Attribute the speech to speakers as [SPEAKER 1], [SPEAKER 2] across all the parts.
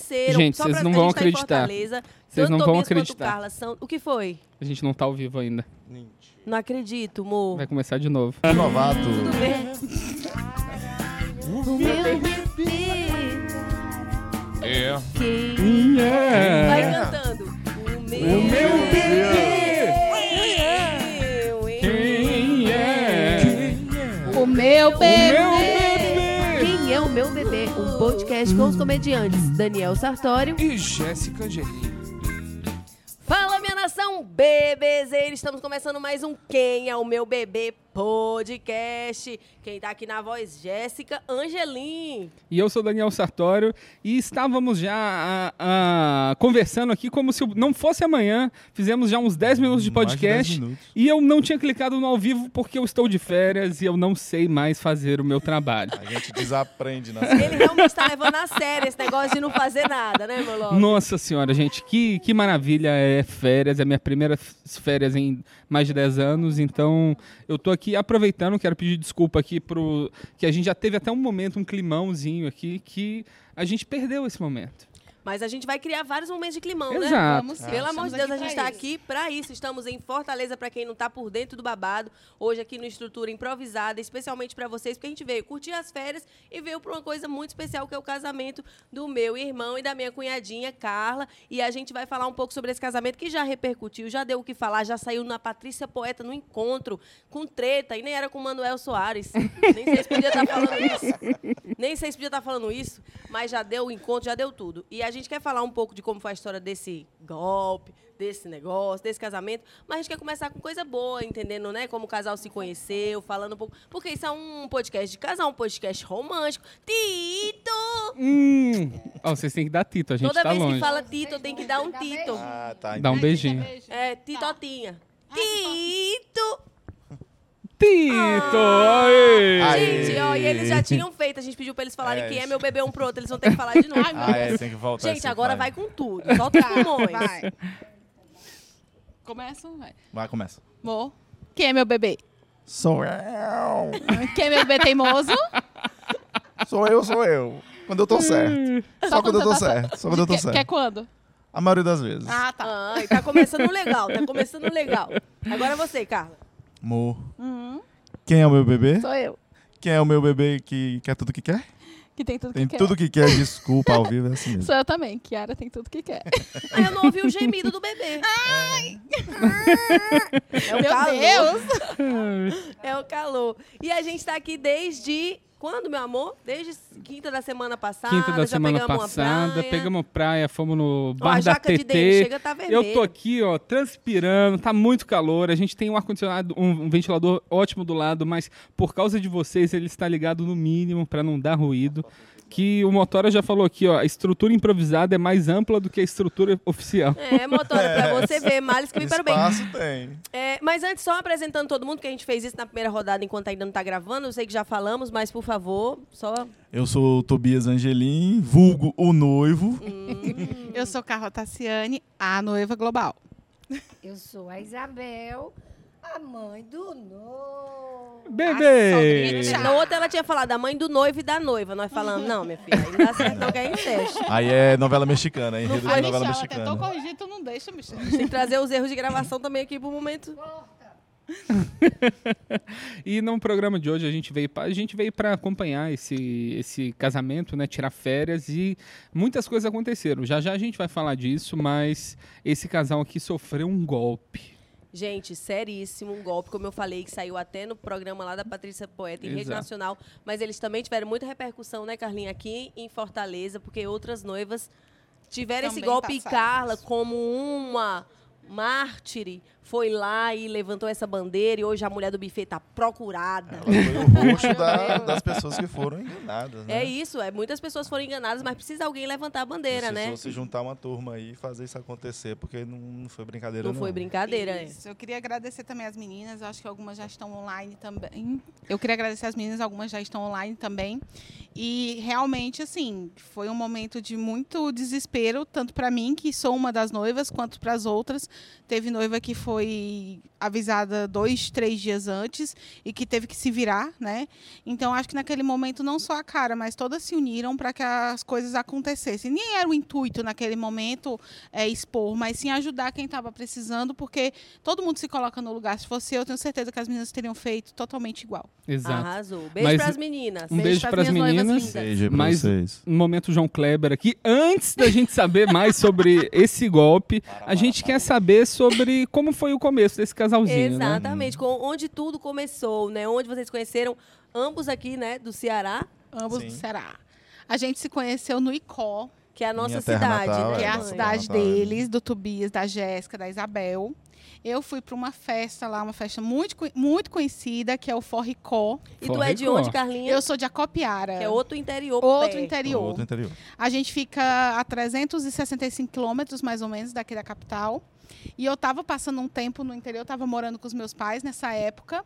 [SPEAKER 1] apareceram.
[SPEAKER 2] Gente,
[SPEAKER 1] só
[SPEAKER 2] vocês
[SPEAKER 1] pra-
[SPEAKER 2] não
[SPEAKER 1] a
[SPEAKER 2] vão
[SPEAKER 1] gente tá em
[SPEAKER 2] acreditar.
[SPEAKER 1] Fortaleza,
[SPEAKER 2] Vocês
[SPEAKER 1] tanto
[SPEAKER 2] não vão
[SPEAKER 1] Tobias quanto
[SPEAKER 2] acreditar.
[SPEAKER 1] Carla são... O que foi?
[SPEAKER 2] A gente não tá ao vivo ainda.
[SPEAKER 3] Mentira.
[SPEAKER 1] Não acredito, amor.
[SPEAKER 2] Vai começar de novo.
[SPEAKER 1] Tudo
[SPEAKER 3] Novato.
[SPEAKER 1] bem?
[SPEAKER 4] É.
[SPEAKER 1] Que- Vai cantando. O meu,
[SPEAKER 2] É. O meu
[SPEAKER 1] eu, eu.
[SPEAKER 2] Quem é?
[SPEAKER 5] O meu bebê.
[SPEAKER 2] Meu bebê!
[SPEAKER 5] Quem é o meu bebê? Um podcast com os comediantes Daniel Sartório.
[SPEAKER 4] E Jéssica Angelini.
[SPEAKER 1] Fala, minha nação bebezeira! Estamos começando mais um Quem é o Meu Bebê podcast. Quem tá aqui na voz, Jéssica Angelim.
[SPEAKER 2] E eu sou Daniel Sartório e estávamos já ah, ah, conversando aqui como se não fosse amanhã. Fizemos já uns 10 minutos de
[SPEAKER 3] Mais de 10
[SPEAKER 2] podcast.
[SPEAKER 3] minutos.
[SPEAKER 2] E eu não tinha clicado no ao vivo porque eu estou de férias e eu não sei mais fazer o meu trabalho.
[SPEAKER 3] A gente desaprende na série.
[SPEAKER 1] Ele realmente tá levando a sério esse negócio de não fazer nada, né, meu lobo?
[SPEAKER 2] Nossa senhora, gente, que, que maravilha é férias, é minha primeira f- férias em mais de 10 anos, então eu tô aqui aproveitando, quero pedir desculpa aqui pro que a gente já teve até um momento, um climãozinho aqui que a gente perdeu esse momento.
[SPEAKER 1] Mas a gente vai criar vários momentos de climão, né?
[SPEAKER 2] Exato.
[SPEAKER 5] sim.
[SPEAKER 1] Pelo amor
[SPEAKER 5] Estamos
[SPEAKER 1] de Deus, a
[SPEAKER 5] pra
[SPEAKER 1] gente
[SPEAKER 6] tá
[SPEAKER 1] está
[SPEAKER 5] isso.
[SPEAKER 1] aqui para isso. Estamos em Fortaleza, para quem não tá por dentro do babado. Hoje aqui no Estrutura Improvisada, especialmente para vocês, porque a gente veio curtir as férias e veio para uma coisa muito especial, que é o casamento do meu irmão e da minha cunhadinha, Carla. E a gente vai falar um pouco sobre esse casamento que já repercutiu, já deu o que falar, já saiu na Patrícia Poeta no encontro, com treta, e nem era com o Manuel Soares. Nem sei se podia estar falando isso. Nem sei se podia estar falando isso, mas já deu o encontro, já deu tudo. E a gente quer falar um pouco de como foi a história desse golpe, desse negócio, desse casamento, mas a gente quer começar com coisa boa, entendendo, né? Como o casal se conheceu, falando um pouco. Porque isso é um podcast de casal, um podcast romântico. Tito!
[SPEAKER 2] Hum, ó, vocês têm que dar Tito, a gente
[SPEAKER 1] Toda
[SPEAKER 2] tá
[SPEAKER 1] vez que
[SPEAKER 2] longe.
[SPEAKER 1] fala Tito, eu tenho que dar um Tito.
[SPEAKER 3] Ah, tá.
[SPEAKER 2] Dá um beijinho.
[SPEAKER 1] É, Titotinha.
[SPEAKER 6] Tá.
[SPEAKER 1] Tito!
[SPEAKER 2] Tito!
[SPEAKER 1] Ah,
[SPEAKER 2] aê!
[SPEAKER 3] Aê!
[SPEAKER 1] Gente, ó, e eles já tinham feito, a gente pediu pra eles falarem
[SPEAKER 3] É,
[SPEAKER 1] quem é
[SPEAKER 3] isso.
[SPEAKER 1] meu bebê um pro outro, eles vão ter que falar de novo.
[SPEAKER 3] Ah, é, tem que voltar.
[SPEAKER 1] Gente,
[SPEAKER 3] esse
[SPEAKER 1] agora vai
[SPEAKER 3] pai.
[SPEAKER 1] com tudo. Solta os pulmões.
[SPEAKER 6] Vai. Começa, vai.
[SPEAKER 3] Vai, começa.
[SPEAKER 6] Amor, quem é meu bebê?
[SPEAKER 3] Sou eu.
[SPEAKER 6] Quem é meu bebê teimoso?
[SPEAKER 3] Sou eu, sou eu. Quando
[SPEAKER 2] Hum.
[SPEAKER 3] eu tô certo. Só, quando, eu tô
[SPEAKER 6] tá
[SPEAKER 3] certo. Só quando eu tô
[SPEAKER 6] Que-
[SPEAKER 3] certo.
[SPEAKER 6] Que é quando?
[SPEAKER 3] A maioria das vezes.
[SPEAKER 6] Ah, tá.
[SPEAKER 1] Ai, tá começando legal, tá começando legal. Agora você, Carla.
[SPEAKER 3] Amor. Quem é o meu bebê?
[SPEAKER 6] Sou eu.
[SPEAKER 3] Quem é o meu bebê que quer tudo que quer?
[SPEAKER 6] Que tem tudo
[SPEAKER 3] Tem
[SPEAKER 6] que
[SPEAKER 3] tudo que quer, desculpa, ao vivo é assim
[SPEAKER 6] quer.
[SPEAKER 3] mesmo.
[SPEAKER 6] Sou eu também. Kiara tem tudo que quer.
[SPEAKER 1] Ai, Ah, eu não ouvi o gemido do bebê. É o
[SPEAKER 6] meu
[SPEAKER 1] calor.
[SPEAKER 6] Deus!
[SPEAKER 1] É o calor. E a gente tá aqui desde. Quando, meu amor? Desde quinta da semana passada.
[SPEAKER 2] Quinta da
[SPEAKER 1] tá, já
[SPEAKER 2] semana
[SPEAKER 1] pegamos uma
[SPEAKER 2] passada,
[SPEAKER 1] praia.
[SPEAKER 2] pegamos praia, fomos no
[SPEAKER 1] Ó,
[SPEAKER 2] bar
[SPEAKER 1] a
[SPEAKER 2] da
[SPEAKER 1] jaca de dele
[SPEAKER 2] TT.
[SPEAKER 1] chega, tá vermelha.
[SPEAKER 2] Eu tô aqui, ó, transpirando, tá muito calor. A gente tem um ar-condicionado, um, um ventilador ótimo do lado, mas por causa de vocês, ele está ligado no mínimo pra não dar ruído. Que o Motora já falou aqui, ó, a estrutura improvisada é mais ampla do que a estrutura oficial.
[SPEAKER 1] É, motora, pra você ver. Males que me para o bem.
[SPEAKER 3] Espaço tem.
[SPEAKER 1] É, mas antes, só apresentando todo mundo, que a gente fez isso na primeira rodada enquanto ainda não tá gravando. Eu sei que já falamos, mas por favor, só.
[SPEAKER 3] Eu sou o Tobias Angelim, vulgo o noivo.
[SPEAKER 6] Eu sou Carla Tassiane, a noiva global.
[SPEAKER 7] Eu sou a Isabel, a mãe do Nô.
[SPEAKER 2] Bebê!
[SPEAKER 6] Nossa,
[SPEAKER 1] Na outra ela tinha falado da mãe do noivo e da noiva. Nós falamos, não, minha filha, ainda assim, certo não quer incesto.
[SPEAKER 3] Aí é novela mexicana, hein? Enredo
[SPEAKER 6] a
[SPEAKER 3] de
[SPEAKER 6] Michelle
[SPEAKER 3] novela
[SPEAKER 6] ela tá tentou
[SPEAKER 3] mexicana.
[SPEAKER 6] corrigir, tu não deixa, Michelle.
[SPEAKER 1] Tem que trazer os erros de gravação também aqui pro momento.
[SPEAKER 2] E no programa de hoje a gente veio pra- a gente veio para acompanhar esse, esse casamento, né, tirar férias e muitas coisas aconteceram. Já já a gente vai falar disso, mas esse casal aqui sofreu um golpe.
[SPEAKER 1] Gente, seríssimo um golpe, como eu falei, que saiu até no programa lá da Patrícia Poeta em rede
[SPEAKER 2] Exato.
[SPEAKER 1] nacional. Mas eles também tiveram muita repercussão, né, Carlinha, aqui em Fortaleza, porque outras noivas tiveram esse
[SPEAKER 6] Também
[SPEAKER 1] golpe e
[SPEAKER 6] passaram
[SPEAKER 1] Carla,
[SPEAKER 6] isso.
[SPEAKER 1] como uma mártire, foi lá e levantou essa bandeira e hoje a mulher do buffet tá procurada.
[SPEAKER 3] Ela foi o rosto da- das pessoas que foram enganadas, né?
[SPEAKER 1] É isso, é, muitas pessoas foram enganadas, mas precisa alguém levantar a bandeira, né?
[SPEAKER 3] Precisou se juntar uma turma aí e fazer isso acontecer, porque não, não foi brincadeira,
[SPEAKER 1] Não
[SPEAKER 3] não.
[SPEAKER 1] foi brincadeira, né?
[SPEAKER 6] Isso, eu queria agradecer também as meninas, eu acho que algumas já estão online também. Eu queria agradecer as meninas, algumas já estão online também. E realmente, assim, foi um momento de muito desespero, tanto para mim, que sou uma das noivas, quanto para as outras. Teve noiva que foi foi avisada dois, três dias antes e que teve que se virar, né? Então acho que naquele momento não só a cara, mas todas se uniram para que as coisas acontecessem. Nem era o intuito naquele momento é, expor, mas sim ajudar quem estava precisando, porque todo mundo se coloca no lugar. Se fosse eu, tenho certeza que as meninas teriam feito totalmente igual.
[SPEAKER 2] Exato.
[SPEAKER 1] Arrasou. Beijo
[SPEAKER 2] Mas-
[SPEAKER 1] pras meninas.
[SPEAKER 2] Um beijo
[SPEAKER 5] pras
[SPEAKER 2] pras
[SPEAKER 5] minhas noivas
[SPEAKER 2] meninas.
[SPEAKER 1] lindas.
[SPEAKER 3] Beijo pra
[SPEAKER 2] Mas-
[SPEAKER 3] vocês.
[SPEAKER 2] No momento João Kleber aqui, antes da gente saber mais sobre esse golpe, a gente quer saber sobre como foi o começo desse casalzinho, né?
[SPEAKER 1] Exatamente, com onde tudo começou, né? Onde vocês conheceram ambos aqui, né, do Ceará,
[SPEAKER 6] Ambos
[SPEAKER 3] Sim.
[SPEAKER 6] será. A gente se conheceu no ICO,
[SPEAKER 1] que é a
[SPEAKER 3] Minha
[SPEAKER 1] nossa
[SPEAKER 3] terra
[SPEAKER 1] cidade,
[SPEAKER 3] natal,
[SPEAKER 1] né?
[SPEAKER 6] que é a
[SPEAKER 3] Nossa,
[SPEAKER 6] cidade
[SPEAKER 3] Natal, né?
[SPEAKER 6] deles, do Tobias, da Jéssica, da Isabel. Eu fui para uma festa lá, uma festa muito, co- muito conhecida, que é o Forricó.
[SPEAKER 1] E tu é de
[SPEAKER 2] Forricó.
[SPEAKER 1] onde, Carlinha?
[SPEAKER 6] Eu sou de Acopiara.
[SPEAKER 1] Que é outro interior.
[SPEAKER 6] Outro
[SPEAKER 1] pé.
[SPEAKER 6] interior.
[SPEAKER 3] É um Outro interior.
[SPEAKER 6] A gente fica a 365 quilômetros, mais ou menos, daqui da capital. E eu estava passando um tempo no interior, estava morando com os meus pais nessa época.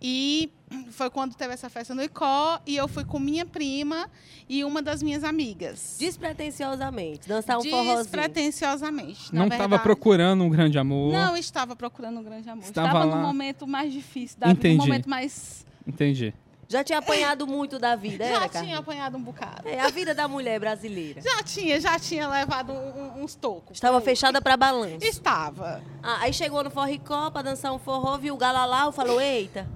[SPEAKER 6] E foi quando teve essa festa no Icó. E eu fui com minha prima e uma das minhas amigas.
[SPEAKER 1] Despretensiosamente. Dançar um forrozinho.
[SPEAKER 6] Despretensiosamente. na
[SPEAKER 2] Não estava
[SPEAKER 6] verdade.
[SPEAKER 2] procurando um grande amor.
[SPEAKER 6] Não estava procurando um grande amor.
[SPEAKER 2] Estava
[SPEAKER 6] Estava,
[SPEAKER 2] lá.
[SPEAKER 6] no momento mais difícil da vida,
[SPEAKER 2] Entendi.
[SPEAKER 6] no momento mais.
[SPEAKER 2] Entendi.
[SPEAKER 1] Já tinha apanhado muito da vida,
[SPEAKER 6] Já
[SPEAKER 1] era,
[SPEAKER 6] tinha
[SPEAKER 1] Carlinha?
[SPEAKER 6] apanhado um bocado.
[SPEAKER 1] É, a vida da mulher brasileira.
[SPEAKER 6] Já tinha, já tinha levado um- um- uns tocos.
[SPEAKER 1] Estava
[SPEAKER 6] Pô,
[SPEAKER 1] fechada pra balanço.
[SPEAKER 6] Estava.
[SPEAKER 1] Ah, aí chegou no forricó pra dançar um forró, viu o galalau, falou, eita.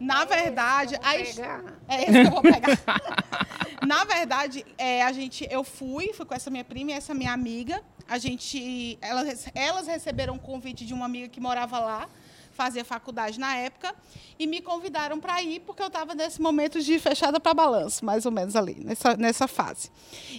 [SPEAKER 6] Na verdade, a his-
[SPEAKER 7] Pegar.
[SPEAKER 6] é esse que eu vou pegar. Na verdade, é, a gente, eu fui, fui com essa minha prima e essa minha amiga. A gente, elas, rece- elas receberam um convite de uma amiga que morava lá, fazia faculdade na época, e me convidaram para ir porque eu estava nesse momento de fechada para balanço, mais ou menos ali nessa, nessa fase.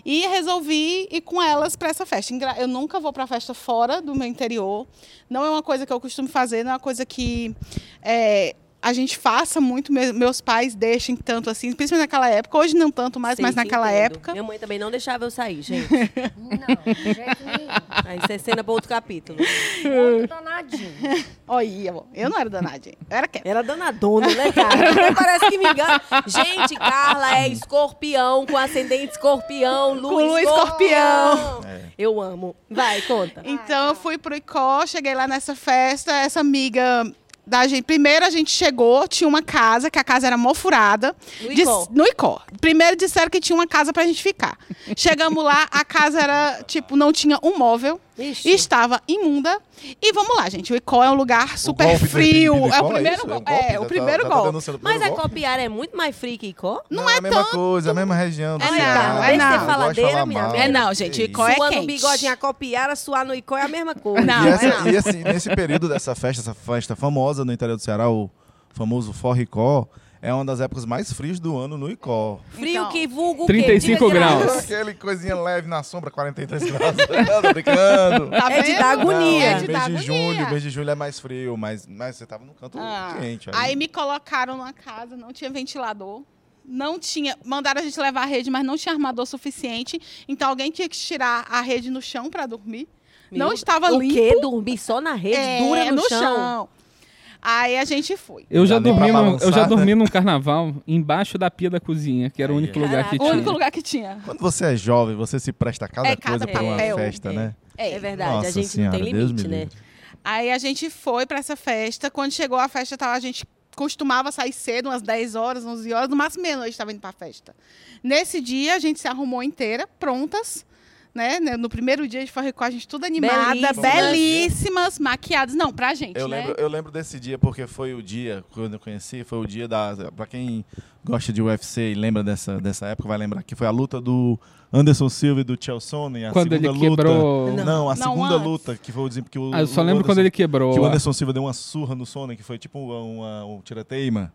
[SPEAKER 6] E resolvi ir com elas para essa festa. Engra- Eu nunca vou para festa fora do meu interior. Não é uma coisa que eu costumo fazer, não é uma coisa que é, a gente faça muito. Me- Meus pais deixem tanto assim, principalmente naquela época. Hoje não tanto mais,
[SPEAKER 1] Sei
[SPEAKER 6] mas
[SPEAKER 1] que
[SPEAKER 6] naquela
[SPEAKER 1] entendo.
[SPEAKER 6] época.
[SPEAKER 1] Minha mãe também não deixava eu sair, gente.
[SPEAKER 7] Não, de jeito nenhum. tá
[SPEAKER 1] Aí isso é cena pra outro capítulo.
[SPEAKER 7] Muito danadinho.
[SPEAKER 6] Olha, bom, eu não era danadinha, eu era quieta.
[SPEAKER 1] Era danadona, né, cara? Até parece que me engana. Gente, Carla é escorpião, com ascendente escorpião, lua,
[SPEAKER 6] Com lua
[SPEAKER 1] escorpião.
[SPEAKER 6] escorpião.
[SPEAKER 3] É.
[SPEAKER 1] Eu amo. Vai, conta.
[SPEAKER 6] Então
[SPEAKER 1] tá.
[SPEAKER 6] eu fui pro Icó, cheguei lá nessa festa, essa amiga da gente. Primeiro a gente chegou, tinha uma casa, que a casa era mó furada.
[SPEAKER 1] No
[SPEAKER 6] Dis-
[SPEAKER 1] Icó.
[SPEAKER 6] no Icó. Primeiro disseram que tinha uma casa pra gente ficar. Chegamos lá, a casa era, tipo, não tinha um móvel.
[SPEAKER 1] Ixi.
[SPEAKER 6] E estava imunda. E vamos lá, gente. O Icó é um lugar super
[SPEAKER 3] golpe do
[SPEAKER 6] frio.
[SPEAKER 3] Felipe
[SPEAKER 6] É
[SPEAKER 3] Nicol,
[SPEAKER 6] o primeiro
[SPEAKER 3] isso?
[SPEAKER 6] golpe.
[SPEAKER 3] um
[SPEAKER 6] É,
[SPEAKER 3] Já
[SPEAKER 6] o
[SPEAKER 3] tá-
[SPEAKER 6] primeiro
[SPEAKER 3] já tá
[SPEAKER 6] golpe.
[SPEAKER 3] denunciando o
[SPEAKER 1] Mas
[SPEAKER 3] primeiro
[SPEAKER 1] a
[SPEAKER 3] golpe?
[SPEAKER 1] copiara é muito mais free que Icó?
[SPEAKER 6] Não
[SPEAKER 3] é a mesma coisa, a mesma região. do
[SPEAKER 6] É não,
[SPEAKER 3] Ceará.
[SPEAKER 6] é
[SPEAKER 3] Eu
[SPEAKER 6] não.
[SPEAKER 3] gosto de
[SPEAKER 1] Faladeira,
[SPEAKER 3] falar
[SPEAKER 1] minha
[SPEAKER 3] mal.
[SPEAKER 1] É
[SPEAKER 6] não, gente,
[SPEAKER 3] Que
[SPEAKER 6] o Icó é
[SPEAKER 1] Suar no
[SPEAKER 6] quente.
[SPEAKER 1] bigode em acopiara, suar no Icó é a mesma coisa.
[SPEAKER 6] Não.
[SPEAKER 3] e,
[SPEAKER 6] é
[SPEAKER 3] essa-
[SPEAKER 6] não.
[SPEAKER 3] e assim, nesse período dessa festa, essa festa famosa no interior do Ceará, o famoso Forricó, é uma das épocas mais frias do ano no Icó.
[SPEAKER 1] Frio
[SPEAKER 6] Então.
[SPEAKER 1] que vulgo o quê?
[SPEAKER 2] 35
[SPEAKER 1] Diga graus.
[SPEAKER 2] graus.
[SPEAKER 3] Aquele coisinha leve na sombra, 43 graus. Tô brincando.
[SPEAKER 6] Tá
[SPEAKER 1] É de
[SPEAKER 6] vendo?
[SPEAKER 1] dar agonia.
[SPEAKER 6] É
[SPEAKER 3] Não,
[SPEAKER 6] de
[SPEAKER 3] mês
[SPEAKER 6] dar
[SPEAKER 3] de
[SPEAKER 6] agonia.
[SPEAKER 3] julho, mês de julho é mais frio, mas, mas você tava num canto
[SPEAKER 6] Ah,
[SPEAKER 3] quente.
[SPEAKER 6] aí. me colocaram numa casa, não tinha ventilador. Não tinha. Mandaram a gente levar a rede, mas não tinha armador suficiente. Então alguém tinha que tirar a rede no chão para dormir.
[SPEAKER 1] Meu
[SPEAKER 6] não estava
[SPEAKER 1] O
[SPEAKER 6] limpo.
[SPEAKER 1] quê? Dormir só na rede?
[SPEAKER 6] É,
[SPEAKER 1] dura no, chão.
[SPEAKER 6] Aí a gente foi.
[SPEAKER 2] Eu já,
[SPEAKER 3] Dá nem pra
[SPEAKER 2] dormi num, eu
[SPEAKER 3] balançar,
[SPEAKER 2] já
[SPEAKER 3] né?
[SPEAKER 2] dormi num carnaval embaixo da pia da cozinha, que era o
[SPEAKER 3] é.
[SPEAKER 2] único lugar
[SPEAKER 1] Caraca.
[SPEAKER 2] que
[SPEAKER 6] O
[SPEAKER 2] tinha.
[SPEAKER 6] único lugar que tinha.
[SPEAKER 3] Quando você é jovem, você se presta a cada
[SPEAKER 6] É,
[SPEAKER 3] coisa
[SPEAKER 6] cada
[SPEAKER 3] pra uma
[SPEAKER 6] papel.
[SPEAKER 3] festa,
[SPEAKER 1] É.
[SPEAKER 3] né?
[SPEAKER 1] É verdade,
[SPEAKER 3] Nossa
[SPEAKER 1] a gente
[SPEAKER 3] senhora,
[SPEAKER 1] não tem
[SPEAKER 3] Deus
[SPEAKER 1] limite,
[SPEAKER 3] me
[SPEAKER 1] né?
[SPEAKER 3] livre.
[SPEAKER 6] Aí a gente foi para essa festa. Quando chegou a festa, tava- a gente costumava sair cedo, umas 10 horas, 11 horas, no máximo meia-noite estava indo para festa. Nesse dia, a gente se arrumou inteira, prontas. Né? né, No primeiro dia de Forricó, a gente tudo animada,
[SPEAKER 1] Belíssimas.
[SPEAKER 6] belíssimas, maquiadas. Não, pra gente,
[SPEAKER 3] Eu
[SPEAKER 6] né?
[SPEAKER 3] lembro, eu lembro desse dia porque foi o dia, quando eu conheci, foi o dia da. Pra quem gosta de UFC e lembra dessa, dessa época, vai lembrar que foi a luta do Anderson Silva e do Chelsone. A
[SPEAKER 2] Quando ele
[SPEAKER 3] segunda luta.
[SPEAKER 2] quebrou.
[SPEAKER 3] Não, a
[SPEAKER 6] Não,
[SPEAKER 3] segunda
[SPEAKER 6] antes.
[SPEAKER 3] luta que foi o desem- que o.
[SPEAKER 2] Ah, eu só
[SPEAKER 3] o
[SPEAKER 2] lembro quando ele
[SPEAKER 3] Anderson-
[SPEAKER 2] quebrou.
[SPEAKER 3] Que o Anderson Silva deu uma surra no Sonic, que foi tipo uma, uma, um tirateima.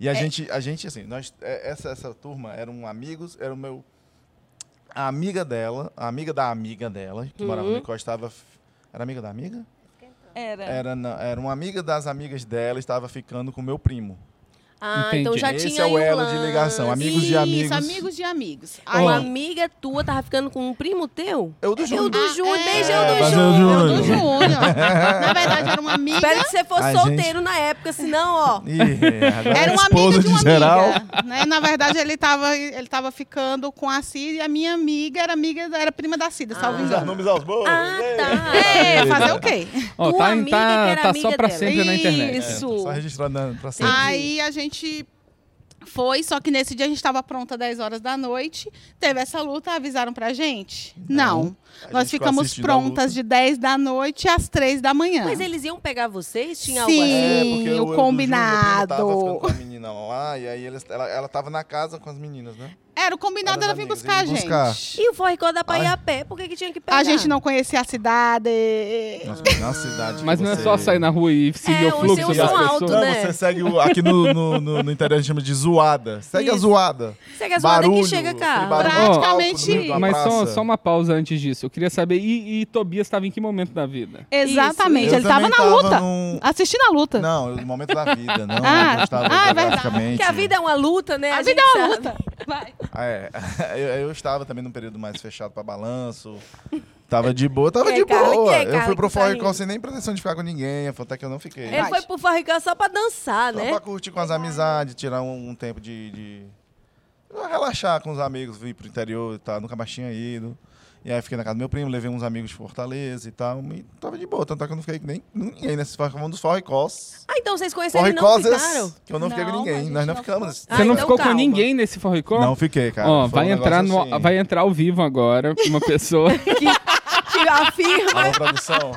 [SPEAKER 6] É.
[SPEAKER 3] E a, gente, a gente, assim, nós, é- essa, essa turma eram amigos, era o meu. A amiga dela, a amiga da amiga dela, que
[SPEAKER 6] Uhum.
[SPEAKER 3] morava no Icó, estava. f- Era amiga da amiga?
[SPEAKER 6] Era.
[SPEAKER 3] Era, na- era uma amiga das amigas dela, estava ficando com meu primo.
[SPEAKER 1] Ah,
[SPEAKER 2] Entendi.
[SPEAKER 1] então já
[SPEAKER 3] Esse
[SPEAKER 1] tinha
[SPEAKER 3] é
[SPEAKER 1] aí
[SPEAKER 3] o
[SPEAKER 1] um
[SPEAKER 3] elo de ligação.
[SPEAKER 1] lance.
[SPEAKER 3] Amigos de
[SPEAKER 6] Isso,
[SPEAKER 3] amigos.
[SPEAKER 6] amigos de amigos.
[SPEAKER 1] Aí
[SPEAKER 6] Aí,
[SPEAKER 1] uma amiga tua tava ficando com um primo teu?
[SPEAKER 3] Eu do
[SPEAKER 1] Eu
[SPEAKER 3] Júnior.
[SPEAKER 1] do
[SPEAKER 6] Ah,
[SPEAKER 1] Júnior,
[SPEAKER 6] é.
[SPEAKER 1] beijo
[SPEAKER 3] É,
[SPEAKER 1] eu do
[SPEAKER 3] mas eu
[SPEAKER 1] Júnior.
[SPEAKER 3] do-
[SPEAKER 6] eu do
[SPEAKER 3] Júnior.
[SPEAKER 6] Júnior. Na verdade, era uma amiga.
[SPEAKER 1] Espero que você fosse
[SPEAKER 3] Ai, gente.
[SPEAKER 1] solteiro na época, senão, ó.
[SPEAKER 3] Ih, agora
[SPEAKER 6] Era
[SPEAKER 3] é
[SPEAKER 6] uma
[SPEAKER 3] esposa
[SPEAKER 6] amiga de uma
[SPEAKER 3] geral.
[SPEAKER 6] amiga. Né? Na verdade, ele tava, ele tava ficando com a Cida e a minha amiga era amiga, era prima da Cida, salvo
[SPEAKER 3] Vamos dar
[SPEAKER 6] engano.
[SPEAKER 3] nomes aos bois.
[SPEAKER 1] Ah,
[SPEAKER 3] Ei.
[SPEAKER 1] tá.
[SPEAKER 6] É, fazer o quê?
[SPEAKER 2] Ó,
[SPEAKER 1] Tua
[SPEAKER 2] tá,
[SPEAKER 1] amiga que
[SPEAKER 2] tá,
[SPEAKER 1] era
[SPEAKER 2] tá
[SPEAKER 1] amiga
[SPEAKER 2] só pra
[SPEAKER 1] dela.
[SPEAKER 2] sempre na internet.
[SPEAKER 1] Isso.
[SPEAKER 3] É, Só registrado na, pra sempre.
[SPEAKER 6] Aí a gente foi, só que nesse dia a gente estava pronta 10 horas da noite, teve essa luta, avisaram pra gente? Não.
[SPEAKER 3] A
[SPEAKER 6] Nós
[SPEAKER 3] gente ficou
[SPEAKER 6] ficamos
[SPEAKER 3] assistindo a luta.
[SPEAKER 6] prontas de 10 da noite às 3 da manhã.
[SPEAKER 1] Mas eles iam pegar vocês? Tinha
[SPEAKER 6] Sim.
[SPEAKER 1] algo assim?
[SPEAKER 3] É, porque
[SPEAKER 6] o
[SPEAKER 3] eu do
[SPEAKER 6] combinado.
[SPEAKER 3] Júnior, meu primo, tava ficando com a menina lá, e aí eles- ela, ela tava na casa com as meninas, né?
[SPEAKER 6] Era o combinado,
[SPEAKER 3] Eram
[SPEAKER 6] ela vir
[SPEAKER 3] amigas,
[SPEAKER 6] buscar a
[SPEAKER 3] iam
[SPEAKER 6] gente.
[SPEAKER 3] buscar.
[SPEAKER 1] assim? E o forricó dá pra ir a pé, por que, que tinha que pegar?
[SPEAKER 6] A gente não conhecia a cidade. É.
[SPEAKER 3] Nossa, na cidade. que
[SPEAKER 2] Mas não é
[SPEAKER 3] você-
[SPEAKER 2] só sair na rua e seguir
[SPEAKER 1] É,
[SPEAKER 2] o
[SPEAKER 1] o
[SPEAKER 2] fluxo
[SPEAKER 1] seu
[SPEAKER 2] das
[SPEAKER 3] E as
[SPEAKER 1] som
[SPEAKER 2] pessoas.
[SPEAKER 1] alto,
[SPEAKER 3] pessoas-
[SPEAKER 1] né?
[SPEAKER 3] Não,
[SPEAKER 6] É.
[SPEAKER 3] você segue o, aqui no, no, no, no interior a gente chama de zoada. Segue a
[SPEAKER 1] Isso.
[SPEAKER 3] zoada.
[SPEAKER 1] Segue a
[SPEAKER 6] é
[SPEAKER 1] zoada
[SPEAKER 3] barulho,
[SPEAKER 1] é que chega cá.
[SPEAKER 3] aquele barulho de palco no
[SPEAKER 6] Praticamente
[SPEAKER 3] meio da
[SPEAKER 2] Mas só,
[SPEAKER 3] praça.
[SPEAKER 2] só um uma pausa antes disso. Eu queria saber, e, e Tobias estava em que momento da vida?
[SPEAKER 6] Exatamente,
[SPEAKER 3] Eu
[SPEAKER 6] ele tava
[SPEAKER 3] também
[SPEAKER 6] na luta.
[SPEAKER 3] num-
[SPEAKER 6] Assistindo a luta.
[SPEAKER 3] Não, no momento da vida, não.
[SPEAKER 6] Ah,
[SPEAKER 3] eu estava
[SPEAKER 6] ah, é verdade.
[SPEAKER 1] Porque a vida é uma luta, né?
[SPEAKER 6] A
[SPEAKER 1] gente
[SPEAKER 6] vida é uma
[SPEAKER 1] sabe.
[SPEAKER 6] luta. Vai.
[SPEAKER 3] É, eu, eu estava também num período mais fechado pra balanço. Tava de boa, tava
[SPEAKER 1] E aí,
[SPEAKER 3] de
[SPEAKER 1] É, Carla,
[SPEAKER 3] boa.
[SPEAKER 1] e aí,
[SPEAKER 3] eu
[SPEAKER 1] Carla,
[SPEAKER 3] fui pro
[SPEAKER 1] que tá
[SPEAKER 3] Forricó
[SPEAKER 1] rindo?
[SPEAKER 3] sem nem pretensão de ficar com ninguém, até que eu não fiquei.
[SPEAKER 1] Ele foi pro forricó só pra dançar,
[SPEAKER 3] Só
[SPEAKER 1] né?
[SPEAKER 3] pra curtir com as amizades, tirar um, um tempo de, de- Relaxar com os amigos, vir pro interior e tal. Nunca mais tinha ido. E aí fiquei na casa do meu primo, levei uns amigos de Fortaleza e tal. E tava de boa, tanto é que eu não fiquei com nem com ninguém nesse foi um dos forricós.
[SPEAKER 1] Ah, então vocês conheceram e não ficaram?
[SPEAKER 3] Forricoses, que eu não fiquei com
[SPEAKER 6] Não, a
[SPEAKER 3] ninguém.
[SPEAKER 6] gente
[SPEAKER 3] Nós não
[SPEAKER 6] não
[SPEAKER 3] ficamos.
[SPEAKER 1] ficou. Ah,
[SPEAKER 2] Você não
[SPEAKER 1] então
[SPEAKER 2] ficou
[SPEAKER 1] calma.
[SPEAKER 2] com ninguém nesse forricó?
[SPEAKER 3] Não fiquei, cara.
[SPEAKER 2] Ó,
[SPEAKER 3] Foi um
[SPEAKER 2] vai, entrar no,
[SPEAKER 3] negócio assim.
[SPEAKER 2] vai entrar ao vivo agora uma pessoa.
[SPEAKER 1] Que afirma.
[SPEAKER 3] Alô, produção.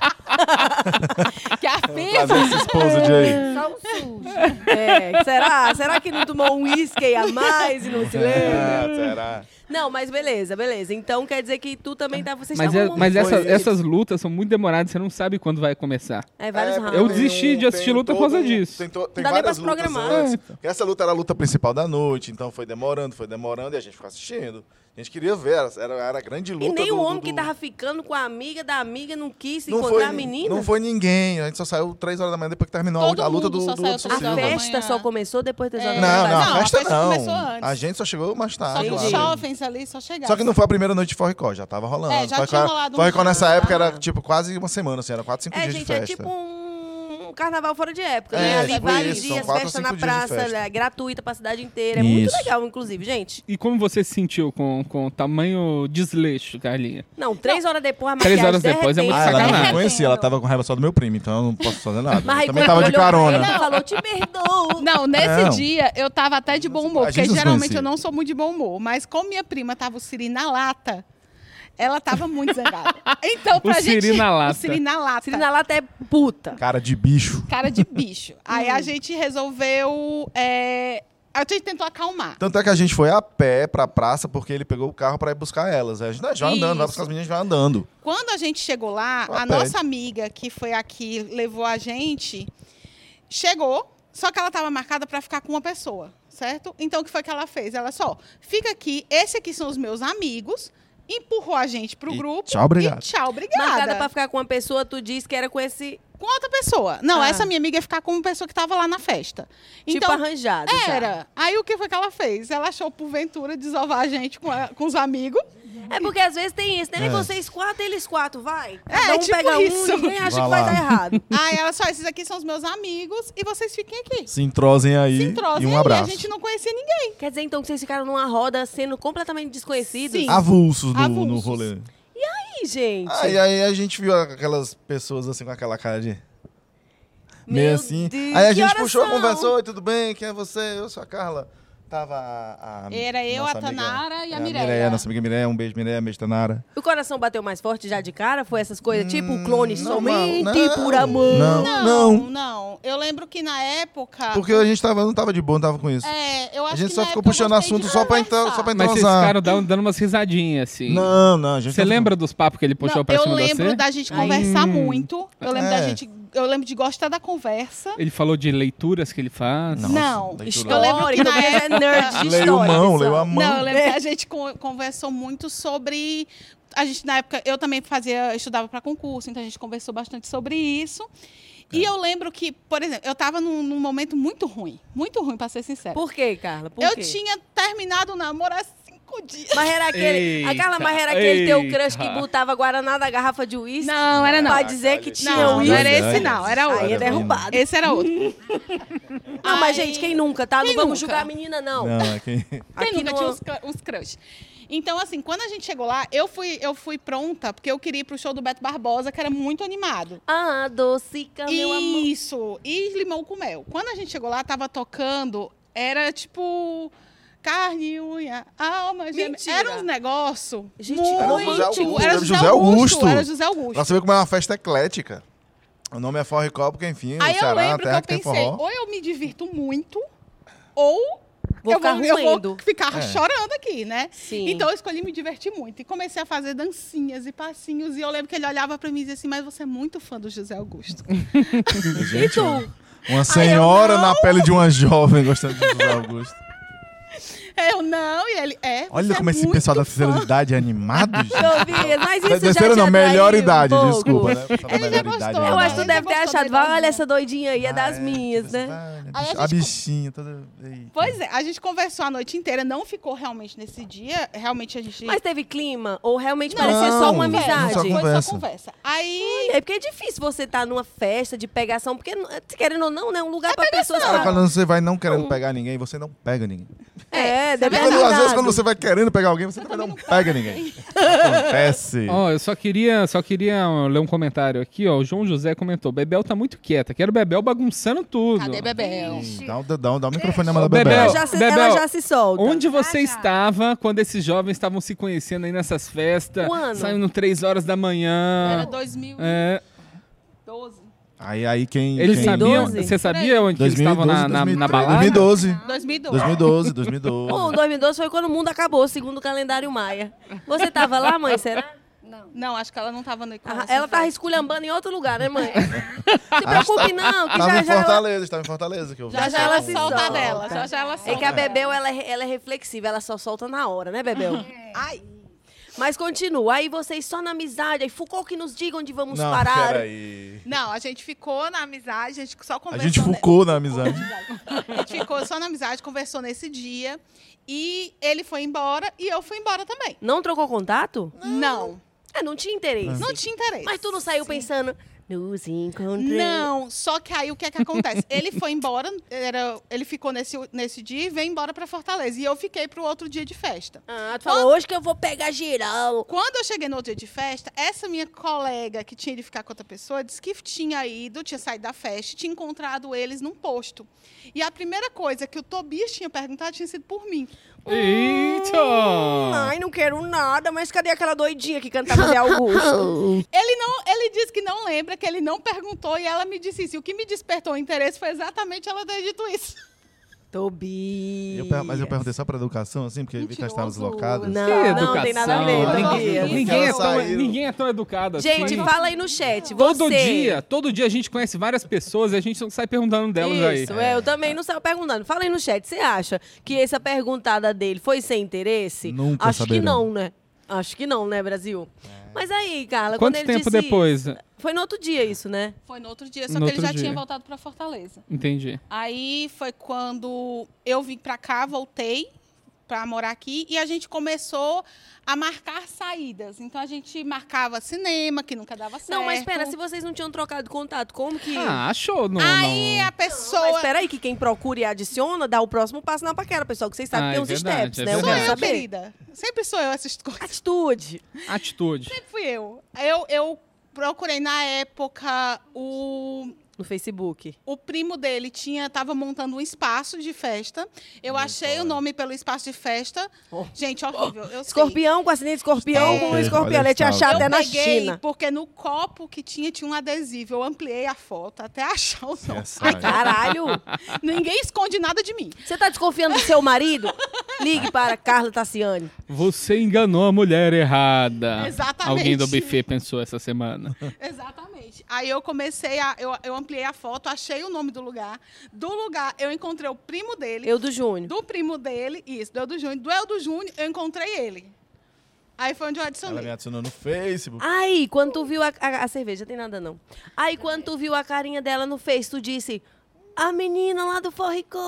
[SPEAKER 6] Que
[SPEAKER 3] É um
[SPEAKER 6] afirma.
[SPEAKER 3] Trazer esse esposo de aí.
[SPEAKER 7] Só o sujo.
[SPEAKER 1] É, será? Será que não tomou um uísque a mais e não se lembra?
[SPEAKER 3] Ah, será?
[SPEAKER 1] Não, mas beleza, beleza. Então quer dizer que tu também tá. Vocês
[SPEAKER 2] Mas, é-
[SPEAKER 1] estavam.
[SPEAKER 2] mas
[SPEAKER 3] Foi
[SPEAKER 2] essa-
[SPEAKER 3] isso.
[SPEAKER 2] essas lutas são muito demoradas, você não sabe quando vai começar.
[SPEAKER 1] É, vários
[SPEAKER 3] É,
[SPEAKER 1] rounds.
[SPEAKER 2] Eu desisti de assistir
[SPEAKER 3] tem
[SPEAKER 2] luta por causa
[SPEAKER 3] todo-
[SPEAKER 2] disso.
[SPEAKER 3] Tem, to- tem
[SPEAKER 1] Não dá nem
[SPEAKER 3] várias
[SPEAKER 1] pra se
[SPEAKER 3] lutas
[SPEAKER 1] programar.
[SPEAKER 3] antes. É. Porque Essa luta era a luta principal da noite, então foi demorando, foi demorando e a gente ficou assistindo. A gente queria ver, era- era, era a grande luta.
[SPEAKER 1] E nem
[SPEAKER 3] do-
[SPEAKER 1] o homem
[SPEAKER 3] do-
[SPEAKER 1] que tava ficando com a amiga da amiga não quis se
[SPEAKER 3] Não
[SPEAKER 1] encontrar
[SPEAKER 3] foi,
[SPEAKER 1] a menina?
[SPEAKER 3] Não foi ninguém, a gente só saiu 3 horas da manhã depois que terminou a
[SPEAKER 6] Todo
[SPEAKER 3] luta- a luta
[SPEAKER 6] mundo
[SPEAKER 3] do,
[SPEAKER 6] só
[SPEAKER 3] do
[SPEAKER 6] saiu
[SPEAKER 3] Anderson
[SPEAKER 1] A
[SPEAKER 6] três horas da
[SPEAKER 3] Silva.
[SPEAKER 6] manhã.
[SPEAKER 1] festa só começou depois das horas
[SPEAKER 6] É.
[SPEAKER 3] Não,
[SPEAKER 1] da
[SPEAKER 3] não,
[SPEAKER 1] tarde.
[SPEAKER 3] a festa não.
[SPEAKER 6] começou antes.
[SPEAKER 3] A gente só chegou mais
[SPEAKER 6] Só
[SPEAKER 3] tarde.
[SPEAKER 6] que
[SPEAKER 3] eu
[SPEAKER 6] os
[SPEAKER 3] acho.
[SPEAKER 6] jovens ali só chegaram.
[SPEAKER 3] Tá Só que não foi a primeira noite de Forricó, já tava rolando.
[SPEAKER 6] É, já
[SPEAKER 3] Forricó,
[SPEAKER 6] tinha rolado um
[SPEAKER 3] Forricó nessa
[SPEAKER 6] chá.
[SPEAKER 3] época era tipo quase uma semana, assim, era 4, 5
[SPEAKER 1] Ah. É,
[SPEAKER 3] dias
[SPEAKER 1] gente,
[SPEAKER 3] de
[SPEAKER 1] é
[SPEAKER 3] festa.
[SPEAKER 1] tipo um, um carnaval fora de época,
[SPEAKER 3] É,
[SPEAKER 1] né? Ali
[SPEAKER 6] tipo
[SPEAKER 1] vários
[SPEAKER 6] isso, são
[SPEAKER 1] dias,
[SPEAKER 3] quatro,
[SPEAKER 1] festa na
[SPEAKER 3] cinco dias de
[SPEAKER 1] praça,
[SPEAKER 3] festa.
[SPEAKER 1] né? gratuita pra cidade inteira. É muito
[SPEAKER 3] Isso.
[SPEAKER 1] legal, inclusive, gente.
[SPEAKER 2] E como você se sentiu com, com o tamanho desleixo, Carlinha?
[SPEAKER 1] Não, três horas depois, a
[SPEAKER 2] Três
[SPEAKER 1] maquiagem
[SPEAKER 2] horas depois é muito
[SPEAKER 3] Ah,
[SPEAKER 1] derretendo.
[SPEAKER 3] ela não me
[SPEAKER 2] sacanagem.
[SPEAKER 3] conhecia, ela tava com raiva só do meu primo, então eu não posso fazer nada.
[SPEAKER 1] Mas
[SPEAKER 3] Eu
[SPEAKER 1] aí
[SPEAKER 3] também
[SPEAKER 1] quando
[SPEAKER 3] tava
[SPEAKER 1] ele
[SPEAKER 3] de
[SPEAKER 1] olhou pra
[SPEAKER 3] carona.
[SPEAKER 1] Ele falou, te perdoo.
[SPEAKER 6] Não, nesse
[SPEAKER 3] Não.
[SPEAKER 6] dia eu tava até de bom humor,
[SPEAKER 3] A gente
[SPEAKER 6] porque
[SPEAKER 3] não se
[SPEAKER 6] geralmente
[SPEAKER 3] conhecia.
[SPEAKER 6] eu não sou muito de bom humor, mas como minha prima tava o Siri na lata, ela tava muito zangada. Então, pra
[SPEAKER 2] O
[SPEAKER 6] gente.
[SPEAKER 2] Siri na lata.
[SPEAKER 6] O Siri na lata.
[SPEAKER 1] Cirina Lata é puta.
[SPEAKER 3] Cara de bicho.
[SPEAKER 6] Cara de bicho. Aí a gente resolveu. é, A gente tentou acalmar.
[SPEAKER 3] Tanto é que a gente foi a pé pra praça porque ele pegou o carro pra ir buscar elas. Aí A gente, não, a gente vai andando, vai buscar as meninas, a gente vai andando.
[SPEAKER 6] Quando a gente chegou lá,
[SPEAKER 3] Ah,
[SPEAKER 6] a
[SPEAKER 3] peraí.
[SPEAKER 6] nossa amiga, que foi a que levou a gente, chegou, só que ela estava marcada para ficar com uma pessoa, certo? Então, o que foi que ela fez? Ela só, fica aqui, esse aqui são os meus amigos, empurrou a gente pro
[SPEAKER 3] E
[SPEAKER 6] grupo.
[SPEAKER 3] tchau, obrigado.
[SPEAKER 6] E tchau,
[SPEAKER 1] Marcada
[SPEAKER 6] obrigada.
[SPEAKER 1] pra ficar com uma pessoa, tu disse que era com esse
[SPEAKER 6] Com outra pessoa. Não,
[SPEAKER 1] Ah.
[SPEAKER 6] essa minha amiga ia ficar com uma pessoa que estava lá na festa.
[SPEAKER 1] tipo
[SPEAKER 6] então,
[SPEAKER 1] arranjado. já.
[SPEAKER 6] era. Aí, o que foi que ela fez? Ela achou, porventura, desovar a gente com, a- com os amigos.
[SPEAKER 1] É porque às vezes tem isso, né? Nem
[SPEAKER 3] É.
[SPEAKER 1] vocês quatro, eles quatro, vai.
[SPEAKER 6] É,
[SPEAKER 1] um
[SPEAKER 6] tipo
[SPEAKER 1] pega um,
[SPEAKER 6] isso.
[SPEAKER 1] ninguém acha
[SPEAKER 3] Vai
[SPEAKER 1] que vai
[SPEAKER 3] lá.
[SPEAKER 1] dar errado.
[SPEAKER 6] Aí, ela só, esses aqui são os meus amigos e vocês fiquem aqui.
[SPEAKER 3] Se entrosem aí
[SPEAKER 6] se entrosem
[SPEAKER 3] e um
[SPEAKER 6] aí.
[SPEAKER 3] abraço.
[SPEAKER 6] A gente não conhecia ninguém.
[SPEAKER 1] Quer dizer, então, que vocês ficaram numa roda sendo completamente desconhecidos?
[SPEAKER 6] Sim.
[SPEAKER 3] Avulsos, no- no
[SPEAKER 6] Avulsos.
[SPEAKER 3] rolê.
[SPEAKER 1] Ih, gente.
[SPEAKER 3] Ah, e aí a gente viu aquelas pessoas assim com aquela cara de... Meio
[SPEAKER 1] Meu
[SPEAKER 3] assim.
[SPEAKER 1] Deus,
[SPEAKER 3] aí a
[SPEAKER 1] que
[SPEAKER 3] gente
[SPEAKER 1] horas
[SPEAKER 3] puxou,
[SPEAKER 1] são?
[SPEAKER 3] conversou, oi, tudo bem? Quem é você? Eu sou a Carla. Tava a. a
[SPEAKER 6] Era eu,
[SPEAKER 3] nossa
[SPEAKER 6] a
[SPEAKER 3] amiga- É,
[SPEAKER 6] Tanara e a
[SPEAKER 3] Mireia.
[SPEAKER 6] Mireia.
[SPEAKER 3] Nossa amiga Mireia, um beijo, Mireia, beijo, Tanara.
[SPEAKER 1] O coração bateu mais forte já de cara? Foi essas coisas? tipo, o clone
[SPEAKER 3] não,
[SPEAKER 1] somente
[SPEAKER 3] Hum, não,
[SPEAKER 1] por amor.
[SPEAKER 3] Não,
[SPEAKER 6] Não,
[SPEAKER 3] não.
[SPEAKER 6] não. Eu lembro que na época.
[SPEAKER 3] Porque a gente tava, não tava de boa, não tava com isso.
[SPEAKER 6] É, eu acho
[SPEAKER 3] a gente
[SPEAKER 6] que
[SPEAKER 3] só
[SPEAKER 6] na
[SPEAKER 3] ficou
[SPEAKER 6] época eu
[SPEAKER 3] puxando
[SPEAKER 6] gostei
[SPEAKER 3] assunto
[SPEAKER 6] de
[SPEAKER 3] só pra, entrar, só pra então.
[SPEAKER 2] Mas vocês
[SPEAKER 3] entrosar.
[SPEAKER 2] ficaram dando, um, dando umas risadinhas, assim.
[SPEAKER 3] Não, não, a gente
[SPEAKER 2] Você
[SPEAKER 3] não-
[SPEAKER 2] lembra dos papos que ele puxou
[SPEAKER 6] Não,
[SPEAKER 2] pra
[SPEAKER 6] eu
[SPEAKER 2] cima de
[SPEAKER 6] lembro
[SPEAKER 2] você?
[SPEAKER 6] da gente
[SPEAKER 1] Aí-
[SPEAKER 6] conversar
[SPEAKER 2] Hum.
[SPEAKER 6] muito. Eu lembro
[SPEAKER 3] É.
[SPEAKER 6] da gente. Eu lembro de gostar da conversa.
[SPEAKER 2] Ele falou de leituras que ele faz.
[SPEAKER 3] Não.
[SPEAKER 6] não,
[SPEAKER 3] leitura.
[SPEAKER 6] eu lembro que na
[SPEAKER 1] Histórico,
[SPEAKER 6] época.
[SPEAKER 1] é nerd de
[SPEAKER 3] Leio
[SPEAKER 1] história,
[SPEAKER 3] mão,
[SPEAKER 1] pessoal.
[SPEAKER 3] leio a mão.
[SPEAKER 6] Não, eu lembro que a gente con- conversou muito sobre. A gente, na época, eu também fazia, estudava para concurso, então a gente conversou bastante sobre isso.
[SPEAKER 1] É.
[SPEAKER 6] E eu lembro que, por exemplo, eu tava num, num momento muito ruim. Muito ruim, pra ser sincera.
[SPEAKER 1] Por quê, Carla? Por
[SPEAKER 6] eu
[SPEAKER 1] quê?
[SPEAKER 6] tinha terminado o namoro há cinco dias.
[SPEAKER 1] Mas era aquele. a Carla
[SPEAKER 2] Eita,
[SPEAKER 1] Mas era aquele teu crush que
[SPEAKER 2] eita.
[SPEAKER 1] botava Guaraná da garrafa de uísque.
[SPEAKER 6] Não, era não.
[SPEAKER 1] Pra dizer que tinha
[SPEAKER 6] Não, não
[SPEAKER 1] uísque.
[SPEAKER 6] era esse não, era outro.
[SPEAKER 1] Aí é derrubado.
[SPEAKER 6] Esse era outro.
[SPEAKER 1] Não, Ah, mas,
[SPEAKER 6] Ai.
[SPEAKER 1] gente, quem nunca, tá? não
[SPEAKER 6] Quem
[SPEAKER 1] vamos
[SPEAKER 6] nunca?
[SPEAKER 1] julgar a menina, não.
[SPEAKER 3] Não, é quem...
[SPEAKER 6] Quem
[SPEAKER 1] Aqui
[SPEAKER 6] nunca
[SPEAKER 1] no-
[SPEAKER 6] tinha uns, cru- uns crush? Então, assim, quando a gente chegou lá, eu fui, eu fui pronta, porque eu queria ir pro show do Beto Barbosa, que era muito animado.
[SPEAKER 1] Ah, docica, meu amor.
[SPEAKER 6] Isso! E limão com mel. Quando a gente chegou lá, tava tocando, era tipo. Carne, unha, alma, gêmea.
[SPEAKER 1] Mentira.
[SPEAKER 6] Era um negócio
[SPEAKER 1] Gente,
[SPEAKER 6] muito...
[SPEAKER 1] era José
[SPEAKER 3] Augusto.
[SPEAKER 6] Era José Augusto. Era José Augusto.
[SPEAKER 3] Pra você ver como é uma festa eclética. O nome é Forró e Copo, porque enfim, o
[SPEAKER 6] Aí eu
[SPEAKER 3] Ceará, a
[SPEAKER 6] lembro que
[SPEAKER 3] terra
[SPEAKER 6] eu
[SPEAKER 3] que tem
[SPEAKER 6] pensei,
[SPEAKER 3] forró.
[SPEAKER 6] ou eu me divirto muito, ou
[SPEAKER 1] Vou
[SPEAKER 6] eu,
[SPEAKER 1] ficar
[SPEAKER 6] vou, eu vou
[SPEAKER 1] ruendo.
[SPEAKER 6] ficar
[SPEAKER 3] É.
[SPEAKER 6] chorando aqui, né?
[SPEAKER 1] Sim.
[SPEAKER 6] Então eu escolhi me divertir muito e comecei a fazer dancinhas e passinhos. E eu lembro que ele olhava pra mim e dizia assim: Mas você é muito fã do José Augusto.
[SPEAKER 3] Gente, Uma senhora na pele de uma jovem gostando de José Augusto.
[SPEAKER 6] eu não, e ele é. você
[SPEAKER 3] Olha
[SPEAKER 6] é
[SPEAKER 3] como esse
[SPEAKER 6] muito
[SPEAKER 3] pessoal da
[SPEAKER 6] fã."
[SPEAKER 3] terceira idade é animado, gente.
[SPEAKER 1] Tobias, mas isso já
[SPEAKER 3] terceira
[SPEAKER 1] te
[SPEAKER 3] não,
[SPEAKER 1] atraiu
[SPEAKER 3] melhor
[SPEAKER 1] um
[SPEAKER 3] idade,
[SPEAKER 1] pouco?
[SPEAKER 3] desculpa. Né? Pessoal da
[SPEAKER 6] Ele já
[SPEAKER 3] melhor
[SPEAKER 6] gostou,
[SPEAKER 3] idade,
[SPEAKER 6] né?
[SPEAKER 1] Eu acho que tu
[SPEAKER 6] Ainda
[SPEAKER 1] deve ter
[SPEAKER 6] gostou
[SPEAKER 1] achado,
[SPEAKER 6] dele, né?
[SPEAKER 1] olha essa doidinha aí, é das
[SPEAKER 3] Ah,
[SPEAKER 1] minhas, né?
[SPEAKER 3] velha,
[SPEAKER 6] Aí
[SPEAKER 3] bicho-
[SPEAKER 6] a gente
[SPEAKER 3] A
[SPEAKER 6] com-
[SPEAKER 3] bichinha toda... Eita.
[SPEAKER 6] Pois é, a gente conversou a noite inteira, não ficou realmente nesse dia. Realmente a gente.
[SPEAKER 1] Mas teve clima? Ou realmente
[SPEAKER 3] Não,
[SPEAKER 1] parecia só uma
[SPEAKER 3] não,
[SPEAKER 1] amizade?
[SPEAKER 3] só
[SPEAKER 6] Foi só
[SPEAKER 3] conversa.
[SPEAKER 6] conversa. Aí.
[SPEAKER 1] É porque é difícil você estar numa festa de pegação, porque, não- querendo ou não, né? Um lugar pra pessoas.
[SPEAKER 3] Cara,
[SPEAKER 1] pra-
[SPEAKER 3] quando você vai não querendo pegar ninguém, você não pega ninguém.
[SPEAKER 1] Hum. É,
[SPEAKER 3] E
[SPEAKER 1] deve
[SPEAKER 3] quando- às vezes, quando
[SPEAKER 1] ter
[SPEAKER 3] você vai querendo pegar alguém, você também não pega ninguém. Acontece.
[SPEAKER 2] Ó, eu só queria, só queria ó, ler um comentário aqui, ó. O João José comentou: Bebel tá muito quieta, quero Bebel bagunçando tudo.
[SPEAKER 6] Cadê Bebel?
[SPEAKER 7] Ixi.
[SPEAKER 3] Dá, o- dá, o- dá o microfone na mão da
[SPEAKER 2] Bebel.
[SPEAKER 1] ela
[SPEAKER 3] Bebel.
[SPEAKER 1] já, se,
[SPEAKER 2] Bebel,
[SPEAKER 1] ela já se solta.
[SPEAKER 2] Onde você
[SPEAKER 7] já.
[SPEAKER 2] estava quando esses jovens estavam se conhecendo aí nessas festas?
[SPEAKER 1] Um ano.
[SPEAKER 2] Saindo três horas da
[SPEAKER 6] Era
[SPEAKER 2] manhã.
[SPEAKER 6] 2012.
[SPEAKER 2] Ah. É,
[SPEAKER 3] Aí, aí quem...
[SPEAKER 2] eles
[SPEAKER 3] quem...
[SPEAKER 2] sabiam.
[SPEAKER 1] 2012?
[SPEAKER 2] Você sabia onde eles
[SPEAKER 3] 2012,
[SPEAKER 2] estavam na, na, na
[SPEAKER 3] 2013,
[SPEAKER 2] balada?
[SPEAKER 3] 2012.
[SPEAKER 6] 2012.
[SPEAKER 3] 2012, 2012.
[SPEAKER 1] Bom, 2012 foi quando o mundo acabou, segundo o calendário Maia. Você tava lá, mãe, será?
[SPEAKER 7] Não.
[SPEAKER 6] Não, acho que ela não tava no
[SPEAKER 1] Ah, ela tava esculhambando em outro lugar, né, mãe? Se
[SPEAKER 3] Acho que
[SPEAKER 1] preocupe, não, que
[SPEAKER 3] Tava
[SPEAKER 1] já
[SPEAKER 3] em
[SPEAKER 1] já ela...
[SPEAKER 3] Fortaleza, estava em Fortaleza. Que eu vi.
[SPEAKER 6] Já já
[SPEAKER 1] Ela
[SPEAKER 6] ela
[SPEAKER 1] se
[SPEAKER 6] solta
[SPEAKER 1] tá solta.
[SPEAKER 6] dela. Já já ela solta.
[SPEAKER 1] É que a Bebel, ela, é- ela é reflexiva, ela só solta na hora, né, Bebel?
[SPEAKER 6] Ai,
[SPEAKER 1] Mas continua, aí vocês só na amizade, aí Foucault que nos diga onde vamos
[SPEAKER 3] Não,
[SPEAKER 1] parar.
[SPEAKER 3] peraí.
[SPEAKER 6] Não, a gente ficou na amizade, a gente só
[SPEAKER 3] A
[SPEAKER 6] conversou.
[SPEAKER 3] gente
[SPEAKER 6] ne-
[SPEAKER 3] focou na amizade.
[SPEAKER 6] A gente ficou só na amizade, conversou nesse dia. E ele foi embora e eu fui embora também.
[SPEAKER 1] Não trocou contato?
[SPEAKER 6] Não.
[SPEAKER 1] É, não tinha interesse.
[SPEAKER 6] Não tinha interesse.
[SPEAKER 1] Mas tu não saiu pensando, nos encontrei.
[SPEAKER 6] Não, só que aí o que é que acontece? Ele foi embora, era, ele ficou nesse, nesse dia e veio embora pra Fortaleza. E eu fiquei pro outro dia de festa.
[SPEAKER 1] Ah, tu falou, hoje que eu vou pegar geral.
[SPEAKER 6] Quando eu cheguei no outro dia de festa, essa minha colega que tinha ido ficar com outra pessoa disse que tinha ido, tinha saído da festa, e tinha encontrado eles num posto. E a primeira coisa que o Tobias tinha perguntado tinha sido por mim.
[SPEAKER 2] Eita! Ah.
[SPEAKER 1] Ai, não quero nada, mas cadê aquela doidinha que cantava Zé Augusto?
[SPEAKER 6] Ele não, Então, ele disse que não lembra, que ele não perguntou e ela me disse isso. E o que me despertou o interesse foi exatamente ela ter dito isso.
[SPEAKER 1] Tobi.
[SPEAKER 3] Eu per- mas eu perguntei só pra educação, assim, porque eu vi que elas estavam
[SPEAKER 6] Mentiroso.
[SPEAKER 3] deslocadas.
[SPEAKER 1] Não,
[SPEAKER 2] Que educação.
[SPEAKER 1] não tem nada a ver,
[SPEAKER 6] Não,
[SPEAKER 1] Tobias.
[SPEAKER 2] Ninguém, ninguém é
[SPEAKER 3] Elas
[SPEAKER 2] tão,
[SPEAKER 3] saíram.
[SPEAKER 2] ninguém é tão educado assim.
[SPEAKER 1] Gente, fala aí no chat.
[SPEAKER 2] Todo
[SPEAKER 1] você-
[SPEAKER 2] dia, todo dia a gente conhece várias pessoas e a gente não sai perguntando delas aí.
[SPEAKER 1] Isso, é, eu também não saio perguntando. Fala aí no chat, você acha que essa perguntada dele foi sem interesse?
[SPEAKER 3] Nunca
[SPEAKER 1] Acho que
[SPEAKER 3] saberão.
[SPEAKER 1] não, né? Acho que não, né, Brasil? Mas aí, Carla, quando
[SPEAKER 2] É. Quanto
[SPEAKER 1] ele
[SPEAKER 2] tempo
[SPEAKER 1] disse
[SPEAKER 2] depois?
[SPEAKER 1] isso- foi no outro dia isso, né?
[SPEAKER 6] Foi no outro dia, só
[SPEAKER 2] No
[SPEAKER 6] que ele
[SPEAKER 2] outro
[SPEAKER 6] já
[SPEAKER 2] dia.
[SPEAKER 6] tinha voltado pra Fortaleza.
[SPEAKER 2] Entendi.
[SPEAKER 6] Aí foi quando eu vim pra cá, voltei pra morar aqui e a gente começou a marcar saídas. Então a gente marcava cinema, que nunca dava certo.
[SPEAKER 1] Não, mas espera, se vocês não tinham trocado contato, como que...
[SPEAKER 2] Ah, achou, não.
[SPEAKER 6] Aí
[SPEAKER 2] não.
[SPEAKER 6] a pessoa
[SPEAKER 1] Mas espera aí, que quem procura e adiciona, dá o próximo passo na paquera, pessoal. Que vocês sabem
[SPEAKER 2] Ah,
[SPEAKER 1] que tem
[SPEAKER 2] é
[SPEAKER 1] uns
[SPEAKER 2] verdade,
[SPEAKER 1] steps,
[SPEAKER 2] é
[SPEAKER 1] né? Eu
[SPEAKER 6] sou
[SPEAKER 1] quero
[SPEAKER 2] verdade.
[SPEAKER 6] eu,
[SPEAKER 1] saber.
[SPEAKER 6] querida. Sempre sou eu essas coisas.
[SPEAKER 1] Atitude.
[SPEAKER 2] Atitude.
[SPEAKER 6] Fui eu. Eu, eu procurei na época o.
[SPEAKER 1] No Facebook.
[SPEAKER 6] O primo dele tinha tava montando um espaço de festa. Eu achei o nome pelo espaço de festa.
[SPEAKER 1] Oh.
[SPEAKER 6] Gente, horrível. Eu sei.
[SPEAKER 1] Escorpião com acidente de escorpião,
[SPEAKER 3] Stalker,
[SPEAKER 1] com escorpião.
[SPEAKER 3] olha,
[SPEAKER 1] Ele tinha achado
[SPEAKER 3] stalker.
[SPEAKER 1] até
[SPEAKER 6] Eu
[SPEAKER 1] É na
[SPEAKER 6] peguei
[SPEAKER 1] China.
[SPEAKER 6] porque no copo que tinha tinha um adesivo. Eu ampliei a foto até achar o nome.
[SPEAKER 3] Essa aí.
[SPEAKER 1] Caralho!
[SPEAKER 6] Ninguém esconde nada de mim.
[SPEAKER 1] Você tá desconfiando do seu marido? Ligue para Carla Tassiani.
[SPEAKER 2] Você enganou a mulher errada.
[SPEAKER 6] Exatamente.
[SPEAKER 2] Alguém do buffet pensou essa semana.
[SPEAKER 6] Exatamente. Aí eu comecei a eu, eu ampliei a foto, achei o nome do lugar. Do lugar eu encontrei o primo dele.
[SPEAKER 1] Eu do Júnior.
[SPEAKER 6] Do primo dele, isso, do Eldo Júnior. Do Eldo Júnior, eu encontrei ele. Aí foi onde eu
[SPEAKER 3] Ela me
[SPEAKER 6] adicionei.
[SPEAKER 3] adicionou no Facebook.
[SPEAKER 1] Aí, quando tu viu a, a- a cerveja, tem nada não. Aí, quando tu viu a carinha dela no Face, tu disse: A menina lá do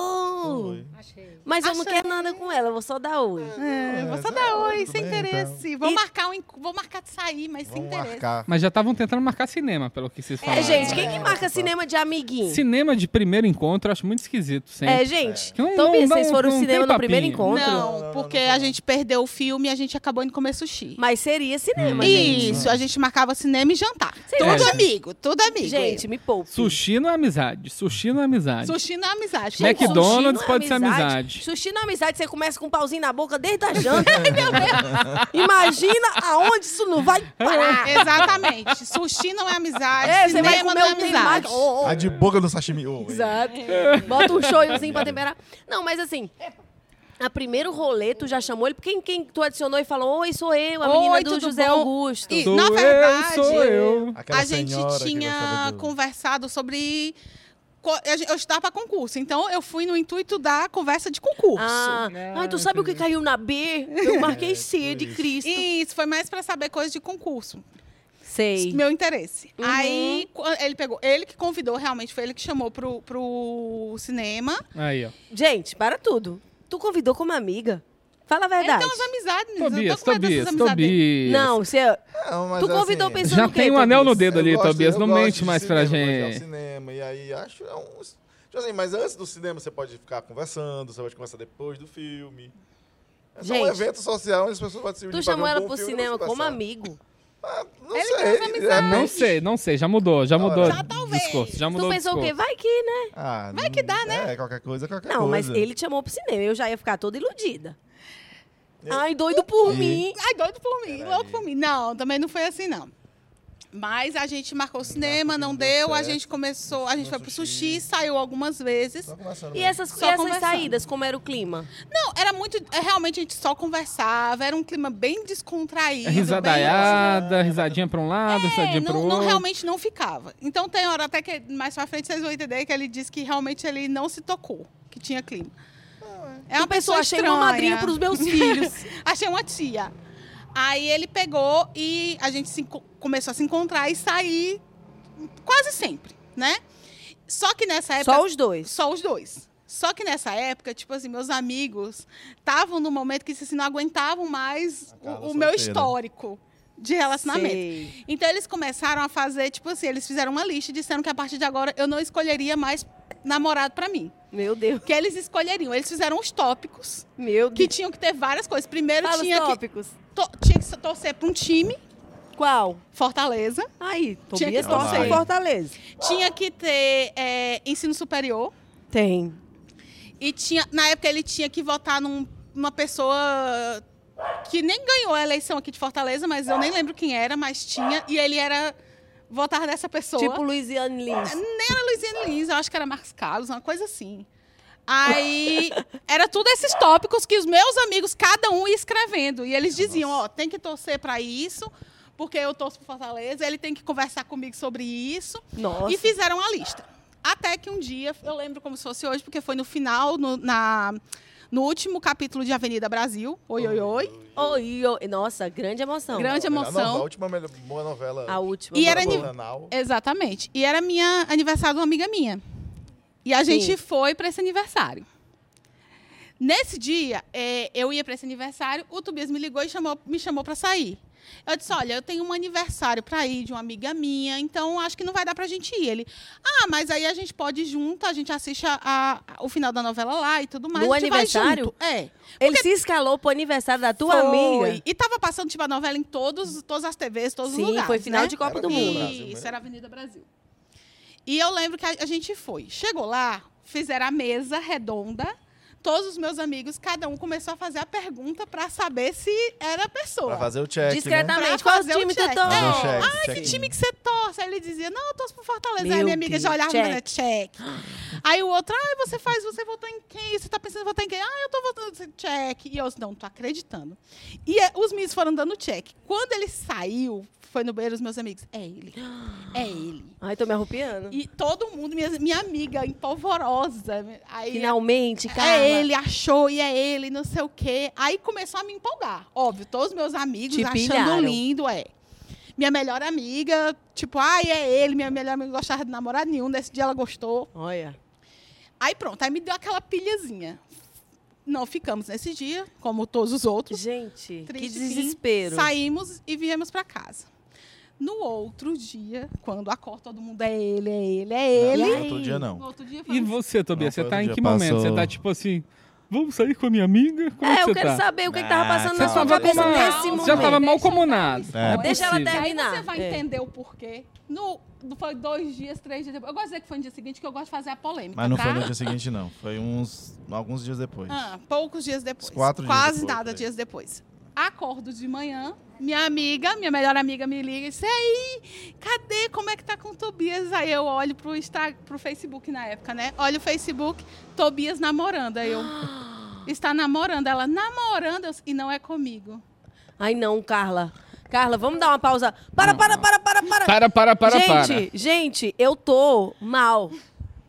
[SPEAKER 1] Forricô.
[SPEAKER 3] Oi.
[SPEAKER 7] Achei.
[SPEAKER 1] Mas eu não
[SPEAKER 6] Achei.
[SPEAKER 1] quero nada com ela, eu vou só dar oi.
[SPEAKER 6] É, você
[SPEAKER 3] tá,
[SPEAKER 6] dá oi,
[SPEAKER 3] tudo
[SPEAKER 6] sem
[SPEAKER 3] bem, então.
[SPEAKER 6] interesse. Vou, marcar um, enco- vou marcar de sair, mas sem
[SPEAKER 3] Vamos
[SPEAKER 6] interesse.
[SPEAKER 3] marcar.
[SPEAKER 2] Mas já estavam tentando marcar cinema, pelo que vocês falaram.
[SPEAKER 1] É, gente, quem que marca cinema de amiguinho?
[SPEAKER 2] Cinema de primeiro encontro eu acho muito esquisito um sempre.
[SPEAKER 1] É, gente.
[SPEAKER 2] Que não-
[SPEAKER 1] Então,
[SPEAKER 2] não-
[SPEAKER 1] Bia,
[SPEAKER 2] não-
[SPEAKER 1] vocês foram
[SPEAKER 2] não
[SPEAKER 1] ao
[SPEAKER 2] tem
[SPEAKER 1] cinema no
[SPEAKER 2] papinho.
[SPEAKER 1] primeiro encontro?
[SPEAKER 6] Não, porque a gente perdeu o filme e a gente acabou indo comer sushi.
[SPEAKER 1] Mas seria cinema, gente.
[SPEAKER 6] É. Hum. Isso, a gente marcava cinema e jantar.
[SPEAKER 1] Sei lá,
[SPEAKER 6] tudo
[SPEAKER 1] gente.
[SPEAKER 6] amigo, tudo amigo.
[SPEAKER 1] Gente, me poupe.
[SPEAKER 2] Sushi não é amizade. Sushi não é amizade.
[SPEAKER 6] Sushi na amizade.
[SPEAKER 1] Gente,
[SPEAKER 6] Gente,
[SPEAKER 2] McDonald's.
[SPEAKER 1] sushi não é
[SPEAKER 2] pode ser amizade.
[SPEAKER 1] Sushi na amizade, você começa com um pauzinho na boca desde a janta. Ai, meu Deus. Imagina aonde isso não vai parar.
[SPEAKER 6] Exatamente. Sushi não é amizade.
[SPEAKER 1] É, você
[SPEAKER 6] cinema
[SPEAKER 1] vai comer
[SPEAKER 6] não é
[SPEAKER 1] o temaki.
[SPEAKER 6] amizade.
[SPEAKER 1] Oh, oh.
[SPEAKER 3] A Tá de boca no sashimi. Oh,
[SPEAKER 1] Exato. Bota um shoyuzinho pra temperar. Não, mas assim, a primeiro rolê, tu já chamou ele. Quem, quem tu adicionou e falou, oi, sou eu, a menina
[SPEAKER 6] Oi,
[SPEAKER 1] do
[SPEAKER 6] tudo
[SPEAKER 1] José
[SPEAKER 6] bom?
[SPEAKER 1] Augusto.
[SPEAKER 6] E-
[SPEAKER 2] Sou
[SPEAKER 6] na verdade,
[SPEAKER 2] eu, sou eu.
[SPEAKER 3] Aquela
[SPEAKER 6] a gente
[SPEAKER 3] senhora que gostava
[SPEAKER 6] tinha
[SPEAKER 3] do-
[SPEAKER 6] conversado sobre. co- a gente- Eu estava para concurso, então eu fui no intuito da conversa de concurso.
[SPEAKER 1] Ah, ai, tu sabe o que caiu na B? Eu marquei C de Cristo.
[SPEAKER 6] E isso foi mais para saber coisas de concurso.
[SPEAKER 1] Sei.
[SPEAKER 6] Meu interesse.
[SPEAKER 1] Uhum.
[SPEAKER 6] Aí qu- ele pegou, ele que convidou realmente, foi ele que chamou pro, pro cinema.
[SPEAKER 2] Aí, ó.
[SPEAKER 1] Gente, para tudo. Tu convidou como amiga? Fala a verdade.
[SPEAKER 6] Ele tem umas amizades, meninas. Eu
[SPEAKER 2] Tobias,
[SPEAKER 6] tô com medo dessas
[SPEAKER 2] Tobias,
[SPEAKER 6] amizades dele.
[SPEAKER 2] Tobias.
[SPEAKER 1] Não, é- você...
[SPEAKER 3] Não, mas
[SPEAKER 1] Tu convidou
[SPEAKER 3] assim,
[SPEAKER 1] pensando
[SPEAKER 2] Já
[SPEAKER 1] no quê,
[SPEAKER 2] tem um anel no
[SPEAKER 1] Tobias?
[SPEAKER 2] dedo ali,
[SPEAKER 3] eu gosto-
[SPEAKER 2] Tobias.
[SPEAKER 3] eu
[SPEAKER 2] Não
[SPEAKER 3] gosto
[SPEAKER 2] mente
[SPEAKER 3] de
[SPEAKER 2] mais pra
[SPEAKER 3] cinema, mas é o
[SPEAKER 2] gente.
[SPEAKER 3] cinema, e aí acho é um. Tipo assim, mas antes do cinema você pode ficar conversando, você pode conversar depois do filme. É só um
[SPEAKER 1] Gente.
[SPEAKER 3] evento social onde as pessoas podem se unir
[SPEAKER 1] Tu
[SPEAKER 3] pra
[SPEAKER 1] chamou
[SPEAKER 3] ver um
[SPEAKER 1] ela
[SPEAKER 3] bom
[SPEAKER 1] pro
[SPEAKER 3] filme e
[SPEAKER 1] cinema
[SPEAKER 3] conversar.
[SPEAKER 1] como amigo.
[SPEAKER 3] Ah, não
[SPEAKER 6] Ele
[SPEAKER 3] sei.
[SPEAKER 6] tem umas
[SPEAKER 3] de
[SPEAKER 2] Não
[SPEAKER 6] amizades.
[SPEAKER 3] repente-
[SPEAKER 2] sei, não sei. Já mudou, já mudou.
[SPEAKER 3] Já
[SPEAKER 6] talvez.
[SPEAKER 2] Discurso, já
[SPEAKER 1] Tu
[SPEAKER 3] um
[SPEAKER 2] mudou
[SPEAKER 1] pensou o quê?
[SPEAKER 2] discurso.
[SPEAKER 1] Vai que, né?
[SPEAKER 3] Ah,
[SPEAKER 6] Vai que dá,
[SPEAKER 3] né? É, qualquer coisa, qualquer
[SPEAKER 1] Não, mas
[SPEAKER 3] coisa.
[SPEAKER 1] ele te chamou pro cinema. Eu já ia ficar toda iludida.
[SPEAKER 3] Eu-
[SPEAKER 1] Ai, doido por
[SPEAKER 3] É. E-
[SPEAKER 1] mim.
[SPEAKER 6] Ai, doido por mim,
[SPEAKER 3] Peraí.
[SPEAKER 6] louco por mim. Não, também não foi assim, não. Mas a gente marcou o cinema,
[SPEAKER 3] que
[SPEAKER 6] não
[SPEAKER 3] não deu
[SPEAKER 6] deu, a
[SPEAKER 3] certo.
[SPEAKER 6] gente começou, a gente foi
[SPEAKER 3] Não,
[SPEAKER 6] pro
[SPEAKER 3] sushi. Tá.
[SPEAKER 6] sushi, saiu algumas vezes.
[SPEAKER 3] Só conversando
[SPEAKER 1] E assim,
[SPEAKER 3] mesmo.
[SPEAKER 1] essas,
[SPEAKER 6] Só
[SPEAKER 1] e essas
[SPEAKER 6] conversando.
[SPEAKER 1] saídas, como era o clima?
[SPEAKER 6] Não, era muito. é, Realmente a gente só conversava, era um clima bem descontraído.
[SPEAKER 2] É
[SPEAKER 6] bem- assim.
[SPEAKER 2] Risadaiada, risadinha pra ah, um lado,
[SPEAKER 6] É,
[SPEAKER 2] risadinha pro
[SPEAKER 6] não,
[SPEAKER 2] outro.
[SPEAKER 6] não realmente não ficava. Então tem hora até que mais pra frente vocês vão entender que ele disse que realmente ele não se tocou, que tinha clima. É
[SPEAKER 1] Tu pensou,
[SPEAKER 6] uma pessoa
[SPEAKER 1] achei
[SPEAKER 6] estranha.
[SPEAKER 1] uma madrinha pros meus filhos.
[SPEAKER 6] achei uma tia. Aí ele pegou e a gente se enco- começou a se encontrar e sair quase sempre, né? Só que nessa época
[SPEAKER 1] Só os dois.
[SPEAKER 6] só os dois. Só que nessa época, tipo assim, meus amigos estavam num momento que assim, não aguentavam mais
[SPEAKER 3] A
[SPEAKER 6] o,
[SPEAKER 3] Carla
[SPEAKER 6] o meu
[SPEAKER 3] solteira.
[SPEAKER 6] histórico de relacionamento.
[SPEAKER 1] Sei.
[SPEAKER 6] Então eles começaram a fazer, tipo assim, eles fizeram uma lista e disseram que a partir de agora eu não escolheria mais namorado pra mim.
[SPEAKER 1] Meu Deus.
[SPEAKER 6] Que eles escolheriam. Eles fizeram os tópicos,
[SPEAKER 1] Meu
[SPEAKER 6] que
[SPEAKER 1] Deus.
[SPEAKER 6] tinham que ter várias coisas. Primeiro
[SPEAKER 1] Fala os
[SPEAKER 6] tinha que,
[SPEAKER 1] tópicos.
[SPEAKER 6] to- tinha que torcer pra um time,
[SPEAKER 1] Qual?
[SPEAKER 6] Fortaleza.
[SPEAKER 1] Aí,
[SPEAKER 6] que
[SPEAKER 1] Tobias
[SPEAKER 6] torcer.
[SPEAKER 1] torce pro Fortaleza.
[SPEAKER 6] Tinha que ter é, ensino superior.
[SPEAKER 1] Tem.
[SPEAKER 6] E tinha, na época ele tinha que votar num- numa pessoa que nem ganhou a eleição aqui de Fortaleza, mas eu nem lembro quem era, mas tinha. E ele era votar nessa pessoa.
[SPEAKER 1] Tipo Luiziane Lins.
[SPEAKER 6] Nem era Luiziane Lins, eu acho que era Marcos Carlos, uma coisa assim. Aí era tudo esses tópicos que os meus amigos, cada um ia escrevendo. E eles diziam, ó, tem que torcer pra isso, porque eu torço pro Fortaleza, ele tem que conversar comigo sobre isso.
[SPEAKER 1] Nossa.
[SPEAKER 6] É. E fizeram a lista. Até que um dia, eu lembro como se fosse hoje, porque foi no final, no, na, no último capítulo de Avenida Brasil. Oi, oi, oi.
[SPEAKER 1] Oi, oi. Nossa, grande emoção.
[SPEAKER 6] Grande
[SPEAKER 3] Melhor novela, A
[SPEAKER 6] emoção.
[SPEAKER 3] última melhor- boa novela.
[SPEAKER 1] A última.
[SPEAKER 6] E é era
[SPEAKER 1] Vamos
[SPEAKER 6] ni-
[SPEAKER 1] lá.
[SPEAKER 3] Bananal.
[SPEAKER 6] Exatamente. E era minha aniversário de uma amiga minha. E a gente
[SPEAKER 1] Sim.
[SPEAKER 6] foi para esse aniversário. Nesse dia, eh, eu ia para esse aniversário, o Tobias me ligou e chamou- me chamou para sair. Eu disse: Olha, eu tenho um aniversário para ir de uma amiga minha, então acho que não vai dar para a gente ir. Ele: Ah, mas aí a gente pode ir junto, a gente assiste a- a- o final da novela lá e tudo mais.
[SPEAKER 1] No
[SPEAKER 6] a gente vai
[SPEAKER 1] aniversário?
[SPEAKER 6] junto." É.
[SPEAKER 1] Ele se escalou pro aniversário da tua
[SPEAKER 6] Foi.
[SPEAKER 1] amiga.
[SPEAKER 6] E tava passando tipo a novela em todos, todas as TVs, todos
[SPEAKER 1] Sim,
[SPEAKER 6] os lugares.
[SPEAKER 1] foi final
[SPEAKER 6] né?
[SPEAKER 1] de Copa
[SPEAKER 3] Era
[SPEAKER 1] do
[SPEAKER 3] Avenida
[SPEAKER 1] Mundo.
[SPEAKER 3] Brasil,
[SPEAKER 6] Isso,
[SPEAKER 3] né?
[SPEAKER 6] era Avenida Brasil. E eu lembro que a, a gente foi. Chegou lá, fizeram a mesa redonda. Todos os meus amigos, cada um começou a fazer a pergunta para saber se era a pessoa.
[SPEAKER 3] Pra fazer o check, né?
[SPEAKER 1] Discretamente,
[SPEAKER 6] Pra
[SPEAKER 1] qual
[SPEAKER 6] fazer o
[SPEAKER 1] time tu
[SPEAKER 6] check.
[SPEAKER 1] torce?
[SPEAKER 3] Fazer o
[SPEAKER 6] É.
[SPEAKER 3] check,
[SPEAKER 6] Ah, que
[SPEAKER 3] check-in.
[SPEAKER 6] time que você torce? Aí ele dizia, não, eu torço pro Fortaleza. Aí
[SPEAKER 1] Meu
[SPEAKER 6] minha amiga já
[SPEAKER 1] Deus,
[SPEAKER 6] olhava,
[SPEAKER 1] check.
[SPEAKER 6] check. check. Aí o outro, ah, você faz, você votou em quem? Você tá pensando em votar em quem? Ah, eu tô votando, check. E eu, não, não tô acreditando. E eh, os meninos foram dando check. Quando ele saiu, foi no banheiro, os meus amigos, é ele, é ele.
[SPEAKER 1] Ai, tô me arrupiando.
[SPEAKER 6] E todo mundo, minha, minha amiga, empolvorosa. Aí,
[SPEAKER 1] Finalmente, cara.
[SPEAKER 6] é ele, achou, e é ele, não sei o quê. Aí começou a me empolgar. Óbvio, todos os meus amigos
[SPEAKER 1] Te
[SPEAKER 6] achando
[SPEAKER 1] pilharam.
[SPEAKER 6] lindo, é. Minha melhor amiga, tipo, ai, é ele. Minha melhor amiga não gostava de namorado nenhum, nesse dia ela gostou.
[SPEAKER 1] Olha.
[SPEAKER 6] Aí pronto, aí me deu aquela pilhazinha. Não ficamos nesse dia, como todos os outros.
[SPEAKER 1] Gente, que
[SPEAKER 6] Triste, sim.
[SPEAKER 1] desespero.
[SPEAKER 6] Saímos e viemos pra casa. No outro dia, quando acorda todo mundo, é ele, é ele, é ele.
[SPEAKER 7] Ele-
[SPEAKER 3] Outro dia
[SPEAKER 6] No
[SPEAKER 3] não.
[SPEAKER 6] outro dia, um
[SPEAKER 2] E
[SPEAKER 6] falamos,
[SPEAKER 2] você, Tobias,
[SPEAKER 3] Não,
[SPEAKER 2] você
[SPEAKER 3] foi
[SPEAKER 2] tá
[SPEAKER 3] outro
[SPEAKER 2] em
[SPEAKER 3] dia,
[SPEAKER 2] que momento? Você tá
[SPEAKER 3] passou-
[SPEAKER 2] tipo assim, vamos sair com a minha amiga? Como é
[SPEAKER 1] é,
[SPEAKER 2] que
[SPEAKER 1] eu
[SPEAKER 2] você
[SPEAKER 1] quero
[SPEAKER 2] tá?
[SPEAKER 1] saber o que, que tava
[SPEAKER 3] Ah,
[SPEAKER 1] passando
[SPEAKER 2] Você
[SPEAKER 1] na sua
[SPEAKER 2] tava, com
[SPEAKER 1] cabeça
[SPEAKER 2] uma-
[SPEAKER 1] nesse
[SPEAKER 6] mal-
[SPEAKER 1] momento.
[SPEAKER 2] já tava mal
[SPEAKER 6] Deixa eu
[SPEAKER 2] comunado.
[SPEAKER 6] falar
[SPEAKER 3] isso.
[SPEAKER 2] Não é
[SPEAKER 1] Deixa ela
[SPEAKER 2] possível.
[SPEAKER 1] terminar.
[SPEAKER 6] Aí você vai
[SPEAKER 1] É.
[SPEAKER 6] entender o porquê. No, foi dois dias, três dias depois. Eu gosto de dizer que foi no dia seguinte, que eu gosto de fazer a polêmica,
[SPEAKER 3] Mas não
[SPEAKER 6] tá?
[SPEAKER 3] foi no dia seguinte, não. Foi uns alguns dias depois.
[SPEAKER 6] Ah, poucos dias depois.
[SPEAKER 3] Uns quatro dias
[SPEAKER 6] Quase
[SPEAKER 3] depois, é.
[SPEAKER 6] nada
[SPEAKER 3] aí.
[SPEAKER 6] dias depois. Acordo de manhã, minha amiga, minha melhor amiga me liga e diz, "E aí, cadê, como é que tá com o Tobias? Aí eu olho pro, Insta, pro Facebook na época, né? Olho o Facebook, Tobias namorando. Aí eu, está namorando. Ela, namorando? Eu, e não é comigo.
[SPEAKER 1] Ai, não, Carla. Carla, vamos dar uma pausa. Para, para, para, para, para.
[SPEAKER 2] Para, para, para,
[SPEAKER 1] gente, gente, eu tô mal.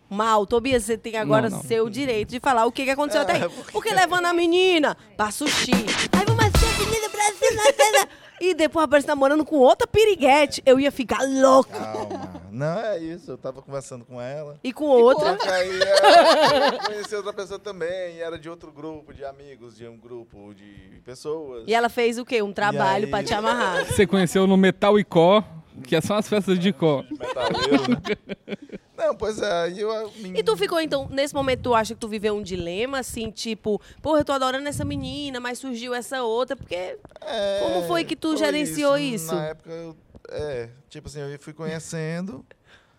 [SPEAKER 1] Mal. Tobias, você tem agora
[SPEAKER 2] Não, não.
[SPEAKER 1] seu direito de falar o que, que aconteceu até aí. Porque levando a menina pra sushi. Aí vamos assistir a menina pra cena. E depois aparece namorando com outra piriguete. Eu ia ficar louca.
[SPEAKER 3] Calma. Não, é isso. Eu tava conversando com ela.
[SPEAKER 1] E com outra.
[SPEAKER 3] Só que aí ela conheci outra pessoa também. E era de outro grupo de amigos, de um grupo de pessoas.
[SPEAKER 1] E ela fez o quê? Um trabalho
[SPEAKER 3] aí?
[SPEAKER 1] pra te amarrar.
[SPEAKER 2] para. Você conheceu no Metal e Có, que são as festas de Có.
[SPEAKER 3] Metaleiro, né? Não, pois é. aí eu, eu me-
[SPEAKER 1] E tu ficou, então, nesse momento, tu acha que tu viveu um dilema, assim, tipo, porra, eu tô adorando essa menina, mas surgiu essa outra, porque
[SPEAKER 3] É,
[SPEAKER 1] Como foi que tu
[SPEAKER 3] foi
[SPEAKER 1] gerenciou isso?
[SPEAKER 3] Na época, eu, é, tipo assim, eu fui conhecendo.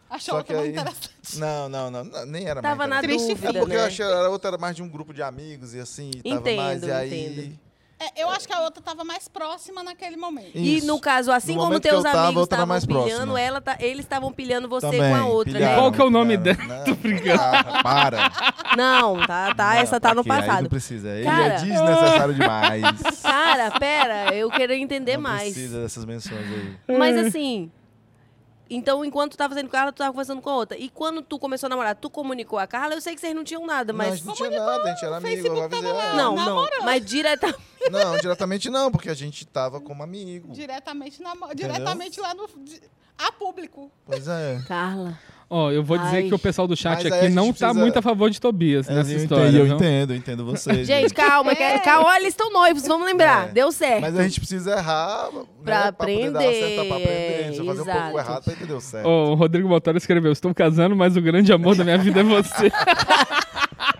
[SPEAKER 6] Achou
[SPEAKER 3] Só
[SPEAKER 6] que,
[SPEAKER 3] que
[SPEAKER 6] eu não
[SPEAKER 3] aí-
[SPEAKER 6] interessava.
[SPEAKER 3] Não, não, não, não, nem era
[SPEAKER 1] tava
[SPEAKER 3] mais.
[SPEAKER 1] na
[SPEAKER 6] Triste
[SPEAKER 1] dúvida,
[SPEAKER 3] É porque eu
[SPEAKER 1] né?
[SPEAKER 3] achei que a outra era mais de um grupo de amigos e assim, e tava
[SPEAKER 1] Entendo,
[SPEAKER 3] mais. E aí.
[SPEAKER 1] entendo.
[SPEAKER 6] É, eu acho que a outra estava mais próxima naquele momento.
[SPEAKER 1] E
[SPEAKER 3] Isso.
[SPEAKER 1] no caso, assim
[SPEAKER 3] No
[SPEAKER 1] como
[SPEAKER 3] momento que
[SPEAKER 1] teus
[SPEAKER 3] eu tava,
[SPEAKER 1] amigos
[SPEAKER 3] eu tava
[SPEAKER 1] estavam
[SPEAKER 3] mais
[SPEAKER 1] pilhando,
[SPEAKER 3] próxima.
[SPEAKER 1] ela tá- eles estavam pilhando você
[SPEAKER 3] Também,
[SPEAKER 1] com a outra,
[SPEAKER 3] pilharam,
[SPEAKER 2] E qual que é o nome
[SPEAKER 3] pilharam.
[SPEAKER 2] dela?
[SPEAKER 3] Não,
[SPEAKER 2] Tô brincando.
[SPEAKER 3] ah, para.
[SPEAKER 1] né? Não, tá, tá,
[SPEAKER 3] Não,
[SPEAKER 1] essa tá
[SPEAKER 3] pra
[SPEAKER 1] no
[SPEAKER 3] quê? Aí
[SPEAKER 1] passado.
[SPEAKER 3] não precisa. Ele
[SPEAKER 1] Cara.
[SPEAKER 3] é desnecessário demais.
[SPEAKER 1] Cara, pera, eu quero entender
[SPEAKER 3] não
[SPEAKER 1] mais.
[SPEAKER 3] precisa dessas menções aí.
[SPEAKER 1] Mas assim, então enquanto tu tava fazendo com ela, tu tava conversando com a outra. E quando tu começou a namorar, tu comunicou a Carla, eu sei que vocês não tinham nada,
[SPEAKER 3] Não, a
[SPEAKER 1] mas...
[SPEAKER 3] gente não tinha nada, a gente era amigo.
[SPEAKER 6] Facebook
[SPEAKER 3] eu avisei
[SPEAKER 6] tava lá.
[SPEAKER 3] ela.
[SPEAKER 1] Não,
[SPEAKER 6] Ah,
[SPEAKER 1] não, mas direta...
[SPEAKER 3] Não, diretamente não, porque a gente tava como amigo.
[SPEAKER 6] Diretamente, na, mo-
[SPEAKER 3] Entendeu?
[SPEAKER 6] diretamente lá no. di- A público.
[SPEAKER 3] Pois é.
[SPEAKER 1] Carla,
[SPEAKER 2] Ó, eu vou dizer
[SPEAKER 1] Ai.
[SPEAKER 2] que o pessoal do chat
[SPEAKER 3] Mas aí a
[SPEAKER 2] aqui
[SPEAKER 3] gente
[SPEAKER 2] não tá
[SPEAKER 3] precisa-
[SPEAKER 2] muito a favor de Tobias nessa
[SPEAKER 3] eu
[SPEAKER 2] história.
[SPEAKER 3] entendo, eu
[SPEAKER 2] viu?
[SPEAKER 3] entendo, eu entendo vocês.
[SPEAKER 1] Gente, calma, que- é, calma, olha, eles estão noivos, vamos lembrar.
[SPEAKER 3] É.
[SPEAKER 1] Deu certo.
[SPEAKER 3] Mas a gente precisa errar né,
[SPEAKER 1] Pra
[SPEAKER 3] poder dar certo,
[SPEAKER 1] aprender,
[SPEAKER 3] pra aprender. Você fazer um
[SPEAKER 1] exato.
[SPEAKER 3] pouco errado pra entender o certo.
[SPEAKER 2] Ó, o Rodrigo Motora escreveu: Estou casando, mas o grande amor da minha vida é você.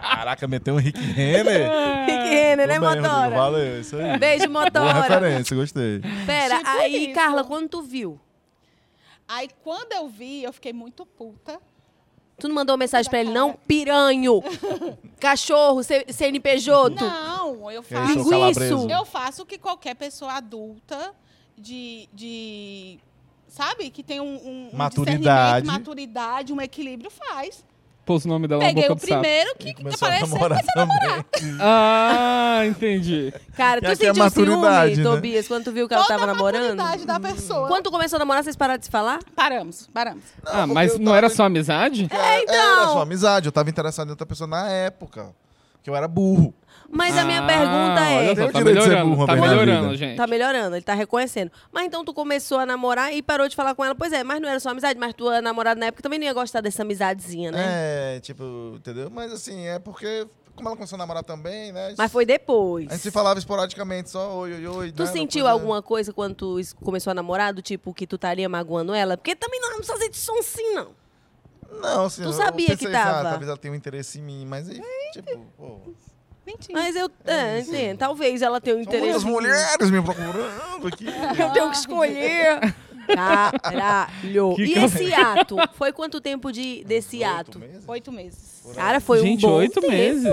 [SPEAKER 3] Caraca, meteu um Rick Renner.
[SPEAKER 1] Rick Renner, né,
[SPEAKER 3] Tudo bem, Rodrigo,
[SPEAKER 1] Motora?
[SPEAKER 3] Valeu, isso aí.
[SPEAKER 1] Beijo,
[SPEAKER 3] Boa
[SPEAKER 1] Motora.
[SPEAKER 3] referência, gostei.
[SPEAKER 1] Pera,
[SPEAKER 6] Tipo
[SPEAKER 1] aí,
[SPEAKER 6] isso.
[SPEAKER 1] Carla, quando tu viu?
[SPEAKER 6] Aí quando eu vi, eu fiquei muito puta.
[SPEAKER 1] Tu não mandou mensagem pra ele, não? Piranho! Cachorro, C- CNPJ!
[SPEAKER 6] Não, eu
[SPEAKER 3] Eu sou
[SPEAKER 6] faço.
[SPEAKER 3] calabreso.
[SPEAKER 6] Eu faço o que qualquer pessoa adulta de. de sabe? Que tem um, um- um
[SPEAKER 3] Maturidade.
[SPEAKER 6] discernimento, maturidade, um equilíbrio, faz.
[SPEAKER 2] Pôs o nome dela na
[SPEAKER 6] Peguei
[SPEAKER 2] boca
[SPEAKER 6] o
[SPEAKER 2] do sapo.
[SPEAKER 6] primeiro que,
[SPEAKER 3] Ele
[SPEAKER 6] que
[SPEAKER 3] começou a
[SPEAKER 6] apareceu.
[SPEAKER 3] namorar também.
[SPEAKER 2] Ah, entendi.
[SPEAKER 1] Cara,
[SPEAKER 3] E
[SPEAKER 1] tu
[SPEAKER 3] aqui é
[SPEAKER 1] sentiu ciúme,
[SPEAKER 3] maturidade, né?
[SPEAKER 1] Tobias, quando tu viu que Então ela
[SPEAKER 6] Toda
[SPEAKER 1] tava
[SPEAKER 6] a
[SPEAKER 1] namorando? Hum.
[SPEAKER 6] maturidade da pessoa.
[SPEAKER 1] Quando tu começou a namorar, vocês pararam de se falar?
[SPEAKER 6] Paramos, paramos.
[SPEAKER 2] Ah,
[SPEAKER 3] porque
[SPEAKER 2] mas
[SPEAKER 3] eu
[SPEAKER 2] não
[SPEAKER 3] tava
[SPEAKER 2] era
[SPEAKER 3] em-
[SPEAKER 2] só amizade?
[SPEAKER 3] É, Era
[SPEAKER 1] então.
[SPEAKER 3] só amizade. Eu tava interessado em outra pessoa na época. Que eu era burro.
[SPEAKER 1] Mas a minha
[SPEAKER 2] Ah,
[SPEAKER 1] pergunta é...
[SPEAKER 2] Olha
[SPEAKER 3] Tem
[SPEAKER 2] só,
[SPEAKER 3] o
[SPEAKER 2] tá
[SPEAKER 3] direito de ser
[SPEAKER 2] melhorando.
[SPEAKER 3] burro,
[SPEAKER 2] tá
[SPEAKER 3] Roberto, na
[SPEAKER 2] melhorando,
[SPEAKER 3] vida.
[SPEAKER 2] gente.
[SPEAKER 1] Tá melhorando, ele tá reconhecendo. Mas então tu começou a namorar e parou de falar com ela. Pois é, mas não era só amizade, mas tua namorada na época também não ia gostar dessa amizadezinha, né?
[SPEAKER 3] É, tipo, entendeu? Mas assim, é porque, como ela começou a namorar também, né?
[SPEAKER 1] Mas foi depois.
[SPEAKER 3] A gente se falava esporadicamente, só oi, oi, oi.
[SPEAKER 1] Tu
[SPEAKER 3] né,
[SPEAKER 1] sentiu
[SPEAKER 3] coisa-
[SPEAKER 1] alguma coisa quando tu es- começou a namorar, do tipo que tu estaria magoando ela? Porque também não, não precisa ser de som assim, não.
[SPEAKER 3] Não, assim,
[SPEAKER 1] Tu
[SPEAKER 3] eu-
[SPEAKER 1] sabia
[SPEAKER 3] eu pensei,
[SPEAKER 1] que
[SPEAKER 3] assim, ah,
[SPEAKER 1] tava?
[SPEAKER 3] talvez ela tenha um interesse em mim, mas aí, tipo, pô.
[SPEAKER 6] Mentira.
[SPEAKER 1] Mas eu. É,
[SPEAKER 3] isso.
[SPEAKER 1] entendo. Talvez ela tenha um
[SPEAKER 3] São
[SPEAKER 1] interesse.
[SPEAKER 3] muitas
[SPEAKER 1] em mim.
[SPEAKER 3] mulheres me procurando aqui.
[SPEAKER 1] Eu tenho que escolher. Caralho.
[SPEAKER 2] Que
[SPEAKER 1] Ah. e
[SPEAKER 2] cal-
[SPEAKER 1] esse ato? Foi quanto tempo de, desse
[SPEAKER 3] Oito
[SPEAKER 1] ato?
[SPEAKER 3] meses?
[SPEAKER 6] Oito meses.
[SPEAKER 1] Cara, foi
[SPEAKER 2] Gente,
[SPEAKER 1] um bom
[SPEAKER 2] oito
[SPEAKER 1] tempo.
[SPEAKER 2] meses.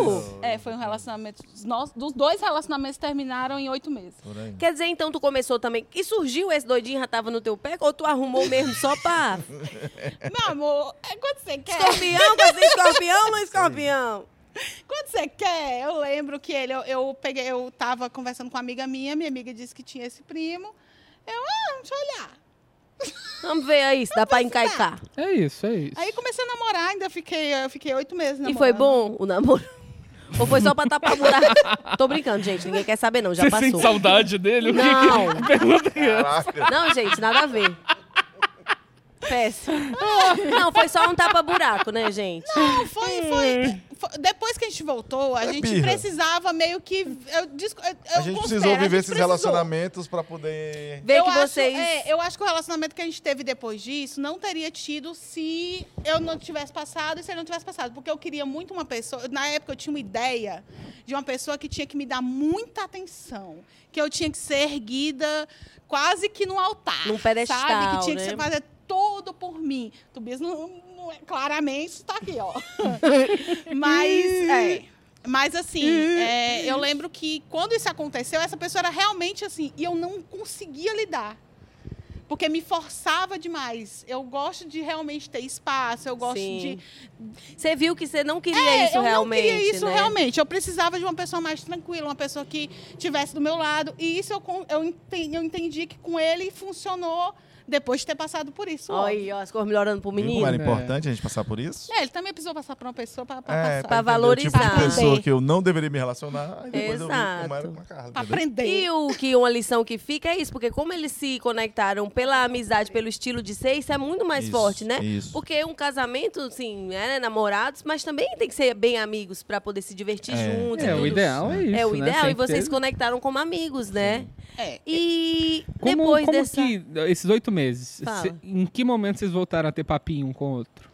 [SPEAKER 6] É, foi um relacionamento. os Nós, dos dois relacionamentos terminaram em oito meses.
[SPEAKER 3] Por aí.
[SPEAKER 1] Quer dizer, então tu começou também. E surgiu esse doidinho, já tava no teu pé? Ou tu arrumou mesmo só pra.
[SPEAKER 6] Meu amor, é quando você quer.
[SPEAKER 1] Escorpião, fazer escorpião, Luiz Escorpião?
[SPEAKER 6] Quando você quer, eu lembro que ele, eu, eu peguei, eu tava conversando com uma amiga minha, minha amiga disse que tinha esse primo. Eu, ah, deixa eu olhar.
[SPEAKER 1] Vamos ver aí se dá pra encaicar.
[SPEAKER 2] É isso, é isso.
[SPEAKER 6] Aí comecei a namorar, ainda fiquei, eu fiquei oito meses namorando.
[SPEAKER 1] E foi bom o namoro? Ou foi só pra tapar buraco? Tô brincando, gente. Ninguém quer saber, não. Já
[SPEAKER 2] Você sente
[SPEAKER 1] passou.
[SPEAKER 2] saudade dele? O que que-
[SPEAKER 1] Não.
[SPEAKER 3] Caraca.
[SPEAKER 1] Não, gente, nada a ver. Péssimo. Não, foi só um tapa-buraco, né, gente?
[SPEAKER 6] Não, foi, foi,
[SPEAKER 1] Hum.
[SPEAKER 6] foi- Depois que a gente voltou, a
[SPEAKER 3] É
[SPEAKER 6] gente
[SPEAKER 3] birra.
[SPEAKER 6] precisava meio que. Eu, disco- eu,
[SPEAKER 3] A gente precisou viver esses relacionamentos pra poder.
[SPEAKER 1] Ver que
[SPEAKER 6] acho,
[SPEAKER 1] vocês.
[SPEAKER 6] é, eu acho que o relacionamento que a gente teve depois disso não teria tido se eu não tivesse passado e se ele não tivesse passado. Porque eu queria muito uma pessoa. Na época eu tinha uma ideia de uma pessoa que tinha que me dar muita atenção. Que eu tinha que ser erguida quase que num altar.
[SPEAKER 1] Num pedestal,
[SPEAKER 6] Sabe? Que tinha que
[SPEAKER 1] né?
[SPEAKER 6] ser- fazer tudo por mim. Tobias não, não é. Claramente está aqui, ó. Mas. é. Mas assim, é, eu lembro que quando isso aconteceu, essa pessoa era realmente assim, e eu não conseguia lidar. Porque me forçava demais. Eu gosto de realmente ter espaço, eu gosto
[SPEAKER 1] Sim.
[SPEAKER 6] de.
[SPEAKER 1] Você viu que você não queria
[SPEAKER 6] É,
[SPEAKER 1] isso
[SPEAKER 6] eu
[SPEAKER 1] realmente.
[SPEAKER 6] não queria isso
[SPEAKER 1] né?
[SPEAKER 6] realmente. Eu precisava de uma pessoa mais tranquila, uma pessoa que tivesse do meu lado. E isso eu, con- eu, entendi, eu entendi que com ele funcionou depois de ter passado por isso.
[SPEAKER 1] Olha
[SPEAKER 6] óbvio.
[SPEAKER 1] aí, ó, as cores melhorando pro
[SPEAKER 3] Viu como
[SPEAKER 1] menino.
[SPEAKER 3] era importante a gente passar por isso?
[SPEAKER 6] É, ele também precisou passar por uma pessoa para
[SPEAKER 3] É,
[SPEAKER 6] passar.
[SPEAKER 1] pra
[SPEAKER 3] entender o tipo
[SPEAKER 1] valorizar.
[SPEAKER 3] de pessoa
[SPEAKER 6] Também.
[SPEAKER 3] que eu não deveria me relacionar, aí depois eu vi como era
[SPEAKER 1] Exato.
[SPEAKER 3] com a Carla.
[SPEAKER 6] Pra
[SPEAKER 3] entendeu?
[SPEAKER 6] aprender.
[SPEAKER 1] E o que uma lição que fica é isso, porque como eles se conectaram pela amizade, pelo estilo de ser, isso é muito mais
[SPEAKER 3] Isso,
[SPEAKER 1] forte, né?
[SPEAKER 3] Isso.
[SPEAKER 1] Porque um casamento, sim, é né, namorados, mas também tem que ser bem amigos pra poder se divertir
[SPEAKER 3] É.
[SPEAKER 1] juntos. e
[SPEAKER 2] É, o
[SPEAKER 1] tudo.
[SPEAKER 2] ideal é isso.
[SPEAKER 1] É o
[SPEAKER 2] né?
[SPEAKER 1] ideal,
[SPEAKER 2] Sem
[SPEAKER 1] e vocês
[SPEAKER 2] ter-
[SPEAKER 1] se conectaram como amigos, né?
[SPEAKER 6] É.
[SPEAKER 1] E
[SPEAKER 2] Como,
[SPEAKER 1] depois
[SPEAKER 2] como
[SPEAKER 1] dessa.
[SPEAKER 2] que, esses oito meses,
[SPEAKER 1] Fala.
[SPEAKER 2] cê- em que momento vocês voltaram a ter papinho um com o outro?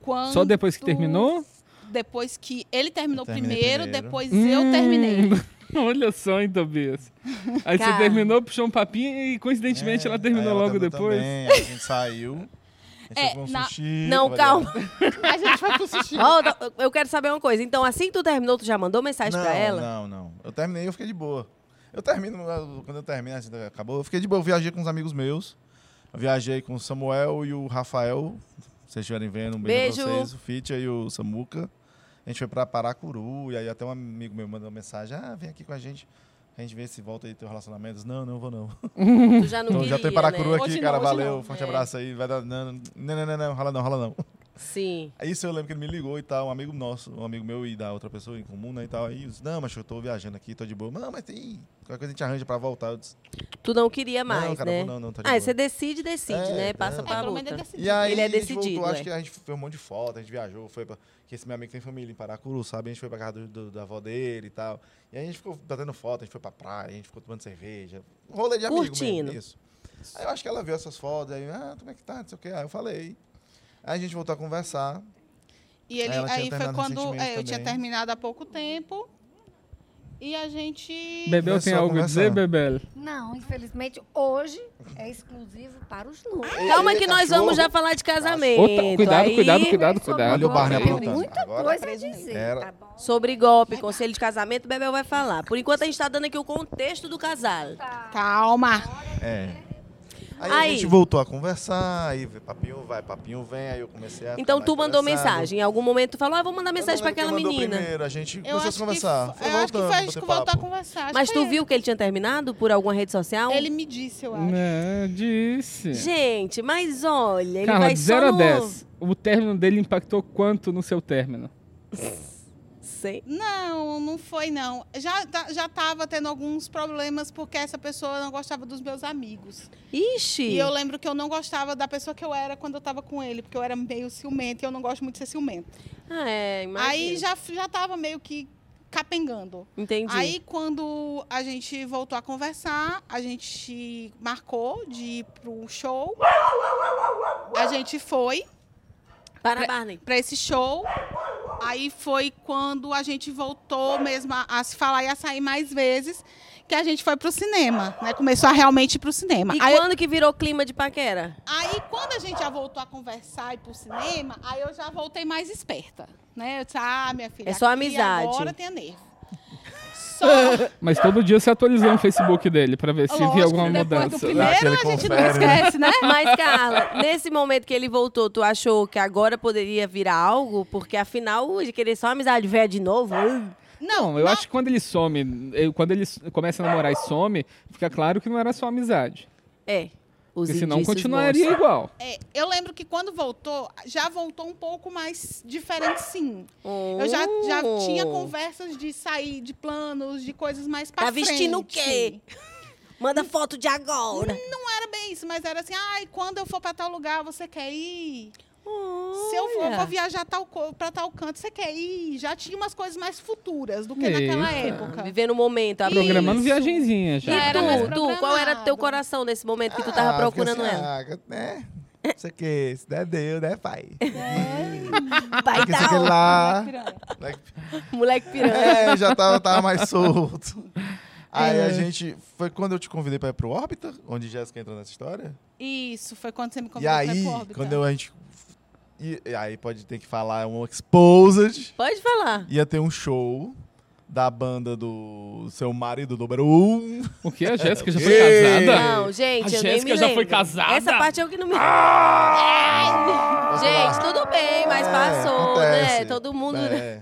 [SPEAKER 6] Quando-
[SPEAKER 2] Só depois que terminou?
[SPEAKER 6] Depois que ele terminou
[SPEAKER 3] Eu terminei
[SPEAKER 6] primeiro,
[SPEAKER 3] primeiro.
[SPEAKER 6] depois
[SPEAKER 2] Hum,
[SPEAKER 6] eu terminei.
[SPEAKER 2] Olha só, hein, Tobias. Aí
[SPEAKER 1] Cara.
[SPEAKER 2] você terminou, puxou um papinho e, coincidentemente,
[SPEAKER 3] É,
[SPEAKER 2] ela terminou
[SPEAKER 3] aí ela
[SPEAKER 2] logo
[SPEAKER 3] terminou
[SPEAKER 2] depois.
[SPEAKER 3] também, aí a gente saiu. A gente
[SPEAKER 6] É,
[SPEAKER 3] foi pra um
[SPEAKER 6] na-
[SPEAKER 3] sushi,
[SPEAKER 1] Não,
[SPEAKER 3] trabalhar.
[SPEAKER 1] calma.
[SPEAKER 6] A gente vai pro sushi.
[SPEAKER 1] Ó, eu- eu quero saber uma coisa. Então, assim que tu terminou, tu já mandou mensagem
[SPEAKER 3] não,
[SPEAKER 1] pra ela?
[SPEAKER 3] Não, não. Eu terminei e eu fiquei de boa. Eu termino, eu- quando eu termino, assim, acabou. Eu fiquei de boa, eu viajei com uns amigos meus. Eu viajei com o Samuel e o Rafael. Se vocês estiverem vendo, um beijo, pra
[SPEAKER 1] Beijo.
[SPEAKER 3] vocês. O Fitia e o Samuca. A gente foi pra Paracuru, e aí até um amigo meu mandou uma mensagem. Ah, vem aqui com a gente. A gente vê se volta aí teu relacionamento. Eu disse, Não, não vou não.
[SPEAKER 1] Tu já não
[SPEAKER 3] Então
[SPEAKER 1] queria,
[SPEAKER 3] já tô em Paracuru
[SPEAKER 1] né?
[SPEAKER 3] aqui,
[SPEAKER 6] Hoje não,
[SPEAKER 3] cara.
[SPEAKER 6] hoje
[SPEAKER 3] valeu,
[SPEAKER 6] não.
[SPEAKER 3] forte
[SPEAKER 1] É.
[SPEAKER 3] abraço aí. Vai dar. Não, não, não, não, não, rola não, rola não.
[SPEAKER 1] Sim.
[SPEAKER 3] Aí Isso eu lembro que ele me ligou e tal, um amigo nosso, um amigo meu e da outra pessoa em comum, né, e tal. Aí eu disse, não, mas eu tô viajando aqui, tô de boa. Não, mas tem... Qualquer coisa a gente arranja pra voltar. Eu disse,
[SPEAKER 1] Tu não queria mais,
[SPEAKER 3] não, cara,
[SPEAKER 1] né?
[SPEAKER 3] vou não, não, tá de
[SPEAKER 1] Ah,
[SPEAKER 3] boa.
[SPEAKER 1] você decide, decide,
[SPEAKER 3] É,
[SPEAKER 1] né?
[SPEAKER 3] é.
[SPEAKER 1] Passa
[SPEAKER 3] É,
[SPEAKER 1] pra
[SPEAKER 6] pelo menos
[SPEAKER 1] luta.
[SPEAKER 6] ele decidiu.
[SPEAKER 3] E aí
[SPEAKER 1] Ele é
[SPEAKER 3] a gente
[SPEAKER 1] decidido,
[SPEAKER 3] voltou,
[SPEAKER 1] é.
[SPEAKER 3] acho que a gente fez um monte de foto, a gente viajou, foi pra... Que esse meu amigo tem família em Paracuru, sabe? A gente foi pra casa do, do- da avó dele e tal. E aí a gente ficou batendo foto, a gente foi pra praia, a gente ficou tomando cerveja. Um rolê de amigo
[SPEAKER 1] Curtindo.
[SPEAKER 3] mesmo, isso. Aí eu acho que ela viu essas fotos, aí, ah, como é que tá, não sei o quê. Aí eu falei. Aí a gente voltou a conversar.
[SPEAKER 6] E ele,
[SPEAKER 3] Aí ela tinha
[SPEAKER 6] aí foi
[SPEAKER 3] terminado
[SPEAKER 6] quando
[SPEAKER 3] recentemente
[SPEAKER 6] é, eu tinha
[SPEAKER 3] também.
[SPEAKER 6] terminado há pouco tempo. E a gente.
[SPEAKER 2] Bebel
[SPEAKER 3] Começou
[SPEAKER 2] tem
[SPEAKER 3] a
[SPEAKER 2] algo a dizer,
[SPEAKER 3] conversar.
[SPEAKER 2] Bebel?
[SPEAKER 7] Não, infelizmente, hoje é exclusivo para os números.
[SPEAKER 6] é
[SPEAKER 1] Calma
[SPEAKER 3] Ei,
[SPEAKER 1] que nós
[SPEAKER 3] é cachorro.
[SPEAKER 1] vamos já falar de casamento.
[SPEAKER 2] Outra- cuidado,
[SPEAKER 1] Aí,
[SPEAKER 2] cuidado, cuidado,
[SPEAKER 7] Sobre
[SPEAKER 2] cuidado.
[SPEAKER 3] Olha o Barney
[SPEAKER 7] golpe,
[SPEAKER 3] aprontando.
[SPEAKER 7] Muita
[SPEAKER 3] Agora-
[SPEAKER 7] coisa a dizer,
[SPEAKER 3] Era-
[SPEAKER 7] tá bom?
[SPEAKER 1] Sobre golpe, conselho de casamento, o Bebel vai falar. Por enquanto, a gente tá dando aqui o contexto do casal.
[SPEAKER 3] Tá,
[SPEAKER 6] Tá.
[SPEAKER 7] Tá.
[SPEAKER 6] Calma.
[SPEAKER 3] É. Aí,
[SPEAKER 1] Aí.
[SPEAKER 3] a gente voltou a conversar, aí papinho vai, papinho vem, aí eu comecei a ficar
[SPEAKER 1] Então,
[SPEAKER 3] mais
[SPEAKER 1] tu mandou
[SPEAKER 3] interessado.
[SPEAKER 1] mensagem. Em algum momento, tu falou, ah, vou mandar
[SPEAKER 3] tá Eu não
[SPEAKER 1] mensagem pra
[SPEAKER 3] lembro quem
[SPEAKER 1] aquela
[SPEAKER 3] mandou
[SPEAKER 1] menina.
[SPEAKER 3] Primeiro, a gente
[SPEAKER 6] Eu
[SPEAKER 3] começou a
[SPEAKER 6] acho,
[SPEAKER 3] conversar.
[SPEAKER 6] que, eu acho que foi a gente
[SPEAKER 3] bater
[SPEAKER 6] que voltou a
[SPEAKER 3] papo.
[SPEAKER 6] conversar. Acho
[SPEAKER 1] Mas
[SPEAKER 6] que
[SPEAKER 1] tu
[SPEAKER 6] foi
[SPEAKER 1] viu que ele tinha terminado por alguma rede social?
[SPEAKER 6] Ele Ele me disse, eu acho.
[SPEAKER 2] É, disse.
[SPEAKER 1] Gente, mas olha, ele
[SPEAKER 2] Carla,
[SPEAKER 1] vai
[SPEAKER 2] de 0
[SPEAKER 1] só
[SPEAKER 2] a
[SPEAKER 1] no...
[SPEAKER 2] 10, o término dele impactou quanto no seu término?
[SPEAKER 1] Sei.
[SPEAKER 6] Não, não foi não. Já, tá- já tava tendo alguns problemas porque essa pessoa não gostava dos meus amigos.
[SPEAKER 1] Ixi.
[SPEAKER 6] E eu lembro que eu não gostava da pessoa que eu era quando eu tava com ele, porque eu era meio ciumenta e eu não gosto muito de ser ciumenta.
[SPEAKER 1] Ah, é, imagina.
[SPEAKER 6] Aí já, já tava meio que capengando.
[SPEAKER 1] Entendi.
[SPEAKER 6] Aí quando a gente voltou a conversar, a gente marcou de ir pro show. A gente foi
[SPEAKER 1] Para, Barney.
[SPEAKER 6] pra esse show. Aí foi quando a gente voltou mesmo a, a se falar e a sair mais vezes que a gente foi pro cinema, né? Começou a realmente ir pro cinema.
[SPEAKER 1] E
[SPEAKER 6] aí,
[SPEAKER 1] quando que virou clima de paquera?
[SPEAKER 6] aí, quando a gente já voltou a conversar e ir pro cinema, aí eu já voltei mais esperta, né? Eu disse, ah, minha filha,
[SPEAKER 1] É só
[SPEAKER 6] aqui
[SPEAKER 1] amizade.
[SPEAKER 6] agora tem nervo. Só
[SPEAKER 2] Mas todo dia você atualizou no Facebook dele pra ver se
[SPEAKER 6] Lógico,
[SPEAKER 2] havia alguma
[SPEAKER 6] depois
[SPEAKER 2] mudança.
[SPEAKER 6] Do primeiro,
[SPEAKER 3] Aquele
[SPEAKER 6] a gente não
[SPEAKER 3] confere, né?
[SPEAKER 6] esquece, né?
[SPEAKER 1] Mas, Carla, nesse momento que ele voltou, tu achou que agora poderia virar algo? Porque afinal, ui, de querer só amizade velha de novo. ui.
[SPEAKER 2] Não, eu acho que quando ele some, eu- quando ele s- começa a namorar e some, fica claro que não era só amizade.
[SPEAKER 1] É. Os
[SPEAKER 2] Porque senão
[SPEAKER 1] indícios
[SPEAKER 2] continuaria
[SPEAKER 1] mostram.
[SPEAKER 2] igual.
[SPEAKER 6] É, eu lembro que quando voltou, já voltou um pouco mais diferente, sim. Eu já, já
[SPEAKER 1] Oh.
[SPEAKER 6] tinha conversas de sair, de planos, de coisas mais pra
[SPEAKER 1] Tá
[SPEAKER 6] frente.
[SPEAKER 1] vestindo o quê? Manda foto de agora.
[SPEAKER 6] Era bem isso, mas era assim, ai, quando eu for pra tal lugar, você quer ir? Se eu for, eu vou viajar tal co- pra tal canto, você quer ir? Já tinha umas coisas mais futuras do que naquela
[SPEAKER 2] Eita.
[SPEAKER 6] época.
[SPEAKER 1] Vivendo o momento. a
[SPEAKER 2] Programando
[SPEAKER 1] Isso.
[SPEAKER 2] viagenzinha
[SPEAKER 1] E
[SPEAKER 2] já.
[SPEAKER 6] Já era mais
[SPEAKER 1] tu, tu, qual era teu
[SPEAKER 6] programado.
[SPEAKER 1] coração nesse momento que tu tava
[SPEAKER 3] Ah,
[SPEAKER 1] procurando
[SPEAKER 3] fica assim,
[SPEAKER 1] ela?
[SPEAKER 3] Ah, né? Isso aqui, isso não é Deus, né, pai?
[SPEAKER 1] Pai,
[SPEAKER 3] Isso aqui é
[SPEAKER 1] tal.
[SPEAKER 3] lá.
[SPEAKER 1] Tá
[SPEAKER 3] Né?
[SPEAKER 1] Moleque piranha.
[SPEAKER 3] É, eu já tava, tava mais solto.
[SPEAKER 1] É.
[SPEAKER 3] Aí a gente. Foi quando eu te convidei pra ir pro órbita, onde Jéssica entrou nessa história?
[SPEAKER 6] Isso, foi quando você me
[SPEAKER 3] E
[SPEAKER 6] convidou pra ir
[SPEAKER 3] aí,
[SPEAKER 6] pra órbita.
[SPEAKER 3] quando eu- a gente. E, e aí pode ter que falar um exposed.
[SPEAKER 1] Pode falar.
[SPEAKER 3] Ia ter um show da banda do seu marido número um.
[SPEAKER 2] O que? A Jéssica já foi
[SPEAKER 3] É.
[SPEAKER 2] casada?
[SPEAKER 1] Não, gente,
[SPEAKER 2] A
[SPEAKER 1] eu nem me
[SPEAKER 2] Jéssica já foi
[SPEAKER 1] lembro.
[SPEAKER 2] casada?
[SPEAKER 1] Essa parte eu que não me
[SPEAKER 3] Ah! Posso
[SPEAKER 1] Gente,
[SPEAKER 3] falar?
[SPEAKER 1] tudo bem, mas
[SPEAKER 3] É,
[SPEAKER 1] passou, né?
[SPEAKER 3] acontece.
[SPEAKER 1] Todo mundo. né?
[SPEAKER 3] É.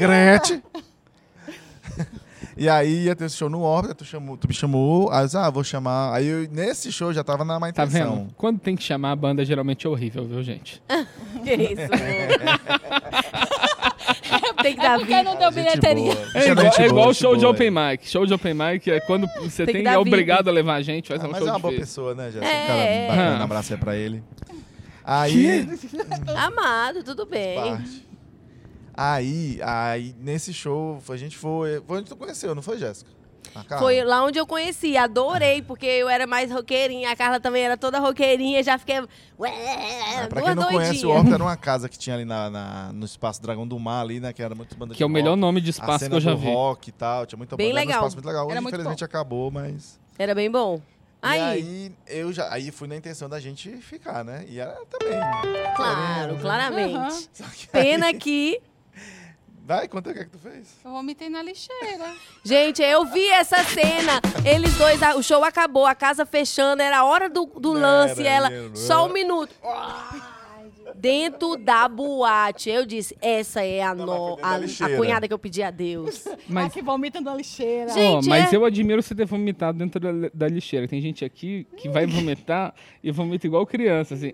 [SPEAKER 3] Gretchen. e aí ia ter esse show no órbita, tu, chamou, tu me chamou, aí eu disse, ah, vou chamar. Aí eu- nesse show eu já tava na má
[SPEAKER 2] Tá
[SPEAKER 3] intenção.
[SPEAKER 2] vendo? Quando tem que chamar a banda, geralmente é horrível, viu, gente?
[SPEAKER 1] Que isso, amor? Tem que dar
[SPEAKER 7] Porque
[SPEAKER 1] vida.
[SPEAKER 7] não deu
[SPEAKER 3] Gente
[SPEAKER 7] bilheteria.
[SPEAKER 3] boa.
[SPEAKER 2] É
[SPEAKER 3] Gente
[SPEAKER 2] igual, é
[SPEAKER 3] boa,
[SPEAKER 2] igual o
[SPEAKER 3] gente
[SPEAKER 2] show de
[SPEAKER 3] boa.
[SPEAKER 2] open mic. Show de open mic é quando você
[SPEAKER 1] Tem que
[SPEAKER 2] tem,
[SPEAKER 1] dar vida.
[SPEAKER 2] é obrigado a levar a gente. Vai ser
[SPEAKER 3] Ah,
[SPEAKER 2] um
[SPEAKER 3] mas
[SPEAKER 2] show
[SPEAKER 3] é uma boa
[SPEAKER 2] difícil.
[SPEAKER 3] pessoa, né, Jéssica?
[SPEAKER 1] É,
[SPEAKER 3] Um cara
[SPEAKER 1] é.
[SPEAKER 2] Ah.
[SPEAKER 3] bacana, abraço aí pra ele. Aí.
[SPEAKER 1] Amado, tudo bem.
[SPEAKER 3] parte. Aí, aí, nesse show, a gente foi. Foi onde tu conheceu, não foi, Jéssica? A Carla.
[SPEAKER 1] Foi lá onde eu conheci, adorei, porque eu era mais roqueirinha, a Carla também era toda roqueirinha, já fiquei. Ué,
[SPEAKER 3] É, pra
[SPEAKER 1] duas
[SPEAKER 3] quem não conhece, o
[SPEAKER 1] doidinhas.
[SPEAKER 3] Orca era uma casa que tinha ali na, na- no espaço Dragão do Mar, ali, né? Que era muito banda
[SPEAKER 2] Que
[SPEAKER 3] de
[SPEAKER 2] é o melhor
[SPEAKER 3] rock.
[SPEAKER 2] nome de
[SPEAKER 3] a
[SPEAKER 2] espaço
[SPEAKER 3] cena
[SPEAKER 2] que eu já
[SPEAKER 3] do
[SPEAKER 2] vi.
[SPEAKER 3] rock e tal, tinha muita
[SPEAKER 1] Bem
[SPEAKER 3] banda, era um
[SPEAKER 1] legal.
[SPEAKER 3] espaço muito legal. Hoje,
[SPEAKER 6] Era muito
[SPEAKER 3] infelizmente, acabou, mas...
[SPEAKER 1] Era bem bom. Aí,
[SPEAKER 3] E aí, eu já, aí fui na intenção da gente ficar, né? E ela também.
[SPEAKER 1] claro,
[SPEAKER 3] querendo.
[SPEAKER 1] claramente.
[SPEAKER 6] Aham.
[SPEAKER 3] Só que
[SPEAKER 1] Pena que.
[SPEAKER 3] Vai, conta o que é que tu fez.
[SPEAKER 6] Eu vomitei na lixeira.
[SPEAKER 1] Gente, eu vi essa cena. Eles dois, a- o show acabou, a casa fechando, era a hora do, do
[SPEAKER 3] Era,
[SPEAKER 1] lance. Ela,
[SPEAKER 3] era.
[SPEAKER 1] só um minuto. Dentro da boate. Eu disse, essa é a,
[SPEAKER 3] Não,
[SPEAKER 1] no,
[SPEAKER 3] mas foi dentro
[SPEAKER 1] a,
[SPEAKER 3] da
[SPEAKER 1] a
[SPEAKER 3] lixeira.
[SPEAKER 1] cunhada que eu pedi a Deus.
[SPEAKER 6] Mas...
[SPEAKER 2] Mas,
[SPEAKER 6] que vomita na lixeira.
[SPEAKER 1] Gente,
[SPEAKER 2] ó, mas
[SPEAKER 1] é.
[SPEAKER 2] eu admiro você ter vomitado dentro da, li- da lixeira. Tem gente aqui que vai vomitar e vomita igual criança, assim.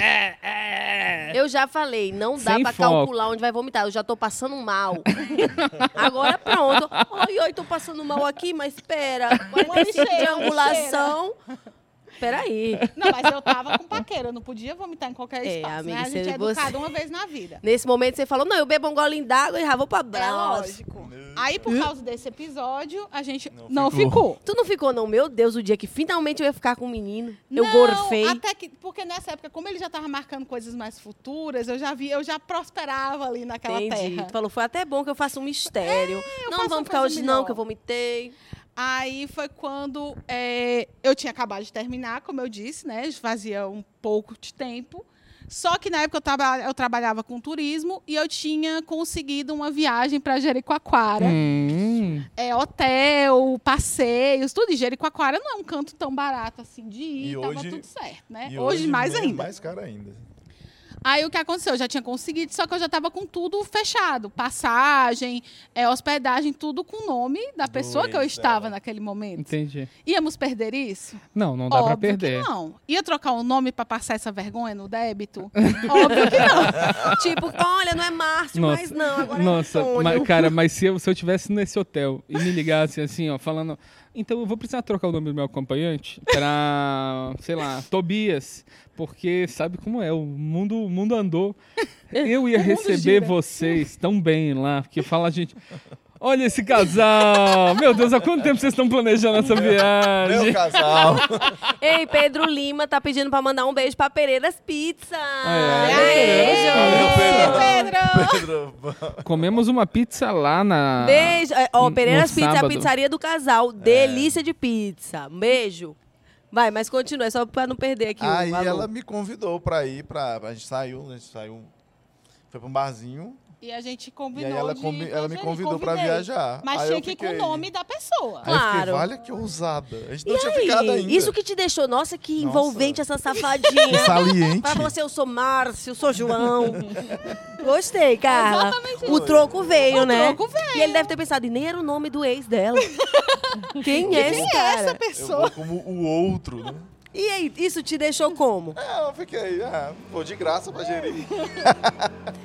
[SPEAKER 2] é,
[SPEAKER 1] Eu já falei, não dá
[SPEAKER 2] Sem
[SPEAKER 1] pra
[SPEAKER 2] foco.
[SPEAKER 1] calcular onde vai vomitar. Eu já tô passando mal. Agora pronto. Oi, oi, tô passando mal aqui, mas espera. 45 de
[SPEAKER 6] lixeira,
[SPEAKER 1] angulação. Peraí.
[SPEAKER 6] Não, mas eu tava com paqueira, eu não podia vomitar em qualquer
[SPEAKER 1] É,
[SPEAKER 6] espaço,
[SPEAKER 1] amiga,
[SPEAKER 6] né? A gente
[SPEAKER 1] se
[SPEAKER 6] é
[SPEAKER 1] você-
[SPEAKER 6] educado uma vez na vida.
[SPEAKER 1] Nesse momento você falou, não, eu bebo um golinho d'água e já vou pra
[SPEAKER 6] É
[SPEAKER 1] brasa.
[SPEAKER 6] lógico.
[SPEAKER 1] Ah,
[SPEAKER 6] Aí, por causa desse episódio, a gente não,
[SPEAKER 3] ficou.
[SPEAKER 6] ficou.
[SPEAKER 1] Tu não ficou, não? Meu Deus, o dia que finalmente eu ia ficar com o menino. Eu
[SPEAKER 6] Não,
[SPEAKER 1] gorfei.
[SPEAKER 6] Até que, porque nessa época, como ele já tava marcando coisas mais futuras, eu já vi, eu já prosperava ali naquela
[SPEAKER 1] Entendi.
[SPEAKER 6] terra. É,
[SPEAKER 1] Tu falou, foi até bom que eu faça um mistério. não
[SPEAKER 6] faço uma
[SPEAKER 1] vamos ficar
[SPEAKER 6] coisa
[SPEAKER 1] hoje, não,
[SPEAKER 6] melhor.
[SPEAKER 1] que eu vomitei.
[SPEAKER 6] Aí foi quando é, eu tinha acabado de terminar, como eu disse, né? Fazia um pouco de tempo. Só que na época eu, tava, eu trabalhava com turismo e eu tinha conseguido uma viagem para Jericoacoara.
[SPEAKER 2] Hum,
[SPEAKER 6] é, hotel, passeios, tudo. E Jericoacoara não é um canto tão barato assim de ir,
[SPEAKER 3] E
[SPEAKER 6] tava
[SPEAKER 3] hoje-
[SPEAKER 6] tudo certo, né?
[SPEAKER 3] E
[SPEAKER 1] é
[SPEAKER 6] Hoje, mais
[SPEAKER 3] mesmo,
[SPEAKER 6] ainda.
[SPEAKER 3] Mais caro ainda.
[SPEAKER 6] Aí o que aconteceu? Eu já tinha conseguido, só que eu já tava com tudo fechado. Passagem, é, hospedagem, tudo com o nome da pessoa que eu
[SPEAKER 3] ex
[SPEAKER 6] estava
[SPEAKER 3] dela.
[SPEAKER 6] naquele momento.
[SPEAKER 2] entendi.
[SPEAKER 6] Íamos perder isso?
[SPEAKER 2] Não, não dá pra
[SPEAKER 6] Óbvio
[SPEAKER 2] perder.
[SPEAKER 6] que não. Ia trocar o nome pra passar essa vergonha no débito? Óbvio que não.
[SPEAKER 1] tipo, olha, não é Márcio,
[SPEAKER 2] Nossa,
[SPEAKER 1] mas não, agora é
[SPEAKER 2] Nossa,
[SPEAKER 1] Antônio.
[SPEAKER 2] mas, cara, mas se eu, se eu tivesse nesse hotel e me ligasse assim, ó, falando. Então eu vou precisar trocar o nome do meu acompanhante pra, sei lá, Tobias. Porque sabe como é? O mundo, o mundo andou. Eu ia receber vocês tão bem lá, porque fala, gente. Olha esse casal! Meu Deus, há quanto tempo vocês estão planejando essa
[SPEAKER 3] Meu
[SPEAKER 2] viagem?
[SPEAKER 3] casal.
[SPEAKER 1] Ei, Pedro Lima tá pedindo pra mandar um beijo pra Pereiras Pizza.
[SPEAKER 2] É,
[SPEAKER 1] Beijo!
[SPEAKER 3] Pedro.
[SPEAKER 6] Pedro!
[SPEAKER 3] Pedro,
[SPEAKER 2] Comemos uma pizza lá na.
[SPEAKER 1] Beijo. É, Ó,
[SPEAKER 2] Ah, No
[SPEAKER 1] Pereiras Pizza é a
[SPEAKER 2] sábado. É.
[SPEAKER 1] pizzaria do casal. Delícia de pizza. Um beijo. Vai, mas continua, é só pra não perder aqui
[SPEAKER 3] Aí
[SPEAKER 1] o valor.
[SPEAKER 3] ela me convidou pra ir pra. A gente saiu, né, a gente saiu. Foi pra um barzinho.
[SPEAKER 6] E a gente
[SPEAKER 3] E
[SPEAKER 6] combinou
[SPEAKER 3] aí ela,
[SPEAKER 6] de
[SPEAKER 3] combi- ela me
[SPEAKER 6] convidei,
[SPEAKER 3] convidou pra
[SPEAKER 6] convidei.
[SPEAKER 3] viajar.
[SPEAKER 6] Mas
[SPEAKER 3] aí
[SPEAKER 6] tinha
[SPEAKER 3] eu
[SPEAKER 6] que ir com o
[SPEAKER 3] fiquei-
[SPEAKER 6] nome da pessoa.
[SPEAKER 3] Aí eu fiquei,
[SPEAKER 1] Claro.
[SPEAKER 3] olha que ousada. A gente não tinha
[SPEAKER 1] Ih,
[SPEAKER 3] ficado ainda.
[SPEAKER 1] Isso que te deixou, nossa, que
[SPEAKER 3] Nossa.
[SPEAKER 1] envolvente essa safadinha.
[SPEAKER 3] Saliente.
[SPEAKER 1] Pra você, eu sou Márcio, eu sou João. Gostei, Carla.
[SPEAKER 6] Exatamente
[SPEAKER 1] O troco veio,
[SPEAKER 6] O
[SPEAKER 1] Ah, né?
[SPEAKER 6] troco
[SPEAKER 1] veio. E ele deve ter pensado, e nem era o nome do ex dela. Quem é esse
[SPEAKER 6] Quem é
[SPEAKER 1] cara?
[SPEAKER 6] essa
[SPEAKER 3] Eu
[SPEAKER 6] pessoa?
[SPEAKER 3] vou como o outro, né?
[SPEAKER 1] E aí, isso te deixou como?
[SPEAKER 3] É, eu fiquei, ah, pô, de graça pra gerir.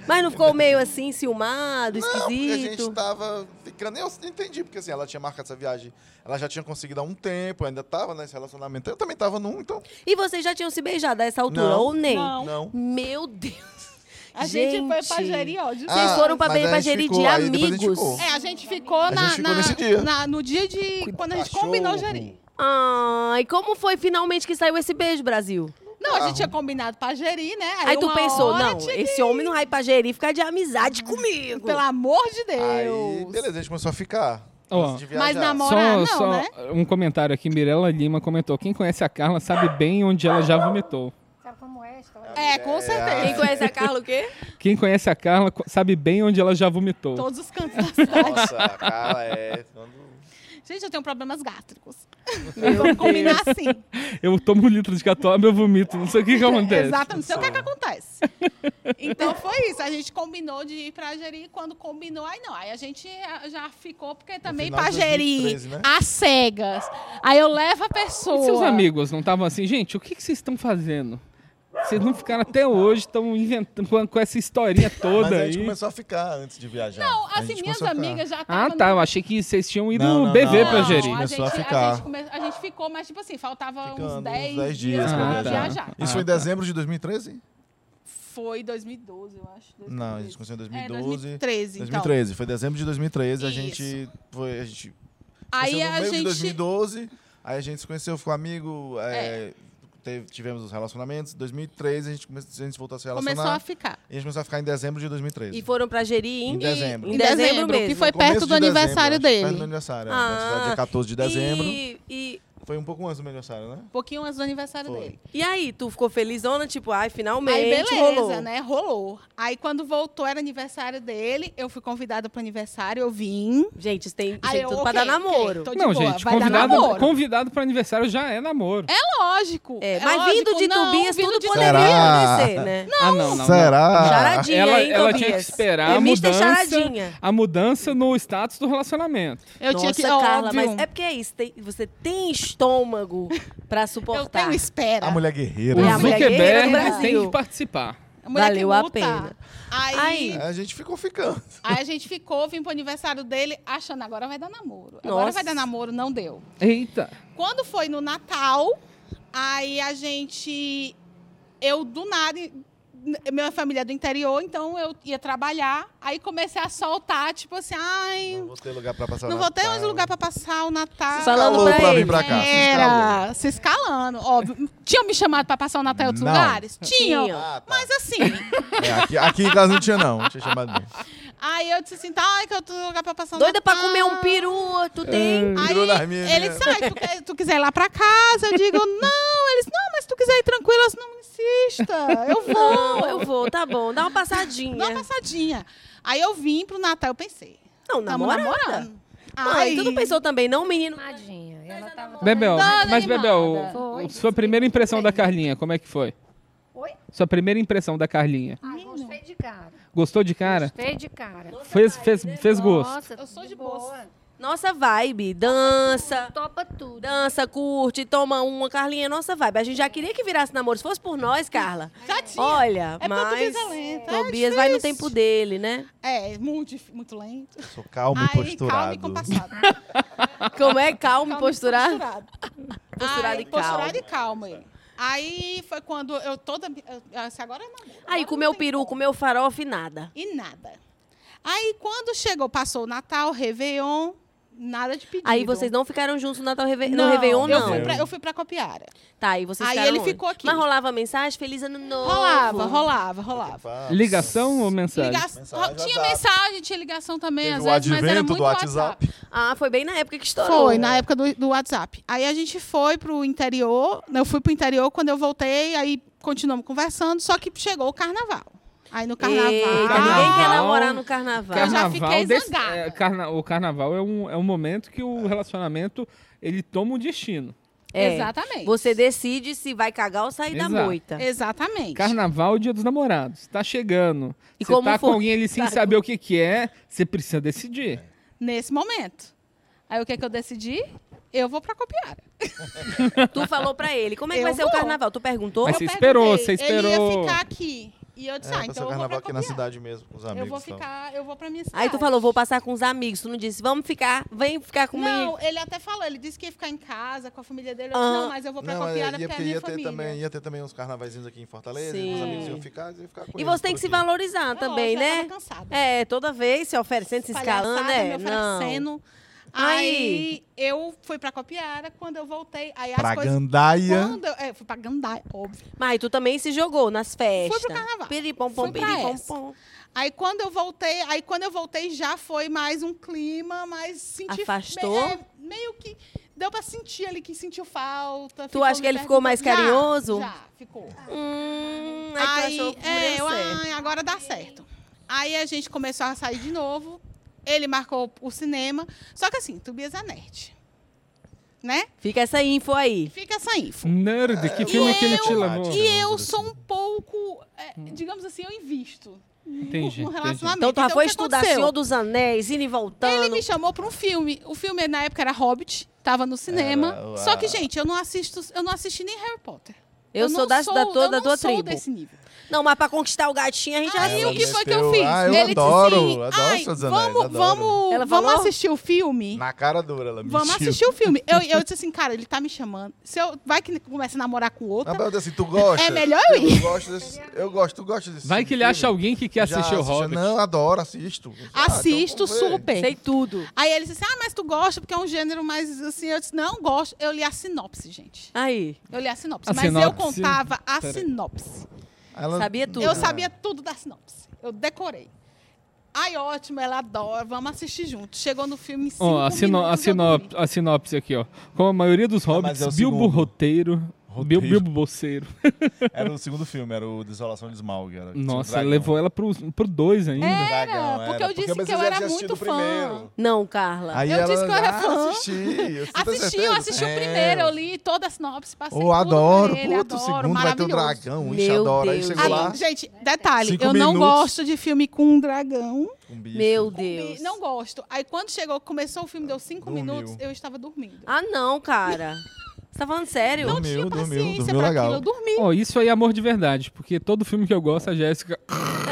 [SPEAKER 1] Mas não ficou meio assim, ciumado,
[SPEAKER 3] Não, porque a
[SPEAKER 1] esquisito?
[SPEAKER 3] gente tava ficando. Eu entendi, porque assim, ela tinha marcado essa viagem. Ela já tinha conseguido há um tempo, ainda tava nesse relacionamento. Eu também tava num, então.
[SPEAKER 1] E vocês já tinham se beijado a essa altura,
[SPEAKER 3] Não.
[SPEAKER 1] ou nem?
[SPEAKER 6] Não.
[SPEAKER 3] Não.
[SPEAKER 1] Meu Deus.
[SPEAKER 6] A gente, foi pra
[SPEAKER 1] Gente.
[SPEAKER 6] Jerió. de-
[SPEAKER 1] Vocês foram pra
[SPEAKER 3] mas
[SPEAKER 1] Be-
[SPEAKER 3] aí
[SPEAKER 1] pra
[SPEAKER 3] a gente
[SPEAKER 1] Jeri de
[SPEAKER 3] ficou, aí depois a gente
[SPEAKER 1] amigos.
[SPEAKER 3] ficou.
[SPEAKER 6] É, a gente ficou, na,
[SPEAKER 3] gente ficou
[SPEAKER 6] na-
[SPEAKER 3] nesse dia.
[SPEAKER 6] na- no dia de. Quando a gente
[SPEAKER 3] Cachorro.
[SPEAKER 6] combinou Jeri.
[SPEAKER 1] Ai, como foi finalmente que saiu esse beijo, Brasil?
[SPEAKER 6] Não,
[SPEAKER 3] Ah.
[SPEAKER 6] a gente tinha combinado pra Jeri, né?
[SPEAKER 1] Aí, tu
[SPEAKER 6] uma Hum.
[SPEAKER 1] pensou,
[SPEAKER 6] hora
[SPEAKER 1] não,
[SPEAKER 6] tinha que-
[SPEAKER 1] esse homem não vai pra gerir, ficar de amizade comigo.
[SPEAKER 6] Pelo amor de
[SPEAKER 3] Aí,
[SPEAKER 6] Deus.
[SPEAKER 3] beleza, a gente começou a ficar.
[SPEAKER 2] Ó.
[SPEAKER 3] antes de viajar.
[SPEAKER 6] Mas namora-
[SPEAKER 2] Só,
[SPEAKER 6] Morar, não,
[SPEAKER 2] só
[SPEAKER 6] né?
[SPEAKER 2] um comentário aqui. Mirella Lima comentou: quem conhece a Carla sabe bem onde ela já vomitou.
[SPEAKER 7] Sabe como é a história?
[SPEAKER 6] É, com certeza.
[SPEAKER 1] Quem conhece a Carla o quê?
[SPEAKER 2] Quem conhece a Carla co- sabe bem onde ela já vomitou.
[SPEAKER 6] Todos os cantos da cidade.
[SPEAKER 3] Nossa, a Carla é.
[SPEAKER 6] Gente, eu tenho problemas gástricos.
[SPEAKER 1] Meu
[SPEAKER 6] Vamos combinar assim.
[SPEAKER 2] Eu tomo um litro de catuaba, eu vomito. Não sei o que, que acontece.
[SPEAKER 6] Exato, não sei o que, é que acontece. Então foi isso. A gente combinou de ir pra Jeri. Quando combinou, aí não. Aí a gente ah, já ficou, porque também
[SPEAKER 3] final
[SPEAKER 6] pra
[SPEAKER 3] de
[SPEAKER 6] Jeri,
[SPEAKER 3] 2013, né?
[SPEAKER 6] às cegas. Aí eu levo a
[SPEAKER 2] E
[SPEAKER 6] pessoa.
[SPEAKER 2] seus amigos não estavam assim, gente, o que, que vocês estão fazendo? Vocês não ficaram até hoje, estão inventando com, com essa historinha toda
[SPEAKER 3] Mas a
[SPEAKER 2] aí.
[SPEAKER 3] gente começou a ficar antes de viajar.
[SPEAKER 6] Não,
[SPEAKER 3] A gente
[SPEAKER 6] assim, minhas
[SPEAKER 3] começou a ficar.
[SPEAKER 6] amigas já
[SPEAKER 2] Ah,
[SPEAKER 6] estavam.
[SPEAKER 2] tá. Eu achei que vocês tinham ido
[SPEAKER 3] Não, não,
[SPEAKER 2] beber
[SPEAKER 3] não.
[SPEAKER 2] pra
[SPEAKER 6] Não,
[SPEAKER 2] gerir.
[SPEAKER 6] a,
[SPEAKER 3] Começou
[SPEAKER 6] gente,
[SPEAKER 3] a
[SPEAKER 6] a,
[SPEAKER 3] ficar.
[SPEAKER 6] gente come- a gente ficou, mas tipo assim, faltava
[SPEAKER 3] Ficando
[SPEAKER 6] uns 10,
[SPEAKER 3] dias
[SPEAKER 2] pra
[SPEAKER 6] pra
[SPEAKER 2] viajar.
[SPEAKER 6] viajar.
[SPEAKER 3] Isso
[SPEAKER 2] Ah,
[SPEAKER 3] foi em
[SPEAKER 2] tá.
[SPEAKER 3] dezembro de 2013?
[SPEAKER 6] Foi 2012, eu acho.
[SPEAKER 3] Não, a gente começou em
[SPEAKER 6] É,
[SPEAKER 3] 2012.
[SPEAKER 6] 2013, então.
[SPEAKER 3] 2013, foi dezembro de 2013, a
[SPEAKER 6] Isso.
[SPEAKER 3] gente foi, a gente
[SPEAKER 6] Aí
[SPEAKER 3] conheceu no
[SPEAKER 6] a
[SPEAKER 3] meio de
[SPEAKER 6] gente
[SPEAKER 3] 2012, aí a gente se conheceu, ficou amigo, é, teve- tivemos os relacionamentos, 2013 a gente, come- a gente voltou a se relacionar,
[SPEAKER 6] começou a ficar.
[SPEAKER 3] e a gente começou a ficar em dezembro de 2013.
[SPEAKER 1] E foram pra gerir em,
[SPEAKER 3] Em dezembro.
[SPEAKER 1] Em dezembro, mesmo.
[SPEAKER 6] que foi
[SPEAKER 3] Começo
[SPEAKER 6] perto
[SPEAKER 3] de
[SPEAKER 6] do
[SPEAKER 3] dezembro,
[SPEAKER 6] aniversário
[SPEAKER 3] acho, Perto do
[SPEAKER 6] dele.
[SPEAKER 3] aniversário,
[SPEAKER 1] Ah,
[SPEAKER 3] ah, aniversário dia 14 de dezembro,
[SPEAKER 1] E, e,
[SPEAKER 3] foi um pouco antes do meu aniversário, né?
[SPEAKER 6] Um pouquinho antes do aniversário
[SPEAKER 3] Foi.
[SPEAKER 6] dele.
[SPEAKER 1] e aí, tu ficou felizona? Tipo, ai, finalmente
[SPEAKER 6] Aí beleza,
[SPEAKER 1] rolou.
[SPEAKER 6] né? Rolou. Aí quando voltou, era aniversário dele. Eu fui convidada pro aniversário, eu vim.
[SPEAKER 1] Gente, isso tem, isso
[SPEAKER 6] Aí
[SPEAKER 1] tem
[SPEAKER 6] eu,
[SPEAKER 1] tudo pra
[SPEAKER 6] ok,
[SPEAKER 1] dar
[SPEAKER 6] ok,
[SPEAKER 1] namoro.
[SPEAKER 6] tô de
[SPEAKER 2] Não,
[SPEAKER 6] boa,
[SPEAKER 2] gente,
[SPEAKER 6] vai dar
[SPEAKER 2] convidado,
[SPEAKER 6] namoro.
[SPEAKER 2] convidado para aniversário já é namoro.
[SPEAKER 6] É lógico.
[SPEAKER 1] É, mas
[SPEAKER 6] lógico.
[SPEAKER 1] vindo de
[SPEAKER 6] Não,
[SPEAKER 1] Tobias,
[SPEAKER 6] vindo
[SPEAKER 1] tudo
[SPEAKER 6] de
[SPEAKER 1] poderia
[SPEAKER 3] Será? Tá.
[SPEAKER 1] acontecer, né?
[SPEAKER 2] Ah, não, não, não.
[SPEAKER 3] Será?
[SPEAKER 1] Charadinha,
[SPEAKER 2] Ela,
[SPEAKER 1] hein,
[SPEAKER 2] ela
[SPEAKER 1] Tobias?
[SPEAKER 2] tinha que esperar
[SPEAKER 1] É
[SPEAKER 2] a
[SPEAKER 1] Mr.
[SPEAKER 2] mudança,
[SPEAKER 1] Charadinha.
[SPEAKER 2] a mudança no status do relacionamento.
[SPEAKER 6] Eu
[SPEAKER 1] Nossa,
[SPEAKER 6] tinha que.
[SPEAKER 1] Carla,
[SPEAKER 6] óbvio.
[SPEAKER 1] mas é porque é isso. tem- você tem estômago pra
[SPEAKER 6] Eu
[SPEAKER 1] suportar.
[SPEAKER 6] tenho espera.
[SPEAKER 3] A mulher guerreira.
[SPEAKER 2] O
[SPEAKER 1] É, a mulher guerreira do
[SPEAKER 2] Zuckerberg tem
[SPEAKER 1] Brasil.
[SPEAKER 2] que participar.
[SPEAKER 6] A mulher que
[SPEAKER 1] Valeu a
[SPEAKER 6] luta.
[SPEAKER 1] pena.
[SPEAKER 6] Aí,
[SPEAKER 1] Aí.
[SPEAKER 3] A gente ficou ficando.
[SPEAKER 6] aí a gente ficou, vim pro aniversário dele, achando agora vai dar namoro.
[SPEAKER 1] Nossa.
[SPEAKER 6] Agora vai dar namoro, não deu.
[SPEAKER 2] Eita.
[SPEAKER 6] Quando foi no Natal, aí a gente. Eu do nada. Minha família é do interior, então eu ia trabalhar. Aí comecei a soltar, tipo assim, ai,
[SPEAKER 3] Não vou ter lugar pra passar
[SPEAKER 6] não
[SPEAKER 3] o
[SPEAKER 6] vou ter mais
[SPEAKER 3] Natal.
[SPEAKER 6] lugar pra passar o Natal.
[SPEAKER 1] Só Falando
[SPEAKER 3] Calou
[SPEAKER 1] pra
[SPEAKER 3] pra vir
[SPEAKER 1] ele.
[SPEAKER 3] pra cá. se escalou.
[SPEAKER 6] Era, se escalando, óbvio. Tinham me chamado pra passar o Natal em outros
[SPEAKER 3] Não.
[SPEAKER 6] lugares? Tinham.
[SPEAKER 1] Tinham.
[SPEAKER 3] Ah, tá.
[SPEAKER 6] Mas assim,
[SPEAKER 3] É, aqui, aqui em casa não tinha, não. Não Tinha chamado ninguém.
[SPEAKER 6] aí eu disse assim, tá, ai, que eu tô no lugar pra passar o
[SPEAKER 1] Doida pra
[SPEAKER 6] Natal.
[SPEAKER 1] comer um peru, tu tem.
[SPEAKER 6] Aí
[SPEAKER 3] Virou na minha,
[SPEAKER 6] ele
[SPEAKER 3] né?
[SPEAKER 6] disse, "Ai, tu, quer- tu quiser ir lá pra casa? Eu digo, não. Eles, não, mas se tu quiser ir tranquilo, eu disse, não insista. Eu vou.
[SPEAKER 1] Não, eu vou, tá bom. Dá uma passadinha.
[SPEAKER 6] Dá uma passadinha. Aí eu vim pro Natal, eu pensei.
[SPEAKER 1] Não,
[SPEAKER 6] Tamo
[SPEAKER 1] namorada.
[SPEAKER 6] tá namorando.
[SPEAKER 1] Mãe, tu não pensou também, não, menino?
[SPEAKER 7] Tadinha. tá Ela tava.
[SPEAKER 2] Bebel,
[SPEAKER 6] Toda
[SPEAKER 2] mas Bebel,
[SPEAKER 6] animada.
[SPEAKER 7] é Foi.
[SPEAKER 2] sua primeira impressão da Carlinha, como é que foi?
[SPEAKER 7] Oi?
[SPEAKER 2] Sua primeira impressão da Carlinha.
[SPEAKER 7] Ai, Ah, gostei de cara.
[SPEAKER 2] Gostou de cara?
[SPEAKER 7] Gostei de cara.
[SPEAKER 2] Fez, fez, fez gosto.
[SPEAKER 7] Nossa,
[SPEAKER 6] Eu sou de
[SPEAKER 1] Nossa vibe. Dança.
[SPEAKER 7] Topa tudo.
[SPEAKER 1] Dança, curte, toma uma, Carlinha, nossa vibe. A gente já queria que virasse namoro. Se fosse por nós, Carla.
[SPEAKER 6] Já tinha.
[SPEAKER 1] Olha,
[SPEAKER 6] É porque o
[SPEAKER 1] mas.
[SPEAKER 6] Tobias é lento, é
[SPEAKER 1] Tobias vai no
[SPEAKER 6] difícil.
[SPEAKER 1] tempo dele, né?
[SPEAKER 6] É, muito, dif- muito lento.
[SPEAKER 3] Sou calmo e
[SPEAKER 6] Aí, calma
[SPEAKER 3] posturado.
[SPEAKER 6] e compassado.
[SPEAKER 1] Como é calmo,
[SPEAKER 6] Calmo e
[SPEAKER 1] posturar?
[SPEAKER 6] posturado.
[SPEAKER 1] Posturado
[SPEAKER 6] Aí,
[SPEAKER 1] e calmo.
[SPEAKER 6] Posturado e calmo. ele. Aí foi quando eu toda... Eu, eu disse, agora é namoro.
[SPEAKER 1] Aí
[SPEAKER 6] agora
[SPEAKER 1] comeu
[SPEAKER 6] não tem
[SPEAKER 1] peru,
[SPEAKER 6] como.
[SPEAKER 1] comeu farofa e nada.
[SPEAKER 6] E nada. Aí quando chegou, passou o Natal, Réveillon, nada de pedido.
[SPEAKER 1] Aí vocês não ficaram juntos no Natal Reve...
[SPEAKER 6] não,
[SPEAKER 1] no Réveillon,
[SPEAKER 6] eu
[SPEAKER 1] não.
[SPEAKER 6] Fui pra,
[SPEAKER 3] É.
[SPEAKER 6] eu fui pra Copiara.
[SPEAKER 1] Tá, e vocês
[SPEAKER 6] Aí
[SPEAKER 1] ficaram
[SPEAKER 6] ele
[SPEAKER 1] onde?
[SPEAKER 6] ficou aqui.
[SPEAKER 1] Mas rolava mensagem, feliz ano novo.
[SPEAKER 6] Rolava, rolava, rolava.
[SPEAKER 2] Ligação ou mensagem?
[SPEAKER 6] Liga-
[SPEAKER 3] Mensagem,
[SPEAKER 6] tinha
[SPEAKER 3] WhatsApp.
[SPEAKER 6] mensagem, tinha ligação também,
[SPEAKER 3] Teve
[SPEAKER 6] às
[SPEAKER 3] o
[SPEAKER 6] vezes, mas era
[SPEAKER 3] advento
[SPEAKER 6] muito
[SPEAKER 3] do WhatsApp.
[SPEAKER 1] Ah, foi bem na época que estourou.
[SPEAKER 6] Foi, na época do, do WhatsApp. Aí a gente foi pro interior, né, eu fui pro interior, quando eu voltei, aí continuamos conversando, só que chegou o carnaval. Aí no carnaval.
[SPEAKER 1] Eita, ninguém quer
[SPEAKER 2] Carnaval.
[SPEAKER 1] namorar no carnaval.
[SPEAKER 6] Eu já fiquei
[SPEAKER 2] desse-
[SPEAKER 6] zangada.
[SPEAKER 2] é, carna- o carnaval é um, é um momento que o relacionamento ele toma um destino.
[SPEAKER 1] É,
[SPEAKER 6] Exatamente.
[SPEAKER 1] Você decide se vai cagar ou sair da
[SPEAKER 2] Exato.
[SPEAKER 1] moita.
[SPEAKER 6] Exatamente.
[SPEAKER 2] Carnaval é o dia dos namorados. Tá chegando.
[SPEAKER 1] E
[SPEAKER 2] Você
[SPEAKER 1] como
[SPEAKER 2] tá
[SPEAKER 1] foi?
[SPEAKER 2] com alguém ali sem
[SPEAKER 1] Tá.
[SPEAKER 2] saber o que, que é, você precisa decidir.
[SPEAKER 6] Nesse momento. Aí o que, que eu decidi? Eu vou pra Copiara.
[SPEAKER 1] Tu falou pra ele, como é que
[SPEAKER 6] Eu
[SPEAKER 1] vai ser o
[SPEAKER 6] vou.
[SPEAKER 1] carnaval? Tu perguntou?
[SPEAKER 2] Mas você
[SPEAKER 6] Eu
[SPEAKER 2] esperou,
[SPEAKER 6] perguntei,
[SPEAKER 2] você
[SPEAKER 6] Ele
[SPEAKER 2] esperou.
[SPEAKER 6] ia ficar aqui. E eu disse, ah,
[SPEAKER 3] pra ser
[SPEAKER 6] então
[SPEAKER 3] o
[SPEAKER 6] eu vou
[SPEAKER 3] É, carnaval
[SPEAKER 6] pra
[SPEAKER 3] aqui na
[SPEAKER 6] Copiara.
[SPEAKER 3] cidade mesmo, com os amigos.
[SPEAKER 6] Eu vou
[SPEAKER 3] então.
[SPEAKER 6] ficar, eu vou pra minha cidade.
[SPEAKER 1] Aí tu falou, vou passar com os amigos. Tu não disse, vamos ficar, vem ficar comigo.
[SPEAKER 6] Não, ele até falou, ele disse que ia ficar em casa com a família dele. Eu disse,
[SPEAKER 1] Ah.
[SPEAKER 6] não, mas eu vou pra
[SPEAKER 3] Não, é,
[SPEAKER 6] Copiara
[SPEAKER 3] ia,
[SPEAKER 6] porque é
[SPEAKER 3] porque
[SPEAKER 6] a minha
[SPEAKER 3] ia ter,
[SPEAKER 6] família.
[SPEAKER 3] também, ia ter também uns carnavaizinhos aqui em Fortaleza, e os
[SPEAKER 1] Sim.
[SPEAKER 3] amigos iam ficar, iam ficar com
[SPEAKER 1] e
[SPEAKER 3] eles
[SPEAKER 1] você tem
[SPEAKER 3] por
[SPEAKER 1] que se
[SPEAKER 3] aqui.
[SPEAKER 1] valorizar
[SPEAKER 6] Lógico,
[SPEAKER 1] também,
[SPEAKER 6] eu
[SPEAKER 1] né?
[SPEAKER 6] tava cansada.
[SPEAKER 1] É, toda vez se oferecendo, se escalando,
[SPEAKER 6] Palhaçada,
[SPEAKER 1] né?
[SPEAKER 6] me
[SPEAKER 1] Não.
[SPEAKER 6] oferecendo. Aí,
[SPEAKER 1] Aí.
[SPEAKER 6] eu fui pra Copiara, quando eu voltei, aí as
[SPEAKER 3] Pra
[SPEAKER 6] coisas...
[SPEAKER 3] Gandaia.
[SPEAKER 6] Quando eu, é, fui pra Gandaia, óbvio.
[SPEAKER 1] Mas aí tu também se jogou nas festas.
[SPEAKER 6] Fui pro carnaval.
[SPEAKER 1] Piripom, pom,
[SPEAKER 6] Fui pra
[SPEAKER 1] piripom,
[SPEAKER 6] essa.
[SPEAKER 1] pom.
[SPEAKER 6] Aí quando eu voltei, aí quando eu voltei já foi mais um clima, mas senti
[SPEAKER 1] Afastou?
[SPEAKER 6] me- é, meio que deu pra sentir ali que sentiu falta.
[SPEAKER 1] Tu acha
[SPEAKER 6] me
[SPEAKER 1] que ele ficou mais
[SPEAKER 6] perguntando- Já,
[SPEAKER 1] carinhoso?
[SPEAKER 6] Já, ficou.
[SPEAKER 1] Hum, aí,
[SPEAKER 6] Aí,
[SPEAKER 1] tu achou que
[SPEAKER 6] é,
[SPEAKER 1] deu
[SPEAKER 6] eu,
[SPEAKER 1] certo.
[SPEAKER 6] ai, agora dá certo. Aí a gente começou a sair de novo. Ele marcou o cinema. Só que assim, Tobias é nerd. Né?
[SPEAKER 1] Fica essa info aí.
[SPEAKER 6] Fica essa info.
[SPEAKER 2] Nerd, que filme que ele te
[SPEAKER 3] eu-
[SPEAKER 2] levou?
[SPEAKER 3] Não,
[SPEAKER 6] E eu
[SPEAKER 3] Deus,
[SPEAKER 6] sou um pouco, é, digamos assim, eu invisto
[SPEAKER 2] Entendi.
[SPEAKER 6] no
[SPEAKER 2] entendi.
[SPEAKER 6] relacionamento.
[SPEAKER 1] Então tu já foi
[SPEAKER 6] o que
[SPEAKER 1] estudar
[SPEAKER 6] aconteceu?
[SPEAKER 1] Senhor dos Anéis, indo e
[SPEAKER 6] Ele
[SPEAKER 1] voltando.
[SPEAKER 6] me chamou pra um filme. O filme na época era Hobbit, tava no cinema.
[SPEAKER 3] Era o-
[SPEAKER 6] Só que,
[SPEAKER 3] a-
[SPEAKER 6] gente, eu não assisto, eu não assisti nem Harry Potter.
[SPEAKER 1] Eu, sou
[SPEAKER 6] não
[SPEAKER 1] da, da
[SPEAKER 6] eu
[SPEAKER 1] toda
[SPEAKER 6] não
[SPEAKER 1] a tua
[SPEAKER 6] sou
[SPEAKER 1] tribo.
[SPEAKER 6] desse nível.
[SPEAKER 1] Não, mas pra conquistar o gatinho a gente
[SPEAKER 6] Aí
[SPEAKER 3] Ela
[SPEAKER 6] o que foi que eu
[SPEAKER 3] meteu-
[SPEAKER 6] fiz?
[SPEAKER 3] Ah, eu
[SPEAKER 6] ele
[SPEAKER 3] adoro,
[SPEAKER 6] disse assim,
[SPEAKER 3] adoro
[SPEAKER 6] "Ai,
[SPEAKER 3] Senhor dos Anéis,
[SPEAKER 6] vamos,
[SPEAKER 3] adoro."
[SPEAKER 6] vamos,
[SPEAKER 1] Ela
[SPEAKER 6] vamos
[SPEAKER 1] falou?
[SPEAKER 6] assistir o filme.
[SPEAKER 3] Na cara dura, ela mentiu.
[SPEAKER 6] Vamos assistir o filme. Eu, eu disse assim, cara, ele tá me chamando. Se eu, vai que começa a namorar com outra.
[SPEAKER 3] Na verdade, assim, tu gosta?
[SPEAKER 6] É melhor eu
[SPEAKER 3] eu gosto desse, Eu gosto, tu gosta desse
[SPEAKER 2] Vai que ele acha alguém que quer assistir o Hobbit.
[SPEAKER 3] Não, adoro, assisto. Ah,
[SPEAKER 6] assisto
[SPEAKER 3] então vamos ver.
[SPEAKER 6] super.
[SPEAKER 1] Sei tudo.
[SPEAKER 6] Aí ele disse assim, ah, mas tu gosta porque é um gênero mais assim. Eu disse, não gosto. Eu li a sinopse, gente.
[SPEAKER 1] Aí,
[SPEAKER 6] Eu li a sinopse.
[SPEAKER 2] A
[SPEAKER 6] mas eu
[SPEAKER 2] sinopse-
[SPEAKER 6] contava a
[SPEAKER 2] Peraí.
[SPEAKER 6] sinopse.
[SPEAKER 3] Ela-
[SPEAKER 1] sabia tudo.
[SPEAKER 6] Eu sabia tudo da sinopse. Eu decorei. Ai, ótimo, ela adora. Vamos assistir juntos. Chegou no filme em cinco
[SPEAKER 2] Ó, a, sino- a
[SPEAKER 6] minutos, eu
[SPEAKER 2] sinop-
[SPEAKER 6] dormi.
[SPEAKER 2] a sinopse aqui, ó. Como a maioria dos hobbits,
[SPEAKER 3] mas é o
[SPEAKER 2] Bilbo
[SPEAKER 3] segundo.
[SPEAKER 2] roteiro, Bil-
[SPEAKER 3] Roteiro.
[SPEAKER 2] Bilbo bolseiro.
[SPEAKER 3] Era o segundo filme, era o Desolação de Smaug. Era, que tinha um
[SPEAKER 2] Nossa,
[SPEAKER 3] dragão.
[SPEAKER 2] levou ela pro, pro dois
[SPEAKER 6] É,
[SPEAKER 2] ainda.
[SPEAKER 3] Um dragão,
[SPEAKER 6] porque eu disse
[SPEAKER 3] pensei
[SPEAKER 6] que eu
[SPEAKER 3] já
[SPEAKER 6] era
[SPEAKER 3] tinha assistido
[SPEAKER 6] muito
[SPEAKER 3] o
[SPEAKER 6] fã.
[SPEAKER 3] primeiro.
[SPEAKER 1] Não, Carla.
[SPEAKER 3] Aí
[SPEAKER 6] Eu
[SPEAKER 3] ela,
[SPEAKER 6] disse que eu era
[SPEAKER 3] ah,
[SPEAKER 6] fã.
[SPEAKER 3] Assisti, você tá
[SPEAKER 6] Assisti, eu
[SPEAKER 3] certeza?
[SPEAKER 6] assisti o
[SPEAKER 3] É.
[SPEAKER 6] primeiro, eu li toda a sinopse, passei
[SPEAKER 3] Ô,
[SPEAKER 6] Tá tudo
[SPEAKER 3] adoro.
[SPEAKER 6] pra ele,
[SPEAKER 3] Puta, o
[SPEAKER 6] adoro,
[SPEAKER 3] segundo vai ter um
[SPEAKER 6] maravilhoso.
[SPEAKER 3] dragão. Ixi,
[SPEAKER 1] Meu
[SPEAKER 3] adoro. Aí
[SPEAKER 1] Deus.
[SPEAKER 3] chegou
[SPEAKER 6] Aí,
[SPEAKER 3] lá,
[SPEAKER 6] gente, detalhe,
[SPEAKER 3] Cinco
[SPEAKER 6] eu não
[SPEAKER 3] minutos.
[SPEAKER 6] gosto de filme com dragão.
[SPEAKER 3] um bicho.
[SPEAKER 1] Meu Deus.
[SPEAKER 6] Não gosto. Aí quando chegou, começou o filme, deu cinco
[SPEAKER 3] Dormiu.
[SPEAKER 6] minutos, eu estava dormindo.
[SPEAKER 1] Ah, não, cara. Você tá falando sério?
[SPEAKER 6] não
[SPEAKER 3] Dormiu,
[SPEAKER 6] tinha
[SPEAKER 3] dormiu,
[SPEAKER 6] paciência
[SPEAKER 3] dormiu
[SPEAKER 6] pra
[SPEAKER 3] legal.
[SPEAKER 6] aquilo, eu dormi.
[SPEAKER 2] Ó, isso aí é amor de verdade, porque todo filme que eu gosto, a Jéssica.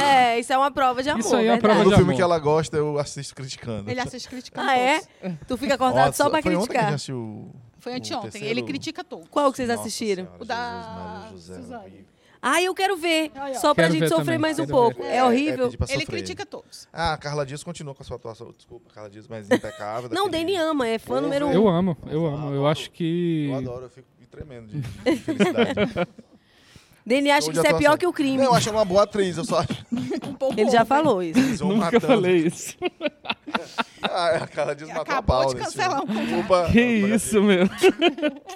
[SPEAKER 1] É, isso é uma prova de amor.
[SPEAKER 2] Isso aí é uma
[SPEAKER 1] verdade.
[SPEAKER 2] prova
[SPEAKER 3] Todo
[SPEAKER 2] de
[SPEAKER 3] filme
[SPEAKER 2] amor.
[SPEAKER 3] que ela gosta, eu assisto criticando.
[SPEAKER 6] Ele assiste criticando
[SPEAKER 1] Ah, é?
[SPEAKER 6] todos.
[SPEAKER 1] Tu fica acordado
[SPEAKER 3] Nossa,
[SPEAKER 1] só pra
[SPEAKER 3] foi ontem que a
[SPEAKER 1] criticar.
[SPEAKER 3] gente assistiu o-
[SPEAKER 6] Foi
[SPEAKER 3] o
[SPEAKER 6] anteontem,
[SPEAKER 3] terceiro-
[SPEAKER 6] ele critica todos.
[SPEAKER 1] Qual que vocês
[SPEAKER 3] Nossa
[SPEAKER 1] assistiram?
[SPEAKER 3] Senhora,
[SPEAKER 6] O da
[SPEAKER 3] Jesus, Maria, José, é
[SPEAKER 6] Suzane.
[SPEAKER 3] Maria.
[SPEAKER 1] Ah, eu quero ver.
[SPEAKER 6] Olha, ó.
[SPEAKER 1] Só pra
[SPEAKER 2] Quero
[SPEAKER 1] gente
[SPEAKER 2] ver
[SPEAKER 1] sofrer
[SPEAKER 2] também,
[SPEAKER 1] mais um
[SPEAKER 2] quero ver.
[SPEAKER 1] pouco. É, horrível.
[SPEAKER 3] pedir pra
[SPEAKER 6] Ele
[SPEAKER 3] sofrer.
[SPEAKER 6] critica todos.
[SPEAKER 3] Ah, a Carla Dias continua com a sua atuação. Desculpa, Carla Dias, mas impecável.
[SPEAKER 1] Não, o
[SPEAKER 3] daquele-
[SPEAKER 1] Dani ama, é fã
[SPEAKER 3] Eu
[SPEAKER 1] número um.
[SPEAKER 2] Eu amo, eu amo. Eu acho que.
[SPEAKER 3] Eu adoro, eu fico tremendo de de felicidade.
[SPEAKER 1] Dani acha
[SPEAKER 3] Show
[SPEAKER 1] que
[SPEAKER 3] de
[SPEAKER 1] isso é
[SPEAKER 3] atuação.
[SPEAKER 1] pior que o crime.
[SPEAKER 3] Não, eu acho ela uma boa atriz, eu só acho que
[SPEAKER 6] Um pouco
[SPEAKER 1] Ele já
[SPEAKER 6] over.
[SPEAKER 1] falou isso.
[SPEAKER 3] eles vão
[SPEAKER 2] Nunca
[SPEAKER 3] matando.
[SPEAKER 2] falei isso.
[SPEAKER 3] Tá, Ah, a Carla Dias matou a
[SPEAKER 6] Acabou
[SPEAKER 3] pau
[SPEAKER 6] de
[SPEAKER 3] nesse
[SPEAKER 6] cancelar um.
[SPEAKER 3] filme.
[SPEAKER 6] o
[SPEAKER 3] Opa,
[SPEAKER 2] Que
[SPEAKER 3] opa,
[SPEAKER 2] isso, meu.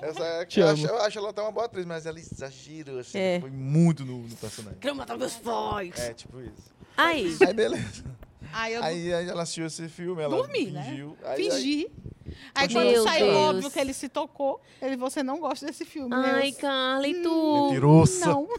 [SPEAKER 3] Essa é,
[SPEAKER 2] Te
[SPEAKER 3] eu,
[SPEAKER 2] amo.
[SPEAKER 3] acho, eu acho ela até uma boa atriz, mas ela exagerou, assim,
[SPEAKER 1] É.
[SPEAKER 3] foi muito no, no personagem.
[SPEAKER 1] Quero matar meus pais.
[SPEAKER 3] É, tipo isso.
[SPEAKER 1] Aí,
[SPEAKER 3] Aí, beleza.
[SPEAKER 6] Aí eu
[SPEAKER 3] Aí, aí ela assistiu esse filme, ela
[SPEAKER 6] Dormi, né?
[SPEAKER 3] fingiu. Né?
[SPEAKER 6] fingi. Aí
[SPEAKER 1] Meu
[SPEAKER 6] quando saiu,
[SPEAKER 1] Deus.
[SPEAKER 6] óbvio que ele se tocou. Ele, você não gosta desse filme. né?
[SPEAKER 1] ai,
[SPEAKER 6] Eu-
[SPEAKER 1] Carla, e tu?
[SPEAKER 3] Mentirosa.
[SPEAKER 6] Não. tá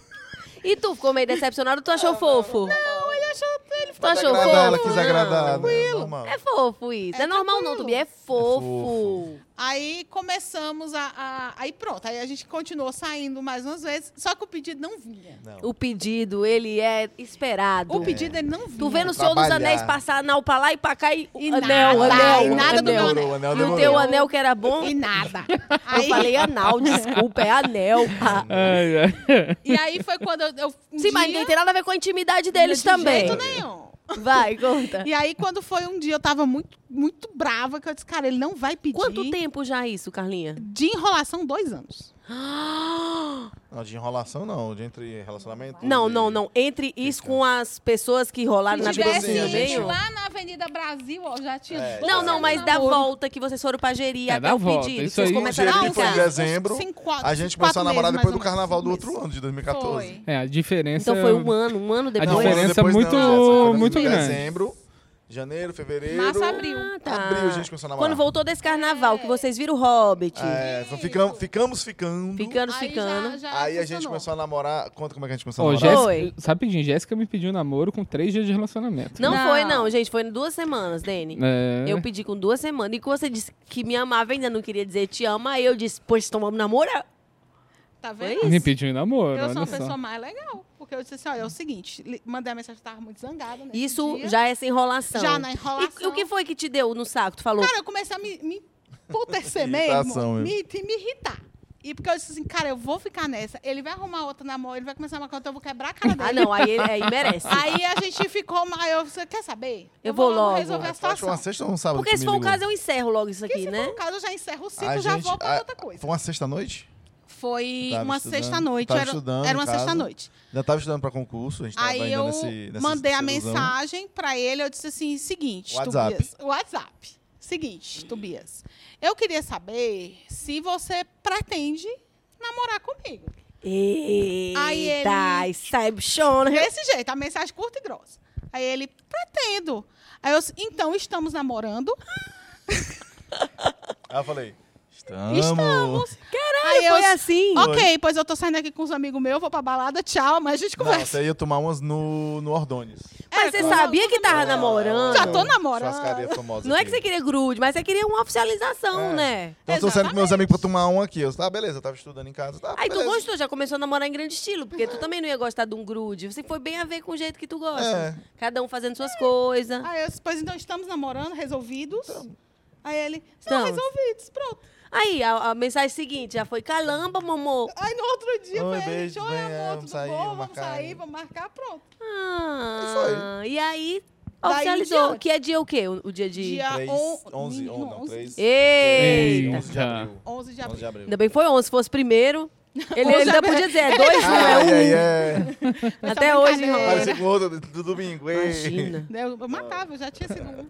[SPEAKER 1] E tu ficou meio decepcionado, tu achou fofo?
[SPEAKER 6] Não, ele achou. Ele
[SPEAKER 1] Tu achou fofo?
[SPEAKER 3] Agradar, ela quis
[SPEAKER 1] Não.
[SPEAKER 3] agradar. Né? Normal.
[SPEAKER 1] É fofo isso. É,
[SPEAKER 6] É
[SPEAKER 1] normal não,
[SPEAKER 6] tranquilo.
[SPEAKER 1] Tubi. É fofo.
[SPEAKER 6] Aí começamos a, a- Aí pronto. Aí a gente continuou saindo mais umas vezes. Só que o pedido não vinha.
[SPEAKER 3] Não.
[SPEAKER 1] O pedido, ele é esperado.
[SPEAKER 6] O pedido ele não vinha.
[SPEAKER 1] Tu vê no Senhor dos
[SPEAKER 3] Trabalhar.
[SPEAKER 1] Anéis passar anel pra lá e pra cá e...
[SPEAKER 6] E
[SPEAKER 1] anel,
[SPEAKER 6] nada,
[SPEAKER 1] anel,
[SPEAKER 6] e nada do meu
[SPEAKER 1] anel.
[SPEAKER 6] anel.
[SPEAKER 3] Demorou, o anel
[SPEAKER 1] E o
[SPEAKER 3] demorou.
[SPEAKER 1] teu anel que era bom?
[SPEAKER 6] E nada.
[SPEAKER 1] Eu
[SPEAKER 6] Aí,
[SPEAKER 1] falei anal, desculpa, é anel. Ah.
[SPEAKER 2] Ai, ai.
[SPEAKER 6] E aí foi quando eu. eu um
[SPEAKER 1] Sim, mas
[SPEAKER 6] dia-
[SPEAKER 1] não tem nada a ver com a intimidade deles
[SPEAKER 6] de
[SPEAKER 1] também.
[SPEAKER 6] jeito nenhum.
[SPEAKER 5] Vai, conta.
[SPEAKER 6] E aí, quando foi um dia, eu tava muito, muito brava, que eu disse, cara, ele não vai pedir.
[SPEAKER 1] Quanto tempo já é isso, Carlinha?
[SPEAKER 6] De enrolação, dois anos.
[SPEAKER 3] Não, de enrolação não, de entre relacionamento.
[SPEAKER 1] Não,
[SPEAKER 3] e-
[SPEAKER 1] não, não. Entre isso com as pessoas que rolaram
[SPEAKER 6] Se
[SPEAKER 1] na vida
[SPEAKER 6] tivesse
[SPEAKER 1] assim, no
[SPEAKER 6] ido
[SPEAKER 1] meio.
[SPEAKER 6] lá na Avenida Brasil, ó, já tinha...
[SPEAKER 3] É,
[SPEAKER 1] Não, não, mas da
[SPEAKER 6] dá
[SPEAKER 1] volta que vocês foram pra gerir
[SPEAKER 2] É,
[SPEAKER 1] até
[SPEAKER 2] dá
[SPEAKER 1] o
[SPEAKER 2] volta,
[SPEAKER 1] pedido.
[SPEAKER 2] isso
[SPEAKER 1] Vocês
[SPEAKER 2] aí.
[SPEAKER 1] começaram a
[SPEAKER 3] Gerir foi em
[SPEAKER 1] ficar.
[SPEAKER 3] dezembro, A gente começou a namorar depois do carnaval do outro ano, de 2014.
[SPEAKER 6] Foi.
[SPEAKER 2] É, a diferença.
[SPEAKER 1] Então foi um ano, um ano depois.
[SPEAKER 2] A
[SPEAKER 3] um ano
[SPEAKER 2] diferença é muito-
[SPEAKER 3] foi em
[SPEAKER 2] muito grande.
[SPEAKER 3] Dezembro, janeiro, fevereiro.
[SPEAKER 6] Março, abril.
[SPEAKER 1] Ah, tá.
[SPEAKER 3] Abril a gente começou a namorar.
[SPEAKER 1] Quando Ah, voltou desse carnaval, que vocês viram o Hobbit,
[SPEAKER 3] É, então ficam- ficamos ficando.
[SPEAKER 1] ficando,
[SPEAKER 6] Aí
[SPEAKER 1] ficando.
[SPEAKER 6] já- já
[SPEAKER 3] Aí a gente
[SPEAKER 6] funcionou.
[SPEAKER 3] começou a namorar. Conta como é que a gente começou a
[SPEAKER 2] Ó,
[SPEAKER 3] namorar.
[SPEAKER 1] Jéssica-
[SPEAKER 2] Jéssica, sabe pedir? Jéssica me pediu namoro com três dias de relacionamento.
[SPEAKER 1] Não,
[SPEAKER 6] Não.
[SPEAKER 1] foi, não, gente. Foi em duas semanas, Dani.
[SPEAKER 2] É.
[SPEAKER 1] Eu pedi com duas semanas. E quando você disse que me amava, ainda não queria dizer te ama, aí eu disse, pois tomamos namorar.
[SPEAKER 6] Tá
[SPEAKER 1] Foi
[SPEAKER 6] vendo?
[SPEAKER 2] Me pediu em namoro,
[SPEAKER 6] Eu
[SPEAKER 2] olha
[SPEAKER 6] sou uma
[SPEAKER 2] só.
[SPEAKER 6] pessoa mais legal. Porque eu disse assim, olha, é o seguinte, li- mandei a mensagem, tava muito zangada. né, nesse
[SPEAKER 1] Isso
[SPEAKER 6] dia.
[SPEAKER 1] já é essa enrolação.
[SPEAKER 6] Já na
[SPEAKER 1] E,
[SPEAKER 6] enrolação.
[SPEAKER 1] o que foi que te deu no saco? Tu falou,
[SPEAKER 6] Cara, eu comecei a me, me putecer
[SPEAKER 3] Irritação
[SPEAKER 6] mesmo,
[SPEAKER 3] mesmo.
[SPEAKER 6] me, te- me irritar. E porque eu disse assim, cara, eu vou ficar nessa. Ele vai arrumar outra namoro, ele vai começar uma conta, eu vou quebrar a cara dele.
[SPEAKER 1] ah, não, aí, aí merece.
[SPEAKER 6] Aí a gente ficou mais. Eu disse, quer saber?
[SPEAKER 1] Eu vou logo.
[SPEAKER 6] resolver a
[SPEAKER 3] Acho que foi
[SPEAKER 6] situação.
[SPEAKER 3] uma sexta ou um sábado.
[SPEAKER 1] Porque
[SPEAKER 3] que
[SPEAKER 1] se
[SPEAKER 3] me
[SPEAKER 1] for o
[SPEAKER 3] ligou.
[SPEAKER 1] caso, eu encerro logo isso
[SPEAKER 6] Porque
[SPEAKER 1] aqui,
[SPEAKER 6] se
[SPEAKER 1] né?
[SPEAKER 6] for o caso, eu já encerro o
[SPEAKER 3] A
[SPEAKER 6] ciclo, já
[SPEAKER 3] gente-
[SPEAKER 6] vou pra
[SPEAKER 3] a-
[SPEAKER 6] outra coisa.
[SPEAKER 3] Foi uma sexta-noite?
[SPEAKER 6] Foi
[SPEAKER 3] Tava
[SPEAKER 6] uma
[SPEAKER 3] estudando,
[SPEAKER 6] sexta-noite.
[SPEAKER 3] tava
[SPEAKER 6] Era, um-
[SPEAKER 3] estudando
[SPEAKER 6] era uma
[SPEAKER 3] em casa.
[SPEAKER 6] sexta-noite.
[SPEAKER 3] Ainda tava estudando pra concurso, a gente tava
[SPEAKER 6] Aí
[SPEAKER 3] ainda
[SPEAKER 6] eu
[SPEAKER 3] nesse, nessa
[SPEAKER 6] mandei a
[SPEAKER 3] sedução.
[SPEAKER 6] mensagem pra ele, eu disse assim, seguinte,
[SPEAKER 3] WhatsApp.
[SPEAKER 6] Tobias. WhatsApp. Seguinte, Tobias. Eu queria saber se você pretende namorar comigo.
[SPEAKER 1] Eita,
[SPEAKER 6] Aí ele-
[SPEAKER 1] ai, sai, bichona.
[SPEAKER 6] Desse jeito, a mensagem curta e grossa. Aí ele, pretendo. Aí eu, disse, então, estamos namorando.
[SPEAKER 3] Aí eu falei, estamos.
[SPEAKER 6] Aí eu
[SPEAKER 1] Foi
[SPEAKER 6] disse,
[SPEAKER 1] assim.
[SPEAKER 6] Ok, pois eu tô saindo aqui com os amigos meus, vou pra balada, tchau, mas a gente
[SPEAKER 3] Não, você
[SPEAKER 6] conversa. É,
[SPEAKER 3] ia tomar umas no, no Ordones.
[SPEAKER 1] Mas você sabia que tava namorando?
[SPEAKER 6] Já tô namorando.
[SPEAKER 3] Churrascaria famosa
[SPEAKER 1] Não é que
[SPEAKER 3] aqui.
[SPEAKER 1] você queria grude, mas você queria uma oficialização,
[SPEAKER 3] É.
[SPEAKER 1] né?
[SPEAKER 3] Então eu tô saindo com meus amigos pra tomar um aqui. Eu tá, beleza, eu tava estudando em casa. Tá,
[SPEAKER 1] Aí tu
[SPEAKER 3] beleza.
[SPEAKER 1] gostou, já começou a namorar em grande estilo, porque tu também não ia gostar de um grude. Você foi bem a ver com o jeito que tu
[SPEAKER 3] É.
[SPEAKER 1] gosta. Cada um fazendo suas coisas.
[SPEAKER 6] Aí eu disse, pois então estamos namorando, resolvidos. Aí ele,
[SPEAKER 1] Estamos.
[SPEAKER 6] não, resolvidos, pronto.
[SPEAKER 1] Aí, a, a mensagem seguinte já foi: calamba, mamô.
[SPEAKER 6] Aí no outro dia,
[SPEAKER 3] Oi,
[SPEAKER 6] foi ele,
[SPEAKER 3] beijo,
[SPEAKER 6] oi
[SPEAKER 3] vem,
[SPEAKER 6] amor,
[SPEAKER 3] vamos
[SPEAKER 6] tudo
[SPEAKER 3] sair,
[SPEAKER 6] bom,
[SPEAKER 3] vamos
[SPEAKER 6] vamos
[SPEAKER 3] marcar,
[SPEAKER 6] sair,
[SPEAKER 3] hein?"
[SPEAKER 6] vamos marcar, pronto.
[SPEAKER 1] Ah, e aí,
[SPEAKER 6] Daí em
[SPEAKER 1] oficializou.
[SPEAKER 6] diante.
[SPEAKER 1] Que é dia o quê? O, o dia de.
[SPEAKER 6] Dia
[SPEAKER 3] Três,
[SPEAKER 6] on-
[SPEAKER 3] 11,
[SPEAKER 6] menino,
[SPEAKER 3] ou não, 3.
[SPEAKER 1] Ei!
[SPEAKER 3] 11 de abril.
[SPEAKER 6] 11
[SPEAKER 3] 11 É.
[SPEAKER 6] de
[SPEAKER 3] de
[SPEAKER 6] abril.
[SPEAKER 3] abril.
[SPEAKER 1] Ainda bem que foi 11, se fosse primeiro. Ele
[SPEAKER 6] Onze
[SPEAKER 1] ainda
[SPEAKER 6] abre-
[SPEAKER 1] podia dizer: é dois, não é
[SPEAKER 3] Ai,
[SPEAKER 1] um.
[SPEAKER 3] ai, ai.
[SPEAKER 6] Mas
[SPEAKER 1] Até
[SPEAKER 6] tá
[SPEAKER 1] hoje,
[SPEAKER 6] brincadeira.
[SPEAKER 1] enrola.
[SPEAKER 3] Parecia com outra do- do domingo. ei.
[SPEAKER 1] Imagina.
[SPEAKER 6] Eu eu matava, eu já tinha sido um.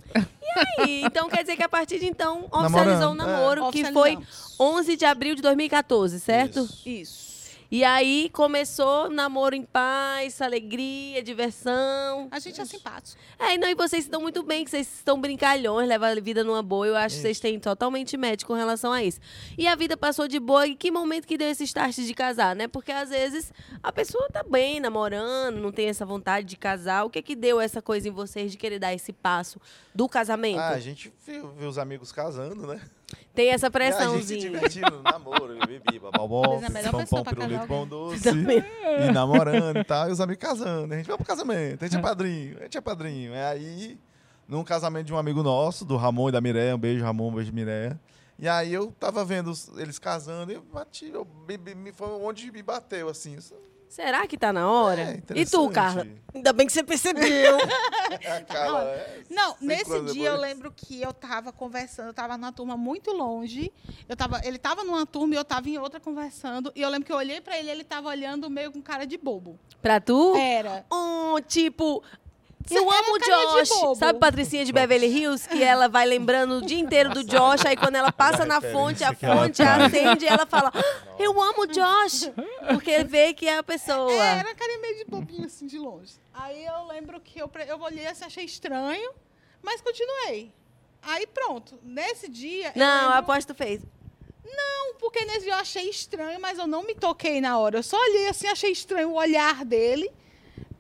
[SPEAKER 1] E, então quer dizer que a partir de então
[SPEAKER 3] Namorando,
[SPEAKER 1] oficializou o
[SPEAKER 3] é.
[SPEAKER 1] namoro, que foi
[SPEAKER 6] Oficializamos.
[SPEAKER 1] 11 de abril de 2014, certo?
[SPEAKER 3] Isso.
[SPEAKER 6] Isso.
[SPEAKER 1] E aí começou o namoro em paz, alegria, diversão.
[SPEAKER 6] A gente é simpático.
[SPEAKER 1] É, e não, e vocês se dão muito bem, que vocês estão brincalhões, levam a vida numa boa. Eu
[SPEAKER 3] É.
[SPEAKER 1] acho que vocês têm totalmente match com relação a isso. E a vida passou de boa, e que momento que deu esse start de casar, né? Porque às vezes a pessoa tá bem namorando, não tem essa vontade de casar. O que que deu essa coisa em vocês de querer dar esse passo do casamento?
[SPEAKER 3] Ah, a gente viu, viu os amigos casando, né?
[SPEAKER 1] tem essa
[SPEAKER 3] E a gente se
[SPEAKER 1] pressãozinha.
[SPEAKER 3] divertindo no namoro, eu bebi, bababó,
[SPEAKER 6] Mas é a melhor
[SPEAKER 3] pão, pão,
[SPEAKER 6] pessoa pra
[SPEAKER 3] pirulito,
[SPEAKER 6] casar
[SPEAKER 3] pão doce.
[SPEAKER 1] Também.
[SPEAKER 3] E namorando e tal, e os amigos casando. A gente vai pro casamento, a
[SPEAKER 1] Ah.
[SPEAKER 3] gente é padrinho, a gente é padrinho. É aí, num casamento de um amigo nosso, do Ramon e da Mireia, um beijo, Ramon, um beijo, Mireia. E aí eu tava vendo os- eles casando e eu bati, eu, me, me- me- foi onde me bateu, assim. Isso
[SPEAKER 1] Será que tá na hora?
[SPEAKER 3] É,
[SPEAKER 1] e tu,
[SPEAKER 3] interessante.
[SPEAKER 1] Carla? Ainda bem que você percebeu.
[SPEAKER 3] é a cara, é.
[SPEAKER 6] Não,
[SPEAKER 3] Cinco
[SPEAKER 6] nesse dia
[SPEAKER 3] anos
[SPEAKER 6] eu
[SPEAKER 3] depois.
[SPEAKER 6] lembro que eu tava conversando, eu tava numa turma muito longe. Eu tava, ele tava numa turma e eu tava em outra conversando. E eu lembro que eu olhei pra ele e ele tava olhando meio com cara de bobo.
[SPEAKER 1] pra tu?
[SPEAKER 6] Era.
[SPEAKER 1] Um, tipo.
[SPEAKER 6] Cê
[SPEAKER 1] Eu
[SPEAKER 6] era
[SPEAKER 1] amo o
[SPEAKER 6] tá cara de
[SPEAKER 1] Josh.
[SPEAKER 6] bobo.
[SPEAKER 1] Sabe Patricinha de Beverly Hills? Que ela vai lembrando o dia inteiro do Josh. Aí quando ela passa na fonte, a
[SPEAKER 3] que ela
[SPEAKER 1] fonte
[SPEAKER 3] faz.
[SPEAKER 1] acende e ela fala: "Ah, Eu amo o Josh. Porque vê que é a pessoa.
[SPEAKER 6] É, era cara meio de bobinho, assim, de longe. Aí eu lembro que eu, pre- eu olhei assim, achei estranho, mas continuei. Aí pronto, nesse dia. eu
[SPEAKER 1] Não, eu
[SPEAKER 6] lembro-
[SPEAKER 1] aposto que tu fez.
[SPEAKER 6] Não, porque nesse dia eu achei estranho, mas eu não me toquei na hora. Eu só olhei assim, achei estranho o olhar dele.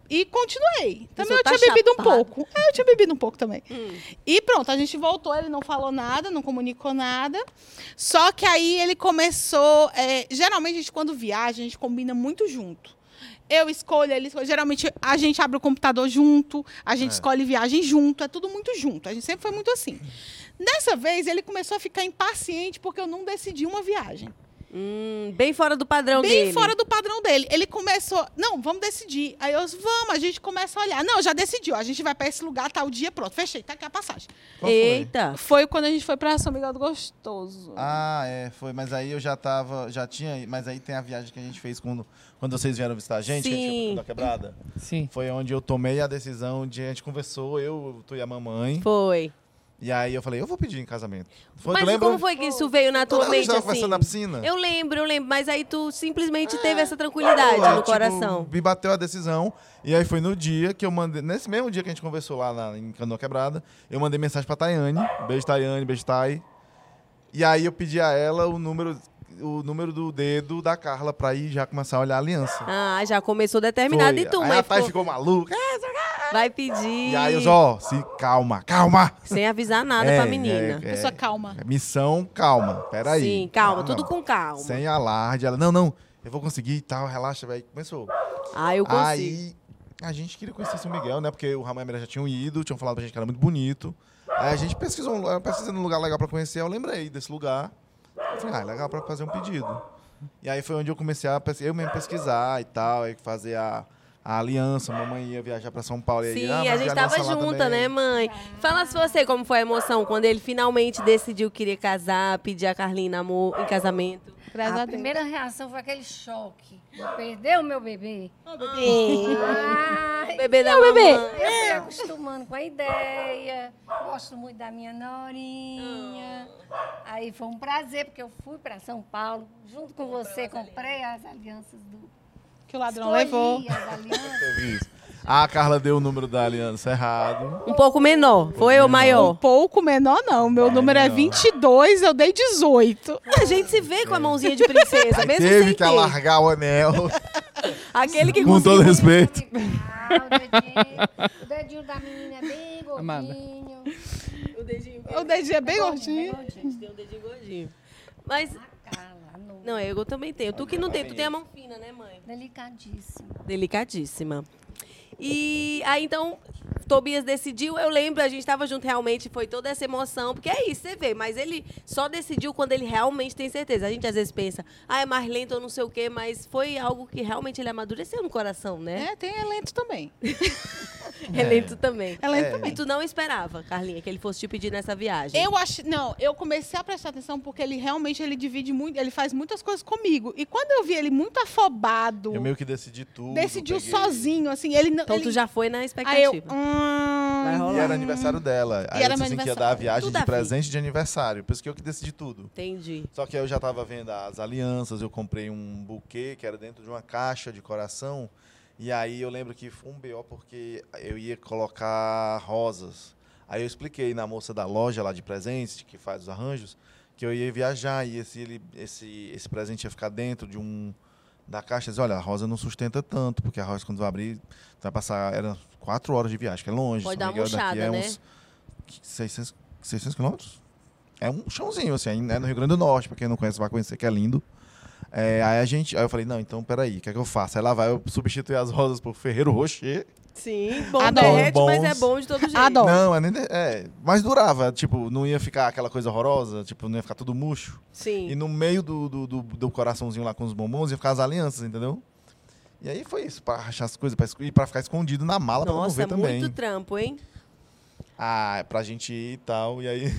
[SPEAKER 6] E continuei. Também
[SPEAKER 1] Pessoa
[SPEAKER 6] eu
[SPEAKER 1] tá
[SPEAKER 6] tinha bebido um
[SPEAKER 1] chapada. Hum.
[SPEAKER 6] pouco. É, eu tinha bebido um pouco também. E pronto, a gente voltou, ele não falou nada, não comunicou nada. Só que aí ele começou. é, geralmente, a gente, quando viaja, a gente combina muito junto. Eu escolho, ele escolhe. Geralmente, a gente abre o computador junto, a gente
[SPEAKER 3] É.
[SPEAKER 6] escolhe viagem junto, é tudo muito junto. A gente sempre foi muito assim. Dessa vez, ele começou a ficar impaciente porque eu não decidi uma viagem.
[SPEAKER 1] Hum, bem fora do padrão
[SPEAKER 6] Bem
[SPEAKER 1] dele.
[SPEAKER 6] fora do padrão dele. Ele começou, não, vamos decidir. Aí eu, disse, vamos, a gente começa a olhar. Não, já decidiu, a gente vai pra esse lugar, tal dia, pronto, fechei, tá aqui a passagem.
[SPEAKER 3] Qual foi?
[SPEAKER 1] Eita.
[SPEAKER 6] Foi quando a gente foi pra São Miguel do Gostoso.
[SPEAKER 3] Ah, é, foi. Mas aí eu já tava, já tinha, mas aí tem a viagem que a gente fez quando, quando vocês vieram visitar a gente, que a gente
[SPEAKER 1] Sim.
[SPEAKER 3] foi da quebrada.
[SPEAKER 2] Sim.
[SPEAKER 3] Foi onde eu tomei a decisão de a gente conversou, eu, tu e a mamãe.
[SPEAKER 1] Foi.
[SPEAKER 3] E aí eu falei, eu vou pedir em casamento. Foi,
[SPEAKER 1] Mas
[SPEAKER 3] tu lembra?
[SPEAKER 1] como foi que isso veio na tua
[SPEAKER 3] Quando a gente
[SPEAKER 1] mente
[SPEAKER 3] tava
[SPEAKER 1] assim?
[SPEAKER 3] conversando na piscina.
[SPEAKER 1] Eu lembro, eu lembro, mas aí tu simplesmente teve essa tranquilidade
[SPEAKER 3] Aí,
[SPEAKER 1] no
[SPEAKER 3] tipo,
[SPEAKER 1] coração.
[SPEAKER 3] Me bateu a decisão. E aí foi no dia que eu mandei. Nesse mesmo dia que a gente conversou lá na, em Canoa Quebrada, eu mandei mensagem pra Tayane. Beijo, Tayane, beijo, Tay. E aí eu pedi a ela o número, o número do dedo da Carla pra ir já começar a olhar a aliança.
[SPEAKER 1] Ah, já começou determinado
[SPEAKER 3] Foi.
[SPEAKER 1] e tu,
[SPEAKER 3] aí a
[SPEAKER 1] mas
[SPEAKER 3] Thay
[SPEAKER 1] ficou,
[SPEAKER 3] ficou maluca.
[SPEAKER 1] vai pedir.
[SPEAKER 3] E aí eu só, ó, se calma, calma.
[SPEAKER 1] Sem avisar nada
[SPEAKER 3] É,
[SPEAKER 1] pra menina.
[SPEAKER 3] é, é.
[SPEAKER 6] Pessoa calma.
[SPEAKER 3] Missão, calma. Peraí.
[SPEAKER 1] Sim, calma, tudo com calma.
[SPEAKER 3] Sem alarde. Ela, não, não, eu vou conseguir e tal, relaxa, velho. Começou.
[SPEAKER 1] Ah, eu consigo.
[SPEAKER 3] Aí a gente queria conhecer São Miguel, né? Porque o Ramon e a Mira já tinham ido, tinham falado pra gente que era muito bonito. Aí a gente pesquisou, um- eu pesquisei num lugar legal pra conhecer, eu lembrei desse lugar. Eu falei, ah, é legal pra fazer um pedido. E aí foi onde eu comecei a pes- eu mesmo pesquisar e tal, aí fazer a, a aliança, mamãe ia viajar pra São Paulo. e aí,
[SPEAKER 1] Sim,
[SPEAKER 3] ah, vai
[SPEAKER 1] a gente
[SPEAKER 3] viajar
[SPEAKER 1] tava
[SPEAKER 3] aliança lá
[SPEAKER 1] junta,
[SPEAKER 3] também.
[SPEAKER 1] né, mãe? Fala se você como foi a emoção quando ele finalmente decidiu que queria casar, pedir a Carlinha namoro em casamento.
[SPEAKER 3] É.
[SPEAKER 6] Graças a,
[SPEAKER 3] Ah,
[SPEAKER 7] a
[SPEAKER 6] Deus.
[SPEAKER 7] primeira reação foi aquele choque. Perdeu o meu Ah, bebê? Ah. É.
[SPEAKER 1] O
[SPEAKER 7] Ai,
[SPEAKER 1] Bebê da mamãe.
[SPEAKER 7] Eu fui acostumando com a ideia, gosto muito da minha norinha. Aí foi um prazer, porque eu fui para São Paulo, junto com você, comprei as alianças do.
[SPEAKER 6] Que o ladrão
[SPEAKER 7] Escolhi
[SPEAKER 6] levou.
[SPEAKER 7] as alianças.
[SPEAKER 3] Teve isso. Ah, A Carla deu o número da aliança errado.
[SPEAKER 1] Um pouco menor. Foi
[SPEAKER 3] menor.
[SPEAKER 1] o maior.
[SPEAKER 6] Um Pouco menor, não. Meu
[SPEAKER 3] É,
[SPEAKER 6] número é
[SPEAKER 3] não.
[SPEAKER 6] 22, eu dei 18.
[SPEAKER 1] A gente se vê com a mãozinha de princesa,
[SPEAKER 3] É. Aí
[SPEAKER 1] mesmo
[SPEAKER 3] teve
[SPEAKER 1] sem
[SPEAKER 3] que
[SPEAKER 1] ter.
[SPEAKER 3] alargar o anel,
[SPEAKER 1] Aquele que
[SPEAKER 3] com todo
[SPEAKER 1] conseguiu.
[SPEAKER 3] respeito.
[SPEAKER 7] Ah, o, dedinho, o dedinho da menina é bem
[SPEAKER 2] Amada.
[SPEAKER 7] gordinho.
[SPEAKER 1] O dedinho
[SPEAKER 6] O dedinho é bem
[SPEAKER 7] Bem
[SPEAKER 6] gordinho.
[SPEAKER 7] gordinho.
[SPEAKER 1] Tem um dedinho gordinho. Mas,
[SPEAKER 7] Cala, Tá no-
[SPEAKER 1] não, eu também tenho. Tu que não tem, tu tem a mão fina, né, mãe?
[SPEAKER 7] Delicadíssimo.
[SPEAKER 1] Delicadíssima. E aí, então, Tobias decidiu. Eu lembro, a gente estava junto realmente, foi toda essa emoção. Porque é isso, você vê. Mas ele só decidiu quando ele realmente tem certeza. A gente às vezes pensa, ah, é mais lento ou não sei o quê. Mas foi algo que realmente ele amadureceu no coração, né?
[SPEAKER 6] É, tem elenco também.
[SPEAKER 1] É, lento também.
[SPEAKER 6] É lento
[SPEAKER 3] É.
[SPEAKER 6] também.
[SPEAKER 1] E tu não esperava, Carlinha, que ele fosse te pedir nessa viagem.
[SPEAKER 6] Eu acho, não, eu comecei a prestar atenção porque ele realmente ele divide muito, ele faz muitas coisas comigo. E quando eu vi ele muito afobado,
[SPEAKER 3] Eu meio que decidi tudo.
[SPEAKER 6] decidiu
[SPEAKER 3] peguei-
[SPEAKER 6] sozinho, assim, ele não.
[SPEAKER 1] Então
[SPEAKER 6] ele,
[SPEAKER 1] tu já foi na
[SPEAKER 6] aí eu,
[SPEAKER 1] expectativa.
[SPEAKER 6] hum,
[SPEAKER 1] Vai rolar.
[SPEAKER 3] E era aniversário dela. aí
[SPEAKER 6] era
[SPEAKER 3] eu
[SPEAKER 6] meu
[SPEAKER 3] disse assim, que ia
[SPEAKER 6] aniversário.
[SPEAKER 3] dar a viagem
[SPEAKER 1] Tudo a
[SPEAKER 3] de
[SPEAKER 1] ver.
[SPEAKER 3] presente de aniversário. Por isso que eu que decidi tudo.
[SPEAKER 1] Entendi.
[SPEAKER 3] Só que aí eu já tava vendo as alianças, eu comprei um buquê que era dentro de uma caixa de coração. E aí eu lembro que foi um BO porque eu ia colocar rosas. Aí eu expliquei na moça da loja lá de presentes, que faz os arranjos, que eu ia viajar e esse, ele- esse, esse presente ia ficar dentro de um da caixa. Eu Disse, olha, a rosa não sustenta tanto, porque a rosa quando vai abrir, vai passar, era quatro horas de viagem, que é longe.
[SPEAKER 1] Pode
[SPEAKER 3] São
[SPEAKER 1] dar uma
[SPEAKER 3] Miguel daqui
[SPEAKER 1] murchada,
[SPEAKER 3] é
[SPEAKER 1] né?
[SPEAKER 3] uns 600, 600 quilômetros? É um chãozinho, assim, aí, né, no Rio Grande do Norte, pra quem não conhece, vai conhecer, que é lindo. É, aí a gente, aí eu falei, não, então peraí, o que é que eu faço? Aí lá vai eu substituir as rosas por Ferreiro Rocher.
[SPEAKER 1] Sim, bom
[SPEAKER 6] Adoro.
[SPEAKER 1] derrete, mas
[SPEAKER 3] Bons.
[SPEAKER 1] é bom de todo jeito.
[SPEAKER 6] Adoro. Bom.
[SPEAKER 3] Não, é, nem de- é, mas durava, tipo, não ia ficar aquela coisa horrorosa, tipo, não ia ficar tudo murcho. E
[SPEAKER 1] Sim.
[SPEAKER 3] no meio do, do, do, do coraçãozinho lá com os bombons ia ficar as alianças, entendeu? E aí foi isso, pra rachar as coisas, pra, esco- e pra ficar escondido na mala pra não
[SPEAKER 1] Nossa, é
[SPEAKER 3] ver
[SPEAKER 1] muito
[SPEAKER 3] também.
[SPEAKER 1] trampo, hein?
[SPEAKER 3] Ah, pra gente ir e tal. E aí,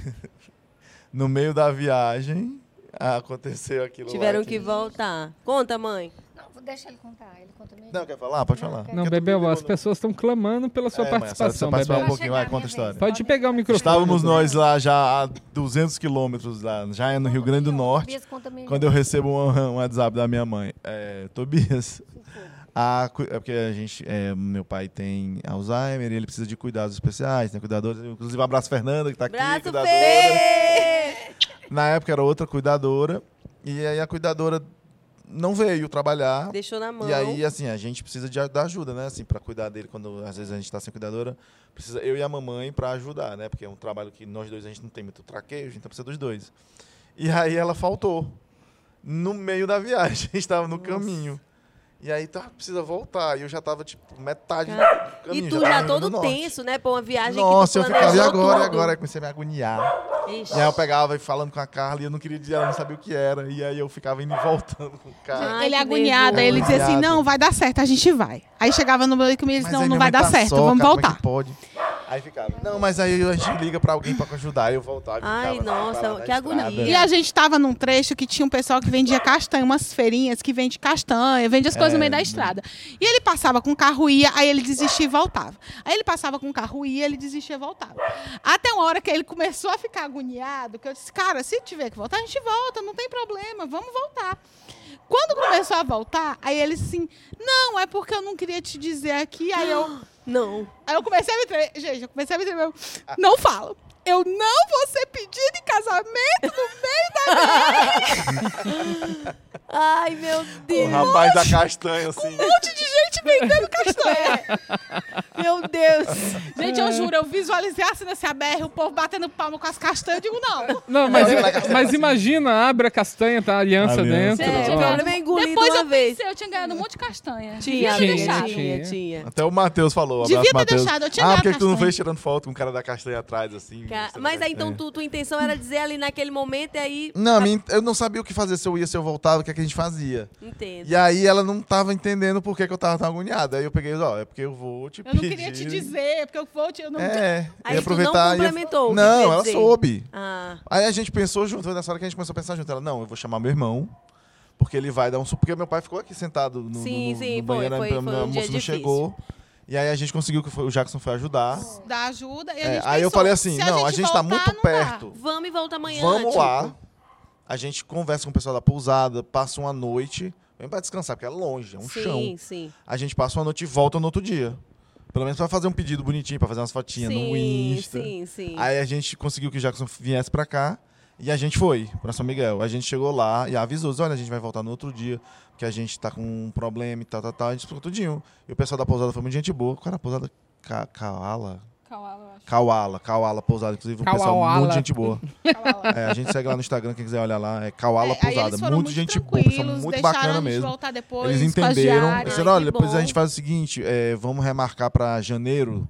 [SPEAKER 3] no meio da viagem, aconteceu aquilo lá
[SPEAKER 1] Tiveram que voltar. Conta, mãe.
[SPEAKER 7] Não, vou deixar ele contar. Ele conta melhor.
[SPEAKER 3] Não, quer falar? Pode falar.
[SPEAKER 2] Não, Bebel, as pessoas estão clamando pela sua
[SPEAKER 3] É, mãe,
[SPEAKER 2] participação,
[SPEAKER 3] só- só participar
[SPEAKER 2] Bebel.
[SPEAKER 3] um pouquinho, vai, conta a história.
[SPEAKER 2] Pode pegar o microfone.
[SPEAKER 3] Estávamos nós lá já a 200 quilômetros, lá, já é no Rio Grande do Norte. Quando eu recebo um, um WhatsApp da minha mãe, é, Tobias, a cu- é porque a gente, é, meu pai tem Alzheimer e ele precisa de cuidados especiais, tem cuidadores, inclusive um abraço Fernanda que tá aqui,
[SPEAKER 1] Braço
[SPEAKER 3] cuidadora.
[SPEAKER 1] Fê!
[SPEAKER 3] Na época era outra cuidadora e aí a cuidadora não veio trabalhar.
[SPEAKER 1] Deixou na mão.
[SPEAKER 3] E aí, assim, a gente precisa de, a- da ajuda, né? Assim, pra cuidar dele quando às vezes a gente tá sem cuidadora, precisa eu e a mamãe pra ajudar, né? Porque é um trabalho que nós dois a gente não tem muito traquejo, então precisa dos dois. E aí ela faltou no meio da viagem, a gente tava no caminho. E aí tá, precisa voltar. E eu já tava, tipo, metade do caminho.
[SPEAKER 1] E tu
[SPEAKER 3] tava
[SPEAKER 1] já
[SPEAKER 3] tá no
[SPEAKER 1] todo
[SPEAKER 3] norte.
[SPEAKER 1] tenso, né? Pô, uma viagem
[SPEAKER 3] Nossa, eu
[SPEAKER 1] que tu planejou
[SPEAKER 3] ficava, e agora, e
[SPEAKER 1] tudo.
[SPEAKER 3] agora? Aí comecei a me agoniar.
[SPEAKER 1] Ixi.
[SPEAKER 3] E aí eu pegava e falando com a Carla e eu não queria dizer, ela não sabia o que era. E aí eu ficava indo e voltando com o cara.
[SPEAKER 1] Ai,
[SPEAKER 6] ele é
[SPEAKER 1] que
[SPEAKER 6] agoniado, aí ele
[SPEAKER 3] nervoso.
[SPEAKER 6] dizia assim:
[SPEAKER 3] Agoniado.
[SPEAKER 6] não, vai dar certo, a gente vai. Aí chegava no meio comigo e disse:
[SPEAKER 3] Mas
[SPEAKER 6] não,
[SPEAKER 3] aí
[SPEAKER 6] não
[SPEAKER 3] minha
[SPEAKER 6] vai
[SPEAKER 3] mãe
[SPEAKER 6] dar
[SPEAKER 3] tá
[SPEAKER 6] certo,
[SPEAKER 3] só,
[SPEAKER 6] vamos
[SPEAKER 3] cara, como é que
[SPEAKER 6] voltar.
[SPEAKER 3] pode? Aí ficava, não, mas aí a gente liga pra alguém pra ajudar. Eu voltava. e
[SPEAKER 1] Ai,
[SPEAKER 3] ficava
[SPEAKER 1] nossa,
[SPEAKER 3] parado na
[SPEAKER 1] que
[SPEAKER 3] estrada.
[SPEAKER 1] agonia.
[SPEAKER 6] E a gente tava num trecho que tinha um pessoal que vendia castanha, umas feirinhas que vende castanha, vende as coisas no meio da estrada. E ele passava com o carro, ia, aí ele desistia e voltava. Aí ele passava com o carro, ia, ele desistia e voltava. Até uma hora que ele começou a ficar agoniado, que eu disse, cara, se tiver que voltar, a gente volta, não tem problema, vamos voltar. Quando começou a voltar, aí ele assim, não, é porque eu não queria te dizer aqui, aí eu...
[SPEAKER 1] Não.
[SPEAKER 6] Aí eu comecei a me tremer. Gente, eu comecei a me tremer. Eu, Não falo. Eu não vou ser pedida em casamento no meio da
[SPEAKER 1] Ai, meu
[SPEAKER 3] O
[SPEAKER 1] Deus.
[SPEAKER 3] Um rapaz da castanha, assim.
[SPEAKER 6] monte de gente vendendo castanha.
[SPEAKER 1] Meu Deus.
[SPEAKER 6] É. Gente, eu juro, eu visualizei assim nesse ABR, o povo batendo palma com as castanhas. Eu digo, não.
[SPEAKER 2] Não, mas, é- mas imagina, abre a castanha, tá a aliança
[SPEAKER 3] Aliança.
[SPEAKER 2] dentro.
[SPEAKER 6] Tipo,
[SPEAKER 1] É, o
[SPEAKER 2] ó.
[SPEAKER 1] problema é engolir de
[SPEAKER 8] Depois
[SPEAKER 1] uma
[SPEAKER 8] eu
[SPEAKER 1] vez.
[SPEAKER 8] pensei, eu tinha ganhado um monte de castanha.
[SPEAKER 1] Tinha,
[SPEAKER 2] Tinha,
[SPEAKER 1] tinha,
[SPEAKER 2] tinha.
[SPEAKER 1] tinha, tinha.
[SPEAKER 3] Até o Matheus falou.
[SPEAKER 6] Devia
[SPEAKER 3] abraço,
[SPEAKER 6] ter
[SPEAKER 3] Matheus.
[SPEAKER 6] deixado, eu tinha
[SPEAKER 3] Ah,
[SPEAKER 6] dado
[SPEAKER 3] por que que tu não
[SPEAKER 6] castanha.
[SPEAKER 3] fez tirando foto com o cara da castanha atrás, assim?
[SPEAKER 1] Ca-
[SPEAKER 3] mostrando
[SPEAKER 1] Mas
[SPEAKER 3] a
[SPEAKER 1] aí, então,
[SPEAKER 3] castanha?
[SPEAKER 1] tu, tua intenção era dizer ali naquele momento e aí...
[SPEAKER 3] Não, a minha- eu não sabia o que fazer, se eu ia, se eu voltava, o que, é que a gente fazia.
[SPEAKER 1] Entendo.
[SPEAKER 3] E aí ela não tava entendendo por que, que eu tava tão agoniada. Aí eu peguei, ó, é porque eu vou te
[SPEAKER 6] Eu não
[SPEAKER 3] pedir.
[SPEAKER 6] queria te dizer, porque eu vou te. Eu não
[SPEAKER 3] É,
[SPEAKER 1] Aí
[SPEAKER 3] ia
[SPEAKER 1] tu não
[SPEAKER 3] aproveitar. ia-
[SPEAKER 1] complementou o que tu
[SPEAKER 3] Não,
[SPEAKER 1] queria
[SPEAKER 3] ela
[SPEAKER 1] dizer.
[SPEAKER 3] soube.
[SPEAKER 1] Ah,
[SPEAKER 3] Aí a gente pensou junto, foi nessa hora que a gente começou a pensar junto. Ela, não, eu vou chamar meu irmão, porque ele vai dar um suporte. Porque meu pai ficou aqui sentado no,
[SPEAKER 1] Sim,
[SPEAKER 3] no,
[SPEAKER 1] sim,
[SPEAKER 3] no
[SPEAKER 1] foi,
[SPEAKER 3] banheiro,
[SPEAKER 1] foi-
[SPEAKER 3] a
[SPEAKER 1] foi um
[SPEAKER 3] moça
[SPEAKER 1] dia
[SPEAKER 3] não
[SPEAKER 1] difícil.
[SPEAKER 3] chegou. E aí a gente conseguiu, que foi- o Jackson foi ajudar.
[SPEAKER 6] dar ajuda. E a
[SPEAKER 3] É,
[SPEAKER 6] gente
[SPEAKER 3] aí eu
[SPEAKER 6] pensou,
[SPEAKER 3] falei assim,
[SPEAKER 6] se
[SPEAKER 3] não, a gente, tá
[SPEAKER 6] voltar,
[SPEAKER 3] muito
[SPEAKER 6] não dá.
[SPEAKER 3] perto.
[SPEAKER 1] vamos e volta amanhã.
[SPEAKER 3] Vamos
[SPEAKER 1] tipo.
[SPEAKER 3] lá. A gente conversa com o pessoal da pousada, passa uma noite, vem pra descansar, porque é longe, é um
[SPEAKER 1] sim,
[SPEAKER 3] chão.
[SPEAKER 1] sim.
[SPEAKER 3] A gente passa uma noite e volta no outro dia. Pelo menos pra fazer um pedido bonitinho, pra fazer umas fotinhas no
[SPEAKER 1] Sim,
[SPEAKER 3] Insta.
[SPEAKER 1] sim, sim.
[SPEAKER 3] Aí a gente conseguiu que o Jackson viesse pra cá e a gente foi pra São Miguel. A gente chegou lá e avisou: olha, a gente vai voltar no outro dia, porque a gente tá com um problema e tal, tal, tal. A gente explicou tudinho. E o pessoal da pousada foi muito gente boa. Qual era a pousada? Ca Kaala?
[SPEAKER 8] Calado, eu acho.
[SPEAKER 3] Kauala, Kauala Pousada, inclusive, um pessoal
[SPEAKER 2] Kauala.
[SPEAKER 3] muito gente boa.
[SPEAKER 6] Fala lá.
[SPEAKER 3] É, a gente segue lá no Instagram, quem quiser olhar lá, é Kauala
[SPEAKER 6] É, aí
[SPEAKER 3] Pousada.
[SPEAKER 6] eles foram
[SPEAKER 3] Muito, gente boa, pessoal
[SPEAKER 6] tranquilos,
[SPEAKER 3] muito
[SPEAKER 6] deixaram
[SPEAKER 3] bacana
[SPEAKER 6] a gente
[SPEAKER 3] mesmo.
[SPEAKER 6] voltar depois,
[SPEAKER 3] Eles
[SPEAKER 6] com as
[SPEAKER 3] entenderam.
[SPEAKER 6] diárias.
[SPEAKER 3] Eles
[SPEAKER 1] Ai,
[SPEAKER 3] disseram, olha,
[SPEAKER 1] que
[SPEAKER 3] depois
[SPEAKER 1] bom.
[SPEAKER 3] a gente faz o seguinte, é, vamos remarcar pra janeiro,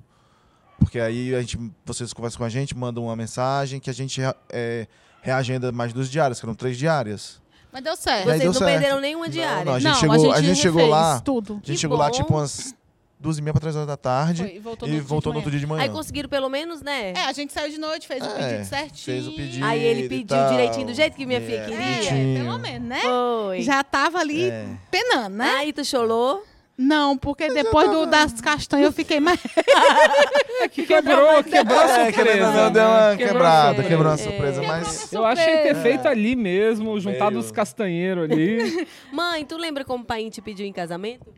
[SPEAKER 3] porque aí a gente, vocês conversam com a gente, mandam uma mensagem que a gente é, reagenda mais duas diárias, que eram três diárias.
[SPEAKER 8] Mas deu certo.
[SPEAKER 3] E
[SPEAKER 1] Vocês
[SPEAKER 3] aí deu
[SPEAKER 1] não
[SPEAKER 3] certo.
[SPEAKER 1] perderam nenhuma diária.
[SPEAKER 3] não, a gente
[SPEAKER 6] não,
[SPEAKER 3] chegou,
[SPEAKER 6] a gente,
[SPEAKER 3] chegou
[SPEAKER 6] refez
[SPEAKER 3] lá,
[SPEAKER 6] tudo.
[SPEAKER 3] a gente
[SPEAKER 1] Que
[SPEAKER 3] chegou lá
[SPEAKER 1] bom.
[SPEAKER 3] tipo umas duas e meia pra três horas da tarde
[SPEAKER 6] Foi, voltou
[SPEAKER 3] e voltou no outro dia de manhã.
[SPEAKER 1] Aí conseguiram pelo menos, né?
[SPEAKER 6] É, a gente saiu de noite, fez o
[SPEAKER 3] É,
[SPEAKER 6] pedido certinho.
[SPEAKER 3] Fez o pedido
[SPEAKER 1] Aí ele
[SPEAKER 3] e
[SPEAKER 1] pediu
[SPEAKER 3] tal.
[SPEAKER 1] direitinho, do jeito que minha filha
[SPEAKER 3] Yeah.
[SPEAKER 1] queria.
[SPEAKER 6] É, pelo menos, né?
[SPEAKER 1] Foi.
[SPEAKER 6] Já tava ali
[SPEAKER 3] É.
[SPEAKER 6] penando, né?
[SPEAKER 1] Aí tu chorou.
[SPEAKER 6] Não, porque depois do, das castanhas eu fiquei mais.
[SPEAKER 2] É que quebrou, quebrou a
[SPEAKER 3] É, querendo ou
[SPEAKER 2] surpresa.
[SPEAKER 3] não, deu uma
[SPEAKER 2] Quebrou a
[SPEAKER 3] quebrada, é.
[SPEAKER 2] surpresa.
[SPEAKER 3] quebrou uma surpresa, mas...
[SPEAKER 2] Eu achei ter feito ali mesmo, juntado
[SPEAKER 3] Meio.
[SPEAKER 2] os castanheiros ali.
[SPEAKER 1] Mãe, tu lembra como o pai te pediu em casamento?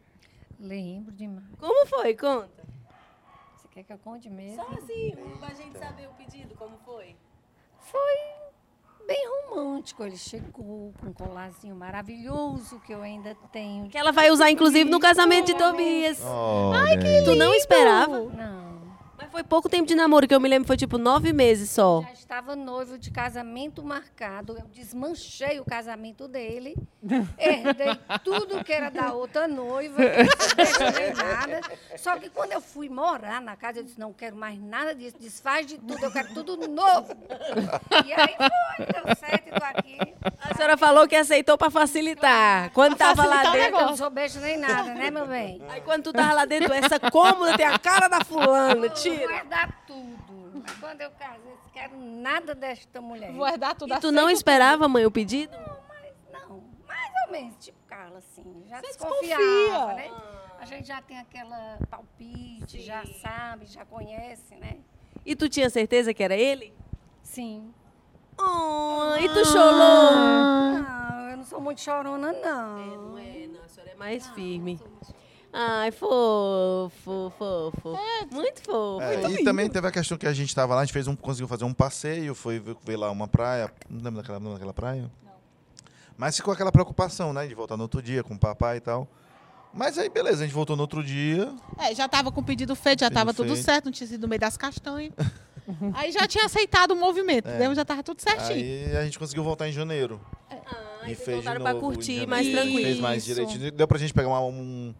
[SPEAKER 7] Lembro demais.
[SPEAKER 1] Como foi? Conta.
[SPEAKER 7] Você quer que eu conte mesmo?
[SPEAKER 1] Só assim, pra gente saber o pedido, como foi.
[SPEAKER 7] Foi bem romântico. Ele chegou com um colarzinho maravilhoso que eu ainda tenho.
[SPEAKER 1] Que ela vai usar, inclusive, no casamento de Tobias.
[SPEAKER 3] Ai, que
[SPEAKER 1] Tu não esperava.
[SPEAKER 7] Não.
[SPEAKER 1] Mas foi pouco tempo de namoro, que eu me lembro foi tipo nove meses só.
[SPEAKER 7] Já estava noivo de casamento marcado. Eu desmanchei o casamento dele. Herdei tudo que era da outra noiva. Não herdei nada. Só que quando eu fui morar na casa, eu disse, não quero mais nada disso. Desfaz de tudo, eu quero tudo novo. E aí foi, deu certo, estou aqui.
[SPEAKER 1] A senhora falou que aceitou pra facilitar. Quando tava lá
[SPEAKER 3] né?
[SPEAKER 6] facilitar o
[SPEAKER 1] dentro.
[SPEAKER 6] negócio.
[SPEAKER 7] Eu não sou beijo nem nada, né, meu bem?
[SPEAKER 1] Aí quando tu tava lá dentro, essa cômoda tem a cara da fulana,
[SPEAKER 7] Vou
[SPEAKER 1] tira.
[SPEAKER 7] herdar tudo. Mas Quando eu casei, eu não quero nada desta mulher.
[SPEAKER 6] Vou herdar tudo
[SPEAKER 1] E tu
[SPEAKER 6] aceito.
[SPEAKER 1] não esperava, mãe, o pedido?
[SPEAKER 7] Não, mais ou menos, tipo Carla, assim. Já
[SPEAKER 6] Você
[SPEAKER 7] desconfiava,
[SPEAKER 6] desconfia.
[SPEAKER 7] né? A gente já tem aquela palpite, já sabe, já conhece, né?
[SPEAKER 1] E tu tinha certeza que era ele?
[SPEAKER 7] Sim.
[SPEAKER 1] Oh, e
[SPEAKER 6] Ah.
[SPEAKER 1] tu chorou?
[SPEAKER 7] Não, eu não sou muito chorona, não. né?
[SPEAKER 1] É, não, a senhora é mais firme. Ai, fofo, fofo. Muito fofo.
[SPEAKER 3] É, e também teve a questão que a gente tava lá, a gente fez um, conseguiu fazer um passeio, foi ver, ver lá uma praia. Não lembro daquela, não lembro daquela praia? Não. Mas ficou aquela preocupação, né? De voltar no outro dia com o papai e tal. Mas aí, beleza, a gente voltou no outro dia.
[SPEAKER 6] É, já tava com o pedido feito, já
[SPEAKER 3] Pedido
[SPEAKER 6] tava tudo
[SPEAKER 3] feito.
[SPEAKER 6] certo, não tinha sido no meio das castanhas.
[SPEAKER 3] É.
[SPEAKER 6] Aí já tinha aceitado o movimento, entendeu? Já tava tudo certinho.
[SPEAKER 3] Aí a gente conseguiu voltar em janeiro.
[SPEAKER 1] Aí
[SPEAKER 3] e
[SPEAKER 1] Ah, vocês
[SPEAKER 3] fez de
[SPEAKER 1] voltaram
[SPEAKER 3] novo,
[SPEAKER 1] pra curtir
[SPEAKER 3] entendeu?
[SPEAKER 1] mais
[SPEAKER 3] Fez
[SPEAKER 1] tranquilo.
[SPEAKER 3] mais
[SPEAKER 6] Isso.
[SPEAKER 3] direitinho. Deu pra gente pegar uma- um,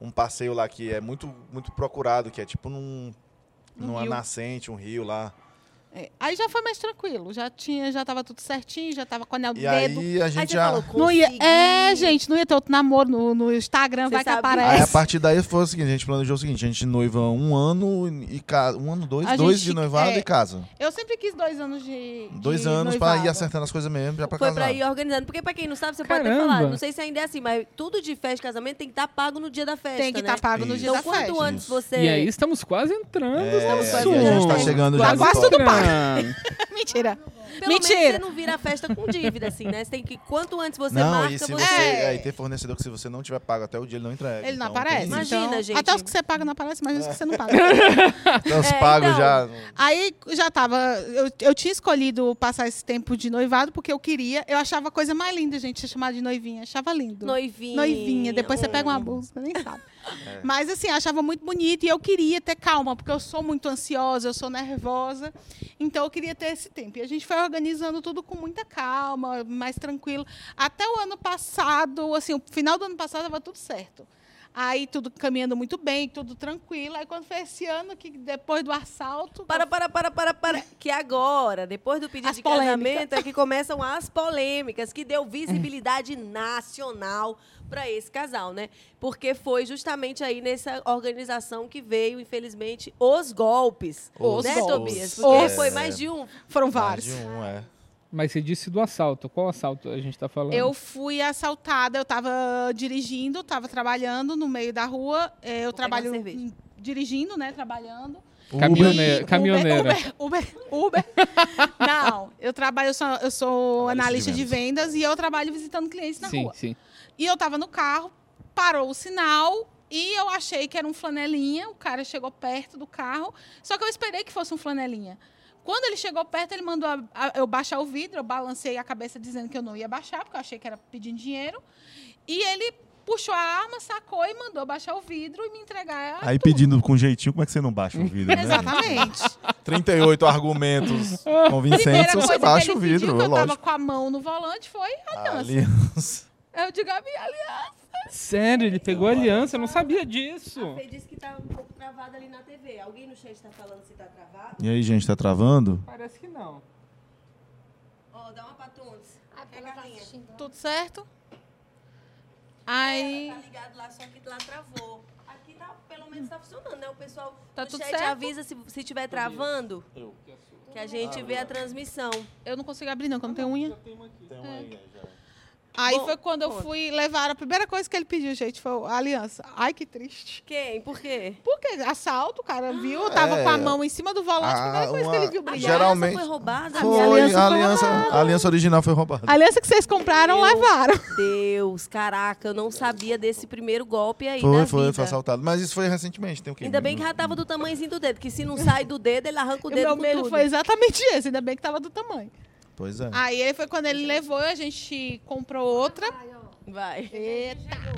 [SPEAKER 3] um passeio lá que é muito, muito procurado, que é tipo num,
[SPEAKER 6] Num
[SPEAKER 3] numa
[SPEAKER 6] rio.
[SPEAKER 3] nascente, um rio lá.
[SPEAKER 6] É, Aí já foi mais tranquilo, já tinha, já tava tudo certinho, já tava com o anel do
[SPEAKER 3] E
[SPEAKER 6] dedo.
[SPEAKER 3] aí a gente
[SPEAKER 1] você
[SPEAKER 3] já.
[SPEAKER 1] falou,
[SPEAKER 6] Não ia,
[SPEAKER 1] consegui.
[SPEAKER 6] é, gente, não ia ter outro namoro no, no
[SPEAKER 1] Você
[SPEAKER 6] Instagram, vai que
[SPEAKER 1] sabe.
[SPEAKER 3] Aí a
[SPEAKER 6] aparece.
[SPEAKER 3] partir daí foi o seguinte, a gente planejou o seguinte, a gente noiva um ano e casa. Um ano, dois,
[SPEAKER 6] A
[SPEAKER 3] dois
[SPEAKER 6] gente-
[SPEAKER 3] de noivado
[SPEAKER 6] é.
[SPEAKER 3] e casa.
[SPEAKER 6] Eu sempre quis dois anos de. de
[SPEAKER 3] Dois anos pra ir
[SPEAKER 6] noivado.
[SPEAKER 3] acertando as coisas mesmo, já pra
[SPEAKER 1] Foi
[SPEAKER 3] casar.
[SPEAKER 1] pra ir organizando. Porque pra quem não sabe, você pode ter
[SPEAKER 2] Caramba.
[SPEAKER 1] falado. Não sei se ainda é assim, mas tudo de festa e casamento tem que estar pago no dia da festa,
[SPEAKER 6] Tem que
[SPEAKER 1] né?
[SPEAKER 6] estar pago no
[SPEAKER 3] Isso.
[SPEAKER 6] dia
[SPEAKER 1] Então,
[SPEAKER 6] da
[SPEAKER 1] quanto
[SPEAKER 6] festa. é
[SPEAKER 1] antes
[SPEAKER 3] Isso.
[SPEAKER 1] você...
[SPEAKER 2] E aí estamos quase entrando.
[SPEAKER 3] É,
[SPEAKER 2] estamos
[SPEAKER 1] a gente tá
[SPEAKER 3] chegando já
[SPEAKER 2] Quase
[SPEAKER 3] no Quase
[SPEAKER 6] tudo
[SPEAKER 2] entrando.
[SPEAKER 6] Mentira.
[SPEAKER 1] Pelo menos
[SPEAKER 6] Mentira.
[SPEAKER 1] você não vira a festa com dívida, assim, né? Você tem que... Quanto antes você
[SPEAKER 3] não,
[SPEAKER 1] marca,
[SPEAKER 3] e se
[SPEAKER 1] você...
[SPEAKER 3] você.
[SPEAKER 6] É.
[SPEAKER 3] Aí tem fornecedor que se você não tiver pago até o dia, ele não entrega.
[SPEAKER 6] Ele não
[SPEAKER 3] Então, tem
[SPEAKER 6] aparece.
[SPEAKER 3] isso.
[SPEAKER 1] Mas- Imagina,
[SPEAKER 6] então,
[SPEAKER 1] gente.
[SPEAKER 6] Até os que você paga não aparecem, mas os que você não paga.
[SPEAKER 3] Então, os
[SPEAKER 1] É,
[SPEAKER 3] pagos
[SPEAKER 1] então.
[SPEAKER 3] já.
[SPEAKER 6] Aí já tava. Eu, eu tinha escolhido passar esse tempo de noivado porque eu queria. Eu achava a coisa mais linda, gente, ser chamada de noivinha. Achava lindo.
[SPEAKER 1] Noivinha.
[SPEAKER 6] Noivinha, depois você
[SPEAKER 1] Hum.
[SPEAKER 6] pega uma bolsa, nem sabe. Mas assim, achava muito bonito e eu queria ter calma, porque eu sou muito ansiosa, eu sou nervosa. Então eu queria ter esse tempo. E a gente foi organizando tudo com muita calma, mais tranquilo. Até o ano passado, assim, o final do ano passado estava tudo certo. Aí tudo caminhando muito bem, tudo tranquilo. Aí quando foi esse ano que depois do assalto,
[SPEAKER 1] Para, para, para, para, para. Que agora, depois do pedido
[SPEAKER 6] As
[SPEAKER 1] de
[SPEAKER 6] polêmicas.
[SPEAKER 1] casamento, é que começam as polêmicas, que deu visibilidade nacional para esse casal, né? Porque foi justamente aí nessa organização que veio, infelizmente, os golpes.
[SPEAKER 3] Os
[SPEAKER 1] né,
[SPEAKER 6] golpes.
[SPEAKER 1] Tobias? Porque
[SPEAKER 6] Os-
[SPEAKER 1] foi mais de um.
[SPEAKER 6] foram
[SPEAKER 3] Mais
[SPEAKER 6] vários.
[SPEAKER 3] de um, é.
[SPEAKER 2] Mas você disse do assalto. Qual assalto a gente tá falando?
[SPEAKER 6] Eu fui assaltada, eu estava dirigindo, estava trabalhando no meio da rua. eh, Eu
[SPEAKER 1] pegar uma
[SPEAKER 6] trabalho
[SPEAKER 1] cerveja.
[SPEAKER 6] dirigindo, né? Trabalhando.
[SPEAKER 3] né?
[SPEAKER 2] Caminhoneira.
[SPEAKER 6] E-
[SPEAKER 2] caminhoneira.
[SPEAKER 6] Uber, Uber, Uber. Não, eu trabalho, eu sou, eu sou analista de vendas e eu trabalho visitando clientes na
[SPEAKER 2] sim,
[SPEAKER 6] rua.
[SPEAKER 2] sim.
[SPEAKER 6] E eu tava no carro, parou o sinal e eu achei que era um flanelinha. O cara chegou perto do carro, só que eu esperei que fosse um flanelinha. Quando ele chegou perto, ele mandou a- a- eu baixar o vidro, eu balancei a cabeça dizendo que eu não ia baixar, porque eu achei que era pedindo dinheiro. E ele puxou a arma, sacou e mandou baixar o vidro e me entregar.
[SPEAKER 3] Aí
[SPEAKER 6] tudo.
[SPEAKER 3] pedindo com jeitinho, como é que você não baixa o vidro? né?
[SPEAKER 6] Exatamente.
[SPEAKER 3] 38 argumentos convincentes, você baixa o vidro,
[SPEAKER 6] que eu tava
[SPEAKER 3] lógico.
[SPEAKER 6] com a mão no volante foi aliança.
[SPEAKER 3] Aliança.
[SPEAKER 6] Eu digo, a minha aliança.
[SPEAKER 2] Sério, ele pegou a aliança, eu não sabia disso.
[SPEAKER 1] Ele disse que tá um pouco travado ali na TV. Alguém no chat está falando se tá travado?
[SPEAKER 3] E aí, gente, tá travando?
[SPEAKER 2] Parece que não.
[SPEAKER 1] Ó, dá uma patunça.
[SPEAKER 7] Ai, porque ela tá assistindo.
[SPEAKER 6] Tudo certo? Aí.
[SPEAKER 1] Tá ligado lá, só que lá travou. Aqui tá, pelo menos tá funcionando, né? O pessoal
[SPEAKER 6] Tá
[SPEAKER 1] do
[SPEAKER 6] tudo
[SPEAKER 1] chat
[SPEAKER 6] certo?
[SPEAKER 1] avisa se, se tiver travando. Que a gente vê a transmissão.
[SPEAKER 6] Eu não consigo abrir, não, porque eu não tenho unha. Aí
[SPEAKER 1] Bom,
[SPEAKER 6] foi quando eu
[SPEAKER 1] conta.
[SPEAKER 6] fui levar a primeira coisa que ele pediu, gente, foi a aliança. Ai, que triste.
[SPEAKER 1] Quem? Por quê?
[SPEAKER 6] Porque assalto, o cara viu, eu tava
[SPEAKER 3] É.
[SPEAKER 6] com a mão em cima do volante, a
[SPEAKER 3] Ah,
[SPEAKER 6] primeira coisa que
[SPEAKER 3] uma-
[SPEAKER 6] ele viu
[SPEAKER 1] A
[SPEAKER 6] brilhar.
[SPEAKER 3] Geral- Geralmente-
[SPEAKER 1] aliança foi roubada?
[SPEAKER 3] Foi,
[SPEAKER 6] minha aliança
[SPEAKER 3] a
[SPEAKER 6] foi
[SPEAKER 3] aliança, a aliança original foi roubada.
[SPEAKER 6] A aliança que vocês compraram, levaram.
[SPEAKER 1] Meu Deus, caraca, eu não sabia desse primeiro golpe aí
[SPEAKER 3] Foi,
[SPEAKER 1] na
[SPEAKER 3] foi,
[SPEAKER 1] vida.
[SPEAKER 3] foi assaltado. Mas isso foi recentemente, tem o quê?
[SPEAKER 1] Ainda bem que já tava do tamanhozinho do dedo, que se não sai do dedo, ele arranca o dedo
[SPEAKER 6] O meu
[SPEAKER 1] com
[SPEAKER 6] medo
[SPEAKER 1] tudo.
[SPEAKER 6] foi exatamente esse, ainda bem que tava do tamanho.
[SPEAKER 3] Pois
[SPEAKER 1] Ah,
[SPEAKER 3] é.
[SPEAKER 6] Aí ele foi quando ele levou, a gente comprou outra.
[SPEAKER 1] Vai,
[SPEAKER 6] Eita.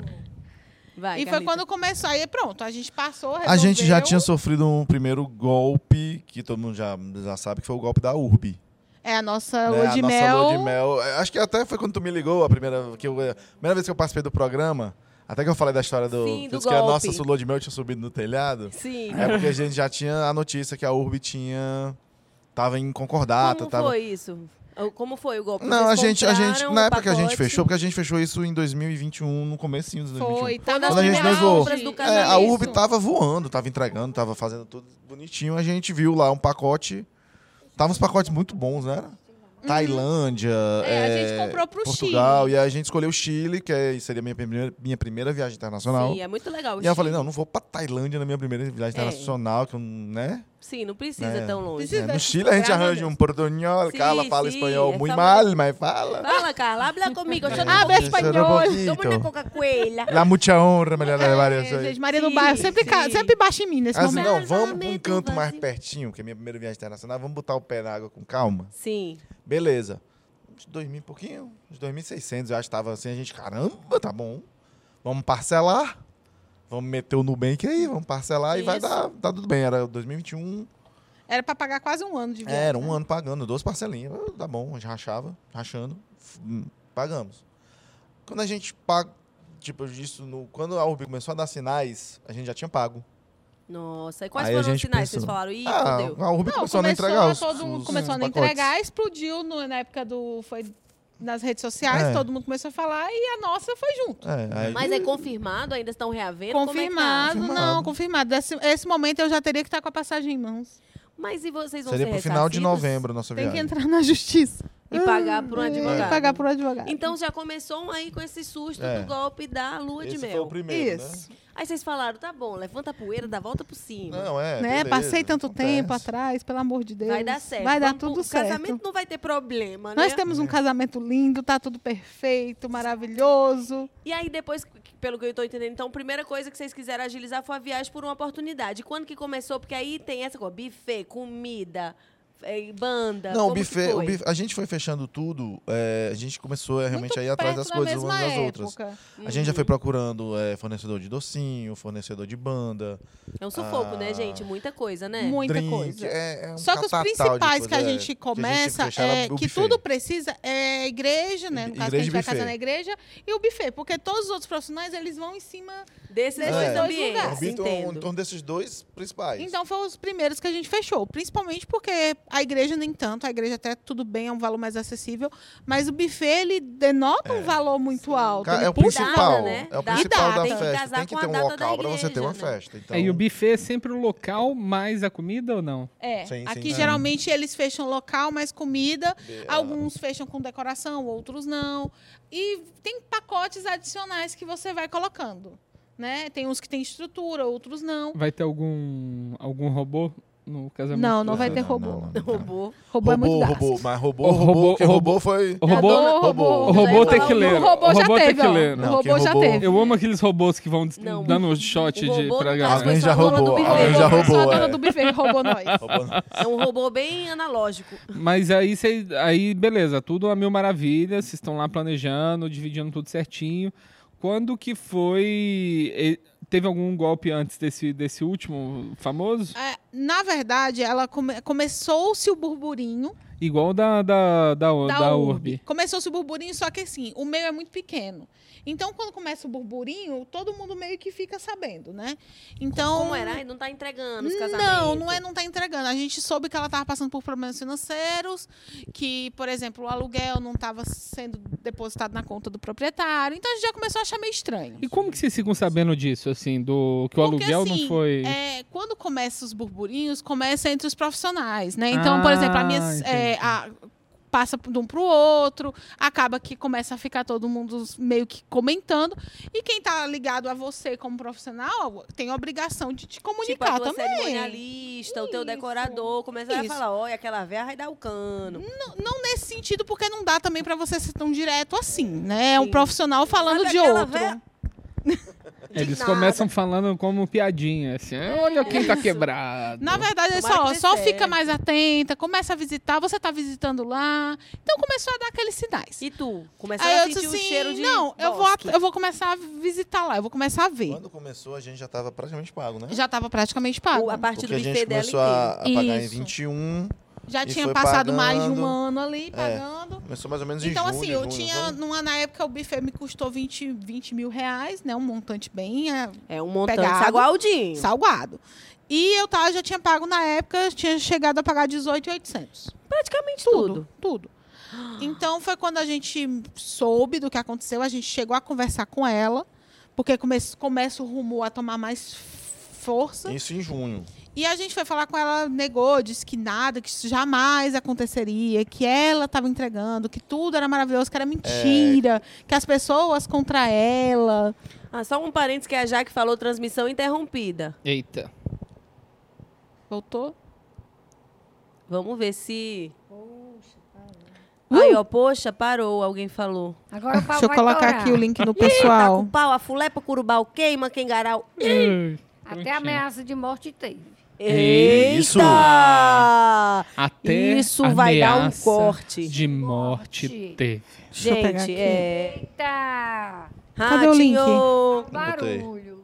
[SPEAKER 1] vai,
[SPEAKER 6] E foi
[SPEAKER 1] Carlita.
[SPEAKER 6] quando começou, aí pronto, a gente passou,
[SPEAKER 3] A gente já
[SPEAKER 6] resolveu.
[SPEAKER 3] tinha sofrido um primeiro golpe, que todo mundo já, já sabe que foi o golpe da URB.
[SPEAKER 6] É a
[SPEAKER 3] né?
[SPEAKER 6] nossa lua
[SPEAKER 3] a
[SPEAKER 6] de
[SPEAKER 3] nossa
[SPEAKER 6] mel.
[SPEAKER 3] lua de mel. É, Acho que até foi quando tu me ligou, a primeira, que eu- a primeira vez que eu participei do programa. Até que eu falei da história do.
[SPEAKER 1] Sim, do
[SPEAKER 3] disse que a
[SPEAKER 1] golpe.
[SPEAKER 3] nossa sua lua de mel tinha subido no telhado.
[SPEAKER 1] Sim,
[SPEAKER 3] É porque a gente já tinha a notícia que a URB tinha. Tava em concordata.
[SPEAKER 1] como
[SPEAKER 3] tava...
[SPEAKER 1] foi isso? Como foi o golpe?
[SPEAKER 3] tá, Não, a
[SPEAKER 1] Vocês
[SPEAKER 3] gente, a gente.
[SPEAKER 1] compraram
[SPEAKER 3] Na
[SPEAKER 1] o
[SPEAKER 3] época que a gente
[SPEAKER 1] pacote?
[SPEAKER 3] fechou, porque a gente fechou isso em 2021, no comecinho de 2021.
[SPEAKER 6] Foi, tá
[SPEAKER 1] Quando
[SPEAKER 3] a gente noivou.
[SPEAKER 1] do
[SPEAKER 3] É, a
[SPEAKER 1] casamento.
[SPEAKER 3] URB tava voando, tava entregando, tava fazendo tudo bonitinho. A gente viu lá um pacote. Tava uns pacotes muito bons, né? Tailândia.
[SPEAKER 6] É, a
[SPEAKER 3] é,
[SPEAKER 6] gente comprou pro
[SPEAKER 3] Portugal. E aí a gente escolheu o Chile, que é- seria minha primeira, minha primeira viagem internacional.
[SPEAKER 1] Sim, é muito legal.
[SPEAKER 3] e aí eu falei, não, não vou pra Tailândia na minha primeira viagem
[SPEAKER 1] É.
[SPEAKER 3] internacional, que eu, não- né?
[SPEAKER 1] Sim, não precisa
[SPEAKER 3] É.
[SPEAKER 1] tão longe.
[SPEAKER 3] É,
[SPEAKER 6] Precisa.
[SPEAKER 3] no Chile a gente
[SPEAKER 6] Graças a
[SPEAKER 3] arranja
[SPEAKER 6] Deus.
[SPEAKER 3] um portunhol,
[SPEAKER 1] Sim,
[SPEAKER 3] Carla fala
[SPEAKER 1] sim,
[SPEAKER 3] espanhol
[SPEAKER 1] é
[SPEAKER 3] muito
[SPEAKER 1] só-
[SPEAKER 3] mal, mas fala.
[SPEAKER 1] Fala, Carla, habla comigo. Eu sou
[SPEAKER 6] Ah,
[SPEAKER 1] do-
[SPEAKER 6] Habla espanhol.
[SPEAKER 1] Tomo una Coca-Cola.
[SPEAKER 3] La mucha honra, melhor levar
[SPEAKER 6] É,
[SPEAKER 3] isso aí.
[SPEAKER 6] gente, Maria
[SPEAKER 1] Sim,
[SPEAKER 6] do Bairro sempre, ca-
[SPEAKER 1] sim.
[SPEAKER 6] sempre baixa em é? mim nesse
[SPEAKER 3] Aí assim,
[SPEAKER 6] momento.
[SPEAKER 3] não, vamos pra um
[SPEAKER 1] Casamento
[SPEAKER 3] canto mais
[SPEAKER 1] é vazio.
[SPEAKER 3] pertinho, que é minha primeira viagem internacional. Vamos botar o pé na água com calma.
[SPEAKER 1] Sim.
[SPEAKER 3] Beleza. Uns dois mil e pouquinho, uns dois mil e seiscentos. Eu acho que tava assim, a gente, caramba, tá bom. Vamos parcelar. Vamos meter o Nubank aí, vamos parcelar e vai
[SPEAKER 1] Isso.
[SPEAKER 3] dar, tá tudo bem. Era 2021,
[SPEAKER 6] Era pra pagar quase um ano de
[SPEAKER 1] É,
[SPEAKER 6] viagem.
[SPEAKER 3] era um
[SPEAKER 6] né?
[SPEAKER 3] tá ano pagando, duas parcelinhas. Ah, Tá bom, a gente rachava, rachando, f- hum, pagamos. Quando a gente paga. Tipo, isso no, quando a Urbi começou a dar sinais, a gente já tinha pago.
[SPEAKER 1] Nossa, e quais
[SPEAKER 3] Aí a
[SPEAKER 1] foram os
[SPEAKER 3] gente
[SPEAKER 1] sinais?
[SPEAKER 3] pensou.
[SPEAKER 1] Vocês falaram, ih,
[SPEAKER 3] ah,
[SPEAKER 1] fodeu.
[SPEAKER 3] a Urbi
[SPEAKER 6] Não,
[SPEAKER 3] começou a não entregar os,
[SPEAKER 6] todo mundo
[SPEAKER 3] os,
[SPEAKER 6] começou a
[SPEAKER 3] os
[SPEAKER 6] não
[SPEAKER 3] pacotes.
[SPEAKER 6] entregar, explodiu no- na época do. Foi nas redes sociais,
[SPEAKER 3] É.
[SPEAKER 6] todo mundo começou a falar e a nossa foi junto.
[SPEAKER 3] É, aí,
[SPEAKER 1] Mas é confirmado? Ainda estão reavendo? Como é que tá?
[SPEAKER 6] Confirmado, não,
[SPEAKER 3] Confirmado.
[SPEAKER 6] confirmado. Esse, esse momento eu já teria que estar com a passagem em mãos.
[SPEAKER 1] Mas e vocês vão
[SPEAKER 3] seria
[SPEAKER 1] ser
[SPEAKER 3] pro final de
[SPEAKER 1] ressarcidos
[SPEAKER 3] novembro a nossa
[SPEAKER 6] Tem que
[SPEAKER 3] viagem.
[SPEAKER 6] entrar na justiça. Hum,
[SPEAKER 1] E pagar por um advogado.
[SPEAKER 6] E pagar por um advogado.
[SPEAKER 1] Então já começou um aí com esse susto
[SPEAKER 3] É.
[SPEAKER 1] do golpe da lua de
[SPEAKER 3] Esse foi
[SPEAKER 1] mel.
[SPEAKER 3] o primeiro,
[SPEAKER 6] Isso.
[SPEAKER 3] né?
[SPEAKER 1] Aí vocês falaram, tá bom, levanta a poeira, dá a volta por cima.
[SPEAKER 3] Não, é,
[SPEAKER 6] né?
[SPEAKER 3] beleza,
[SPEAKER 6] Passei tanto
[SPEAKER 3] acontece.
[SPEAKER 6] tempo atrás, pelo amor de Deus.
[SPEAKER 1] Vai dar certo.
[SPEAKER 6] Vai dar
[SPEAKER 1] Vamos pro-
[SPEAKER 6] tudo
[SPEAKER 1] O
[SPEAKER 6] certo.
[SPEAKER 1] casamento não vai ter problema, né?
[SPEAKER 6] Nós temos
[SPEAKER 3] É.
[SPEAKER 6] um casamento lindo, tá tudo perfeito, maravilhoso.
[SPEAKER 1] E aí depois, pelo que eu tô entendendo, então a primeira coisa que vocês quiseram agilizar foi a viagem por uma oportunidade. Quando que começou? Porque aí tem essa coisa, buffet, comida, eh, banda,
[SPEAKER 3] Não, o
[SPEAKER 1] como que
[SPEAKER 3] buffet,
[SPEAKER 1] foi?
[SPEAKER 3] o buffet- a gente foi fechando tudo, é, a gente começou é, realmente
[SPEAKER 6] Muito
[SPEAKER 3] a ir atrás das
[SPEAKER 6] perto da
[SPEAKER 3] coisas
[SPEAKER 6] mesma
[SPEAKER 3] umas das outras.
[SPEAKER 6] época. Uhum.
[SPEAKER 3] A gente já foi procurando é, fornecedor de docinho, fornecedor de banda,
[SPEAKER 1] É um sufoco,
[SPEAKER 3] Ah.
[SPEAKER 1] né, gente? Muita coisa, né?
[SPEAKER 6] Muita
[SPEAKER 3] drink,
[SPEAKER 6] coisa.
[SPEAKER 3] é- é um
[SPEAKER 6] Só que os
[SPEAKER 3] catatal de
[SPEAKER 6] principais
[SPEAKER 3] coisa,
[SPEAKER 6] que a
[SPEAKER 3] é,
[SPEAKER 6] gente começa,
[SPEAKER 3] fechar era
[SPEAKER 6] é,
[SPEAKER 3] o
[SPEAKER 6] que
[SPEAKER 3] buffet.
[SPEAKER 6] tudo precisa, é igreja, né? No caso, que a
[SPEAKER 3] Igreja
[SPEAKER 6] gente
[SPEAKER 3] e
[SPEAKER 6] vai
[SPEAKER 3] buffet.
[SPEAKER 6] casar na igreja, e o buffet, porque todos os outros profissionais eles vão em cima.
[SPEAKER 1] Desses
[SPEAKER 6] É.
[SPEAKER 1] dois
[SPEAKER 6] Desses dois lugares.
[SPEAKER 1] ambientes,
[SPEAKER 3] Orbitam em
[SPEAKER 1] entendo.
[SPEAKER 3] torno um, desses dois principais.
[SPEAKER 6] Então foram os primeiros que a gente fechou, principalmente porque a igreja nem tanto, a igreja até tudo bem, é um valor mais acessível, mas o buffet ele denota um valor muito alto.
[SPEAKER 3] É. Ca-
[SPEAKER 6] ele
[SPEAKER 3] é o
[SPEAKER 6] puxa um
[SPEAKER 3] principal,
[SPEAKER 6] valor.
[SPEAKER 1] né?
[SPEAKER 3] é o
[SPEAKER 1] Data.
[SPEAKER 3] principal
[SPEAKER 1] Tem
[SPEAKER 3] da
[SPEAKER 1] que
[SPEAKER 3] festa.
[SPEAKER 1] casar
[SPEAKER 3] Tem que
[SPEAKER 1] com a
[SPEAKER 3] ter um
[SPEAKER 1] data da
[SPEAKER 3] local para você ter uma
[SPEAKER 1] igreja, né?
[SPEAKER 3] festa. Então,
[SPEAKER 2] É, e o buffet é sempre o local mais a comida ou não?
[SPEAKER 6] É,
[SPEAKER 3] Sim, sim,
[SPEAKER 6] aqui
[SPEAKER 3] sim.
[SPEAKER 6] geralmente eles fecham local, mas comida.
[SPEAKER 3] Be- é,
[SPEAKER 6] Alguns fecham com decoração, outros não. E tem pacotes adicionais que você vai colocando. Né? Tem uns que tem estrutura, outros não.
[SPEAKER 2] Vai ter algum, algum robô no casamento?
[SPEAKER 6] Não, não vai ter
[SPEAKER 3] não,
[SPEAKER 6] robô.
[SPEAKER 3] não, não, não.
[SPEAKER 1] Robô.
[SPEAKER 2] Um
[SPEAKER 6] Robô, é muito
[SPEAKER 3] Robô,
[SPEAKER 6] gasto.
[SPEAKER 3] robô, mas
[SPEAKER 2] O
[SPEAKER 3] robô,
[SPEAKER 2] robô-
[SPEAKER 3] robô, que
[SPEAKER 2] o
[SPEAKER 3] robô foi...
[SPEAKER 2] O robô,
[SPEAKER 6] Adoro
[SPEAKER 2] o
[SPEAKER 6] robô.
[SPEAKER 2] robô
[SPEAKER 1] Já ia falar,
[SPEAKER 2] tequileiro.
[SPEAKER 1] o
[SPEAKER 6] robô já teve, ó.
[SPEAKER 2] tequileiro.
[SPEAKER 6] O
[SPEAKER 3] Não,
[SPEAKER 6] robô
[SPEAKER 3] que
[SPEAKER 6] já
[SPEAKER 3] robô-
[SPEAKER 6] teve.
[SPEAKER 2] Eu amo aqueles robôs que vão des-
[SPEAKER 1] Não,
[SPEAKER 2] dando um shot
[SPEAKER 1] o robô
[SPEAKER 2] de,
[SPEAKER 1] não
[SPEAKER 2] pra
[SPEAKER 1] tá
[SPEAKER 2] galera.
[SPEAKER 3] Alguém já
[SPEAKER 1] Foi só a dona do
[SPEAKER 3] roubou,
[SPEAKER 1] buffet.
[SPEAKER 3] alguém já
[SPEAKER 6] Robô, Só a
[SPEAKER 3] roubou,
[SPEAKER 6] dona
[SPEAKER 3] é.
[SPEAKER 6] do buffet roubou nós.
[SPEAKER 3] Robô-
[SPEAKER 1] É um robô bem analógico.
[SPEAKER 2] Mas aí, cê, aí, beleza, tudo a mil maravilhas, vocês estão lá planejando, dividindo tudo certinho. Quando que foi... e- Teve algum golpe antes desse, desse último famoso?
[SPEAKER 6] É, na verdade, ela come- começou-se o burburinho
[SPEAKER 2] Igual da, da, da,
[SPEAKER 6] da,
[SPEAKER 2] da
[SPEAKER 6] Urb.
[SPEAKER 2] Urb.
[SPEAKER 6] Começou-se o burburinho, só que assim, o meio é muito pequeno. Então, quando começa o burburinho, todo mundo meio que fica sabendo, né? Então,
[SPEAKER 1] Como era? Ai, não tá entregando os casamentos.
[SPEAKER 6] Não, não é não tá entregando. A gente soube que ela estava passando por problemas financeiros, que, por exemplo, o aluguel não estava sendo depositado na conta do proprietário. Então a gente já começou a achar meio estranho.
[SPEAKER 2] E como que vocês ficam sabendo disso, assim, do que o
[SPEAKER 6] Porque,
[SPEAKER 2] aluguel
[SPEAKER 6] assim,
[SPEAKER 2] não foi...
[SPEAKER 6] É, quando começa os burburinhos, começa entre os profissionais, né? Então, por
[SPEAKER 2] Ah,
[SPEAKER 6] exemplo, a minha é,
[SPEAKER 2] entendi.
[SPEAKER 6] a- passa de um pro outro, acaba que começa a ficar todo mundo meio que comentando. E quem tá ligado a você como profissional tem a obrigação de te
[SPEAKER 1] Tipo,
[SPEAKER 6] comunicar
[SPEAKER 1] a tua
[SPEAKER 6] também.
[SPEAKER 1] cerimonialista, o teu
[SPEAKER 6] Isso.
[SPEAKER 1] decorador, começa a
[SPEAKER 6] Isso. Hum.
[SPEAKER 1] falar, olha, aquela véia vai dar o cano.
[SPEAKER 6] Não nesse sentido, porque não dá também pra você ser tão direto assim, né? É um
[SPEAKER 1] Sim.
[SPEAKER 6] profissional falando
[SPEAKER 1] Mas é
[SPEAKER 6] de
[SPEAKER 1] aquela
[SPEAKER 6] outro.
[SPEAKER 1] véia-
[SPEAKER 6] é
[SPEAKER 2] Eles
[SPEAKER 1] nada.
[SPEAKER 2] começam falando como piadinha, assim, "Ah, olha quem tá quebrado.
[SPEAKER 6] Na verdade, é
[SPEAKER 1] Tomara
[SPEAKER 6] só,
[SPEAKER 1] que dê
[SPEAKER 6] só
[SPEAKER 1] certo.
[SPEAKER 6] fica mais atenta, começa a visitar, você tá visitando lá. Então começou a dar aqueles sinais.
[SPEAKER 1] E tu?
[SPEAKER 6] Aí
[SPEAKER 1] Começando
[SPEAKER 6] eu
[SPEAKER 1] a sentir
[SPEAKER 6] disse
[SPEAKER 1] o
[SPEAKER 6] assim,
[SPEAKER 1] cheiro de
[SPEAKER 6] não, eu vou,
[SPEAKER 1] bosque.
[SPEAKER 6] at- eu vou começar a visitar lá, eu vou começar a ver.
[SPEAKER 3] Quando começou, a gente já estava praticamente pago, né?
[SPEAKER 6] Já tava praticamente pago.
[SPEAKER 1] O- A parte
[SPEAKER 3] Porque a
[SPEAKER 1] do buffet
[SPEAKER 3] gente
[SPEAKER 1] dela é
[SPEAKER 3] começou
[SPEAKER 1] inteiro.
[SPEAKER 3] a, a pagar em
[SPEAKER 6] Isso.
[SPEAKER 3] 21,
[SPEAKER 6] Já
[SPEAKER 3] e
[SPEAKER 6] tinha
[SPEAKER 3] foi
[SPEAKER 6] passado mais de um
[SPEAKER 3] pagando.
[SPEAKER 6] ano ali pagando.
[SPEAKER 3] começou mais ou menos em
[SPEAKER 6] Então,
[SPEAKER 3] junho.
[SPEAKER 6] assim, eu
[SPEAKER 3] junho, né?
[SPEAKER 6] tinha.
[SPEAKER 3] junho.
[SPEAKER 6] Numa, na época, o buffet me custou 20, 20 mil reais, né? Um montante bem é,
[SPEAKER 1] É um montante
[SPEAKER 6] Pegado.
[SPEAKER 1] sagualdinho.
[SPEAKER 6] salgado. E eu tava, já tinha pago na época, tinha chegado a pagar 18,800.
[SPEAKER 1] Praticamente tudo.
[SPEAKER 6] Tudo. Então foi quando a gente soube do que aconteceu, a gente chegou a conversar com ela, porque come começa o rumor a tomar mais força.
[SPEAKER 3] Isso em junho.
[SPEAKER 6] E a gente foi falar com ela, negou, disse que nada, que isso jamais aconteceria, que ela estava entregando, que tudo era maravilhoso, que era mentira, que as pessoas contra ela.
[SPEAKER 1] Ah, só um parênteses que a Jaque falou transmissão interrompida.
[SPEAKER 2] Eita.
[SPEAKER 6] Voltou?
[SPEAKER 1] Vamos ver se...
[SPEAKER 7] Poxa, tá lá.
[SPEAKER 1] Aí, ó, poxa, parou, alguém falou.
[SPEAKER 7] Agora o pau
[SPEAKER 6] Deixa eu
[SPEAKER 7] vai
[SPEAKER 6] colocar
[SPEAKER 7] torar.
[SPEAKER 6] aqui o link
[SPEAKER 1] Tá
[SPEAKER 6] no
[SPEAKER 1] com
[SPEAKER 6] pessoal.
[SPEAKER 1] pau, a fulepa, curubau, queima, quengarau.
[SPEAKER 7] Até ameaça de morte teve.
[SPEAKER 1] Eita!
[SPEAKER 3] Isso.
[SPEAKER 2] Até
[SPEAKER 1] Isso vai dar um
[SPEAKER 2] ameaça
[SPEAKER 1] corte.
[SPEAKER 2] De morte
[SPEAKER 7] Morte.
[SPEAKER 2] teve.
[SPEAKER 6] Deixa eu pegar
[SPEAKER 1] Gente,
[SPEAKER 6] aqui.
[SPEAKER 1] é...
[SPEAKER 7] Eita!
[SPEAKER 6] Cadê o link?
[SPEAKER 1] Ratinho!
[SPEAKER 7] Barulho.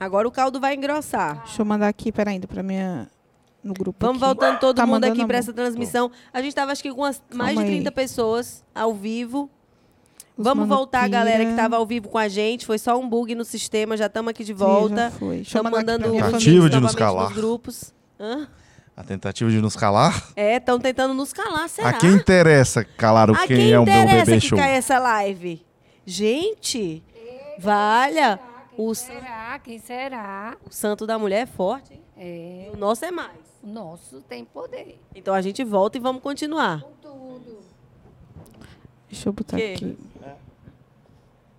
[SPEAKER 1] Agora o caldo vai engrossar.
[SPEAKER 6] Deixa eu mandar aqui, peraí, ainda pra minha. No grupo.
[SPEAKER 1] Vamos
[SPEAKER 6] aqui.
[SPEAKER 1] voltando todo
[SPEAKER 6] Tá
[SPEAKER 1] mundo
[SPEAKER 6] mandando
[SPEAKER 1] aqui para
[SPEAKER 6] amor.
[SPEAKER 1] essa transmissão. A gente tava acho que com umas- mais de
[SPEAKER 6] aí.
[SPEAKER 1] 30 pessoas ao vivo. Vamos
[SPEAKER 6] Mano
[SPEAKER 1] voltar,
[SPEAKER 6] Pira.
[SPEAKER 1] galera, que tava ao vivo com a gente. Foi só um bug no sistema, já estamos aqui de volta. Estamos mandando um
[SPEAKER 3] minha
[SPEAKER 1] links
[SPEAKER 3] Tentativa de nos
[SPEAKER 1] novamente
[SPEAKER 3] calar.
[SPEAKER 1] nos grupos. Hã?
[SPEAKER 3] A tentativa de nos calar.
[SPEAKER 1] É, estão tentando nos calar, será?
[SPEAKER 3] A quem interessa calar o
[SPEAKER 1] A
[SPEAKER 3] quem,
[SPEAKER 1] quem
[SPEAKER 3] é o meu
[SPEAKER 1] interessa
[SPEAKER 3] bebê
[SPEAKER 1] que
[SPEAKER 3] show?
[SPEAKER 1] cai essa live? Gente, valha, o,
[SPEAKER 7] Quem será? Quem será?
[SPEAKER 1] o santo da mulher é forte. hein?
[SPEAKER 7] É,
[SPEAKER 1] O nosso é mais.
[SPEAKER 7] o nosso tem poder.
[SPEAKER 1] Então a gente volta e vamos continuar.
[SPEAKER 7] Tudo.
[SPEAKER 5] Deixa eu botar
[SPEAKER 1] Que?
[SPEAKER 5] aqui.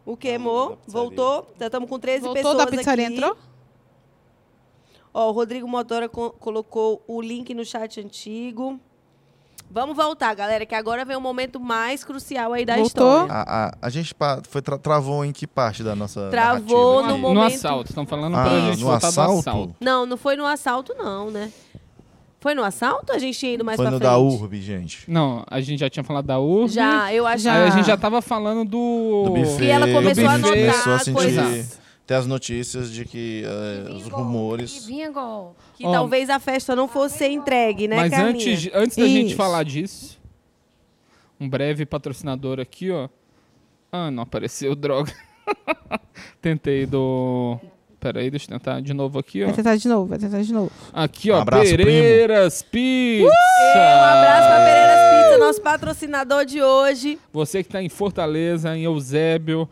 [SPEAKER 1] O que, amor? Voltou? Já estamos com 13
[SPEAKER 6] Voltou
[SPEAKER 1] pessoas
[SPEAKER 6] da pizzaria,
[SPEAKER 1] aqui.
[SPEAKER 6] entrou?
[SPEAKER 1] Ó, o Rodrigo Motora co- colocou o link no chat antigo. Vamos voltar, galera, que agora vem o momento mais crucial aí da
[SPEAKER 6] Voltou?
[SPEAKER 1] história.
[SPEAKER 3] A, a, a gente pa- foi tra- travou em que parte da nossa
[SPEAKER 1] Travou
[SPEAKER 3] narrativa
[SPEAKER 1] no
[SPEAKER 3] aqui?
[SPEAKER 1] momento-
[SPEAKER 2] No assalto, estão falando pra
[SPEAKER 3] Ah,
[SPEAKER 2] gente
[SPEAKER 3] no
[SPEAKER 2] voltar
[SPEAKER 3] assalto?
[SPEAKER 2] do assalto.
[SPEAKER 1] Não, não foi no assalto, não, né? Foi no assalto? A gente tinha ido mais
[SPEAKER 3] Foi
[SPEAKER 1] pra
[SPEAKER 3] no
[SPEAKER 1] frente.
[SPEAKER 3] da URB, gente.
[SPEAKER 2] Não, a gente já tinha falado da URB.
[SPEAKER 1] Já, eu acho
[SPEAKER 2] Aí a gente já
[SPEAKER 1] que-
[SPEAKER 2] tava falando do...
[SPEAKER 3] Do buffet.
[SPEAKER 1] E ela começou
[SPEAKER 2] a
[SPEAKER 3] do
[SPEAKER 2] notar
[SPEAKER 3] começou a sentir...
[SPEAKER 1] coisas.
[SPEAKER 3] Ter as notícias de que eh, os
[SPEAKER 7] Que
[SPEAKER 3] rumores...
[SPEAKER 7] vinha golpe.
[SPEAKER 1] que
[SPEAKER 2] Ó,
[SPEAKER 1] talvez a festa não fosse ser entregue, né,
[SPEAKER 2] Mas
[SPEAKER 1] Carlinha?
[SPEAKER 2] antes, antes da gente
[SPEAKER 5] Isso.
[SPEAKER 2] falar disso, um breve patrocinador aqui, ó. Ah, não apareceu, droga. Tentei do... Peraí, deixa eu tentar de novo aqui, ó.
[SPEAKER 6] Vai tentar de novo, vai tentar de novo.
[SPEAKER 2] Aqui, ó,
[SPEAKER 3] Abraço, primo.
[SPEAKER 2] Pereiras Pizza.
[SPEAKER 1] Um abraço pra Pereiras Pizza, nosso patrocinador de hoje.
[SPEAKER 2] Você que tá em Fortaleza, em Eusébio,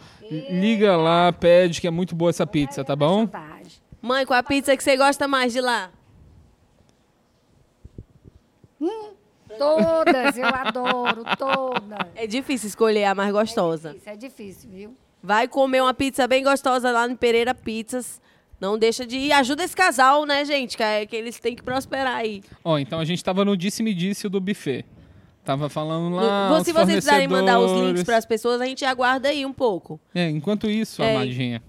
[SPEAKER 2] liga lá, pede que é muito boa essa pizza, tá bom?
[SPEAKER 7] Vantagem.
[SPEAKER 1] Mãe, qual a pizza que você gosta mais de lá?
[SPEAKER 7] Todas, eu adoro, todas.
[SPEAKER 1] É difícil escolher a mais gostosa.
[SPEAKER 7] Isso é difícil, viu?
[SPEAKER 1] Vai comer uma pizza bem gostosa lá no Pereira Pizzas. Não deixa de ir. Ajuda esse casal, né, gente? Que, é- que eles têm que prosperar aí.
[SPEAKER 2] Ó, então a gente tava no disse-me-disse do buffet. Tava falando lá.
[SPEAKER 1] No-
[SPEAKER 2] os
[SPEAKER 1] Se vocês quiserem mandar os links
[SPEAKER 2] fornecedores.
[SPEAKER 1] para as pessoas, a gente aguarda aí um pouco.
[SPEAKER 2] É, enquanto isso,
[SPEAKER 1] É.
[SPEAKER 2] Amadinha,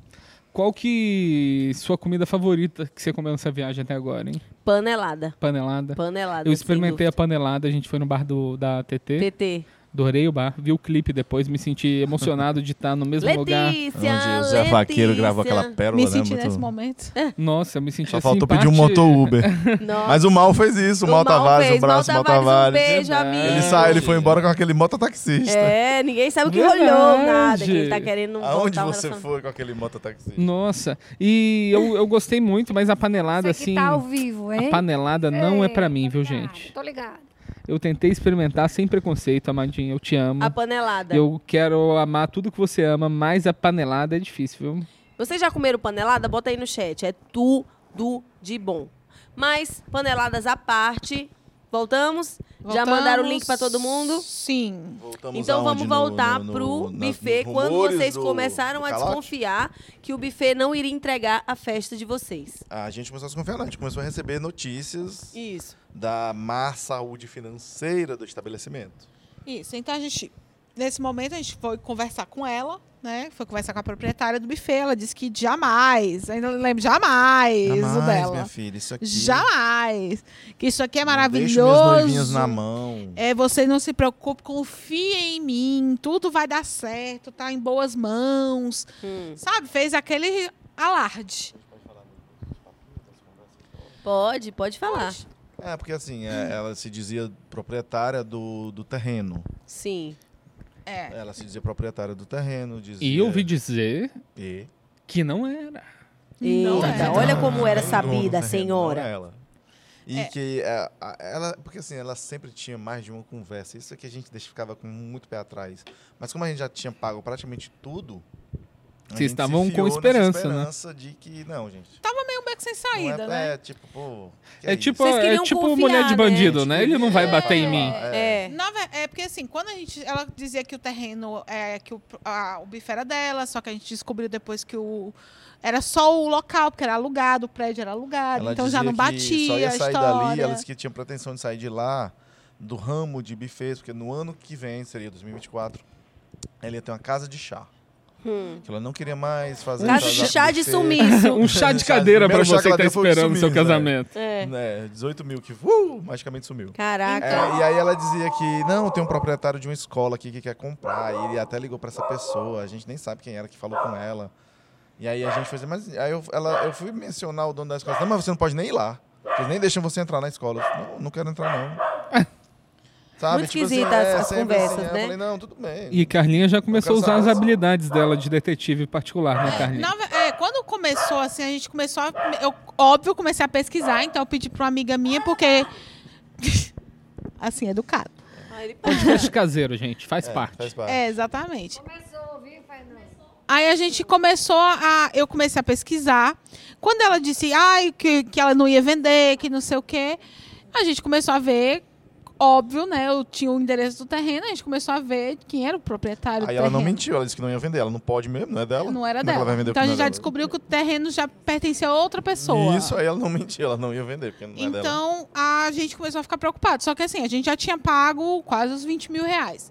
[SPEAKER 2] qual que sua comida favorita que você comeu nessa viagem até agora, hein?
[SPEAKER 1] Panelada.
[SPEAKER 2] Panelada.
[SPEAKER 1] Panelada.
[SPEAKER 2] Eu
[SPEAKER 1] sem
[SPEAKER 2] experimentei a
[SPEAKER 1] dúvida.
[SPEAKER 2] panelada, a gente foi no bar do, da TT,
[SPEAKER 1] TT.
[SPEAKER 2] adorei o bar, vi o clipe depois, me senti emocionado de estar no mesmo lugar.
[SPEAKER 1] Letícia,
[SPEAKER 3] Onde o Zé Vaqueiro gravou aquela pérola,
[SPEAKER 6] Me
[SPEAKER 3] né?
[SPEAKER 6] senti
[SPEAKER 3] muito-
[SPEAKER 6] nesse momento.
[SPEAKER 1] É,
[SPEAKER 2] Nossa, eu me senti
[SPEAKER 3] Só
[SPEAKER 2] assim,
[SPEAKER 3] faltou pedir um
[SPEAKER 2] parte-
[SPEAKER 3] motor Uber.
[SPEAKER 1] Nossa,
[SPEAKER 3] Mas o Mal fez isso, o Mal Tavares, um
[SPEAKER 1] fez.
[SPEAKER 3] braço, Mal Tavares.
[SPEAKER 1] Um beijo,
[SPEAKER 2] Verdade.
[SPEAKER 1] amigo.
[SPEAKER 3] Ele sai, ele foi embora com aquele mototaxista.
[SPEAKER 1] É, ninguém sabe o que
[SPEAKER 2] Verdade.
[SPEAKER 1] rolou, nada. Quem tá querendo
[SPEAKER 3] Aonde
[SPEAKER 1] voltar ao
[SPEAKER 3] você
[SPEAKER 1] relacionamento.
[SPEAKER 3] foi com aquele mototaxista?
[SPEAKER 1] Então
[SPEAKER 2] Nossa, e eu, eu gostei muito, mas a panelada,
[SPEAKER 7] Você que
[SPEAKER 2] assim,
[SPEAKER 7] tá ao vivo, hein? tá
[SPEAKER 2] a panelada não é pra mim,
[SPEAKER 7] tô
[SPEAKER 2] viu,
[SPEAKER 7] ligada,
[SPEAKER 2] gente?
[SPEAKER 7] Tô ligado.
[SPEAKER 2] Eu tentei experimentar sem preconceito, Amadinha, eu te amo.
[SPEAKER 1] A panelada.
[SPEAKER 2] Eu quero amar tudo que você ama, mas a panelada é difícil, viu?
[SPEAKER 1] Vocês já comeram panelada? Bota aí no chat. É tudo de bom. Mas, paneladas à parte, voltamos? Já mandaram o link pra todo mundo?
[SPEAKER 6] Sim.
[SPEAKER 3] Voltamos
[SPEAKER 1] então
[SPEAKER 3] aonde?
[SPEAKER 1] vamos
[SPEAKER 3] No-
[SPEAKER 1] voltar
[SPEAKER 3] no- no-
[SPEAKER 1] pro
[SPEAKER 3] na- nos
[SPEAKER 1] buffet quando
[SPEAKER 3] rumores
[SPEAKER 1] vocês
[SPEAKER 3] do-
[SPEAKER 1] começaram
[SPEAKER 3] do
[SPEAKER 1] a
[SPEAKER 3] calote?
[SPEAKER 1] desconfiar que o buffet não iria entregar a festa de vocês.
[SPEAKER 3] Ah, A gente começou a se confiar, não. a gente começou a receber notícias
[SPEAKER 1] Isso.
[SPEAKER 3] da má saúde financeira do estabelecimento.
[SPEAKER 6] Isso, então a gente, nesse momento, a gente foi conversar com ela, né? Foi conversar com a proprietária do buffet. Ela disse que jamais, ainda lembro, jamais, o
[SPEAKER 3] Jamais, minha
[SPEAKER 6] dela.
[SPEAKER 3] filha, isso aqui.
[SPEAKER 6] Jamais. Que isso aqui é
[SPEAKER 3] Deixa minhas noivinhas
[SPEAKER 6] maravilhoso.
[SPEAKER 3] na mão.
[SPEAKER 6] É, você não se preocupe, confia em mim, tudo vai dar certo, tá em boas mãos.
[SPEAKER 1] Hum.
[SPEAKER 6] Sabe? Fez aquele alarde.
[SPEAKER 1] Pode, pode falar.
[SPEAKER 3] É, porque assim, é, ela se dizia proprietária do, do terreno.
[SPEAKER 1] Sim.
[SPEAKER 6] É.
[SPEAKER 3] Ela se dizia proprietária do terreno, dizia...
[SPEAKER 2] E eu ouvi dizer
[SPEAKER 3] E...
[SPEAKER 2] que não era.
[SPEAKER 6] Não
[SPEAKER 1] Eita,
[SPEAKER 6] é.
[SPEAKER 1] olha como era
[SPEAKER 3] Não, não, é.
[SPEAKER 1] sabida a
[SPEAKER 3] não, não,
[SPEAKER 1] senhora.
[SPEAKER 3] Ela. E que é, a- ela, porque assim, ela sempre tinha mais de uma conversa. Isso aqui a gente deixa- ficava com muito pé atrás. Mas como a gente já tinha pago praticamente tudo,
[SPEAKER 2] Vocês
[SPEAKER 3] a gente se
[SPEAKER 2] estavam com
[SPEAKER 3] fiou nessa
[SPEAKER 2] esperança, né?
[SPEAKER 3] esperança de que não, gente.
[SPEAKER 6] Meio beco sem
[SPEAKER 3] não
[SPEAKER 6] saída,
[SPEAKER 3] é,
[SPEAKER 6] né?
[SPEAKER 3] é tipo, pô, que
[SPEAKER 2] É tipo,
[SPEAKER 1] Vocês
[SPEAKER 2] é
[SPEAKER 1] queriam
[SPEAKER 2] tipo
[SPEAKER 1] confiar,
[SPEAKER 2] mulher de
[SPEAKER 1] né?
[SPEAKER 2] bandido, né? Ele não vai bater em mim.
[SPEAKER 1] É.
[SPEAKER 6] Na ver- é porque assim, quando a gente. Ela dizia que o terreno é que o, a, o bife era dela, só que a gente descobriu depois que o. Era só o local, porque era alugado, o prédio era alugado,
[SPEAKER 3] Ela
[SPEAKER 6] então já
[SPEAKER 3] dizia
[SPEAKER 6] não
[SPEAKER 3] que
[SPEAKER 6] batia
[SPEAKER 3] Só ia
[SPEAKER 6] a
[SPEAKER 3] sair
[SPEAKER 6] história.
[SPEAKER 3] dali, ela disse que tinha pretensão de sair de lá do ramo de buffets, porque no ano que vem, seria 2024, ela ia ter uma casa de chá.
[SPEAKER 6] Hum.
[SPEAKER 3] Que ela não queria mais fazer.
[SPEAKER 1] Casa de
[SPEAKER 3] casa
[SPEAKER 1] chá de
[SPEAKER 3] buffet.
[SPEAKER 1] sumiço.
[SPEAKER 2] Um chá de
[SPEAKER 3] Chá-
[SPEAKER 2] cadeira pra
[SPEAKER 3] primeiro chá
[SPEAKER 2] você que tá
[SPEAKER 3] cadeira foi o
[SPEAKER 2] esperando o seu
[SPEAKER 3] sumiço, né?
[SPEAKER 2] casamento.
[SPEAKER 1] É.
[SPEAKER 3] né, 18 mil que uh, magicamente sumiu.
[SPEAKER 1] Caraca.
[SPEAKER 3] É, e aí ela dizia que não, tem um proprietário de uma escola aqui que quer comprar. E ele até ligou pra essa pessoa, a gente nem sabe quem era que falou com ela. E aí a gente foi dizer, mas aí eu, ela, eu fui mencionar o dono da escola, não, mas você não pode nem ir lá. Eles nem deixam você entrar na escola. Eu, não, não quero entrar não. Sabe?
[SPEAKER 1] Muito
[SPEAKER 3] Tipo assim,
[SPEAKER 1] esquisita
[SPEAKER 3] é,
[SPEAKER 1] essas
[SPEAKER 3] sempre
[SPEAKER 1] conversas,
[SPEAKER 3] assim. Aí
[SPEAKER 1] né?
[SPEAKER 3] Eu falei, não, tudo bem.
[SPEAKER 2] E Carlinha já começou a usar as
[SPEAKER 3] cansado.
[SPEAKER 2] habilidades dela de detetive particular, né, Carlinha?
[SPEAKER 6] Na ve- é, quando começou, assim, a gente começou a. Eu, óbvio, eu comecei a pesquisar, então eu pedi pra uma amiga minha, porque. assim, educado.
[SPEAKER 1] Aí ele
[SPEAKER 2] Podcast caseiro, gente, faz
[SPEAKER 3] É,
[SPEAKER 2] parte.
[SPEAKER 3] Faz parte.
[SPEAKER 6] É, exatamente.
[SPEAKER 7] Começou, é viu, Fernando?
[SPEAKER 6] Aí a gente começou a. Eu comecei a pesquisar. Quando ela disse ai, que, que ela não ia vender, que não sei o quê, a gente começou a ver. Óbvio, né? Eu tinha o endereço do terreno, a gente começou a ver quem era o proprietário
[SPEAKER 3] Aí
[SPEAKER 6] do
[SPEAKER 3] ela
[SPEAKER 6] terreno.
[SPEAKER 3] não mentiu, ela disse que não ia vender. Ela não pode mesmo, não é dela?
[SPEAKER 6] Não
[SPEAKER 3] Como é
[SPEAKER 6] era
[SPEAKER 3] que
[SPEAKER 6] dela.
[SPEAKER 3] Ela vai vender o
[SPEAKER 6] então a
[SPEAKER 3] que
[SPEAKER 6] gente
[SPEAKER 3] não
[SPEAKER 6] já
[SPEAKER 3] é dela?
[SPEAKER 6] descobriu que o terreno já pertencia a outra pessoa.
[SPEAKER 3] Isso, aí ela não mentiu, ela não ia vender, porque não é dela.
[SPEAKER 6] Então a gente começou a ficar preocupado. Só que assim, a gente já tinha pago quase os 20 mil reais.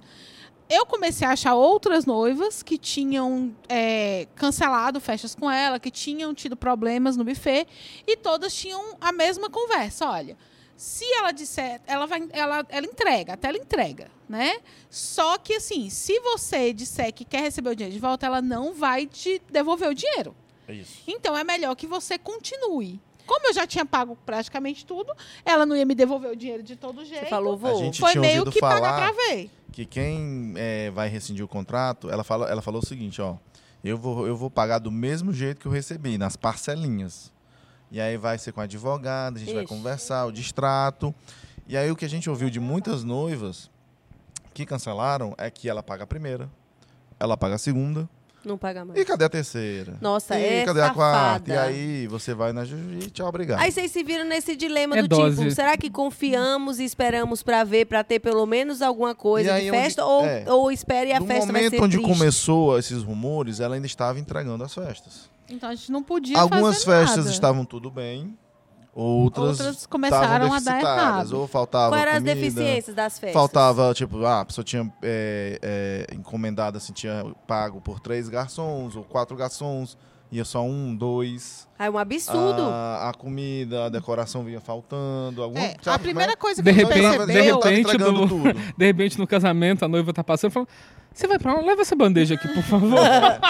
[SPEAKER 6] Eu comecei a achar outras noivas que tinham é, cancelado festas com ela, que tinham tido problemas no buffet, e todas tinham a mesma conversa. Olha, se ela disser, ela vai, ela, ela entrega, até ela entrega, né? Só que assim, se você disser que quer receber o dinheiro de volta, ela não vai te devolver o dinheiro.
[SPEAKER 3] É isso.
[SPEAKER 6] Então é melhor que você continue. Como eu já tinha pago praticamente tudo, ela não ia me devolver o dinheiro de todo jeito.
[SPEAKER 1] Você falou,
[SPEAKER 3] A
[SPEAKER 1] vou.
[SPEAKER 3] gente
[SPEAKER 6] Foi
[SPEAKER 3] tinha
[SPEAKER 6] meio
[SPEAKER 3] ouvido
[SPEAKER 6] que
[SPEAKER 3] falar
[SPEAKER 6] pagar pra ver.
[SPEAKER 3] que quem é, vai rescindir o contrato, ela, fala, ela falou o seguinte, ó. Eu vou, eu vou pagar do mesmo jeito que eu recebi, nas parcelinhas. E aí vai ser com a advogada, a gente vai
[SPEAKER 1] Ixi.
[SPEAKER 3] conversar, o distrato. E aí o que a gente ouviu de muitas noivas que cancelaram é que ela paga a primeira, ela paga a segunda.
[SPEAKER 1] Não paga mais.
[SPEAKER 3] E cadê a terceira?
[SPEAKER 1] Nossa,
[SPEAKER 3] e
[SPEAKER 1] é
[SPEAKER 3] cadê a quarta? E
[SPEAKER 1] safada.
[SPEAKER 3] aí você vai na juju e tchau, obrigado.
[SPEAKER 1] Aí vocês se viram nesse dilema
[SPEAKER 2] É
[SPEAKER 1] do
[SPEAKER 2] dose.
[SPEAKER 1] tipo, será que confiamos e esperamos pra ver, pra ter pelo menos alguma coisa
[SPEAKER 3] E
[SPEAKER 1] de
[SPEAKER 3] aí onde-
[SPEAKER 1] festa? Ou,
[SPEAKER 3] é.
[SPEAKER 1] ou espere e a
[SPEAKER 3] no
[SPEAKER 1] festa vai
[SPEAKER 3] momento
[SPEAKER 1] ser
[SPEAKER 3] onde
[SPEAKER 1] triste?
[SPEAKER 3] começou esses rumores, ela ainda estava entregando as festas.
[SPEAKER 6] Então a gente não podia
[SPEAKER 3] Algumas
[SPEAKER 6] fazer
[SPEAKER 3] festas
[SPEAKER 6] nada.
[SPEAKER 3] estavam tudo bem, outras,
[SPEAKER 6] Outras
[SPEAKER 3] estavam
[SPEAKER 6] começaram a dar
[SPEAKER 3] deficitárias.
[SPEAKER 6] errado.
[SPEAKER 3] Ou faltava
[SPEAKER 1] Quais eram as
[SPEAKER 3] comida,
[SPEAKER 1] deficiências das festas?
[SPEAKER 3] Faltava, tipo, ah, a pessoa tinha é, é, encomendado, assim, tinha pago por três garçons ou quatro garçons, ia só um, dois. Ah,
[SPEAKER 1] Ah, é um absurdo.
[SPEAKER 3] A, a comida, a decoração vinha faltando. Alguma,
[SPEAKER 6] É, a primeira coisa
[SPEAKER 2] De
[SPEAKER 6] que a gente
[SPEAKER 2] repente-
[SPEAKER 3] coisa
[SPEAKER 2] de
[SPEAKER 6] percebeu...
[SPEAKER 2] repente-
[SPEAKER 3] entregando
[SPEAKER 2] do-
[SPEAKER 3] tudo.
[SPEAKER 2] De repente, no casamento, a noiva tá passando e fala: Você vai pra lá, leva essa bandeja aqui, por favor.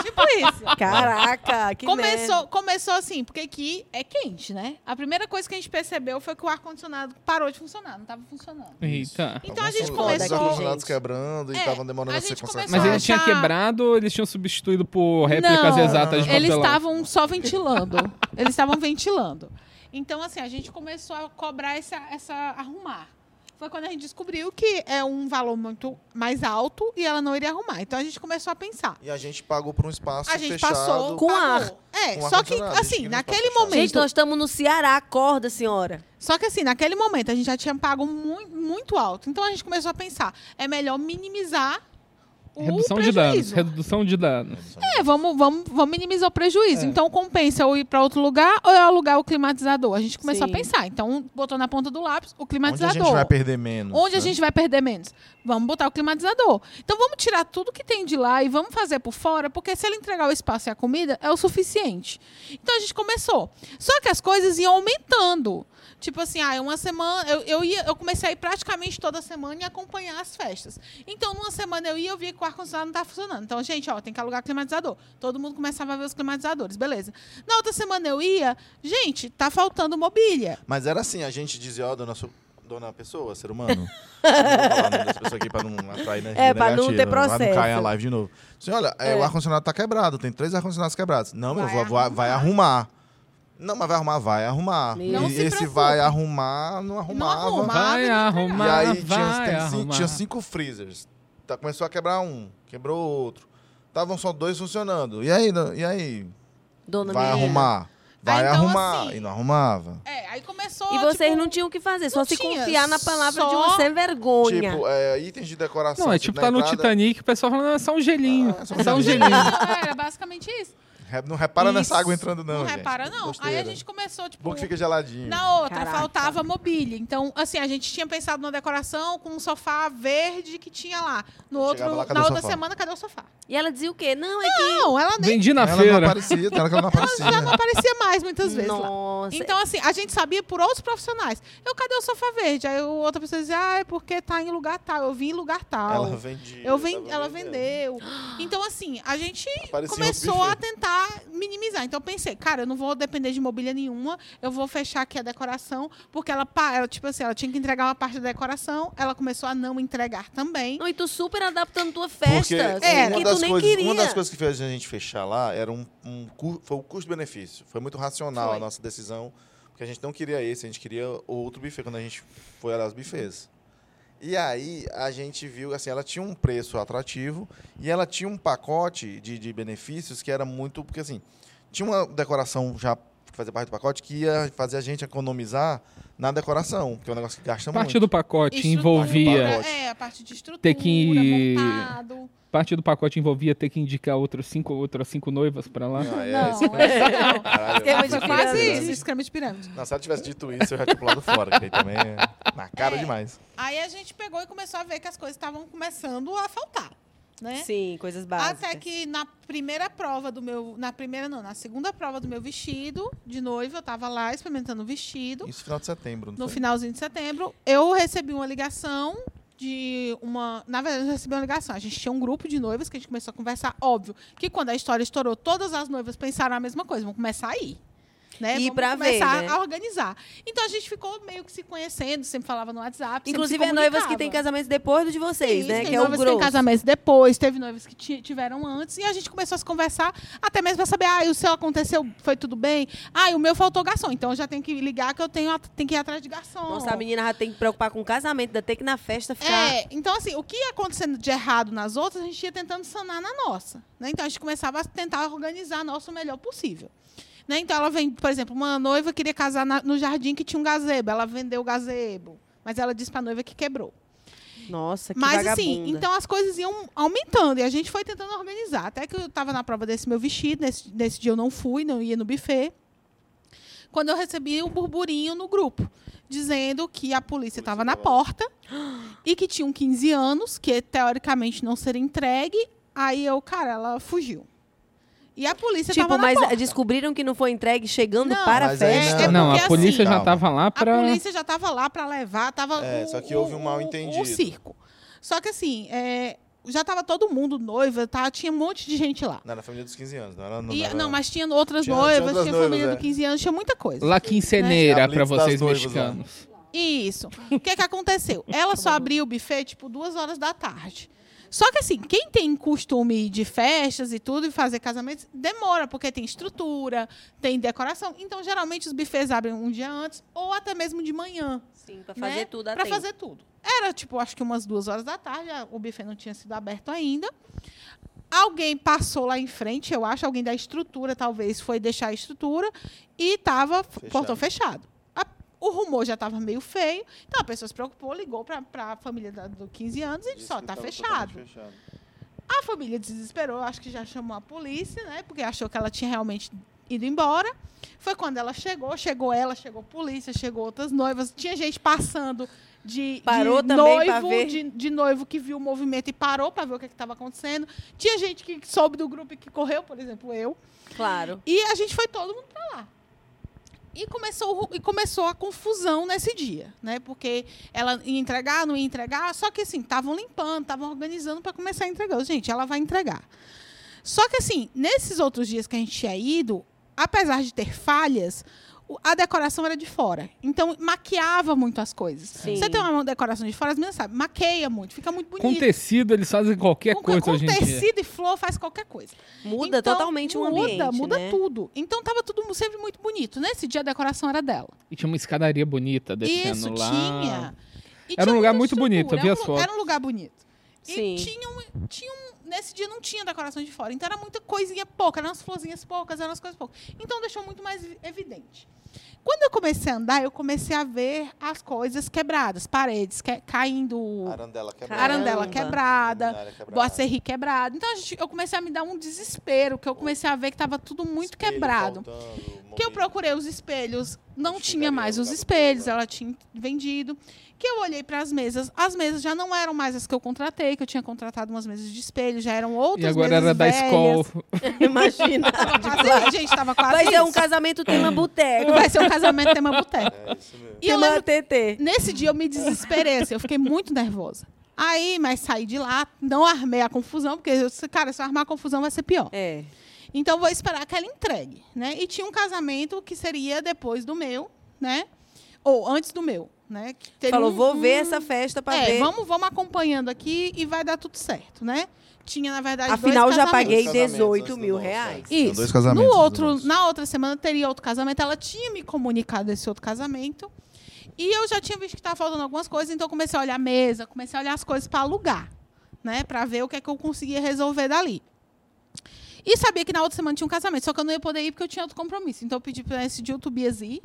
[SPEAKER 6] Tipo isso.
[SPEAKER 3] Ah.
[SPEAKER 1] Caraca, que merda.
[SPEAKER 6] Começou, começou assim, porque aqui é quente, né? A primeira coisa que a gente percebeu foi que o ar-condicionado parou de funcionar, não estava funcionando.
[SPEAKER 2] Eita.
[SPEAKER 6] Então a gente
[SPEAKER 3] Alguns
[SPEAKER 1] começou-
[SPEAKER 3] ar-condicionados quebrando e
[SPEAKER 6] É,
[SPEAKER 3] estavam demorando
[SPEAKER 6] a
[SPEAKER 3] a ser
[SPEAKER 6] gente
[SPEAKER 3] consertados.
[SPEAKER 2] Mas ele
[SPEAKER 6] Só
[SPEAKER 2] tinha
[SPEAKER 6] achar-
[SPEAKER 2] quebrado ou eles tinham substituído por réplicas
[SPEAKER 6] Não,
[SPEAKER 2] exatas de
[SPEAKER 6] Eles
[SPEAKER 2] papelão?
[SPEAKER 6] estavam só ventilando. Eles estavam ventilando. Então, assim, a gente começou a cobrar essa, essa arrumar. Foi quando a gente descobriu que é um valor muito mais alto e ela não iria arrumar. Então a gente começou a pensar.
[SPEAKER 3] E a gente pagou por um espaço
[SPEAKER 6] A gente
[SPEAKER 3] fechado.
[SPEAKER 6] passou.
[SPEAKER 1] Com
[SPEAKER 6] pagou.
[SPEAKER 1] ar.
[SPEAKER 6] É,
[SPEAKER 3] Com
[SPEAKER 6] só
[SPEAKER 3] ar
[SPEAKER 6] que,
[SPEAKER 3] condicionado, a gente
[SPEAKER 6] assim,
[SPEAKER 3] queria um espaço
[SPEAKER 6] naquele
[SPEAKER 3] fechado.
[SPEAKER 6] momento.
[SPEAKER 1] Gente, nós estamos no Ceará, acorda, senhora.
[SPEAKER 6] Só que assim, naquele momento a gente já tinha pago mui- muito alto. Então a gente começou a pensar, é melhor minimizar o
[SPEAKER 2] Redução de danos.
[SPEAKER 6] prejuízo.
[SPEAKER 2] Redução de danos.
[SPEAKER 6] É, vamos, vamos, vamos minimizar o
[SPEAKER 3] É.
[SPEAKER 6] prejuízo. Então compensa ou ir para outro lugar ou eu alugar o climatizador. A gente começou
[SPEAKER 1] Sim.
[SPEAKER 6] a pensar. Então botou na ponta do lápis o
[SPEAKER 3] Onde a
[SPEAKER 6] climatizador.
[SPEAKER 3] gente vai perder menos.
[SPEAKER 6] Onde a
[SPEAKER 3] né?
[SPEAKER 6] gente vai perder menos? Vamos botar o climatizador. Então vamos tirar tudo que tem de lá e vamos fazer por fora, porque se ele entregar o espaço e a comida, é o suficiente. Então a gente começou. Só que as coisas iam aumentando. Tipo assim, ah, uma semana. Eu, eu, ia, eu comecei a ir praticamente toda semana e acompanhar as festas. Então, numa semana eu ia, eu via que o ar-condicionado não estava funcionando. Então, gente, ó, tem que alugar climatizador. Todo mundo começava a ver os climatizadores, beleza. Na outra semana eu ia, gente, tá faltando mobília.
[SPEAKER 3] Mas era assim, a gente dizia, ó, dona, su- dona pessoa, ser humano. Não vou falar o nome dessa pessoa aqui pra não atrair energia
[SPEAKER 1] É, pra não ter
[SPEAKER 3] negativa, Vai
[SPEAKER 1] processo.
[SPEAKER 3] não cair a live de novo. Assim, olha, é, o ar-condicionado tá quebrado, tem três ar-condicionados quebrados. Não, meu,
[SPEAKER 6] Vai
[SPEAKER 3] vou, vou-
[SPEAKER 6] arrumar.
[SPEAKER 3] vai arrumar. Não, mas vai arrumar, vai arrumar.
[SPEAKER 1] Meu.
[SPEAKER 3] E
[SPEAKER 6] Não se
[SPEAKER 3] esse
[SPEAKER 6] preocupe.
[SPEAKER 3] vai arrumar, não arrumava.
[SPEAKER 6] arruma.
[SPEAKER 2] Vai
[SPEAKER 3] E
[SPEAKER 2] arrumar,
[SPEAKER 3] aí tinha,
[SPEAKER 2] vai
[SPEAKER 3] tem-
[SPEAKER 2] arrumar.
[SPEAKER 3] tinha cinco freezers. Tá, começou a quebrar um, quebrou outro. Estavam só dois funcionando. E aí, no- e aí?
[SPEAKER 1] Dona
[SPEAKER 3] vai
[SPEAKER 1] menina.
[SPEAKER 3] arrumar. Vai
[SPEAKER 6] então,
[SPEAKER 3] arrumar.
[SPEAKER 6] assim-
[SPEAKER 3] E não arrumava.
[SPEAKER 6] É, aí começou.
[SPEAKER 1] E vocês
[SPEAKER 6] tipo,
[SPEAKER 1] não tinham o que fazer, só
[SPEAKER 6] não
[SPEAKER 1] se
[SPEAKER 6] tinha,
[SPEAKER 1] confiar na palavra
[SPEAKER 6] só-
[SPEAKER 1] de uma sem vergonha.
[SPEAKER 3] Tipo, é, itens de decoração. assim,
[SPEAKER 2] Não, é tipo,
[SPEAKER 3] na
[SPEAKER 2] tá no
[SPEAKER 3] entrada-
[SPEAKER 2] Titanic, o pessoal falando, é só um gelinho.
[SPEAKER 3] Ah,
[SPEAKER 2] é
[SPEAKER 3] é
[SPEAKER 2] só
[SPEAKER 3] só
[SPEAKER 2] um
[SPEAKER 3] gelinho."
[SPEAKER 2] gelinho.
[SPEAKER 6] Era É, basicamente isso.
[SPEAKER 3] Re- Não repara
[SPEAKER 1] Isso.
[SPEAKER 3] nessa água entrando, não.
[SPEAKER 6] Não,
[SPEAKER 3] gente.
[SPEAKER 6] repara, não. Aí a
[SPEAKER 3] Gosteira.
[SPEAKER 6] gente começou, tipo.
[SPEAKER 3] Bom que fica geladinho.
[SPEAKER 6] Na outra,
[SPEAKER 1] Caraca.
[SPEAKER 6] faltava mobília. Então, assim, a gente tinha pensado numa decoração com um sofá verde que tinha lá. No outro,
[SPEAKER 3] Chegava lá, cadê
[SPEAKER 6] na
[SPEAKER 3] o
[SPEAKER 6] outra
[SPEAKER 3] sofá?
[SPEAKER 6] semana, cadê o sofá?
[SPEAKER 1] E ela dizia o quê? Não, é
[SPEAKER 6] Não, ela nem
[SPEAKER 2] Vendi na
[SPEAKER 3] ela não
[SPEAKER 2] feira.
[SPEAKER 3] aparecia, tem hora que ela não aparecia.
[SPEAKER 6] já não aparecia mais muitas
[SPEAKER 1] que...
[SPEAKER 6] vezes lá.
[SPEAKER 1] Nossa.
[SPEAKER 6] Então, assim, a gente sabia por outros profissionais. Eu, cadê o sofá verde? Aí o outra pessoa dizia, ah, é porque tá em lugar tal. Eu vim em lugar tal.
[SPEAKER 3] Ela vendia.
[SPEAKER 6] Eu ven
[SPEAKER 3] tava
[SPEAKER 6] ela
[SPEAKER 3] vendendo.
[SPEAKER 6] vendeu. Então, assim, a gente
[SPEAKER 3] Aparecia um outro
[SPEAKER 2] um
[SPEAKER 6] começou
[SPEAKER 3] buffet.
[SPEAKER 6] a tentar tentar minimizar. Então eu pensei, cara, eu não vou depender de mobília nenhuma, eu vou fechar aqui a decoração, porque ela, pa- ela tipo assim, ela tinha que entregar uma parte da decoração, ela começou a não entregar também.
[SPEAKER 1] é, Não, e tu super adaptando tua festa.
[SPEAKER 3] Porque
[SPEAKER 1] assim,
[SPEAKER 6] É,
[SPEAKER 3] uma,
[SPEAKER 1] que
[SPEAKER 3] das
[SPEAKER 1] tu nem
[SPEAKER 3] coisas,
[SPEAKER 1] queria.
[SPEAKER 3] uma das coisas que fez a gente fechar lá era um, um cu- foi o custo-benefício. Foi muito racional
[SPEAKER 6] Foi.
[SPEAKER 3] a nossa decisão, porque a gente não queria esse, a gente queria outro buffet quando a gente foi olhar os buffets. E aí a gente viu, assim, ela tinha um preço atrativo e ela tinha um pacote de, de benefícios que era muito, porque assim, tinha uma decoração já que fazia parte do pacote que ia fazer a gente economizar na decoração, que é um negócio que gasta
[SPEAKER 2] Parte
[SPEAKER 3] muito.
[SPEAKER 2] do pacote
[SPEAKER 6] Estrutura,
[SPEAKER 2] envolvia.
[SPEAKER 6] É, a parte de estrutura,
[SPEAKER 2] Ter que-
[SPEAKER 6] montado.
[SPEAKER 2] Parte do pacote envolvia ter que indicar outros cinco, outras cinco noivas pra lá.
[SPEAKER 3] Ah, é, isso
[SPEAKER 7] Não,
[SPEAKER 3] mesmo.
[SPEAKER 7] essa não.
[SPEAKER 3] Caralho,
[SPEAKER 6] é
[SPEAKER 3] é
[SPEAKER 1] Esquema
[SPEAKER 3] eu-
[SPEAKER 1] de
[SPEAKER 3] eu-
[SPEAKER 6] Quase
[SPEAKER 1] pirâmide.
[SPEAKER 6] isso, esquema de pirâmide.
[SPEAKER 3] Não, se ela tivesse dito isso, eu já tinha pulado fora, que aí também é na cara
[SPEAKER 6] É.
[SPEAKER 3] demais.
[SPEAKER 6] Aí a gente pegou e começou a ver que as coisas estavam começando a faltar, né?
[SPEAKER 1] Sim, coisas básicas.
[SPEAKER 6] Até que na primeira prova do meu. Na primeira, não, na segunda prova do meu vestido de noiva, eu tava lá experimentando o vestido.
[SPEAKER 3] Isso no final de setembro, não
[SPEAKER 6] No
[SPEAKER 3] foi?
[SPEAKER 6] finalzinho de setembro, eu recebi uma ligação de uma. Na verdade, eu recebi uma ligação. A gente tinha um grupo de noivas que a gente começou a conversar. Óbvio que quando a história estourou, todas as noivas pensaram a mesma coisa. Vamos começar aí. Né?
[SPEAKER 1] E
[SPEAKER 6] Vamos
[SPEAKER 1] pra ver,
[SPEAKER 6] começar
[SPEAKER 1] né?
[SPEAKER 6] a organizar. Então a gente ficou meio que se conhecendo, sempre falava no WhatsApp. sempre
[SPEAKER 1] Inclusive,
[SPEAKER 6] se
[SPEAKER 1] é noivas que têm
[SPEAKER 6] comunicava.
[SPEAKER 1] casamentos depois do de vocês,
[SPEAKER 6] Isso,
[SPEAKER 1] né?
[SPEAKER 6] Tem
[SPEAKER 1] Que é o
[SPEAKER 6] noivas que têm
[SPEAKER 1] grosso.
[SPEAKER 6] casamentos depois, teve noivas que ti- tiveram antes, e a gente começou a se conversar, até mesmo pra saber, ah, e o seu aconteceu, foi tudo bem? Ah, e o meu faltou garçom, então eu já tenho que ligar que eu tenho, tenho que ir atrás de garçom.
[SPEAKER 1] Nossa, a menina já tem que preocupar com o casamento, ainda tem que ir na festa ficar.
[SPEAKER 6] É, então assim, o que ia acontecendo de errado nas outras, a gente ia tentando sanar na nossa. né? Então a gente começava a tentar organizar nosso melhor possível. Né? Então ela vem, por exemplo, uma noiva queria casar na- no jardim que tinha um gazebo, ela vendeu o gazebo, mas ela disse pra noiva que quebrou.
[SPEAKER 1] Nossa, que
[SPEAKER 6] Mas
[SPEAKER 1] vagabunda.
[SPEAKER 6] assim, então as coisas iam aumentando e a gente foi tentando organizar. Até que eu estava na prova desse meu vestido, nesse, nesse dia eu não fui, não ia no buffet. Quando eu recebi um burburinho no grupo, dizendo que a polícia estava na porta e que tinham 15 anos, que teoricamente não seria entregue. Aí eu, cara, ela fugiu. E a polícia
[SPEAKER 1] tipo,
[SPEAKER 6] estava na
[SPEAKER 1] mas
[SPEAKER 6] porta.
[SPEAKER 1] descobriram que não foi entregue chegando
[SPEAKER 6] Não,
[SPEAKER 1] para a
[SPEAKER 3] mas aí
[SPEAKER 1] festa.
[SPEAKER 3] É
[SPEAKER 2] Ah, não,
[SPEAKER 6] porque
[SPEAKER 2] a polícia
[SPEAKER 3] assim-
[SPEAKER 2] já tava lá pra.
[SPEAKER 6] A polícia já estava lá para levar, tava
[SPEAKER 3] É,
[SPEAKER 6] o-
[SPEAKER 3] só que houve um
[SPEAKER 6] o-
[SPEAKER 3] mal-entendido.
[SPEAKER 6] O, o circo. Só que assim, é, já estava todo mundo noiva, tá? tinha um monte de gente lá.
[SPEAKER 3] Não, era a família dos 15 anos, não era... Não,
[SPEAKER 6] E-
[SPEAKER 3] era-
[SPEAKER 6] não, mas tinha outras
[SPEAKER 3] Tinha- tinha
[SPEAKER 6] noivas, tinha,
[SPEAKER 3] outras noivas,
[SPEAKER 6] família
[SPEAKER 3] é.
[SPEAKER 6] do 15 anos, tinha muita coisa.
[SPEAKER 2] La
[SPEAKER 3] É
[SPEAKER 2] quinceneira
[SPEAKER 3] a
[SPEAKER 2] pra
[SPEAKER 3] blitz das
[SPEAKER 2] vocês
[SPEAKER 3] noivas lá.
[SPEAKER 2] mexicanos.
[SPEAKER 6] Isso. O que, que aconteceu? Ela só abriu o buffet, tipo, duas horas da tarde. Só que assim, quem tem costume de festas e tudo, e fazer casamentos, demora, porque tem estrutura, tem decoração. Então, geralmente, os buffets abrem um dia antes, ou até mesmo de manhã.
[SPEAKER 1] Sim, pra fazer
[SPEAKER 6] né?
[SPEAKER 1] tudo a
[SPEAKER 6] Pra
[SPEAKER 1] tempo.
[SPEAKER 6] fazer tudo. Era, tipo, acho que umas duas horas da tarde, a- o buffet não tinha sido aberto ainda. Alguém passou lá em frente, eu acho, alguém da estrutura, talvez, foi deixar a estrutura e tava f-
[SPEAKER 3] Fechado.
[SPEAKER 6] portão fechado. A- o rumor já tava meio feio, então a pessoa se preocupou, ligou pra, pra família da, do 15 anos e disse,
[SPEAKER 3] Isso
[SPEAKER 6] ó,
[SPEAKER 3] que
[SPEAKER 6] tá
[SPEAKER 3] tava
[SPEAKER 6] fechado.
[SPEAKER 3] totalmente fechado.
[SPEAKER 6] A família desesperou, acho que já chamou a polícia, né? Porque achou que ela tinha realmente ido embora. Foi quando ela chegou, chegou ela, chegou a polícia, chegou outras noivas. Tinha gente passando de,
[SPEAKER 1] Parou
[SPEAKER 6] de
[SPEAKER 1] também pra
[SPEAKER 6] noivo,
[SPEAKER 1] ver.
[SPEAKER 6] De, de noivo que viu o movimento e parou para ver o que estava acontecendo. Tinha gente que soube do grupo e que correu, por exemplo, eu.
[SPEAKER 1] Claro.
[SPEAKER 6] E a gente foi todo mundo pra lá. E começou, o ru- e começou a confusão nesse dia, né? Porque ela ia entregar, não ia entregar, só que assim, estavam limpando, estavam organizando para começar a entregar. Eu, Gente, ela vai entregar. Só que assim, nesses outros dias que a gente tinha ido, apesar de ter falhas, o- a decoração era de fora. Então, maquiava muito as coisas.
[SPEAKER 1] Sim.
[SPEAKER 6] Você tem uma decoração de fora, as meninas sabem, maqueia muito, fica muito bonito.
[SPEAKER 2] Com tecido, eles fazem qualquer
[SPEAKER 6] Com-
[SPEAKER 2] coisa
[SPEAKER 6] com
[SPEAKER 2] hoje em dia.
[SPEAKER 6] tecido e flor faz qualquer coisa.
[SPEAKER 1] Muda
[SPEAKER 6] Então,
[SPEAKER 1] totalmente o ambiente,
[SPEAKER 6] Muda, muda
[SPEAKER 1] né?
[SPEAKER 6] tudo. Então tava tudo mu- sempre muito bonito. Nesse dia a decoração era dela.
[SPEAKER 2] E tinha uma escadaria bonita descendo
[SPEAKER 6] Isso,
[SPEAKER 2] lá.
[SPEAKER 6] tinha. E
[SPEAKER 2] Era um lugar
[SPEAKER 6] muita
[SPEAKER 2] muito
[SPEAKER 6] estrutura,
[SPEAKER 2] bonito, eu vi
[SPEAKER 6] era
[SPEAKER 2] as
[SPEAKER 6] um lu-
[SPEAKER 2] fotos.
[SPEAKER 6] Era um lugar bonito. E
[SPEAKER 1] Sim.
[SPEAKER 6] tinha um, tinha um- Nesse dia não tinha decoração de fora. Então era muita coisinha pouca, eram umas florzinhas poucas, eram umas coisas poucas. Então deixou muito mais evi- evidente. Quando eu comecei a andar, eu comecei a ver as coisas quebradas, paredes que- caindo,
[SPEAKER 3] Arandela quebrada.
[SPEAKER 1] Caramba.
[SPEAKER 6] arandela quebrada,
[SPEAKER 3] luminária quebrada.
[SPEAKER 6] Boacerri quebrado. Então a gente- eu comecei a me dar um desespero, que eu comecei a ver que estava tudo muito
[SPEAKER 3] Espelho
[SPEAKER 6] quebrado.
[SPEAKER 3] faltando,
[SPEAKER 6] Que eu
[SPEAKER 3] mobília.
[SPEAKER 6] procurei os espelhos, não
[SPEAKER 3] Acho que
[SPEAKER 6] tinha
[SPEAKER 3] daria
[SPEAKER 6] mais os
[SPEAKER 3] lugar pra
[SPEAKER 6] espelhos,
[SPEAKER 3] procurar.
[SPEAKER 6] ela tinha vendido. Que eu olhei para as mesas, as mesas já não eram mais as que eu contratei, que eu tinha contratado umas mesas de espelho, já eram outras
[SPEAKER 2] E agora
[SPEAKER 6] mesas
[SPEAKER 2] era da
[SPEAKER 6] velhas.
[SPEAKER 2] escola.
[SPEAKER 1] Imagina.
[SPEAKER 6] Tava quase, gente, tava quase
[SPEAKER 1] Vai ser um
[SPEAKER 6] isso.
[SPEAKER 1] casamento tema boteco.
[SPEAKER 6] Vai ser um casamento tema boteco.
[SPEAKER 3] É, isso mesmo.
[SPEAKER 6] E eu
[SPEAKER 1] Tema
[SPEAKER 6] lembro
[SPEAKER 1] TT.
[SPEAKER 6] Nesse dia eu me desesperei, assim, eu fiquei muito nervosa. Aí, mas saí de lá, não armei a confusão, porque eu disse, cara, se eu armar a confusão vai ser pior.
[SPEAKER 1] É.
[SPEAKER 6] Então vou esperar que ela entregue, né? E tinha um casamento que seria depois do meu, né? Ou antes do meu, né? Que teve
[SPEAKER 1] Falou,
[SPEAKER 6] um-
[SPEAKER 1] vou ver
[SPEAKER 6] um-
[SPEAKER 1] essa festa pra
[SPEAKER 6] é,
[SPEAKER 1] ver.
[SPEAKER 6] Vamos, vamos acompanhando aqui e vai dar tudo certo, né? Tinha, na verdade, dois
[SPEAKER 1] Afinal, já
[SPEAKER 6] casamentos.
[SPEAKER 1] paguei
[SPEAKER 3] Dois casamentos,
[SPEAKER 1] 18
[SPEAKER 3] antes do
[SPEAKER 1] mil
[SPEAKER 3] nosso, é.
[SPEAKER 1] reais.
[SPEAKER 6] Isso.
[SPEAKER 3] dois casamentos,
[SPEAKER 6] No
[SPEAKER 3] dois
[SPEAKER 6] outro,
[SPEAKER 3] nossos.
[SPEAKER 6] na outra semana teria outro casamento. Ela tinha me comunicado esse outro casamento. E eu já tinha visto que estava faltando algumas coisas, então eu comecei a olhar a mesa, comecei a olhar as coisas para alugar, né? Para ver o que é que eu conseguia resolver dali. E sabia que na outra semana tinha um casamento, só que eu não ia poder ir porque eu tinha outro compromisso. Então eu pedi para esse dia o Tobias ir,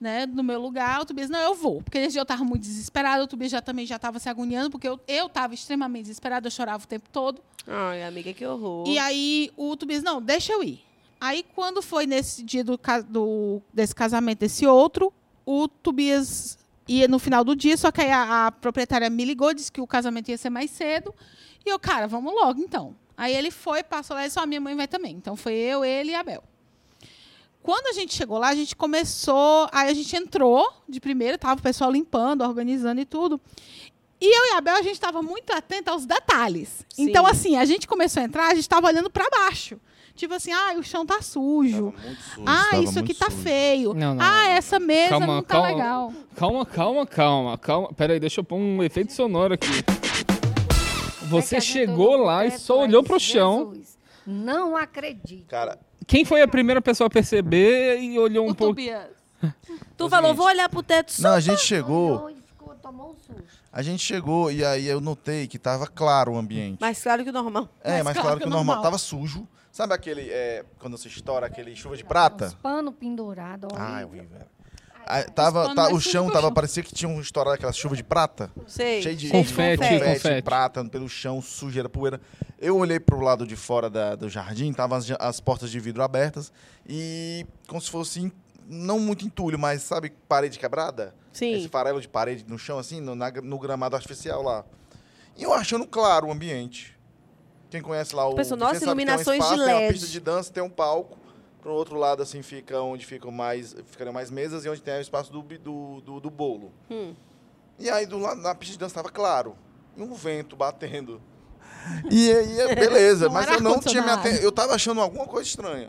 [SPEAKER 6] né? No meu lugar, o Tobias, não, eu vou. Porque nesse dia eu estava muito desesperada, o Tobias já também já estava se agoniando, porque eu estava extremamente desesperada, eu chorava o tempo todo.
[SPEAKER 1] Ai, amiga, que horror.
[SPEAKER 6] E aí o Tobias, não, deixa eu ir. Aí quando foi nesse dia do, ca- do- desse casamento desse outro, o Tobias ia no final do dia, só que aí a, a proprietária me ligou, disse que o casamento ia ser mais cedo. E eu, cara, vamos logo então. Aí ele foi, passou lá e disse, ó, minha mãe vai também. Então foi eu, ele e a Bel. Quando a gente chegou lá, a gente começou. Aí a gente entrou de primeiro, tava o pessoal limpando, organizando e tudo. E eu e a Bel, a gente estava muito atenta aos detalhes.
[SPEAKER 1] Sim.
[SPEAKER 6] Então, assim, a gente começou a entrar, a gente estava olhando para baixo. Tipo assim, ah, o chão tá sujo. ah, isso aqui tá feio.
[SPEAKER 2] Não, não,
[SPEAKER 6] ah,
[SPEAKER 2] não, não.
[SPEAKER 6] essa mesa
[SPEAKER 2] Calma,
[SPEAKER 6] não tá
[SPEAKER 2] calma.
[SPEAKER 6] legal.
[SPEAKER 2] Calma, calma, calma, calma. Pera aí, deixa eu pôr um efeito sonoro aqui. Você
[SPEAKER 7] Aí que adiantou
[SPEAKER 2] chegou
[SPEAKER 7] no
[SPEAKER 2] lá e
[SPEAKER 7] teto,
[SPEAKER 2] só
[SPEAKER 7] aí
[SPEAKER 2] olhou pro
[SPEAKER 7] disse,
[SPEAKER 2] chão.
[SPEAKER 7] é "Jesus, Não acredito.
[SPEAKER 3] Cara,
[SPEAKER 2] Quem foi a primeira pessoa a perceber e olhou um
[SPEAKER 6] o
[SPEAKER 2] pouco?
[SPEAKER 6] Tobias.
[SPEAKER 1] tu falou, vou olhar pro teto só.
[SPEAKER 3] não, a
[SPEAKER 6] tá-
[SPEAKER 3] gente chegou,
[SPEAKER 7] Olhou e ficou- tomou um susto.
[SPEAKER 3] a gente chegou e aí eu notei que tava claro o ambiente.
[SPEAKER 1] Mais claro que o normal.
[SPEAKER 3] é, mas claro que o normal. Tava sujo. Sabe aquele, é, quando você estoura aquele chuva de
[SPEAKER 7] Os
[SPEAKER 3] prata?
[SPEAKER 7] pano pendurado, ó.
[SPEAKER 3] Ah, eu vi, velho. Ah, tava,
[SPEAKER 6] Os
[SPEAKER 3] tá, o
[SPEAKER 6] panos
[SPEAKER 3] chão
[SPEAKER 6] mais
[SPEAKER 3] tava,
[SPEAKER 6] sujos.
[SPEAKER 3] parecia que tinha um estourado aquela chuva de prata.
[SPEAKER 1] Sei.
[SPEAKER 3] Cheio de
[SPEAKER 2] Confete, confete.
[SPEAKER 3] prata pelo chão, sujeira, poeira. Eu olhei pro lado de fora da- do jardim, tava as, ja- as portas de vidro abertas e como se fosse en- não muito entulho, mas sabe parede quebrada? Esse
[SPEAKER 1] Sim.
[SPEAKER 3] farelo de parede no chão assim, no, na- no gramado artificial lá. E eu achando claro o ambiente. Quem conhece lá o
[SPEAKER 1] Pensou,
[SPEAKER 3] quem
[SPEAKER 1] nossa,
[SPEAKER 3] sabe que tem um
[SPEAKER 1] iluminações de
[SPEAKER 3] espaço, Tem uma
[SPEAKER 1] LED.
[SPEAKER 3] pista de dança, tem um palco. Pro outro lado assim fica onde ficam mais, ficariam mais mesas e onde tem o espaço do bi- do- do, do bolo.
[SPEAKER 1] Hum.
[SPEAKER 3] E aí do lado na pista de dança tava claro. E um vento batendo. E aí, é, beleza,
[SPEAKER 6] Não
[SPEAKER 3] mas
[SPEAKER 6] era
[SPEAKER 3] eu não tinha me
[SPEAKER 6] ar-condicionado.
[SPEAKER 3] atendido. Eu tava achando alguma coisa estranha.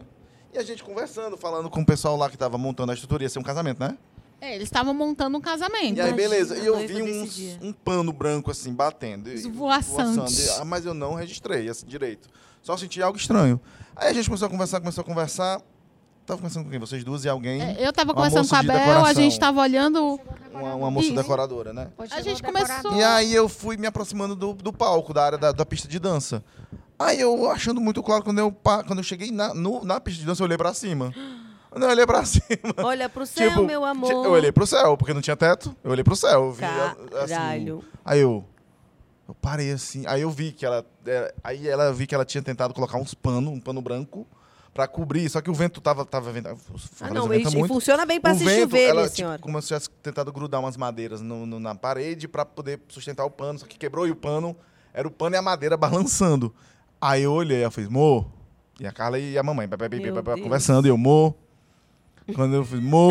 [SPEAKER 3] E a gente conversando, falando com o pessoal lá que tava montando a estrutura, ia ser um casamento, né?
[SPEAKER 6] É, eles estavam montando um casamento.
[SPEAKER 3] E aí, beleza.
[SPEAKER 1] a
[SPEAKER 3] E eu
[SPEAKER 1] noiva
[SPEAKER 3] vi
[SPEAKER 1] desse
[SPEAKER 3] uns-
[SPEAKER 1] dia.
[SPEAKER 3] um pano branco assim, batendo. e-
[SPEAKER 6] Esvoaçante.
[SPEAKER 3] voaçando. E- ah, Mas eu não registrei assim, direito. Só senti algo estranho. Aí a gente começou a conversar, começou a conversar. Tava conversando com quem? Vocês duas e alguém.
[SPEAKER 6] É, Eu tava
[SPEAKER 3] Uma
[SPEAKER 6] conversando
[SPEAKER 3] moça
[SPEAKER 6] com a
[SPEAKER 3] Um de
[SPEAKER 6] Bel, a
[SPEAKER 3] decoração.
[SPEAKER 6] gente tava olhando.
[SPEAKER 3] Uma, uma moça decoradora, né?
[SPEAKER 7] Depois
[SPEAKER 6] A
[SPEAKER 7] chegou
[SPEAKER 6] gente
[SPEAKER 7] o decorador.
[SPEAKER 6] começou-
[SPEAKER 3] E aí eu fui me aproximando do, do palco, da área da, da pista de dança. Aí eu achando muito claro, quando eu, pa- quando eu cheguei na, no- na pista de dança, eu olhei pra cima. Quando eu olhei pra cima.
[SPEAKER 1] Olha pro céu,
[SPEAKER 3] tipo,
[SPEAKER 1] meu amor.
[SPEAKER 3] Eu olhei pro céu, porque não tinha teto. Eu olhei pro céu. Eu vi, assim,
[SPEAKER 1] Caralho. Ah,
[SPEAKER 3] Aí eu. Eu parei assim. Aí eu vi que ela. é, Aí ela vi que ela tinha tentado colocar uns pano, um pano branco, pra cobrir. Só que o vento tava, tava ventando.
[SPEAKER 1] Ah, não, e, e funciona bem pra
[SPEAKER 3] o
[SPEAKER 1] se
[SPEAKER 3] vento,
[SPEAKER 1] chover,
[SPEAKER 3] ela,
[SPEAKER 1] minha
[SPEAKER 3] tipo,
[SPEAKER 1] senhora.
[SPEAKER 3] como se tivesse tentado grudar umas madeiras no- no- na parede pra poder sustentar o pano. Só que quebrou e o pano. Era o pano e a madeira balançando. Aí eu olhei, ela fez, mô. E a Carla e a mamãe pá, pá, pá,
[SPEAKER 1] Meu
[SPEAKER 3] pá, pá,
[SPEAKER 1] Deus.
[SPEAKER 3] conversando. E eu, mô. Quando eu fiz, mô.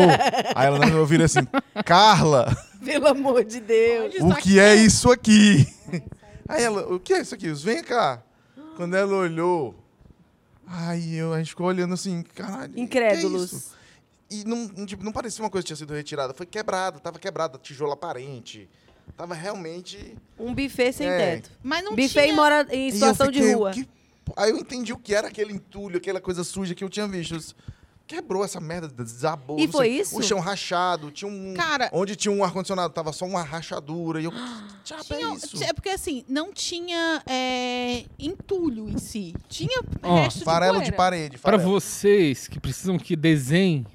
[SPEAKER 3] Aí ela, eu virei assim, Carla.
[SPEAKER 1] Pelo amor de Deus.
[SPEAKER 3] O que é isso aqui? Aí ela, o que é isso aqui? Vem cá. Quando ela olhou, aí eu, a gente ficou olhando assim, caralho. que é isso?
[SPEAKER 1] Incrédulos.
[SPEAKER 3] e não, não, tipo, não parecia uma coisa que tinha sido retirada, foi quebrada, tava quebrada, tijolo aparente. Tava realmente.
[SPEAKER 1] um buffet sem
[SPEAKER 3] É.
[SPEAKER 1] teto.
[SPEAKER 6] Mas não
[SPEAKER 1] buffet
[SPEAKER 6] tinha.
[SPEAKER 1] em, mora... em
[SPEAKER 3] E eu
[SPEAKER 1] situação de
[SPEAKER 3] fiquei,
[SPEAKER 1] rua.
[SPEAKER 3] o que- Aí eu entendi o que era aquele entulho, aquela coisa suja que eu tinha visto. Eu disse, Quebrou essa merda, desabou.
[SPEAKER 1] E
[SPEAKER 3] não
[SPEAKER 1] foi
[SPEAKER 3] sei,
[SPEAKER 1] isso?
[SPEAKER 3] O chão rachado, tinha um.
[SPEAKER 6] Cara-
[SPEAKER 3] Onde tinha um ar-condicionado, tava só uma rachadura. E eu. "Que diabo é
[SPEAKER 6] Tinha-
[SPEAKER 3] isso?
[SPEAKER 6] é porque assim, não tinha é, entulho em si. Tinha
[SPEAKER 2] Ó,
[SPEAKER 6] resto de
[SPEAKER 3] Farelo de
[SPEAKER 6] poeira.
[SPEAKER 3] parede.
[SPEAKER 2] Para
[SPEAKER 3] farelo.
[SPEAKER 2] vocês que precisam que desenhe,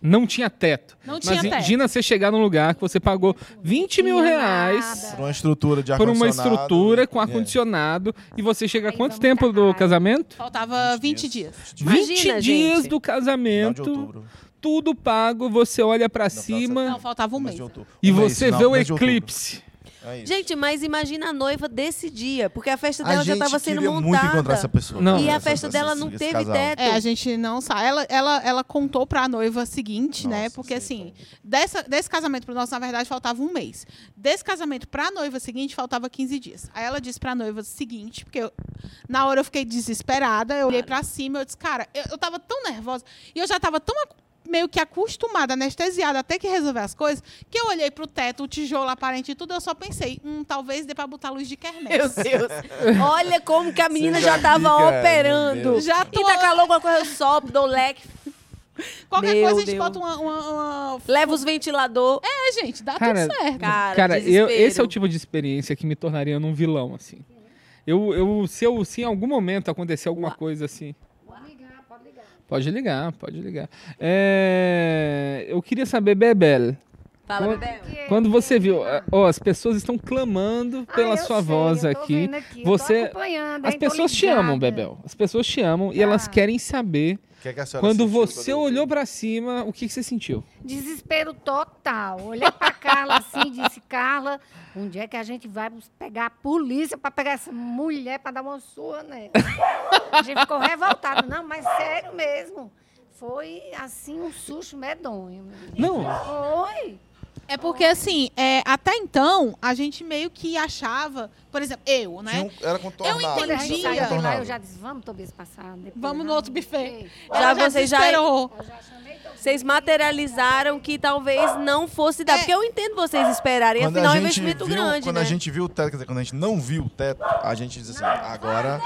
[SPEAKER 2] não tinha teto.
[SPEAKER 6] Não
[SPEAKER 2] Mas
[SPEAKER 6] tinha teto.
[SPEAKER 2] imagina você chegar num lugar que você pagou 20 mil
[SPEAKER 7] Nada.
[SPEAKER 2] reais
[SPEAKER 3] Por uma estrutura de
[SPEAKER 2] por uma
[SPEAKER 3] ar-condicionado.
[SPEAKER 2] estrutura com
[SPEAKER 3] É.
[SPEAKER 2] ar-condicionado e você chega a
[SPEAKER 7] Aí
[SPEAKER 2] quanto
[SPEAKER 7] vamos
[SPEAKER 2] tempo do
[SPEAKER 7] cagar.
[SPEAKER 2] casamento?
[SPEAKER 6] Faltava 20 dias.
[SPEAKER 1] Imagina,
[SPEAKER 2] 20 dias
[SPEAKER 1] gente.
[SPEAKER 2] do
[SPEAKER 3] Final de
[SPEAKER 2] casamento,
[SPEAKER 3] outubro.
[SPEAKER 2] tudo pago, você olha pra
[SPEAKER 3] final de
[SPEAKER 2] cima
[SPEAKER 6] Não, faltava um
[SPEAKER 3] Mês
[SPEAKER 6] mês.
[SPEAKER 3] de outubro.
[SPEAKER 2] e
[SPEAKER 3] Um mês,
[SPEAKER 2] você
[SPEAKER 3] não,
[SPEAKER 2] vê o
[SPEAKER 3] mês de outubro.
[SPEAKER 2] eclipse.
[SPEAKER 3] É isso.
[SPEAKER 1] Gente, mas imagina a noiva desse dia, porque a festa
[SPEAKER 3] a
[SPEAKER 1] dela já
[SPEAKER 3] gente
[SPEAKER 1] estava sendo
[SPEAKER 3] queria muito encontrar essa
[SPEAKER 1] montada.
[SPEAKER 3] pessoa.
[SPEAKER 2] Não.
[SPEAKER 3] cara,
[SPEAKER 1] E a
[SPEAKER 3] essa-
[SPEAKER 1] festa
[SPEAKER 3] essa-
[SPEAKER 1] dela
[SPEAKER 3] esse-
[SPEAKER 1] não
[SPEAKER 3] esse
[SPEAKER 1] teve
[SPEAKER 3] casal.
[SPEAKER 1] teto.
[SPEAKER 6] É, a gente não sabe. Ela, ela, ela contou pra noiva seguinte, né?
[SPEAKER 3] Nossa,
[SPEAKER 6] Porque
[SPEAKER 3] sei,
[SPEAKER 6] assim, dessa, desse casamento pro nosso, na verdade, faltava um mês. Desse casamento pra noiva seguinte, faltava 15 dias. Aí ela disse pra noiva seguinte, porque eu- na hora eu fiquei desesperada, eu olhei pra cima, eu disse, cara, eu, eu tava tão nervosa e eu já tava tão ac- meio que acostumada, anestesiada, até que resolver as coisas, que eu olhei pro teto, o tijolo aparente e tudo, eu só pensei, hum, talvez dê pra botar luz de
[SPEAKER 1] Meu
[SPEAKER 6] quermesse.
[SPEAKER 1] Deus. Olha como que a menina já
[SPEAKER 3] já
[SPEAKER 1] estava
[SPEAKER 3] vi, cara, meu
[SPEAKER 1] operando.
[SPEAKER 3] Deus.
[SPEAKER 6] Já tô...
[SPEAKER 1] E tá calor, alguma coisa, sol, Domlec.
[SPEAKER 6] Qualquer
[SPEAKER 1] Meu
[SPEAKER 6] coisa a gente
[SPEAKER 1] Deus.
[SPEAKER 6] bota uma, uma, uma...
[SPEAKER 1] Leva os ventilador.
[SPEAKER 8] É, gente, dá
[SPEAKER 2] Cara,
[SPEAKER 8] tudo certo.
[SPEAKER 1] Cara,
[SPEAKER 2] Tá Cara, eu,
[SPEAKER 1] desespero.
[SPEAKER 2] esse é o tipo de experiência que me tornaria um vilão, assim. Eu, eu, se, eu, se em algum momento acontecer alguma
[SPEAKER 1] Uau.
[SPEAKER 2] coisa assim.
[SPEAKER 7] Pode ligar, pode ligar.
[SPEAKER 2] Pode ligar, pode ligar. É, eu queria saber, Bebel,
[SPEAKER 1] Fala,
[SPEAKER 2] Quando-
[SPEAKER 1] bebê.
[SPEAKER 7] é
[SPEAKER 2] quando você viu. ah, Ó, as pessoas estão clamando pela
[SPEAKER 7] Ah, eu
[SPEAKER 2] sua
[SPEAKER 7] sei,
[SPEAKER 2] voz
[SPEAKER 7] eu tô
[SPEAKER 2] aqui.
[SPEAKER 7] vendo aqui,
[SPEAKER 2] Você-
[SPEAKER 7] tô acompanhando,
[SPEAKER 2] As
[SPEAKER 7] hein, tô
[SPEAKER 2] pessoas te
[SPEAKER 7] ligada.
[SPEAKER 2] amam, Bebel. As pessoas te amam e elas
[SPEAKER 7] Ah.
[SPEAKER 2] querem saber
[SPEAKER 3] O que é que a senhora
[SPEAKER 2] quando
[SPEAKER 3] sentiu
[SPEAKER 2] você
[SPEAKER 3] eu
[SPEAKER 2] olhou
[SPEAKER 3] vi?
[SPEAKER 2] pra cima, o que, que você sentiu?
[SPEAKER 7] Desespero total. Olhei pra Carla assim e disse: Carla, onde é que a gente vai bus- pegar a polícia pra pegar essa mulher pra dar uma surra nela? A gente ficou revoltada. Não, mas sério mesmo. Foi assim um susto medonho. menina.
[SPEAKER 2] Não.
[SPEAKER 7] Foi.
[SPEAKER 6] É porque, assim, é, até então, a gente meio que achava, por exemplo, eu,
[SPEAKER 3] Tinha
[SPEAKER 6] né?
[SPEAKER 3] um- Era contornável.
[SPEAKER 7] Quando a gente
[SPEAKER 6] entendi.
[SPEAKER 7] saiu de lá,
[SPEAKER 3] Contornável.
[SPEAKER 7] eu já disse: vamos, Tobias, passar. depois
[SPEAKER 6] Vamos no
[SPEAKER 7] lá
[SPEAKER 6] outro buffet.
[SPEAKER 1] Já vocês já-
[SPEAKER 6] desesperou.
[SPEAKER 7] Eu já chamei Tobias.
[SPEAKER 1] Vocês materializaram que talvez não fosse dar.
[SPEAKER 6] É.
[SPEAKER 1] Porque eu entendo vocês esperarem.
[SPEAKER 3] Quando
[SPEAKER 1] afinal,
[SPEAKER 3] a
[SPEAKER 1] é um
[SPEAKER 3] gente
[SPEAKER 1] investimento
[SPEAKER 3] viu,
[SPEAKER 1] grande,
[SPEAKER 3] Quando
[SPEAKER 1] né?
[SPEAKER 3] a gente viu o teto, quer dizer, quando a gente não viu o teto, a gente diz assim, agora,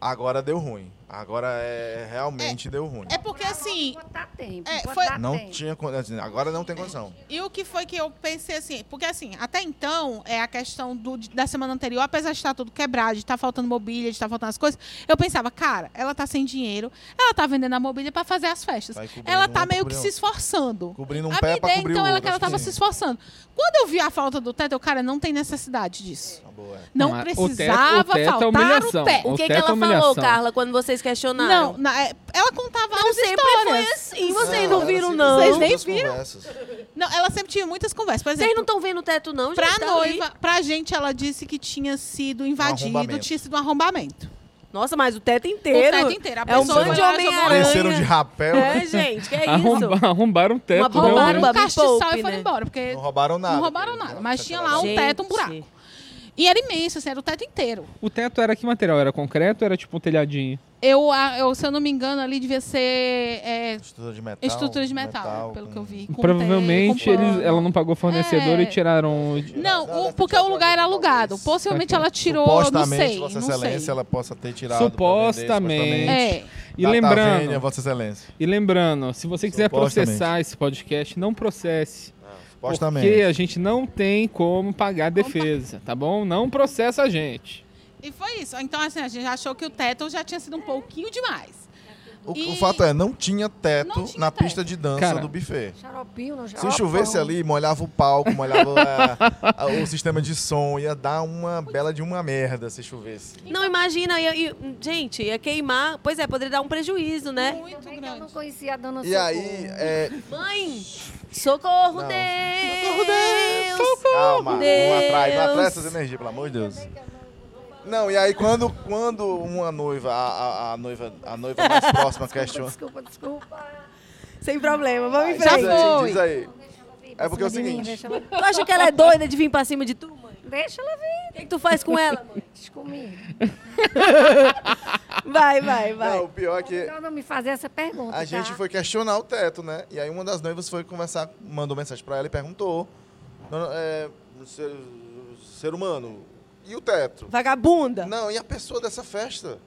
[SPEAKER 3] agora deu ruim. Agora é, realmente deu ruim.
[SPEAKER 6] É porque, assim,
[SPEAKER 7] Enquanto dá tempo.
[SPEAKER 6] É,
[SPEAKER 7] enquanto
[SPEAKER 6] foi-
[SPEAKER 7] dá
[SPEAKER 3] Não
[SPEAKER 7] tempo.
[SPEAKER 3] tinha condição. Agora não tem condição.
[SPEAKER 6] E o que foi que eu pensei assim? Porque assim, até então, é a questão do, da semana anterior, apesar de estar tudo quebrado, de estar faltando mobília, de estar faltando as coisas, eu pensava, cara, ela tá sem dinheiro, ela tá vendendo a mobília para fazer as festas.
[SPEAKER 3] Vai cobrindo
[SPEAKER 6] Ela
[SPEAKER 3] um,
[SPEAKER 6] tá
[SPEAKER 3] vai
[SPEAKER 6] meio que
[SPEAKER 3] cobrindo
[SPEAKER 6] se
[SPEAKER 3] outro.
[SPEAKER 6] esforçando.
[SPEAKER 3] Cobrindo um
[SPEAKER 6] a
[SPEAKER 3] pé
[SPEAKER 6] minha
[SPEAKER 3] pra
[SPEAKER 6] ideia,
[SPEAKER 3] cobrir
[SPEAKER 6] então,
[SPEAKER 3] o
[SPEAKER 6] ela,
[SPEAKER 3] outro, assim.
[SPEAKER 6] que
[SPEAKER 3] acho
[SPEAKER 6] ela tava
[SPEAKER 3] que-
[SPEAKER 6] se esforçando. Quando eu vi a falta do teto, eu, cara, não tem necessidade disso.
[SPEAKER 3] Tá boa. é.
[SPEAKER 6] Não
[SPEAKER 2] Não, a- o teto- o
[SPEAKER 6] precisava
[SPEAKER 2] teto é
[SPEAKER 6] faltar o
[SPEAKER 2] humilhação.
[SPEAKER 6] teto.
[SPEAKER 1] O que,
[SPEAKER 2] O
[SPEAKER 1] que
[SPEAKER 2] teto é
[SPEAKER 1] ela falou,
[SPEAKER 2] humilhação.
[SPEAKER 1] Carla, quando vocês questionaram?
[SPEAKER 6] Não, na- é, ela contava
[SPEAKER 1] Não
[SPEAKER 6] as
[SPEAKER 1] sempre foi
[SPEAKER 6] histórias.
[SPEAKER 1] assim. Vocês
[SPEAKER 3] Não,
[SPEAKER 1] não
[SPEAKER 3] era
[SPEAKER 1] viram,
[SPEAKER 3] assim,
[SPEAKER 1] não.
[SPEAKER 6] Vocês
[SPEAKER 1] Vocês
[SPEAKER 6] nem
[SPEAKER 3] muitas
[SPEAKER 6] viram?
[SPEAKER 3] conversas.
[SPEAKER 6] Não, ela sempre tinha muitas conversas. Por exemplo,
[SPEAKER 1] não estão vendo o teto, não, gente.
[SPEAKER 6] Pra
[SPEAKER 1] tá ali.
[SPEAKER 6] noiva, pra gente, ela disse que tinha sido invadido,
[SPEAKER 3] arrombamento.
[SPEAKER 6] tinha sido um arrombamento.
[SPEAKER 1] Nossa, mas o teto inteiro.
[SPEAKER 6] O teto inteiro. A
[SPEAKER 1] É um
[SPEAKER 6] pessoa
[SPEAKER 1] bando de
[SPEAKER 6] foi lá, jogou
[SPEAKER 1] Homem-Aranha.
[SPEAKER 3] Desceram de rapel,
[SPEAKER 1] É, gente, que é isso?
[SPEAKER 2] Arromba, arrombaram o teto. né?
[SPEAKER 1] Uma bomba,
[SPEAKER 2] realmente.
[SPEAKER 1] Roubaram,
[SPEAKER 6] um
[SPEAKER 1] me
[SPEAKER 6] castiçal
[SPEAKER 1] poupe,
[SPEAKER 6] e foram
[SPEAKER 1] né?
[SPEAKER 6] embora, porque
[SPEAKER 3] Não roubaram nada.
[SPEAKER 6] não roubaram
[SPEAKER 3] porque-
[SPEAKER 6] nada. Mas tinha lá
[SPEAKER 1] Gente.
[SPEAKER 6] um teto, um buraco. E era imenso, assim, era o teto inteiro.
[SPEAKER 2] O teto era que material? Era concreto ou era tipo um telhadinho?
[SPEAKER 6] Eu, a- eu, se eu não me engano, ali devia ser é,
[SPEAKER 3] Estrutura de metal.
[SPEAKER 6] estrutura de metal, pelo
[SPEAKER 3] com-
[SPEAKER 6] que eu vi. com
[SPEAKER 2] Provavelmente
[SPEAKER 6] telha, com
[SPEAKER 2] eles-
[SPEAKER 6] pano.
[SPEAKER 2] ela não pagou fornecedor
[SPEAKER 6] É.
[SPEAKER 2] e tiraram.
[SPEAKER 6] Não, o- porque é o lugar era alugado. Possivelmente ela tirou, não
[SPEAKER 3] Supostamente,
[SPEAKER 6] sei.
[SPEAKER 3] Vossa
[SPEAKER 6] não sei.
[SPEAKER 3] Excelência, ela possa ter tirado. pra vender,
[SPEAKER 2] Supostamente.
[SPEAKER 6] É.
[SPEAKER 2] E
[SPEAKER 3] Data
[SPEAKER 2] lembrando,
[SPEAKER 3] Vênia, Vossa Excelência.
[SPEAKER 2] e lembrando, se você quiser
[SPEAKER 3] Supostamente.
[SPEAKER 2] processar esse podcast, não processe.
[SPEAKER 3] Supostamente.
[SPEAKER 2] Porque a gente não tem como pagar a defesa, tá bom? Não processa a gente.
[SPEAKER 6] E foi isso. Então, assim, a gente achou que o teto já tinha sido um pouquinho demais.
[SPEAKER 3] O, o
[SPEAKER 6] E-
[SPEAKER 3] fato é, não tinha teto
[SPEAKER 6] Não tinha
[SPEAKER 3] na
[SPEAKER 6] teto.
[SPEAKER 3] pista de dança
[SPEAKER 2] Cara,
[SPEAKER 3] do buffet.
[SPEAKER 7] Xaropinho, não
[SPEAKER 3] Se
[SPEAKER 7] xaropão.
[SPEAKER 3] chovesse ali, molhava o palco, molhava a- a- o sistema de som, ia dar uma bela de uma merda se chovesse.
[SPEAKER 1] Não, imagina. ia- ia- gente, ia queimar. Pois é, poderia dar um prejuízo, né?
[SPEAKER 6] Muito
[SPEAKER 7] Também que Eu não
[SPEAKER 6] grande.
[SPEAKER 7] conhecia a dona
[SPEAKER 3] E aí,
[SPEAKER 7] Socorro.
[SPEAKER 3] é,
[SPEAKER 1] Mãe, socorro,
[SPEAKER 3] Não.
[SPEAKER 1] Deus!
[SPEAKER 3] calma, não atrai, não atrai
[SPEAKER 1] Deus.
[SPEAKER 3] essas energias, pelo amor de Deus. Não, e aí quando, quando uma noiva, a, a- a noiva, a noiva mais próxima questiona.
[SPEAKER 7] Desculpa, desculpa.
[SPEAKER 1] Sem problema, vamos em
[SPEAKER 3] Diz aí,
[SPEAKER 1] frente.
[SPEAKER 3] diz aí. É porque é o
[SPEAKER 7] Cima de mim,
[SPEAKER 3] seguinte.
[SPEAKER 7] Deixa ela,
[SPEAKER 1] Tu acha que ela é doida de vir pra cima de tu, mãe?
[SPEAKER 7] deixa ela vir
[SPEAKER 1] O que, que tu faz com ela, mãe?
[SPEAKER 7] comigo.
[SPEAKER 1] Vai, vai, vai.
[SPEAKER 3] Não, o pior é que
[SPEAKER 7] Melhor Então, não me fazer essa pergunta,
[SPEAKER 3] a gente
[SPEAKER 7] tá?
[SPEAKER 3] foi questionar o teto, né? E aí uma das noivas foi conversar, mandou mensagem pra ela e perguntou. "Dona, é, ser, ser humano, e o teto?
[SPEAKER 1] Vagabunda.
[SPEAKER 3] Não, e a pessoa dessa festa?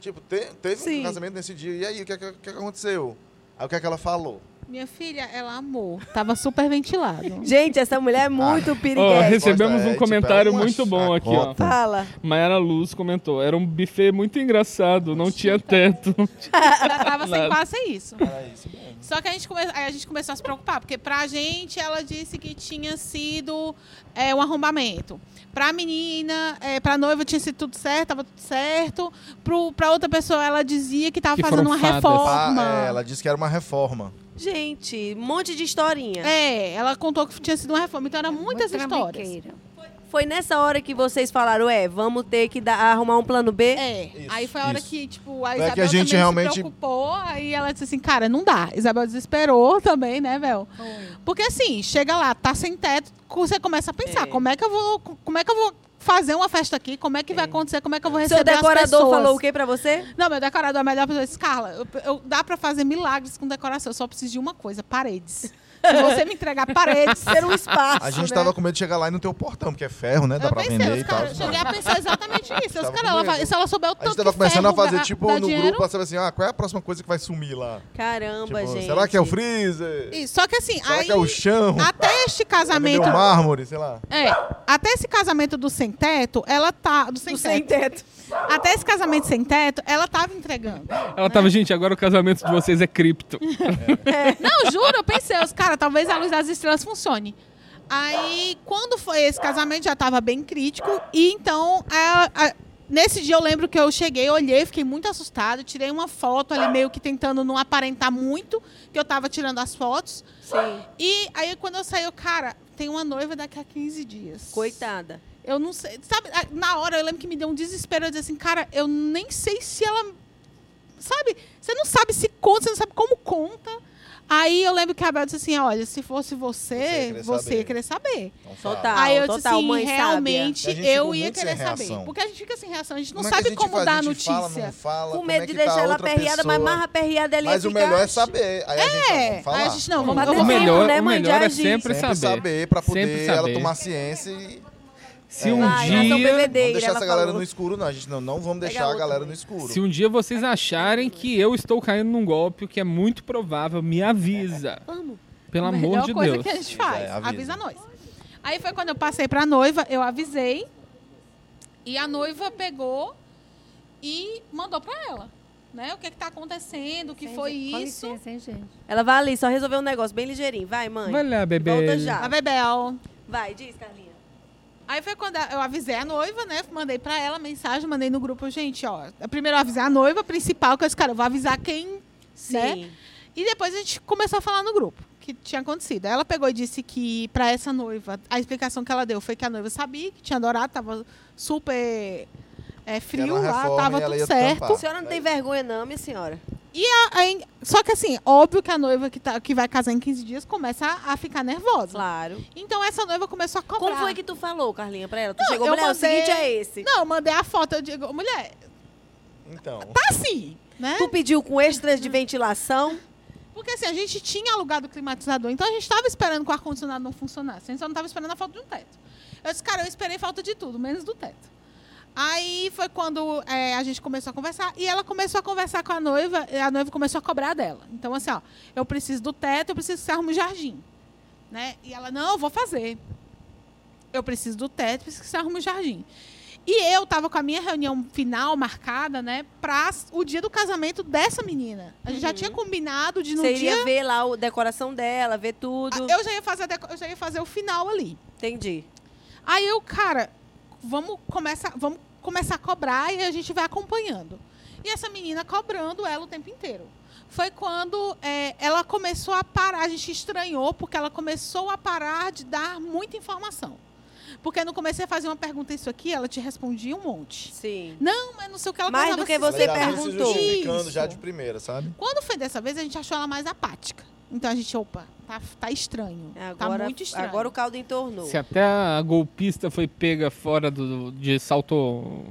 [SPEAKER 3] Tipo, te- teve
[SPEAKER 1] Sim.
[SPEAKER 3] um casamento nesse dia. E aí, o que, é que- o que é que aconteceu? Aí o que é que ela falou?
[SPEAKER 6] Minha filha, ela amou. Tava super ventilado.
[SPEAKER 1] Gente, essa
[SPEAKER 3] Ah.
[SPEAKER 1] mulher é muito
[SPEAKER 2] Ó,
[SPEAKER 1] piriguete.
[SPEAKER 2] recebemos
[SPEAKER 3] é,
[SPEAKER 2] um
[SPEAKER 3] tipo,
[SPEAKER 2] comentário
[SPEAKER 3] é uma
[SPEAKER 2] muito bom aqui, ó.
[SPEAKER 3] chacota.
[SPEAKER 1] Fala.
[SPEAKER 2] Mayara Luz comentou: era um buffet muito engraçado, não tinha teto.
[SPEAKER 6] Ela tava sem
[SPEAKER 2] Nada.
[SPEAKER 6] quase ser isso.
[SPEAKER 3] Era isso mesmo.
[SPEAKER 6] Só que a gente, come... aí a gente começou a se preocupar, porque pra gente ela disse que tinha sido é, um arrombamento. Pra menina, é, pra noiva tinha sido tudo certo, tava tudo certo. Pro, pra outra pessoa ela dizia que tava
[SPEAKER 2] Que
[SPEAKER 6] fazendo
[SPEAKER 2] foram
[SPEAKER 6] uma
[SPEAKER 2] fadas.
[SPEAKER 6] reforma.
[SPEAKER 3] Ah, é, ela disse que era uma reforma.
[SPEAKER 1] Gente, um monte de historinha.
[SPEAKER 6] É, ela contou que tinha sido uma reforma, então era
[SPEAKER 7] Muito
[SPEAKER 6] muitas histórias.
[SPEAKER 7] trambiqueira.
[SPEAKER 1] Foi nessa hora que vocês falaram, é, vamos ter que dar- arrumar um plano B?
[SPEAKER 6] É,
[SPEAKER 3] Isso,
[SPEAKER 6] aí foi a hora
[SPEAKER 3] isso.
[SPEAKER 6] que, tipo, a
[SPEAKER 3] É que a
[SPEAKER 6] Isabel
[SPEAKER 3] gente
[SPEAKER 6] também
[SPEAKER 3] realmente-
[SPEAKER 6] se preocupou, aí ela disse assim, cara, não dá. Isabel desesperou também, né, Vel? Porque assim, chega lá, tá sem teto, você começa a pensar,
[SPEAKER 1] É.
[SPEAKER 6] como é que eu vou, como é que eu vou fazer uma festa aqui? Como é que vai acontecer? Como é que eu vou receber
[SPEAKER 1] Seu
[SPEAKER 6] as pessoas?
[SPEAKER 1] decorador falou o que pra você?
[SPEAKER 6] Não, meu decorador é a melhor pessoa. Disse, Carla, eu, eu- dá pra fazer milagres com decoração. Eu só preciso de uma coisa, paredes. Se você me entregar paredes, ser um espaço,
[SPEAKER 3] A gente
[SPEAKER 6] né?
[SPEAKER 3] tava com medo de chegar lá e não ter o portão, porque é ferro, né? Dá
[SPEAKER 6] eu
[SPEAKER 3] pra
[SPEAKER 6] pensei,
[SPEAKER 3] vender
[SPEAKER 6] os
[SPEAKER 3] e tal.
[SPEAKER 6] caras- eu cheguei a pensar exatamente isso. Os
[SPEAKER 3] Tava
[SPEAKER 6] caras,
[SPEAKER 3] com
[SPEAKER 6] ela
[SPEAKER 3] medo.
[SPEAKER 6] vai- se ela souber o
[SPEAKER 3] A
[SPEAKER 6] tanto
[SPEAKER 3] gente tava
[SPEAKER 6] que
[SPEAKER 3] começando a
[SPEAKER 6] ferro
[SPEAKER 3] fazer,
[SPEAKER 6] dá-
[SPEAKER 3] tipo,
[SPEAKER 6] dá
[SPEAKER 3] no
[SPEAKER 6] dinheiro.
[SPEAKER 3] grupo, pra saber assim, ah, qual é a próxima coisa que vai sumir lá?
[SPEAKER 1] Caramba,
[SPEAKER 3] Tipo,
[SPEAKER 1] gente.
[SPEAKER 3] será que é o freezer?
[SPEAKER 6] Isso, Só que assim,
[SPEAKER 3] Será
[SPEAKER 6] aí,
[SPEAKER 3] que é o chão?
[SPEAKER 6] até este
[SPEAKER 3] Será que é
[SPEAKER 6] casamento.
[SPEAKER 3] o mármore, sei lá.
[SPEAKER 6] É, até esse casamento do sem teto, ela tá. Do sem
[SPEAKER 1] Do
[SPEAKER 6] teto.
[SPEAKER 1] sem teto.
[SPEAKER 6] Até esse casamento sem teto, ela tava entregando.
[SPEAKER 2] Ela tava, gente, agora o casamento de vocês é cripto.
[SPEAKER 6] Não, juro, eu pensei, os cara, talvez a luz das estrelas funcione. Aí, quando foi esse casamento, já tava bem crítico. E então, a- a- nesse dia eu lembro que eu cheguei, olhei, fiquei muito assustada. Tirei uma foto ali, meio que tentando não aparentar muito, que eu tava tirando as fotos.
[SPEAKER 1] Sim.
[SPEAKER 6] E aí, quando eu saí, eu, cara, tem uma noiva daqui a 15 dias.
[SPEAKER 1] Coitada.
[SPEAKER 6] Eu não sei. Sabe, a- na hora eu lembro que me deu um desespero. Eu disse assim, cara, eu nem sei se ela. Sabe? Você não sabe se conta, você não sabe como conta. Aí eu lembro que a Bel disse assim: olha, se fosse
[SPEAKER 3] ia
[SPEAKER 6] você,
[SPEAKER 3] querer
[SPEAKER 6] você ia
[SPEAKER 3] saber.
[SPEAKER 6] querer saber.
[SPEAKER 3] Então,
[SPEAKER 1] Total,
[SPEAKER 3] fala.
[SPEAKER 6] Aí eu disse
[SPEAKER 1] total,
[SPEAKER 6] assim:
[SPEAKER 1] mãe
[SPEAKER 6] realmente
[SPEAKER 3] sábia. A gente
[SPEAKER 6] eu
[SPEAKER 3] ficou
[SPEAKER 6] ia
[SPEAKER 3] muito sem
[SPEAKER 6] querer saber.
[SPEAKER 3] reação.
[SPEAKER 6] Porque a gente fica sem reação, a gente não
[SPEAKER 3] é que
[SPEAKER 6] sabe
[SPEAKER 3] a gente
[SPEAKER 6] como
[SPEAKER 3] faz?
[SPEAKER 6] dar
[SPEAKER 3] A
[SPEAKER 6] a
[SPEAKER 3] gente
[SPEAKER 6] notícia.
[SPEAKER 3] Fala, não fala,
[SPEAKER 1] Com
[SPEAKER 3] como
[SPEAKER 1] medo
[SPEAKER 3] é
[SPEAKER 1] de
[SPEAKER 3] que
[SPEAKER 1] deixar
[SPEAKER 3] tá
[SPEAKER 1] ela
[SPEAKER 3] outra
[SPEAKER 1] perreada, mas
[SPEAKER 3] pessoa.
[SPEAKER 1] mais aperreada ali
[SPEAKER 3] Mas o
[SPEAKER 1] eficaz.
[SPEAKER 3] melhor é saber. Aí a gente não,
[SPEAKER 6] É,
[SPEAKER 3] vamos falar.
[SPEAKER 6] aí a gente não, vamos,
[SPEAKER 1] Vamos até
[SPEAKER 2] O
[SPEAKER 6] vamos
[SPEAKER 1] tempo,
[SPEAKER 2] melhor,
[SPEAKER 1] né,
[SPEAKER 2] o
[SPEAKER 1] mãe?
[SPEAKER 2] melhor
[SPEAKER 1] Já
[SPEAKER 2] é
[SPEAKER 1] disse.
[SPEAKER 2] sempre
[SPEAKER 3] Sempre
[SPEAKER 2] saber.
[SPEAKER 3] saber, pra poder
[SPEAKER 2] Sempre
[SPEAKER 3] ela
[SPEAKER 2] saber.
[SPEAKER 3] tomar ciência e...
[SPEAKER 2] Se um
[SPEAKER 1] Vai, ela é um
[SPEAKER 2] dia...
[SPEAKER 1] bebedeira,
[SPEAKER 3] Não deixar
[SPEAKER 1] ela
[SPEAKER 3] essa galera
[SPEAKER 1] falou.
[SPEAKER 3] no escuro, não. A gente não, não vamos
[SPEAKER 1] Pega
[SPEAKER 3] deixar a
[SPEAKER 1] outra,
[SPEAKER 3] galera
[SPEAKER 1] mãe.
[SPEAKER 3] no escuro.
[SPEAKER 2] Se um dia vocês
[SPEAKER 6] É,
[SPEAKER 2] acharem que eu estou caindo num golpe, o que é muito provável, me
[SPEAKER 6] É,
[SPEAKER 2] avisa.
[SPEAKER 1] Vamos.
[SPEAKER 2] Pelo
[SPEAKER 6] A
[SPEAKER 2] amor
[SPEAKER 6] melhor
[SPEAKER 2] de
[SPEAKER 6] coisa
[SPEAKER 2] Deus.
[SPEAKER 6] que a gente
[SPEAKER 3] Avisa,
[SPEAKER 6] faz.
[SPEAKER 3] é, avisa.
[SPEAKER 6] avisa. nós. Aí foi quando eu passei pra noiva, eu avisei. E a noiva pegou e mandou pra ela. Né? O que, que tá acontecendo, o que foi
[SPEAKER 7] Com
[SPEAKER 6] isso.
[SPEAKER 7] licença, hein, gente?
[SPEAKER 1] Ela vai ali, só resolver um negócio bem ligeirinho. Vai, mãe.
[SPEAKER 2] Vai lá, bebê.
[SPEAKER 1] Volta já.
[SPEAKER 6] A Bebel.
[SPEAKER 1] Vai, diz, Carlinha.
[SPEAKER 6] Aí foi quando eu avisei a noiva, né? Mandei pra ela a mensagem, mandei no grupo, gente, ó. Primeiro eu avisei a noiva principal, que eu disse, cara, eu vou avisar quem. Né?
[SPEAKER 1] Sim.
[SPEAKER 6] E depois a gente começou a falar no grupo o que tinha acontecido. Aí Ela pegou e disse que para essa noiva, a explicação que ela deu foi que a noiva sabia que tinha adorado, tava super é, frio
[SPEAKER 3] Era uma
[SPEAKER 6] lá,
[SPEAKER 3] reforma
[SPEAKER 6] tava
[SPEAKER 3] e ela
[SPEAKER 6] tudo
[SPEAKER 3] ia
[SPEAKER 6] certo. Ah,
[SPEAKER 3] tampar.
[SPEAKER 1] A senhora não tem vergonha, não, minha senhora.
[SPEAKER 6] Aí- só que assim, óbvio que a noiva que, tá, que vai casar em 15 dias começa a, a ficar nervosa.
[SPEAKER 1] Claro.
[SPEAKER 6] Então essa noiva começou a cobrar.
[SPEAKER 1] Como foi que tu falou, Carlinha, pra ela? Tu
[SPEAKER 6] Não,
[SPEAKER 1] chegou,
[SPEAKER 6] eu
[SPEAKER 1] mulher, o
[SPEAKER 6] mandei-
[SPEAKER 1] seguinte é esse.
[SPEAKER 6] Não, eu mandei a foto, eu digo, mulher,
[SPEAKER 3] Então,
[SPEAKER 6] tá assim, né?
[SPEAKER 1] Tu pediu com extras de ventilação.
[SPEAKER 6] Porque assim, a gente tinha alugado o climatizador, então a gente estava esperando que o ar-condicionado não funcionasse. A gente só não estava esperando a falta de um teto. Eu disse, cara, eu esperei falta de tudo, menos do teto. Aí foi quando é, a gente começou a conversar e ela começou a conversar com a noiva, e a noiva começou a cobrar dela. Então, assim, ó, eu preciso do teto, eu preciso que você arrume um jardim. Né? E ela, não, eu vou fazer. Eu preciso do teto, preciso que você arrume um jardim. E eu tava com a minha reunião final marcada, né, pra s- o dia do casamento dessa menina. A gente já tinha combinado de no
[SPEAKER 1] Você
[SPEAKER 6] dia.
[SPEAKER 1] iria ver lá a decoração dela, ver tudo.
[SPEAKER 6] Ah, Eu já ia fazer, a deco- eu já ia fazer o final ali.
[SPEAKER 1] Entendi.
[SPEAKER 6] Aí eu, cara, vamos começar, vamos começar a cobrar e a gente vai acompanhando. E essa menina cobrando ela o tempo inteiro. Foi quando é, ela começou a parar, a gente estranhou, porque ela começou a parar de dar muita informação. Porque no começo eu fazia uma pergunta, isso aqui, ela te respondia um monte.
[SPEAKER 1] Sim.
[SPEAKER 6] Não, mas não sei o que ela
[SPEAKER 1] Mais
[SPEAKER 6] contava
[SPEAKER 1] do que
[SPEAKER 6] assim.
[SPEAKER 1] você
[SPEAKER 3] ela já vinha se
[SPEAKER 1] perguntou.
[SPEAKER 3] justificando
[SPEAKER 6] Isso.
[SPEAKER 3] já de primeira, sabe?
[SPEAKER 6] Quando foi dessa vez, a gente achou ela mais apática. Então a gente, opa, tá, tá estranho.
[SPEAKER 1] Agora,
[SPEAKER 6] tá muito estranho.
[SPEAKER 1] agora o caldo entornou.
[SPEAKER 2] Se até a golpista foi pega fora do, de salto...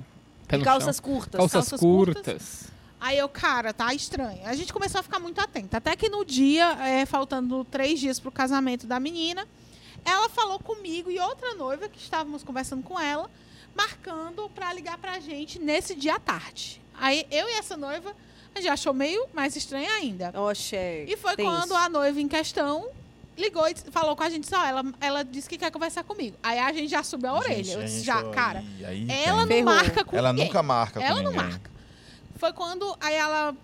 [SPEAKER 2] Pé
[SPEAKER 1] E
[SPEAKER 2] no
[SPEAKER 1] calças
[SPEAKER 2] chão.
[SPEAKER 1] curtas.
[SPEAKER 2] calças,
[SPEAKER 6] calças curtas.
[SPEAKER 2] curtas.
[SPEAKER 6] Aí eu, cara, tá estranho. A gente começou a ficar muito atenta. Até que no dia, é, faltando três dias pro casamento da menina, ela falou comigo e outra noiva que estávamos conversando com ela, marcando pra ligar pra gente nesse dia à tarde. Aí eu e essa noiva, a gente achou meio mais estranho ainda.
[SPEAKER 1] Oxê.
[SPEAKER 6] E foi
[SPEAKER 1] tenso.
[SPEAKER 6] quando a noiva em questão ligou e disse- falou com a gente, só ela, ela disse que quer conversar comigo. Aí a gente já subiu a orelha.
[SPEAKER 3] Gente,
[SPEAKER 6] eu
[SPEAKER 3] a
[SPEAKER 6] disse,
[SPEAKER 3] gente
[SPEAKER 6] já,
[SPEAKER 3] falou,
[SPEAKER 6] cara,
[SPEAKER 3] "Ih, aí
[SPEAKER 6] ela não
[SPEAKER 3] tem."
[SPEAKER 1] Ferrou.
[SPEAKER 6] marca com
[SPEAKER 3] Ela
[SPEAKER 6] ninguém.
[SPEAKER 3] nunca marca com
[SPEAKER 6] Ela não
[SPEAKER 3] ninguém.
[SPEAKER 6] marca. Foi quando aí ela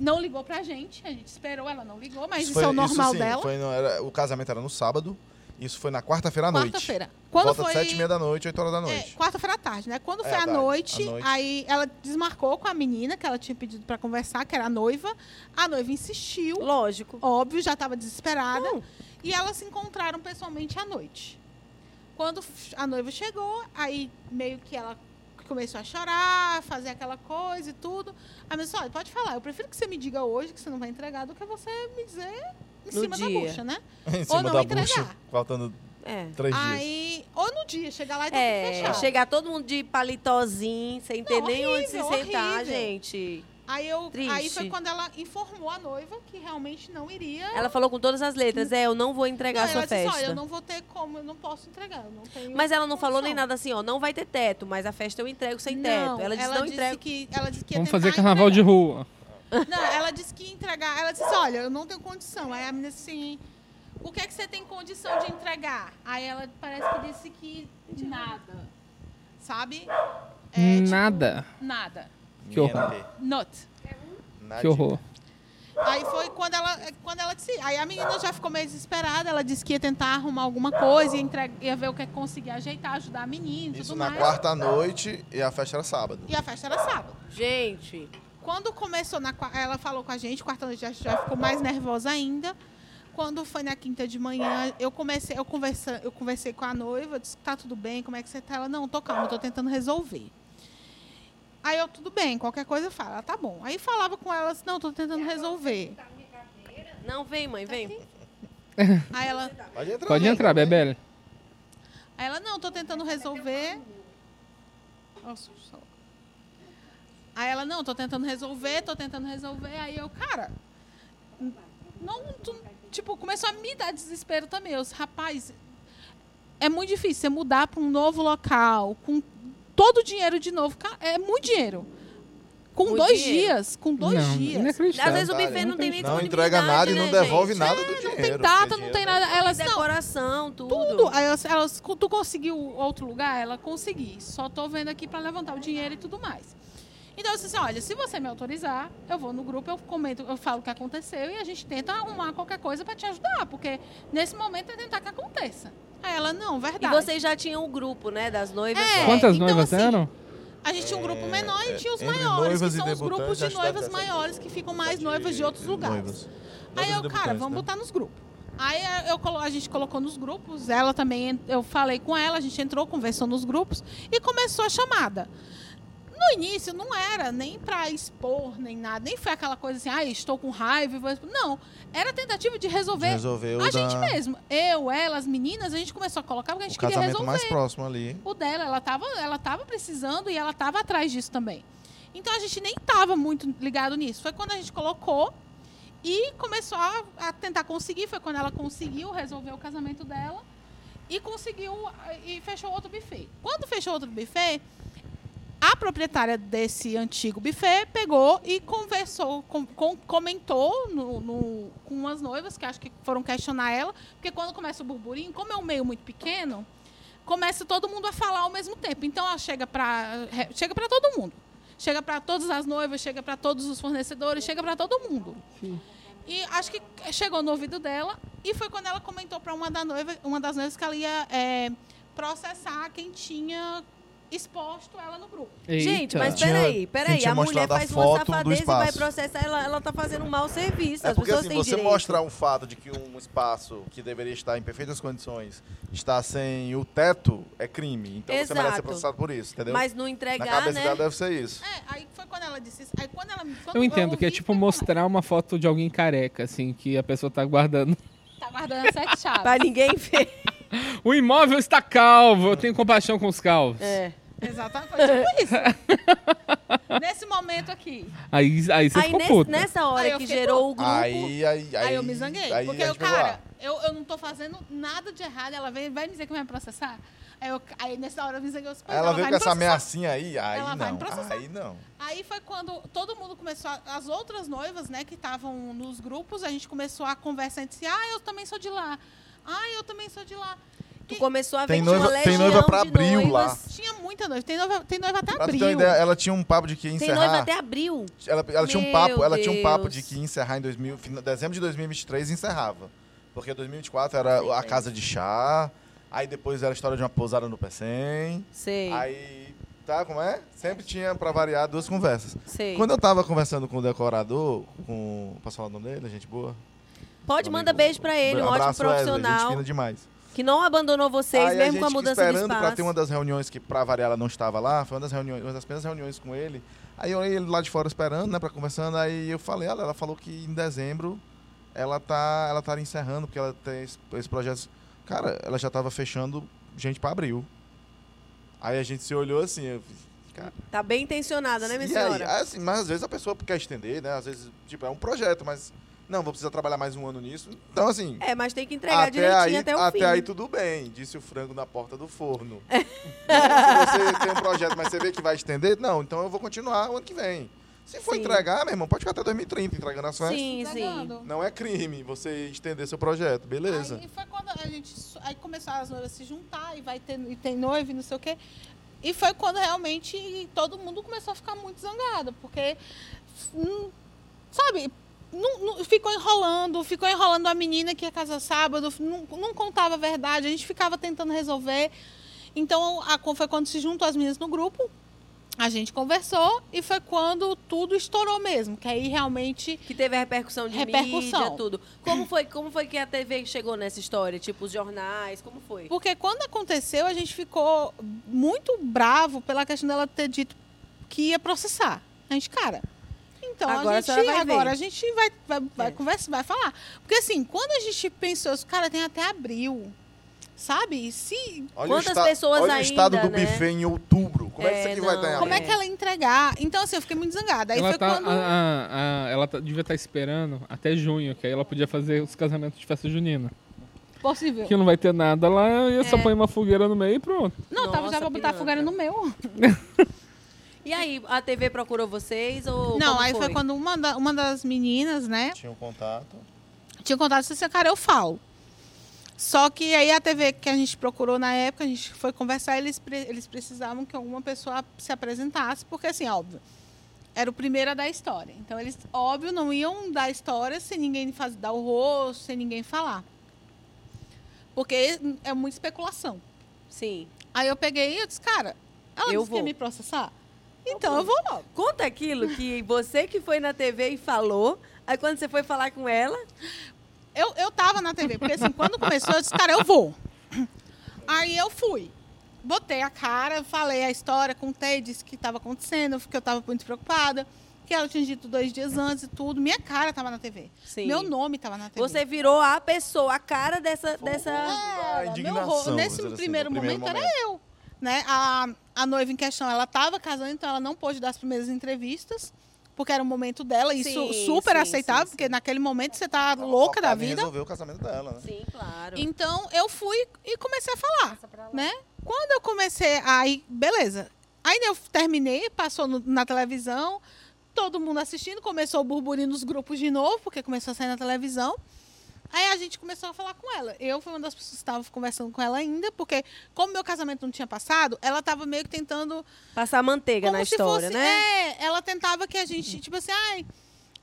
[SPEAKER 6] não ligou pra gente, a gente esperou, ela não ligou, mas isso,
[SPEAKER 3] foi-
[SPEAKER 6] é o normal
[SPEAKER 3] sim,
[SPEAKER 6] dela.
[SPEAKER 3] foi no- era- o casamento era no sábado. Isso foi na quarta-feira à noite.
[SPEAKER 6] Quarta-feira. Quando
[SPEAKER 3] Volta
[SPEAKER 6] foi.
[SPEAKER 3] de sete e meia da noite, oito horas da
[SPEAKER 6] é,
[SPEAKER 3] noite.
[SPEAKER 6] quarta-feira à tarde, né? Quando
[SPEAKER 3] É,
[SPEAKER 6] foi
[SPEAKER 3] à
[SPEAKER 6] à
[SPEAKER 3] tarde,
[SPEAKER 6] noite,
[SPEAKER 3] à noite.
[SPEAKER 6] aí ela desmarcou com a menina que ela tinha pedido pra conversar, que era a noiva. A noiva insistiu,
[SPEAKER 1] Lógico.
[SPEAKER 6] óbvio, já tava desesperada.
[SPEAKER 1] Não.
[SPEAKER 6] E elas se encontraram pessoalmente à noite. Quando f- a noiva chegou, aí meio que ela começou a chorar, a fazer aquela coisa e tudo. Aí eu disse, olha, pode falar, eu prefiro que você me diga hoje que você não vai entregar do que você me dizer em
[SPEAKER 1] No
[SPEAKER 6] cima
[SPEAKER 1] dia.
[SPEAKER 6] da bucha, né?
[SPEAKER 3] em cima
[SPEAKER 6] não
[SPEAKER 3] da
[SPEAKER 6] entregar.
[SPEAKER 3] bucha, faltando
[SPEAKER 1] É.
[SPEAKER 3] três dias.
[SPEAKER 6] Aí, ou no dia, chegar lá e tá tudo
[SPEAKER 1] É,
[SPEAKER 6] fechado.
[SPEAKER 1] chegar todo mundo de paletózinho, sem ter nem onde se
[SPEAKER 6] horrível,
[SPEAKER 1] sentar,
[SPEAKER 6] horrível.
[SPEAKER 1] gente.
[SPEAKER 6] Aí, eu, aí
[SPEAKER 1] Triste.
[SPEAKER 6] foi quando ela informou a noiva que realmente não iria.
[SPEAKER 1] Ela falou com todas as letras, é, eu não vou entregar
[SPEAKER 6] É.
[SPEAKER 1] a
[SPEAKER 6] não,
[SPEAKER 1] sua
[SPEAKER 6] ela disse,
[SPEAKER 1] festa.
[SPEAKER 6] olha, eu não vou ter como, eu não posso entregar, eu não tenho
[SPEAKER 1] Mas ela não falou nem
[SPEAKER 6] condição."
[SPEAKER 1] nada assim, ó, não vai ter teto, mas a festa eu entrego sem
[SPEAKER 6] Não,
[SPEAKER 1] teto. Ela disse, não
[SPEAKER 6] disse
[SPEAKER 1] entrego.
[SPEAKER 6] que ela disse que ia
[SPEAKER 2] Vamos fazer
[SPEAKER 6] tentar
[SPEAKER 2] carnaval de
[SPEAKER 6] entregar.
[SPEAKER 2] rua.
[SPEAKER 6] Não, ela disse que ia entregar. Ela disse: Olha, eu não tenho condição. Aí a menina assim: O que é que você tem condição de entregar? Aí ela parece que disse que de nada. Sabe? É, tipo,
[SPEAKER 2] Nada.
[SPEAKER 6] nada.
[SPEAKER 2] Que horror.
[SPEAKER 3] Niente.
[SPEAKER 6] Not.
[SPEAKER 2] Que horror.
[SPEAKER 6] Aí foi quando ela, quando ela disse. Aí a menina já ficou meio desesperada. Ela disse que ia tentar arrumar alguma coisa, ia, entregar, ia ver o que é que conseguia ajeitar, ajudar a menina e
[SPEAKER 3] Isso
[SPEAKER 6] tudo
[SPEAKER 3] na
[SPEAKER 6] mais.
[SPEAKER 3] quarta noite e a festa era sábado.
[SPEAKER 6] E a festa era sábado.
[SPEAKER 1] Gente,
[SPEAKER 6] Quando começou, na, qua- ela falou com a gente, quarta noite já, já ficou mais nervosa ainda. Quando foi na quinta de manhã, eu comecei, eu conversa, eu conversei com a noiva, eu disse, tá tudo bem, como é que você tá? Ela, não, tô calma, eu tô tentando resolver. Aí eu, tudo bem, qualquer coisa fala, tá bom. Aí falava com ela, assim, não, tô tentando resolver.
[SPEAKER 1] não vem, mãe, vem.
[SPEAKER 6] Aí ela,
[SPEAKER 3] Pode entrar.
[SPEAKER 2] Pode
[SPEAKER 3] né?
[SPEAKER 2] entrar, Bebele.
[SPEAKER 6] aí ela, não, tô tentando resolver. Nossa, só- Aí ela, não, tô tentando resolver, tô tentando resolver. Aí eu, cara, n- não, tu- tipo, começou a me dar desespero também. Eu, disse, rapaz, é muito difícil você mudar para um novo local, com todo o dinheiro de novo. Ca- É muito dinheiro. Com
[SPEAKER 1] Muito
[SPEAKER 6] dois
[SPEAKER 1] dinheiro.
[SPEAKER 6] dias, com dois
[SPEAKER 2] não,
[SPEAKER 6] dias.
[SPEAKER 1] Às vezes
[SPEAKER 2] inacreditável.
[SPEAKER 1] o buffet não tem nem
[SPEAKER 3] Não
[SPEAKER 1] disponibilidade,
[SPEAKER 3] entrega nada e
[SPEAKER 1] né,
[SPEAKER 3] não devolve
[SPEAKER 1] gente?
[SPEAKER 3] nada do
[SPEAKER 6] Ah, Não
[SPEAKER 3] dinheiro.
[SPEAKER 6] tem
[SPEAKER 3] porque
[SPEAKER 6] data, não
[SPEAKER 3] dinheiro
[SPEAKER 6] tem
[SPEAKER 1] né?
[SPEAKER 6] nada. Elas não.
[SPEAKER 1] Decoração, tudo.
[SPEAKER 6] Tudo. Aí elas, elas, tu conseguiu outro lugar? Ela consegui. Só tô vendo aqui para levantar o dinheiro e tudo mais. Então eu disse assim, olha, se você me autorizar, eu vou no grupo, eu comento, eu falo o que aconteceu e a gente tenta arrumar qualquer coisa para te ajudar, porque nesse momento é tentar que aconteça. Aí ela, não,
[SPEAKER 1] E
[SPEAKER 6] verdade.
[SPEAKER 1] vocês já tinham o grupo, né, das noivas.
[SPEAKER 6] Tá. É.
[SPEAKER 2] Quantas
[SPEAKER 6] então,
[SPEAKER 2] noivas
[SPEAKER 6] assim,
[SPEAKER 2] eram?
[SPEAKER 6] A gente tinha um grupo menor e tinha os
[SPEAKER 3] É, entre
[SPEAKER 6] maiores, que
[SPEAKER 3] noivas e
[SPEAKER 6] são os grupos
[SPEAKER 3] debutantes,
[SPEAKER 6] de
[SPEAKER 3] acho que dá
[SPEAKER 6] noivas
[SPEAKER 3] dessa-
[SPEAKER 6] maiores que ficam mais noivas de outros lugares.
[SPEAKER 3] Noivas. Noivas
[SPEAKER 6] Aí
[SPEAKER 3] e
[SPEAKER 6] eu, cara,
[SPEAKER 3] debutantes,
[SPEAKER 6] vamos
[SPEAKER 3] né?
[SPEAKER 6] botar nos grupos. Aí eh, eu, colo- a gente colocou nos grupos, ela também, en- eu falei com ela, a gente entrou, conversou nos grupos e começou a chamada. No início não era nem pra expor, nem nada, nem foi aquela coisa assim, ah, estou com raiva, e vou expor. não, era tentativa de resolver
[SPEAKER 3] Resolveu
[SPEAKER 6] a
[SPEAKER 3] dar
[SPEAKER 6] gente mesmo. Eu, ela, as meninas, a gente começou a colocar porque a
[SPEAKER 3] o
[SPEAKER 6] gente queria
[SPEAKER 3] casamento
[SPEAKER 6] resolver
[SPEAKER 3] mais próximo ali.
[SPEAKER 6] o dela, ela tava, ela tava precisando e ela tava atrás disso também. Então a gente nem tava muito ligado nisso. Foi quando a gente colocou e começou a, a tentar conseguir, foi quando ela conseguiu resolver o casamento dela e conseguiu ah, e fechou outro buffet. Quando fechou outro buffet, a proprietária desse antigo buffet pegou e conversou, com- com- comentou no- no- com umas noivas que acho que foram questionar ela, porque quando começa o burburinho, como é um meio muito pequeno, começa todo mundo a falar ao mesmo tempo. Então ela chega para chega para todo mundo. Chega para todas as noivas, chega para todos os fornecedores, chega para todo mundo. E acho que chegou no ouvido dela e foi quando ela comentou para uma, da noiva, uma das noivas que ela ia é, processar quem tinha exposto ela no grupo.
[SPEAKER 1] Gente,
[SPEAKER 2] Eita.
[SPEAKER 1] mas
[SPEAKER 3] Tinha-
[SPEAKER 1] peraí,
[SPEAKER 3] quem
[SPEAKER 1] peraí.
[SPEAKER 3] tinha
[SPEAKER 1] A mulher
[SPEAKER 3] mostrado a
[SPEAKER 1] faz uma
[SPEAKER 3] foto do
[SPEAKER 1] safadeza e vai
[SPEAKER 3] espaço.
[SPEAKER 1] processar. Ela, ela tá fazendo um mau serviço.
[SPEAKER 3] É
[SPEAKER 1] As
[SPEAKER 3] porque
[SPEAKER 1] pessoas
[SPEAKER 3] assim,
[SPEAKER 1] têm
[SPEAKER 3] você
[SPEAKER 1] direito.
[SPEAKER 3] mostrar um fato de que um espaço que deveria estar em perfeitas condições está sem o teto é crime. Então você merece ser
[SPEAKER 1] Exato.
[SPEAKER 3] processado por isso, entendeu?
[SPEAKER 1] Mas não
[SPEAKER 3] Na
[SPEAKER 1] entregar,
[SPEAKER 3] cabeça
[SPEAKER 1] né?
[SPEAKER 3] dela deve ser isso.
[SPEAKER 6] É, aí foi quando ela disse isso. Aí quando ela me quando
[SPEAKER 2] Eu entendo que é
[SPEAKER 6] ouvi,
[SPEAKER 2] tipo
[SPEAKER 6] foi como-
[SPEAKER 2] mostrar uma foto de alguém careca, assim, que a pessoa tá guardando.
[SPEAKER 8] Tá guardando as sete chaves.
[SPEAKER 1] Pra ninguém ver.
[SPEAKER 2] O imóvel está calvo, eu tenho compaixão com os calvos.
[SPEAKER 1] É.
[SPEAKER 6] Exatamente, foi tipo isso. Nesse momento aqui.
[SPEAKER 2] Aí, aí você
[SPEAKER 1] Aí
[SPEAKER 2] ficou
[SPEAKER 1] nesse-
[SPEAKER 2] puta.
[SPEAKER 1] nessa hora
[SPEAKER 6] Aí eu
[SPEAKER 1] que
[SPEAKER 6] fiquei
[SPEAKER 1] gerou o grupo.
[SPEAKER 3] Aí, aí, aí,
[SPEAKER 6] Aí, eu me zanguei.
[SPEAKER 3] aí
[SPEAKER 6] porque
[SPEAKER 3] a
[SPEAKER 6] eu,
[SPEAKER 3] gente vai
[SPEAKER 6] cara,
[SPEAKER 3] lá.
[SPEAKER 6] eu, eu não tô fazendo nada de errado. Ela vem, vai me dizer que vai me processar. Aí, eu, aí nessa hora eu me zanguei. Eu disse, "Pois
[SPEAKER 3] Ela,
[SPEAKER 6] ela
[SPEAKER 3] veio
[SPEAKER 6] vai
[SPEAKER 3] com
[SPEAKER 6] me
[SPEAKER 3] essa
[SPEAKER 6] processar."
[SPEAKER 3] ameaçinha aí, aí
[SPEAKER 6] Ela vai me
[SPEAKER 3] não.
[SPEAKER 6] processar.
[SPEAKER 3] Aí não.
[SPEAKER 6] Aí foi quando todo mundo começou, a- as outras noivas, né, que estavam nos grupos, a gente começou a conversar entre si. Ah, eu também sou de lá. Ah, eu também sou de lá.
[SPEAKER 1] Tu começou a ver
[SPEAKER 3] Tem
[SPEAKER 1] que tinha uma
[SPEAKER 3] noiva- tem
[SPEAKER 1] legião
[SPEAKER 3] noiva pra
[SPEAKER 1] de
[SPEAKER 3] abril lá.
[SPEAKER 1] noivas.
[SPEAKER 6] Tinha muita noiva. Tem noiva, tem noiva até
[SPEAKER 3] Pra tu
[SPEAKER 6] abril.
[SPEAKER 3] ter uma ideia, ela tinha um papo de que ia
[SPEAKER 1] Tem noiva
[SPEAKER 3] encerrar.
[SPEAKER 1] até abril.
[SPEAKER 3] Ela, ela tinha um
[SPEAKER 1] Meu
[SPEAKER 3] papo, ela tinha um papo
[SPEAKER 1] Deus.
[SPEAKER 3] de que ia encerrar em 2000, fina- dezembro de 2023 encerrava. Porque 2024 era a casa de chá, aí depois era a história de uma pousada no Pecém.
[SPEAKER 1] Sei,
[SPEAKER 3] Aí, tá, como é? Sempre tinha, pra variar, duas conversas.
[SPEAKER 1] sei.
[SPEAKER 3] Quando eu tava conversando com o decorador, com. Posso falar o nome dele? Gente boa?
[SPEAKER 1] Pode,
[SPEAKER 3] Meu
[SPEAKER 1] manda
[SPEAKER 3] amigo.
[SPEAKER 1] beijo pra ele, um ótimo
[SPEAKER 3] Abraço, Wesley, gente
[SPEAKER 1] profissional.
[SPEAKER 3] fina demais.
[SPEAKER 1] Que não abandonou vocês,
[SPEAKER 3] Aí
[SPEAKER 1] mesmo
[SPEAKER 3] a
[SPEAKER 1] com a
[SPEAKER 3] gente
[SPEAKER 1] mudança de
[SPEAKER 3] esperando
[SPEAKER 1] espaço.
[SPEAKER 3] pra ter uma das reuniões que, pra variar, ela não estava lá. Foi uma das reuniões, uma das primeiras reuniões com ele. Aí eu olhei ele lá de fora esperando, né, pra conversando. Aí eu falei, olha, ela falou que em dezembro ela tá, ela tá encerrando, porque ela tem esse, esse projeto. Cara, ela já tava fechando gente pra abril. Aí a gente se olhou assim, eu fiz, cara.
[SPEAKER 1] Tá bem intencionada, né, minha
[SPEAKER 3] e aí?
[SPEAKER 1] senhora?
[SPEAKER 3] Ah, assim, mas às vezes a pessoa quer estender, né? Às vezes, tipo, é um projeto, mas. Não, vou precisar trabalhar mais um ano nisso. Então, assim.
[SPEAKER 1] É, mas tem que entregar direitinho até o fim.
[SPEAKER 3] aí tudo bem, disse o frango na porta do forno. Não, Se você tem um projeto, mas você vê que vai estender, não, então eu vou continuar o ano que vem. Se for
[SPEAKER 1] Sim.
[SPEAKER 3] entregar, meu irmão, pode ficar até 2030 entregando as festas.
[SPEAKER 1] Sim,
[SPEAKER 6] Tá
[SPEAKER 1] sim.
[SPEAKER 6] Entregando.
[SPEAKER 3] Não é crime você estender seu projeto, beleza.
[SPEAKER 6] Aí foi quando a gente. su- Aí começaram as noivas a se juntar e vai ter e tem noiva e não sei o quê. E foi quando realmente todo mundo começou a ficar muito zangado, porque. hum, Sabe? não- não- ficou enrolando, ficou enrolando a menina que ia casar sábado, não, não contava a verdade, a gente ficava tentando resolver. Então a, co- foi quando se juntou as meninas no grupo, a gente conversou e foi quando tudo estourou mesmo, que aí realmente
[SPEAKER 1] Que teve a repercussão de
[SPEAKER 6] Repercussão.
[SPEAKER 1] mídia, tudo. Como foi, como foi que a TV chegou nessa história? Tipo, os jornais, como foi?
[SPEAKER 6] Porque quando aconteceu, a gente ficou muito bravo pela questão dela ter dito que ia processar. A gente, cara. Então
[SPEAKER 1] Agora a
[SPEAKER 6] a gente
[SPEAKER 1] senhora vai
[SPEAKER 6] agora
[SPEAKER 1] ver.
[SPEAKER 6] a gente vai vai, vai
[SPEAKER 1] É.
[SPEAKER 6] conversa, vai falar. Porque assim, quando a gente pensou, isso, cara, tem até abril. Sabe? E se
[SPEAKER 3] Olha
[SPEAKER 1] Quantas
[SPEAKER 3] o esta-
[SPEAKER 1] pessoas
[SPEAKER 3] olha
[SPEAKER 1] ainda,
[SPEAKER 3] o estado do
[SPEAKER 1] né?
[SPEAKER 3] buffet em outubro. Como é, que
[SPEAKER 1] É,
[SPEAKER 3] isso aqui vai
[SPEAKER 1] não.
[SPEAKER 3] dar em
[SPEAKER 6] como é
[SPEAKER 3] abril?
[SPEAKER 6] que ela ia entregar? Então assim, eu fiquei muito zangada. Aí
[SPEAKER 2] ela
[SPEAKER 6] foi
[SPEAKER 2] tá,
[SPEAKER 6] quando
[SPEAKER 2] a- a- a- ela tá- devia estar esperando até junho, que aí ela podia fazer os casamentos de festa junina.
[SPEAKER 8] Possível.
[SPEAKER 2] Que não vai ter nada lá, e
[SPEAKER 1] É.
[SPEAKER 2] só põe uma fogueira no meio e pronto.
[SPEAKER 8] Não, tava
[SPEAKER 1] Nossa,
[SPEAKER 8] já pra botar
[SPEAKER 1] pilantra.
[SPEAKER 8] fogueira no meu.
[SPEAKER 1] E aí, a TV procurou vocês ou
[SPEAKER 6] Não,
[SPEAKER 1] como
[SPEAKER 6] aí foi quando uma, da- uma das meninas, né,
[SPEAKER 3] Tinha um contato.
[SPEAKER 6] tinha um contato com essa cara, eu falo. Só que aí a TV que a gente procurou na época, a gente foi conversar, eles, pre- eles precisavam que alguma pessoa se apresentasse, porque assim, óbvio, era o primeiro a dar história. Então eles, óbvio, não iam dar história sem ninguém faz, dar o rosto, sem ninguém falar. Porque é muita especulação.
[SPEAKER 1] Sim.
[SPEAKER 6] Aí eu peguei e eu disse, cara, ela
[SPEAKER 1] Eu
[SPEAKER 6] disse que
[SPEAKER 1] vou.
[SPEAKER 6] ia me processar? Então eu vou logo.
[SPEAKER 1] Conta aquilo que você que foi na TV e falou, aí quando você foi falar com ela,
[SPEAKER 6] Eu, eu tava na TV, porque assim, quando começou, eu disse, cara, eu vou. Aí eu fui. Botei a cara, falei a história, contei, disse o que estava acontecendo, que eu estava muito preocupada, que ela tinha dito dois dias antes e tudo. Minha cara estava na TV.
[SPEAKER 1] Sim.
[SPEAKER 6] Meu nome estava na TV.
[SPEAKER 1] você virou a pessoa, a cara dessa... dessa...
[SPEAKER 3] A
[SPEAKER 6] Tá. meu
[SPEAKER 3] indignação.
[SPEAKER 6] rosto,
[SPEAKER 3] vamos
[SPEAKER 6] nesse
[SPEAKER 3] dizer assim, no
[SPEAKER 6] primeiro, momento, era eu. Né? A, a noiva em questão, ela estava casando, então ela não pôde dar as primeiras entrevistas, porque era o momento dela, isso
[SPEAKER 1] Sim,
[SPEAKER 6] super
[SPEAKER 1] sim,
[SPEAKER 6] aceitável,
[SPEAKER 1] sim,
[SPEAKER 6] porque naquele momento você tá
[SPEAKER 3] Ela
[SPEAKER 6] louca da
[SPEAKER 3] focava em
[SPEAKER 6] vida.
[SPEAKER 3] resolver o casamento dela, né?
[SPEAKER 1] Sim, claro.
[SPEAKER 6] Então eu fui e comecei a falar,
[SPEAKER 7] Passa pra lá.
[SPEAKER 6] né? Quando eu comecei, aí beleza. Aí eu terminei, passou no- na televisão, todo mundo assistindo, começou o burburinho nos grupos de novo, porque começou a sair na televisão. Aí a gente começou a falar com ela. Eu fui uma das pessoas que estava conversando com ela ainda, porque como meu casamento não tinha passado, ela estava meio que tentando
[SPEAKER 1] Passar manteiga na história,
[SPEAKER 6] fosse,
[SPEAKER 1] né?
[SPEAKER 6] É, ela tentava que a gente, tipo assim, ai,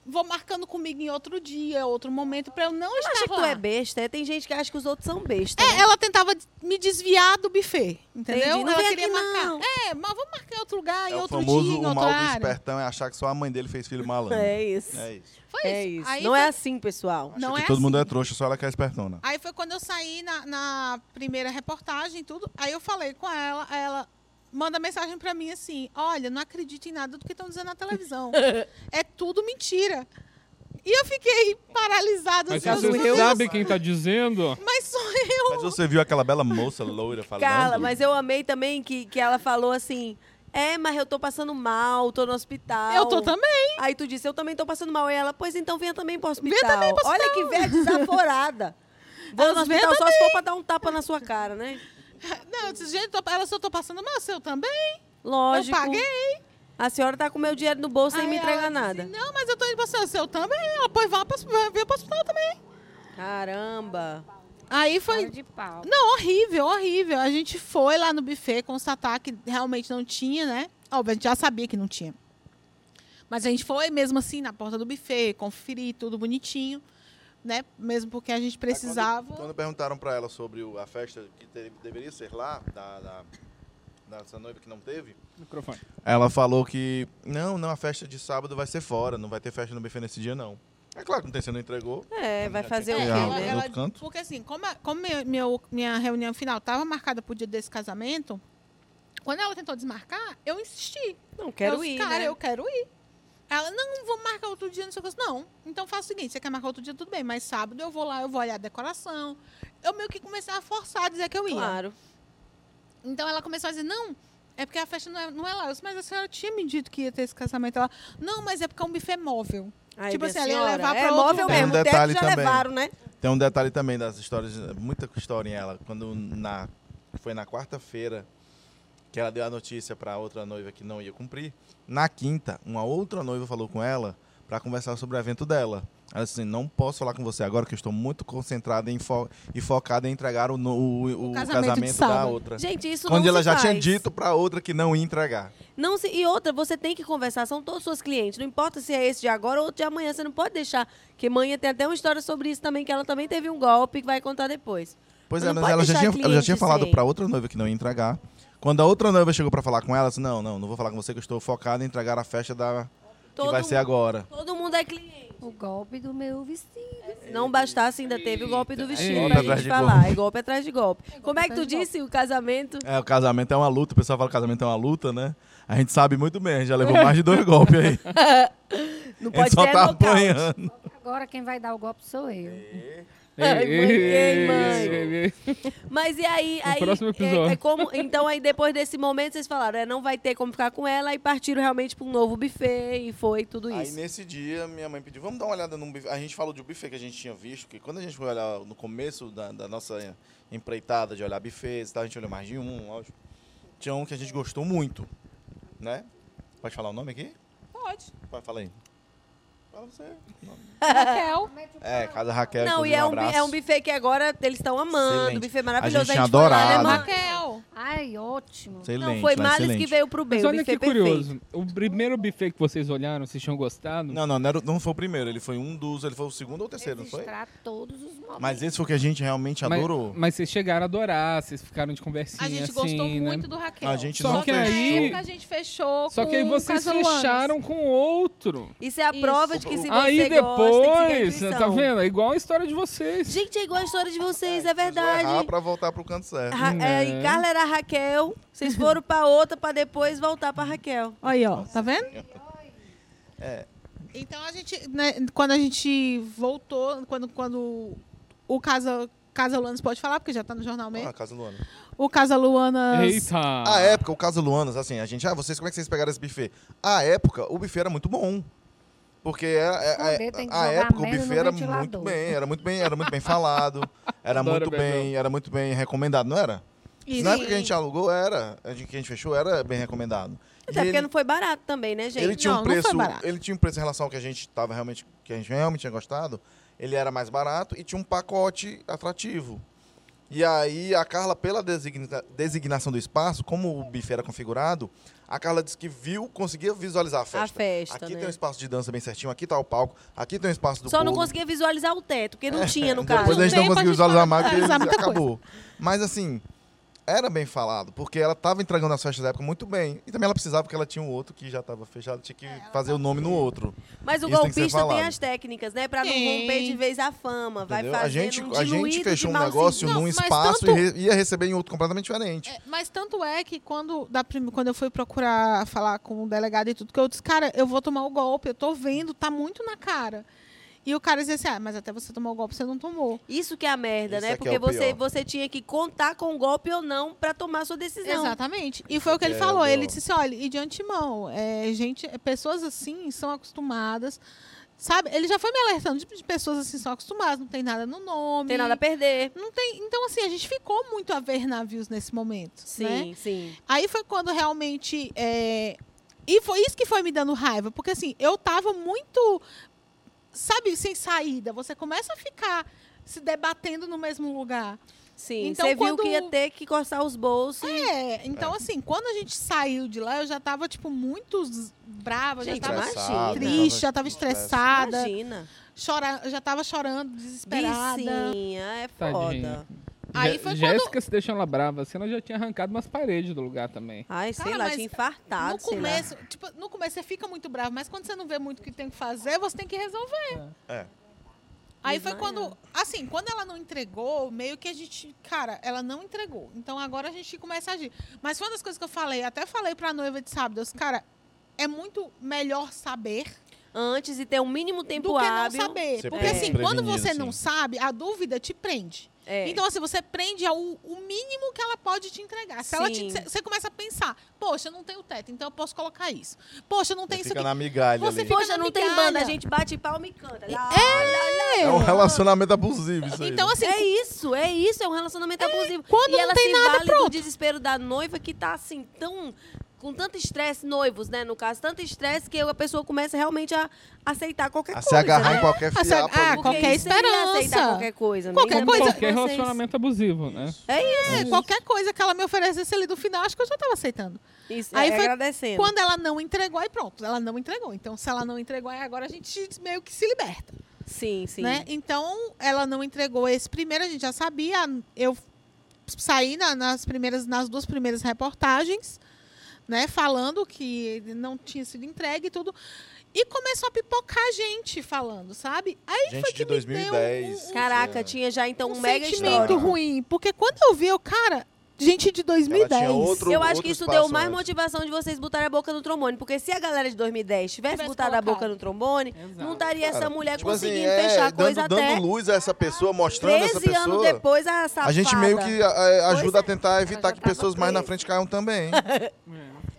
[SPEAKER 6] vou marcando comigo em outro dia, outro momento, pra eu não estar
[SPEAKER 1] Acha que tu
[SPEAKER 6] lá.
[SPEAKER 1] é besta? é? Tem gente que acha que os outros são bestas.
[SPEAKER 6] É, ela tentava me desviar do buffet, entendeu?
[SPEAKER 1] Entendi. Não
[SPEAKER 6] ela
[SPEAKER 1] vem
[SPEAKER 6] queria
[SPEAKER 1] aqui,
[SPEAKER 6] marcar.
[SPEAKER 1] não.
[SPEAKER 6] É, mas vamos marcar em outro lugar,
[SPEAKER 3] É
[SPEAKER 6] em
[SPEAKER 3] o
[SPEAKER 6] outro
[SPEAKER 3] famoso
[SPEAKER 6] dia, em
[SPEAKER 3] o
[SPEAKER 6] outra
[SPEAKER 3] mal do
[SPEAKER 6] área.
[SPEAKER 3] espertão é achar que só a mãe dele fez filho malandro.
[SPEAKER 1] É isso.
[SPEAKER 3] É isso.
[SPEAKER 6] Foi
[SPEAKER 1] É
[SPEAKER 6] isso.
[SPEAKER 1] isso.
[SPEAKER 6] Aí
[SPEAKER 1] Não
[SPEAKER 6] foi,
[SPEAKER 1] é assim, pessoal.
[SPEAKER 6] não
[SPEAKER 3] que
[SPEAKER 6] é
[SPEAKER 3] todo mundo é
[SPEAKER 6] assim.
[SPEAKER 3] trouxa, só ela que é espertona.
[SPEAKER 6] Aí foi quando eu saí na, na primeira reportagem e tudo. Aí eu falei com ela, aí ela manda mensagem pra mim assim: Olha, não acredito em nada do que estão dizendo na televisão. é tudo mentira. E eu fiquei paralisada.
[SPEAKER 2] Mas
[SPEAKER 6] assim,
[SPEAKER 2] você
[SPEAKER 6] eu disse,
[SPEAKER 2] sabe quem tá dizendo?
[SPEAKER 6] Mas sou eu.
[SPEAKER 3] Mas você viu aquela bela moça loira falando?
[SPEAKER 1] Carla, mas eu amei também que, que ela falou assim. É, mas eu tô passando mal, tô no hospital.
[SPEAKER 6] Eu tô também.
[SPEAKER 1] Aí tu disse, eu também tô passando mal. E ela, pois então venha também pro hospital.
[SPEAKER 6] também pro
[SPEAKER 1] Olha que velha desaforada. Vou no
[SPEAKER 6] Elas vêm
[SPEAKER 1] hospital só se for pra dar um tapa na sua cara, né?
[SPEAKER 6] Não, eu disse, gente, tô- ela só tô passando mal, eu também.
[SPEAKER 1] Lógico.
[SPEAKER 6] Eu paguei.
[SPEAKER 1] A senhora tá com meu dinheiro no bolso sem
[SPEAKER 6] Aí
[SPEAKER 1] me
[SPEAKER 6] ela
[SPEAKER 1] entregar
[SPEAKER 6] disse,
[SPEAKER 1] nada.
[SPEAKER 6] não, mas eu tô indo pra seu, seu também. Ela, pô, vá pra, vai vir pro hospital também.
[SPEAKER 1] Caramba.
[SPEAKER 6] Aí
[SPEAKER 7] Cara
[SPEAKER 6] foi.
[SPEAKER 7] de pau.
[SPEAKER 6] Não, horrível, horrível. A gente foi lá no buffet constatar que realmente não tinha, né? Óbvio, a gente já sabia que não tinha. Mas a gente foi mesmo assim na porta do buffet, conferir tudo bonitinho, né? Mesmo porque a gente precisava.
[SPEAKER 3] Quando, quando perguntaram pra ela sobre o- a festa que te- deveria ser lá, da, da, dessa noiva que não teve,
[SPEAKER 2] Microfone.
[SPEAKER 3] ela falou que não, não, a festa de sábado vai ser fora, não vai ter festa no buffet nesse dia, não. É claro que não tem, você não entregou.
[SPEAKER 1] É, vai fazer o
[SPEAKER 3] É,
[SPEAKER 1] quê,
[SPEAKER 3] ela-
[SPEAKER 1] né?
[SPEAKER 3] Outro canto.
[SPEAKER 6] Porque assim, como, a- como meu, meu- minha reunião final estava marcada pro dia desse casamento, quando ela tentou desmarcar, eu insisti.
[SPEAKER 1] Não quero
[SPEAKER 6] eu,
[SPEAKER 1] ir,
[SPEAKER 6] Cara,
[SPEAKER 1] né?
[SPEAKER 6] eu quero ir. Ela, não, vou marcar outro dia, não sei o que. Eu disse, Não, então faça o seguinte, você quer marcar outro dia, tudo bem, mas sábado eu vou lá, eu vou olhar a decoração. Eu meio que comecei a forçar a dizer que eu ia.
[SPEAKER 1] Claro.
[SPEAKER 6] Então ela começou a dizer, não, é porque a festa não é, não é lá. Eu disse, mas a senhora tinha me dito que ia ter esse casamento lá. Não, mas é porque é um buffet móvel.
[SPEAKER 1] Aí,
[SPEAKER 6] Tipo
[SPEAKER 1] minha
[SPEAKER 6] assim, ela ia
[SPEAKER 1] senhora,
[SPEAKER 6] levar pra
[SPEAKER 1] É
[SPEAKER 6] outro
[SPEAKER 1] móvel
[SPEAKER 6] lugar.
[SPEAKER 1] mesmo,
[SPEAKER 3] Tem um
[SPEAKER 1] o teto
[SPEAKER 3] detalhe
[SPEAKER 1] já
[SPEAKER 3] também.
[SPEAKER 1] levaram, né?
[SPEAKER 3] Tem um detalhe também das histórias, muita história em ela. Quando na, foi na quarta-feira que ela deu a notícia para outra noiva que não ia cumprir, na quinta, uma outra noiva falou com ela para conversar sobre o evento dela. Ela disse assim, não posso falar com você agora que eu estou muito concentrada em fo- e focada em entregar o, no- o, o
[SPEAKER 6] casamento
[SPEAKER 3] casamento,
[SPEAKER 6] de
[SPEAKER 3] da
[SPEAKER 6] sábado.
[SPEAKER 3] outra.
[SPEAKER 1] Gente, isso
[SPEAKER 3] Quando
[SPEAKER 1] não
[SPEAKER 3] ela
[SPEAKER 1] se
[SPEAKER 3] já
[SPEAKER 1] faz.
[SPEAKER 3] tinha dito para outra que não ia entregar.
[SPEAKER 1] Não se- e outra, você tem que conversar, são todos seus clientes. Não importa se é esse de agora ou outro de amanhã, você não pode deixar. Porque amanhã tem até uma história sobre isso também, que ela também teve um golpe que vai contar depois.
[SPEAKER 3] Pois
[SPEAKER 1] Mas
[SPEAKER 3] é,
[SPEAKER 1] não
[SPEAKER 3] mas
[SPEAKER 1] pode
[SPEAKER 3] ela já,
[SPEAKER 1] deixar
[SPEAKER 3] tinha, ela já
[SPEAKER 1] cliente
[SPEAKER 3] tinha falado
[SPEAKER 1] sem.
[SPEAKER 3] pra outra noiva que não ia entregar. Quando a outra noiva chegou pra falar com ela, ela disse, não, não, não vou falar com você que eu estou focada em entregar a festa da que
[SPEAKER 1] Todo
[SPEAKER 3] vai
[SPEAKER 1] mundo-
[SPEAKER 3] ser agora.
[SPEAKER 1] Todo mundo é cliente.
[SPEAKER 7] O golpe do meu vestido.
[SPEAKER 1] Se não bastasse, ainda teve o golpe do vestido
[SPEAKER 2] golpe
[SPEAKER 1] pra
[SPEAKER 3] atrás
[SPEAKER 1] gente
[SPEAKER 3] de
[SPEAKER 1] falar.
[SPEAKER 3] golpe.
[SPEAKER 1] É golpe atrás de golpe. Como é que tu
[SPEAKER 7] atrás de
[SPEAKER 1] disse o casamento?
[SPEAKER 3] É, o casamento é uma luta, o pessoal fala que o casamento é uma luta, né? A gente sabe muito bem, a gente já levou mais de dois golpes aí.
[SPEAKER 1] Não
[SPEAKER 3] a gente
[SPEAKER 1] pode
[SPEAKER 3] só
[SPEAKER 1] ter
[SPEAKER 3] tá
[SPEAKER 1] nocaute.
[SPEAKER 3] apanhando.
[SPEAKER 7] Agora quem vai dar o golpe sou eu.
[SPEAKER 1] Ai,
[SPEAKER 2] Ei,
[SPEAKER 1] mãe,
[SPEAKER 2] ei,
[SPEAKER 1] ei,
[SPEAKER 2] ei,
[SPEAKER 1] mãe.
[SPEAKER 2] ei, ei.
[SPEAKER 1] Mas e aí, aí
[SPEAKER 2] próximo
[SPEAKER 1] é-
[SPEAKER 2] episódio.
[SPEAKER 1] é como- então aí depois desse momento vocês falaram, é, não vai ter como ficar com ela e partiram realmente para um novo buffet e foi tudo
[SPEAKER 3] Aí
[SPEAKER 1] isso.
[SPEAKER 3] nesse dia, minha mãe pediu, vamos dar uma olhada num buffet. A gente falou de um buffet que a gente tinha visto, que quando a gente foi olhar no começo da, da nossa empreitada de olhar buffets e tal, a gente olhou mais de um, lógico. Tinha um que a gente gostou muito, né? Pode falar o nome aqui?
[SPEAKER 6] Pode.
[SPEAKER 3] Vai, fala aí. Fala você.
[SPEAKER 8] Raquel.
[SPEAKER 3] É, Casa Raquel.
[SPEAKER 1] Não, e
[SPEAKER 3] inclusive,
[SPEAKER 1] é um, bi-
[SPEAKER 3] abraço.
[SPEAKER 1] é um buffet que agora eles estão amando,
[SPEAKER 3] Excelente.
[SPEAKER 1] buffet
[SPEAKER 3] A
[SPEAKER 1] maravilhoso.
[SPEAKER 3] gente tinha
[SPEAKER 1] foi lá, né,
[SPEAKER 3] adorado.
[SPEAKER 1] mano?
[SPEAKER 6] é Raquel.
[SPEAKER 7] Ai, ótimo.
[SPEAKER 3] Excelente,
[SPEAKER 1] Não, foi
[SPEAKER 3] lá,
[SPEAKER 1] males que
[SPEAKER 3] excelente.
[SPEAKER 1] veio pro bem,
[SPEAKER 2] Mas
[SPEAKER 1] o
[SPEAKER 2] olha
[SPEAKER 1] buffet
[SPEAKER 2] que
[SPEAKER 1] perfeito.
[SPEAKER 2] curioso. O primeiro buffet que vocês olharam, vocês tinham gostado?
[SPEAKER 3] Não, não, não, era- não foi o primeiro, ele foi um dos, ele foi o segundo ou o terceiro, não foi?
[SPEAKER 7] Registrar todos os momentos.
[SPEAKER 3] Mas esse foi o que a gente realmente
[SPEAKER 2] mas,
[SPEAKER 3] adorou.
[SPEAKER 2] mas vocês chegaram a adorar, vocês ficaram de conversinha
[SPEAKER 6] A gente
[SPEAKER 2] assim,
[SPEAKER 6] gostou muito
[SPEAKER 2] né?
[SPEAKER 6] do Raquel.
[SPEAKER 3] A gente
[SPEAKER 2] Só
[SPEAKER 3] não
[SPEAKER 2] que
[SPEAKER 6] na
[SPEAKER 2] aí-
[SPEAKER 6] época a gente fechou
[SPEAKER 2] Só que aí
[SPEAKER 6] com
[SPEAKER 2] vocês
[SPEAKER 6] Casoluanas.
[SPEAKER 2] fecharam com outro.
[SPEAKER 1] Isso é a prova de que se você
[SPEAKER 2] aí
[SPEAKER 1] gosta, tem que
[SPEAKER 2] depois,
[SPEAKER 1] seguir a
[SPEAKER 2] tá
[SPEAKER 1] intuição.
[SPEAKER 2] vendo? É igual a história de vocês.
[SPEAKER 1] Gente, é igual a história de vocês, é
[SPEAKER 3] Vou errar
[SPEAKER 1] verdade.
[SPEAKER 3] pra voltar pro canto certo.
[SPEAKER 1] Ra é,
[SPEAKER 2] Né?
[SPEAKER 1] e Carla era a Raquel, vocês foram pra outra pra depois voltar pra Raquel.
[SPEAKER 6] Aí, ó, tá vendo?
[SPEAKER 3] É.
[SPEAKER 6] Então a gente, né, quando a gente voltou, quando, quando o Casa, casa Luanas pode falar, porque já tá no jornal
[SPEAKER 3] Ah,
[SPEAKER 6] mesmo.
[SPEAKER 3] Casa Luana.
[SPEAKER 6] O Casa Luanas.
[SPEAKER 2] Eita!
[SPEAKER 3] A época, o Casa Luanas, assim, a gente, ah, vocês, como é que vocês pegaram esse buffet? A época, o buffet era muito bom. Porque era- é-
[SPEAKER 7] Esconder,
[SPEAKER 3] é-
[SPEAKER 7] tem que
[SPEAKER 3] a
[SPEAKER 7] jogar
[SPEAKER 3] época o
[SPEAKER 7] merda no
[SPEAKER 3] buffet era
[SPEAKER 7] ventilador.
[SPEAKER 3] muito bem, era muito bem, era muito bem falado, era
[SPEAKER 2] Adoro
[SPEAKER 3] muito bem,
[SPEAKER 2] Bebel.
[SPEAKER 3] era muito bem recomendado, não era?
[SPEAKER 6] Isso.
[SPEAKER 3] Na época que a gente alugou era, a gente, que a gente fechou era bem recomendado.
[SPEAKER 1] Até
[SPEAKER 3] E
[SPEAKER 1] porque
[SPEAKER 3] ele-
[SPEAKER 1] não foi barato também, né, gente?
[SPEAKER 3] ele tinha
[SPEAKER 6] não,
[SPEAKER 3] um
[SPEAKER 6] não foi
[SPEAKER 3] preço,
[SPEAKER 6] barato.
[SPEAKER 3] ele tinha um preço em relação ao que a gente tava realmente, que a gente realmente tinha gostado, ele era mais barato e tinha um pacote atrativo. E aí a Carla, pela designa- designação do espaço, como o bife era configurado, a Carla disse que viu, conseguia visualizar a festa.
[SPEAKER 1] festa,
[SPEAKER 3] Aqui
[SPEAKER 1] né?
[SPEAKER 3] tem um espaço de dança bem certinho, aqui tá o palco, aqui tem um espaço do
[SPEAKER 1] Só não
[SPEAKER 3] povo. É,
[SPEAKER 1] conseguia visualizar o teto, porque não tinha, no
[SPEAKER 3] Depois
[SPEAKER 1] caso.
[SPEAKER 3] a gente não
[SPEAKER 6] Não tem pra
[SPEAKER 3] conseguiu
[SPEAKER 6] gente
[SPEAKER 3] visualizar mais porque
[SPEAKER 6] visualizar muita coisa.
[SPEAKER 3] acabou. Mas assim, era bem falado, porque ela estava entregando as festas da época muito bem. E também ela precisava, porque ela tinha um outro que já estava fechado, tinha que
[SPEAKER 6] É, tá
[SPEAKER 3] fazer o nome no outro.
[SPEAKER 1] Mas o
[SPEAKER 3] Isso tem que ser
[SPEAKER 1] golpista tem,
[SPEAKER 3] falado.
[SPEAKER 1] as técnicas, né? Pra não
[SPEAKER 6] Tem.
[SPEAKER 1] romper de vez a fama. Vai
[SPEAKER 3] entendeu?
[SPEAKER 1] fazer
[SPEAKER 3] A gente,
[SPEAKER 1] um
[SPEAKER 3] a gente
[SPEAKER 1] diluído
[SPEAKER 3] fechou
[SPEAKER 1] de
[SPEAKER 3] um negócio
[SPEAKER 1] malzinho.
[SPEAKER 3] num
[SPEAKER 6] Não, mas
[SPEAKER 3] espaço
[SPEAKER 6] tanto-
[SPEAKER 3] e re- ia receber em outro completamente diferente.
[SPEAKER 6] Mas tanto é que quando, da prim- quando eu fui procurar falar com o delegado e tudo, que eu disse, cara, eu vou tomar o golpe, eu tô vendo, tá muito na cara. E o cara dizia assim, ah, mas até você tomar o golpe, você não tomou.
[SPEAKER 1] Isso que é a merda,
[SPEAKER 3] Isso
[SPEAKER 1] né?
[SPEAKER 3] é que
[SPEAKER 1] Porque
[SPEAKER 3] é o
[SPEAKER 1] você,
[SPEAKER 3] pior.
[SPEAKER 1] você tinha que contar com o golpe ou não pra tomar sua decisão.
[SPEAKER 6] Exatamente. E foi o que ele
[SPEAKER 3] é
[SPEAKER 6] falou.
[SPEAKER 3] do-
[SPEAKER 6] Ele disse, olha, e de antemão, é, gente, é, pessoas assim são acostumadas. Sabe, ele já foi me alertando de, de pessoas assim são acostumadas, não tem nada no
[SPEAKER 1] Não
[SPEAKER 6] nome.
[SPEAKER 1] tem nada a perder.
[SPEAKER 6] Não tem, então, assim, a gente ficou muito a ver navios nesse momento. né?
[SPEAKER 1] Sim, sim.
[SPEAKER 6] Aí foi quando realmente. é, E foi isso que foi me dando raiva, porque assim, eu tava muito. Sabe, sem saída. Você começa a ficar se debatendo no mesmo lugar.
[SPEAKER 1] Sim.
[SPEAKER 6] Então,
[SPEAKER 1] você viu
[SPEAKER 6] quando-
[SPEAKER 1] que ia ter que coçar os bolsos.
[SPEAKER 6] É, então assim, quando a gente saiu de lá, eu já tava, tipo, muito z- brava,
[SPEAKER 1] Gente,
[SPEAKER 6] já tava
[SPEAKER 1] mas-
[SPEAKER 3] né?
[SPEAKER 6] triste, já tava estressada,
[SPEAKER 1] Imagina.
[SPEAKER 6] chora, já tava chorando, desesperada.
[SPEAKER 1] Vicinha, é foda.
[SPEAKER 2] Tadinha.
[SPEAKER 6] Aí
[SPEAKER 2] Jé-
[SPEAKER 6] foi
[SPEAKER 2] Jéssica se deixando ela brava, assim, ela já tinha arrancado umas paredes do lugar também.
[SPEAKER 1] Ai, sei
[SPEAKER 6] Cara,
[SPEAKER 1] lá,
[SPEAKER 6] mas
[SPEAKER 1] tinha infartado, tá,
[SPEAKER 6] no
[SPEAKER 1] sei lá.
[SPEAKER 6] começo, tipo, no começo você fica muito bravo, mas quando você não vê muito o que tem que fazer, você tem que resolver.
[SPEAKER 3] É.
[SPEAKER 6] Aí foi quando, assim, quando ela não entregou, meio que a gente, cara, ela não entregou. Então agora a gente começa a agir. Mas foi uma das coisas que eu falei, até falei pra noiva de sábado, eu disse, cara, é muito melhor saber
[SPEAKER 1] Antes e ter um mínimo tempo
[SPEAKER 6] do que
[SPEAKER 1] hábil.
[SPEAKER 6] não saber.
[SPEAKER 3] Ser
[SPEAKER 6] Porque
[SPEAKER 1] é.
[SPEAKER 6] assim, quando
[SPEAKER 3] prevenido,
[SPEAKER 6] você
[SPEAKER 3] assim.
[SPEAKER 6] não sabe, a dúvida te prende.
[SPEAKER 1] É.
[SPEAKER 6] Então, assim, você prende ao o mínimo que ela pode te entregar. Se ela te-
[SPEAKER 1] Sim.
[SPEAKER 6] cê- você começa a pensar, poxa, eu não tenho teto, então eu posso colocar isso. Poxa, eu não tenho isso
[SPEAKER 3] Fica
[SPEAKER 6] aqui.
[SPEAKER 3] na migalha
[SPEAKER 6] Você
[SPEAKER 3] ali.
[SPEAKER 6] fica
[SPEAKER 1] Poxa,
[SPEAKER 6] na
[SPEAKER 1] não tem
[SPEAKER 6] migalha.
[SPEAKER 1] banda, a gente bate palma e canta. Lá,
[SPEAKER 6] É,
[SPEAKER 3] É um relacionamento abusivo isso aí.
[SPEAKER 6] Então,
[SPEAKER 3] né?
[SPEAKER 6] assim,
[SPEAKER 1] É isso, é isso, é um relacionamento abusivo.
[SPEAKER 6] quando
[SPEAKER 1] e
[SPEAKER 6] não
[SPEAKER 1] ela
[SPEAKER 6] tem
[SPEAKER 1] se
[SPEAKER 6] nada,
[SPEAKER 1] vale do
[SPEAKER 6] pronto.
[SPEAKER 1] desespero da noiva que tá assim, tão. Com tanto estresse, noivos, né? No caso, tanto estresse que a pessoa começa realmente a aceitar qualquer
[SPEAKER 3] A
[SPEAKER 1] coisa.
[SPEAKER 3] se agarrar em
[SPEAKER 1] né?
[SPEAKER 3] qualquer
[SPEAKER 6] Ah, se-
[SPEAKER 3] fiapo.
[SPEAKER 6] ah,
[SPEAKER 3] ali.
[SPEAKER 1] Porque
[SPEAKER 6] qualquer
[SPEAKER 1] isso seria
[SPEAKER 6] esperança.
[SPEAKER 1] aceitar qualquer coisa.
[SPEAKER 6] Qualquer
[SPEAKER 1] menina,
[SPEAKER 6] coisa-
[SPEAKER 1] mas
[SPEAKER 2] Qualquer
[SPEAKER 1] vocês-
[SPEAKER 2] relacionamento abusivo, né?
[SPEAKER 1] É
[SPEAKER 6] é, qualquer coisa que ela me oferecesse ali no final, acho que eu já estava aceitando.
[SPEAKER 1] isso.
[SPEAKER 6] Aí
[SPEAKER 1] Aí foi
[SPEAKER 6] foi
[SPEAKER 1] agradecendo.
[SPEAKER 6] Quando ela não entregou, aí pronto, ela não entregou. Então, se ela não entregou, aí agora a gente meio que se liberta.
[SPEAKER 1] Sim, sim.
[SPEAKER 6] né? Então, ela não entregou esse primeiro, a gente já sabia. Eu saí na- nas, primeiras, nas duas primeiras reportagens, né? Falando que não tinha sido entregue e tudo. E começou a pipocar gente falando, sabe? Aí foi
[SPEAKER 3] Gente
[SPEAKER 6] que
[SPEAKER 3] de
[SPEAKER 6] me deu um-
[SPEAKER 3] 2010.
[SPEAKER 1] Caraca,
[SPEAKER 3] é.
[SPEAKER 1] tinha já então um,
[SPEAKER 6] um,
[SPEAKER 1] mega
[SPEAKER 6] sentimento
[SPEAKER 1] história.
[SPEAKER 6] ruim. Porque quando eu vi, eu, cara, gente de 2010.
[SPEAKER 3] outro-
[SPEAKER 1] Eu acho que
[SPEAKER 3] outros
[SPEAKER 1] isso deu
[SPEAKER 3] passos
[SPEAKER 1] mais
[SPEAKER 3] antes.
[SPEAKER 1] motivação de vocês botarem a boca no trombone. Porque se a galera de 2010 tivesse,
[SPEAKER 6] Tivesse
[SPEAKER 1] botado a
[SPEAKER 6] colocado.
[SPEAKER 1] boca no trombone, não estaria essa
[SPEAKER 3] Cara,
[SPEAKER 1] mulher
[SPEAKER 3] tipo assim,
[SPEAKER 1] conseguindo
[SPEAKER 3] é,
[SPEAKER 1] fechar a
[SPEAKER 3] dando,
[SPEAKER 1] coisa
[SPEAKER 3] dando
[SPEAKER 1] até
[SPEAKER 3] luz a essa pessoa, mostrando essa
[SPEAKER 1] 13 anos
[SPEAKER 3] pessoa.
[SPEAKER 1] depois a safada.
[SPEAKER 3] a gente meio que a- a-
[SPEAKER 1] Tá
[SPEAKER 3] ajuda
[SPEAKER 1] Pois é.
[SPEAKER 3] a tentar evitar
[SPEAKER 7] já
[SPEAKER 3] que
[SPEAKER 1] tá
[SPEAKER 7] tava
[SPEAKER 3] pessoas mais na
[SPEAKER 7] presa.
[SPEAKER 3] frente caiam também.
[SPEAKER 2] É.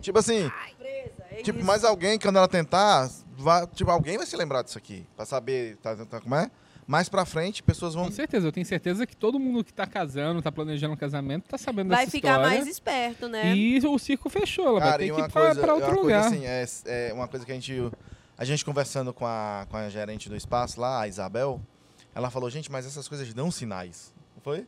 [SPEAKER 3] tipo assim,
[SPEAKER 1] Presa, é
[SPEAKER 3] tipo,
[SPEAKER 1] isso.
[SPEAKER 3] mais alguém, quando ela tentar, vai, tipo, alguém vai se lembrar disso aqui. Pra saber, tá, tá- como é? Mais pra frente, pessoas vão.
[SPEAKER 2] Com certeza, eu tenho certeza que todo mundo que tá casando, tá planejando um casamento, tá sabendo
[SPEAKER 1] Vai
[SPEAKER 2] dessa
[SPEAKER 1] ficar
[SPEAKER 2] história.
[SPEAKER 1] mais esperto, né?
[SPEAKER 2] E o circo fechou, ela vai
[SPEAKER 3] Cara,
[SPEAKER 2] ter
[SPEAKER 3] e
[SPEAKER 2] que
[SPEAKER 3] uma
[SPEAKER 2] ir pra,
[SPEAKER 3] coisa,
[SPEAKER 2] pra
[SPEAKER 3] é
[SPEAKER 2] outro
[SPEAKER 3] uma
[SPEAKER 2] lugar.
[SPEAKER 3] coisa assim, é, é uma coisa que a gente, a gente conversando com a, com a gerente do espaço lá, a Isabel, ela falou, gente, mas essas coisas dão sinais, não foi?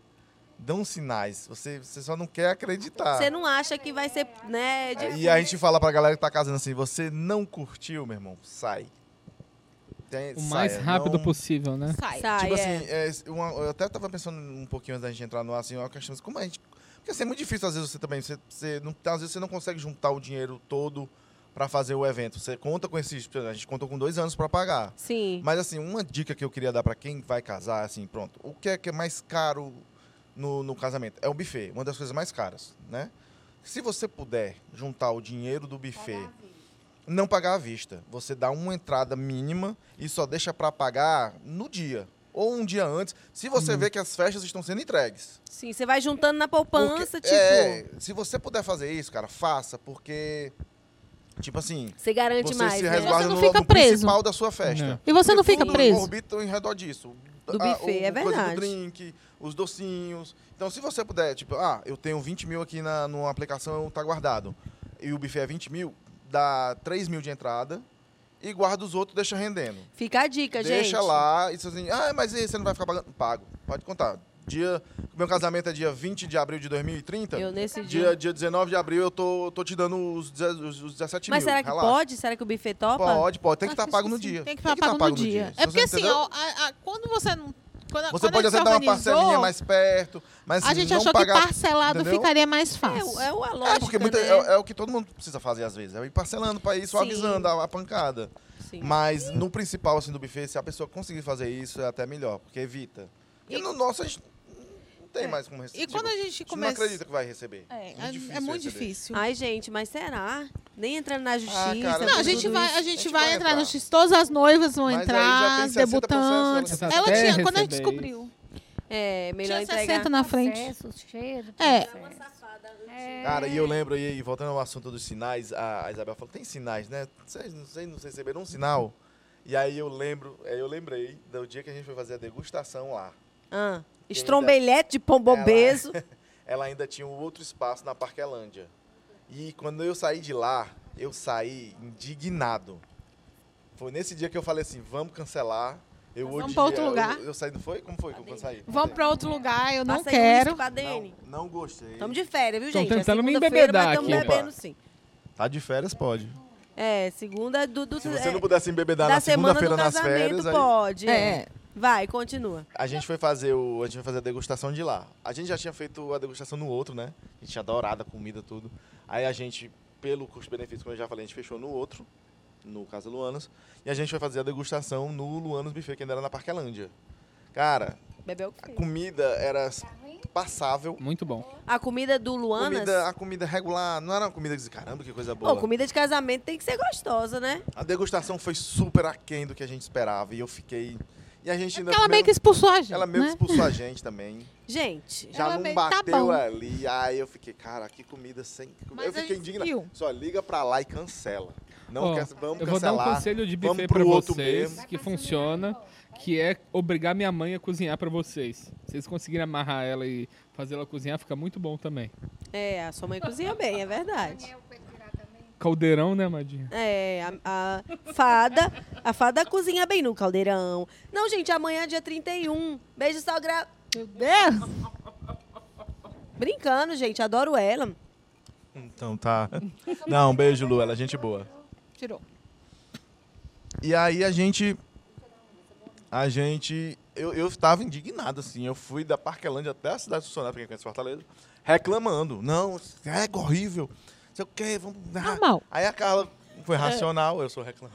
[SPEAKER 3] Dão sinais, você, você só não quer acreditar.
[SPEAKER 1] Você não acha que vai ser, né? de-
[SPEAKER 3] E a gente fala pra galera que tá casando assim, você não curtiu, meu irmão, sai. Tem-
[SPEAKER 2] O
[SPEAKER 3] saia,
[SPEAKER 2] mais rápido
[SPEAKER 3] é não-
[SPEAKER 2] possível, né?
[SPEAKER 6] Sai.
[SPEAKER 1] Sai, é.
[SPEAKER 3] Tipo assim, é, s- uma- eu até tava pensando um pouquinho antes da gente entrar no ar, assim, uma questão assim, como a gente... Porque assim, é muito difícil às vezes você também, você, você não, às vezes você não consegue juntar o dinheiro todo pra fazer o evento. Você conta com esses, a gente contou com dois anos pra pagar.
[SPEAKER 1] Sim.
[SPEAKER 3] Mas assim, uma dica que eu queria dar pra quem vai casar, assim, pronto, o que é que é mais caro no, no casamento? É o buffet, uma das coisas mais caras, né? Se você puder juntar o dinheiro do buffet, não pagar à vista, você dá uma entrada mínima e só deixa pra pagar no dia ou um dia antes, se você vê que as festas estão sendo entregues.
[SPEAKER 1] Sim, você vai juntando na poupança,
[SPEAKER 3] Porque,
[SPEAKER 1] tipo.
[SPEAKER 3] é, se você puder fazer isso, cara, faça, porque tipo assim,
[SPEAKER 1] Você garante
[SPEAKER 3] você
[SPEAKER 1] mais.
[SPEAKER 3] se
[SPEAKER 1] né?
[SPEAKER 3] resguarda
[SPEAKER 6] Você não
[SPEAKER 3] no,
[SPEAKER 6] fica
[SPEAKER 3] no
[SPEAKER 6] preso.
[SPEAKER 3] principal da sua festa.
[SPEAKER 2] Não.
[SPEAKER 6] E você não
[SPEAKER 3] Porque
[SPEAKER 6] fica
[SPEAKER 3] tudo
[SPEAKER 6] preso?
[SPEAKER 3] orbita em redor disso.
[SPEAKER 1] Do
[SPEAKER 3] A-
[SPEAKER 1] buffê,
[SPEAKER 3] o-
[SPEAKER 1] é
[SPEAKER 3] a coisa
[SPEAKER 1] verdade.
[SPEAKER 3] do drink, os docinhos. Então, se você puder, tipo, ah, eu tenho 20 mil aqui na, numa aplicação, tá guardado. E o buffet é 20 mil, dá 3 mil de entrada e guarda os outros, deixa rendendo.
[SPEAKER 1] Fica a dica, gente.
[SPEAKER 3] Deixa lá, e você assim, ah, mas e, você não vai ficar pagando? Pago, pode contar. Dia, meu casamento é dia 20 de abril de 2030.
[SPEAKER 1] Eu nesse dia.
[SPEAKER 3] Dia, dia 19 de abril eu tô, tô te dando os, deze- os, os 17
[SPEAKER 1] Mas
[SPEAKER 3] mil.
[SPEAKER 1] será que
[SPEAKER 3] relaxa.
[SPEAKER 1] pode? Será que o buffet topa?
[SPEAKER 3] Pode, pode.
[SPEAKER 1] Ah,
[SPEAKER 3] Tem que
[SPEAKER 6] Acho
[SPEAKER 3] estar tá pago no
[SPEAKER 6] sim.
[SPEAKER 3] dia.
[SPEAKER 6] Tem que estar pago, no dia.
[SPEAKER 3] Se
[SPEAKER 6] É porque assim,
[SPEAKER 3] entendeu?
[SPEAKER 6] ó, a- a- quando você não. Quando,
[SPEAKER 3] Você
[SPEAKER 6] quando
[SPEAKER 3] pode
[SPEAKER 6] a gente
[SPEAKER 3] até dar uma
[SPEAKER 6] organizou,
[SPEAKER 3] parcelinha mais perto, mas
[SPEAKER 6] A
[SPEAKER 3] assim,
[SPEAKER 6] gente
[SPEAKER 3] não
[SPEAKER 6] achou
[SPEAKER 3] pagar...
[SPEAKER 6] que parcelado
[SPEAKER 3] entendeu?
[SPEAKER 6] ficaria mais
[SPEAKER 1] É,
[SPEAKER 6] fácil.
[SPEAKER 1] o- é o a lógica,
[SPEAKER 3] É, porque muita-
[SPEAKER 1] né?
[SPEAKER 3] é, é o que todo mundo precisa fazer às vezes. É ir parcelando pra ir suavizando a, a pancada.
[SPEAKER 1] Sim.
[SPEAKER 3] é, Mas no principal, assim, do buffet, se a pessoa conseguir fazer isso, é até melhor, porque evita. E, no nosso, a gente não tem mais como receber.
[SPEAKER 6] É. E quando a gente
[SPEAKER 3] Tipo, não
[SPEAKER 6] começa.
[SPEAKER 3] acredita que vai receber.
[SPEAKER 6] É, é- é muito difícil.
[SPEAKER 3] difícil receber.
[SPEAKER 1] Ai, gente, mas será? Nem entrando na justiça.
[SPEAKER 3] Ah, cara,
[SPEAKER 6] Não, a
[SPEAKER 1] tudo
[SPEAKER 6] gente
[SPEAKER 1] isso.
[SPEAKER 6] vai, a gente vai, entrar, no X, todas as noivas vão
[SPEAKER 3] é Mas aí já
[SPEAKER 6] entrar,
[SPEAKER 3] tem
[SPEAKER 6] as
[SPEAKER 3] 60% né?
[SPEAKER 6] debutantes.
[SPEAKER 2] delas.
[SPEAKER 6] Ela
[SPEAKER 2] Até
[SPEAKER 6] tinha, quando a gente
[SPEAKER 2] receber
[SPEAKER 6] descobriu,
[SPEAKER 1] É, melhor
[SPEAKER 6] tinha
[SPEAKER 1] entregar. É.
[SPEAKER 6] 60 na frente.
[SPEAKER 7] Processo, cheiro,
[SPEAKER 6] É.
[SPEAKER 7] processo. É,
[SPEAKER 3] Cara, e eu lembro, e, e voltando ao assunto dos sinais, a, a Isabel falou, tem sinais, né? Vocês não, vocês não receberam um sinal? E aí eu lembro, aí eu lembrei do dia que a gente foi fazer a degustação lá.
[SPEAKER 1] Ah, estrombelhete de pombobeso.
[SPEAKER 3] Ela ainda tinha um outro espaço na Parquelândia. E quando eu saí de lá, eu saí indignado. Foi nesse dia que eu falei assim, vamos cancelar. Eu
[SPEAKER 6] Vamos
[SPEAKER 3] odiei-
[SPEAKER 6] pra outro lugar.
[SPEAKER 3] Eu, eu saí, não foi? Como foi que eu saí?
[SPEAKER 6] Vamos pra outro lugar, eu não
[SPEAKER 1] Passei um
[SPEAKER 6] quero.
[SPEAKER 1] uísque pra Dene.
[SPEAKER 3] não, não gostei.
[SPEAKER 1] Estamos de férias, viu,
[SPEAKER 2] Tão
[SPEAKER 1] gente? É
[SPEAKER 2] tentando me
[SPEAKER 1] segunda-feira,
[SPEAKER 2] embebedar
[SPEAKER 1] mas tamo
[SPEAKER 2] aqui.
[SPEAKER 1] bebendo sim.
[SPEAKER 3] Tá de férias, pode.
[SPEAKER 1] É, segunda do... do
[SPEAKER 3] Se você
[SPEAKER 1] é,
[SPEAKER 3] não pudesse embebedar
[SPEAKER 1] da
[SPEAKER 3] na
[SPEAKER 1] semana do
[SPEAKER 3] segunda-feira nas
[SPEAKER 1] casamento,
[SPEAKER 3] férias, aí-
[SPEAKER 1] pode.
[SPEAKER 6] É.
[SPEAKER 1] Vai, continua.
[SPEAKER 3] A gente foi fazer o, a gente foi fazer a degustação de lá. A gente já tinha feito a degustação no outro, né? A gente tinha adorado a comida tudo. Aí a gente, pelo custo-benefício, como eu já falei, a gente fechou no outro, no Casa Luanos, e a gente foi fazer a degustação no Luanos Buffet, que ainda era na Parquelândia. Cara,
[SPEAKER 1] Bebeu
[SPEAKER 3] a comida era passável.
[SPEAKER 2] Muito bom.
[SPEAKER 1] A comida do Luanas.
[SPEAKER 3] Comida, a comida regular, não era uma comida que caramba, que coisa boa.
[SPEAKER 1] Pô, comida de casamento tem que ser gostosa, né?
[SPEAKER 3] A degustação foi super aquém do que a gente esperava e eu fiquei. E a gente ainda.
[SPEAKER 8] Ela meio É que expulsou a gente,
[SPEAKER 3] ela meio que
[SPEAKER 8] né?
[SPEAKER 3] expulsou a gente também.
[SPEAKER 1] Gente,
[SPEAKER 3] Já
[SPEAKER 8] Ela
[SPEAKER 3] não
[SPEAKER 8] meio que tá
[SPEAKER 3] bateu
[SPEAKER 8] bom.
[SPEAKER 3] ali. Aí eu fiquei, cara, que comida sem.
[SPEAKER 8] Mas
[SPEAKER 3] eu
[SPEAKER 8] a
[SPEAKER 3] fiquei
[SPEAKER 8] gente
[SPEAKER 3] indignado.
[SPEAKER 8] viu.
[SPEAKER 3] Só liga pra lá e cancela. Não
[SPEAKER 2] Ó,
[SPEAKER 3] quer- vamos
[SPEAKER 2] Eu vou dar um
[SPEAKER 3] cancelar.
[SPEAKER 2] conselho de
[SPEAKER 3] vamos
[SPEAKER 2] buffet
[SPEAKER 3] pro
[SPEAKER 2] pra
[SPEAKER 3] outro
[SPEAKER 2] vocês
[SPEAKER 3] mesmo.
[SPEAKER 2] que funciona, que é obrigar minha mãe a cozinhar pra vocês. Se vocês conseguirem amarrar ela e fazer ela cozinhar, fica muito bom também.
[SPEAKER 1] é, a sua mãe cozinha bem, é verdade.
[SPEAKER 7] Daniel pra ele tirar também.
[SPEAKER 2] Caldeirão, né, Madinha?
[SPEAKER 1] É, a, a fada, a fada cozinha bem no caldeirão. Não, gente, amanhã é dia 31. Beijo, sogra.
[SPEAKER 8] Meu Deus!
[SPEAKER 1] Brincando, gente, adoro ela.
[SPEAKER 3] Então tá. Não, beijo, Lu. Ela é gente boa.
[SPEAKER 8] Tirou.
[SPEAKER 3] E aí a gente. A gente. Eu, eu tava indignado, assim. Eu fui da Parquelândia até a cidade do Sonar, pra quem conhece Fortaleza, reclamando. Não, é horrível. Não sei o quê, vamos. ah.
[SPEAKER 8] Normal.
[SPEAKER 3] Aí a Carla foi racional, eu sou reclamão.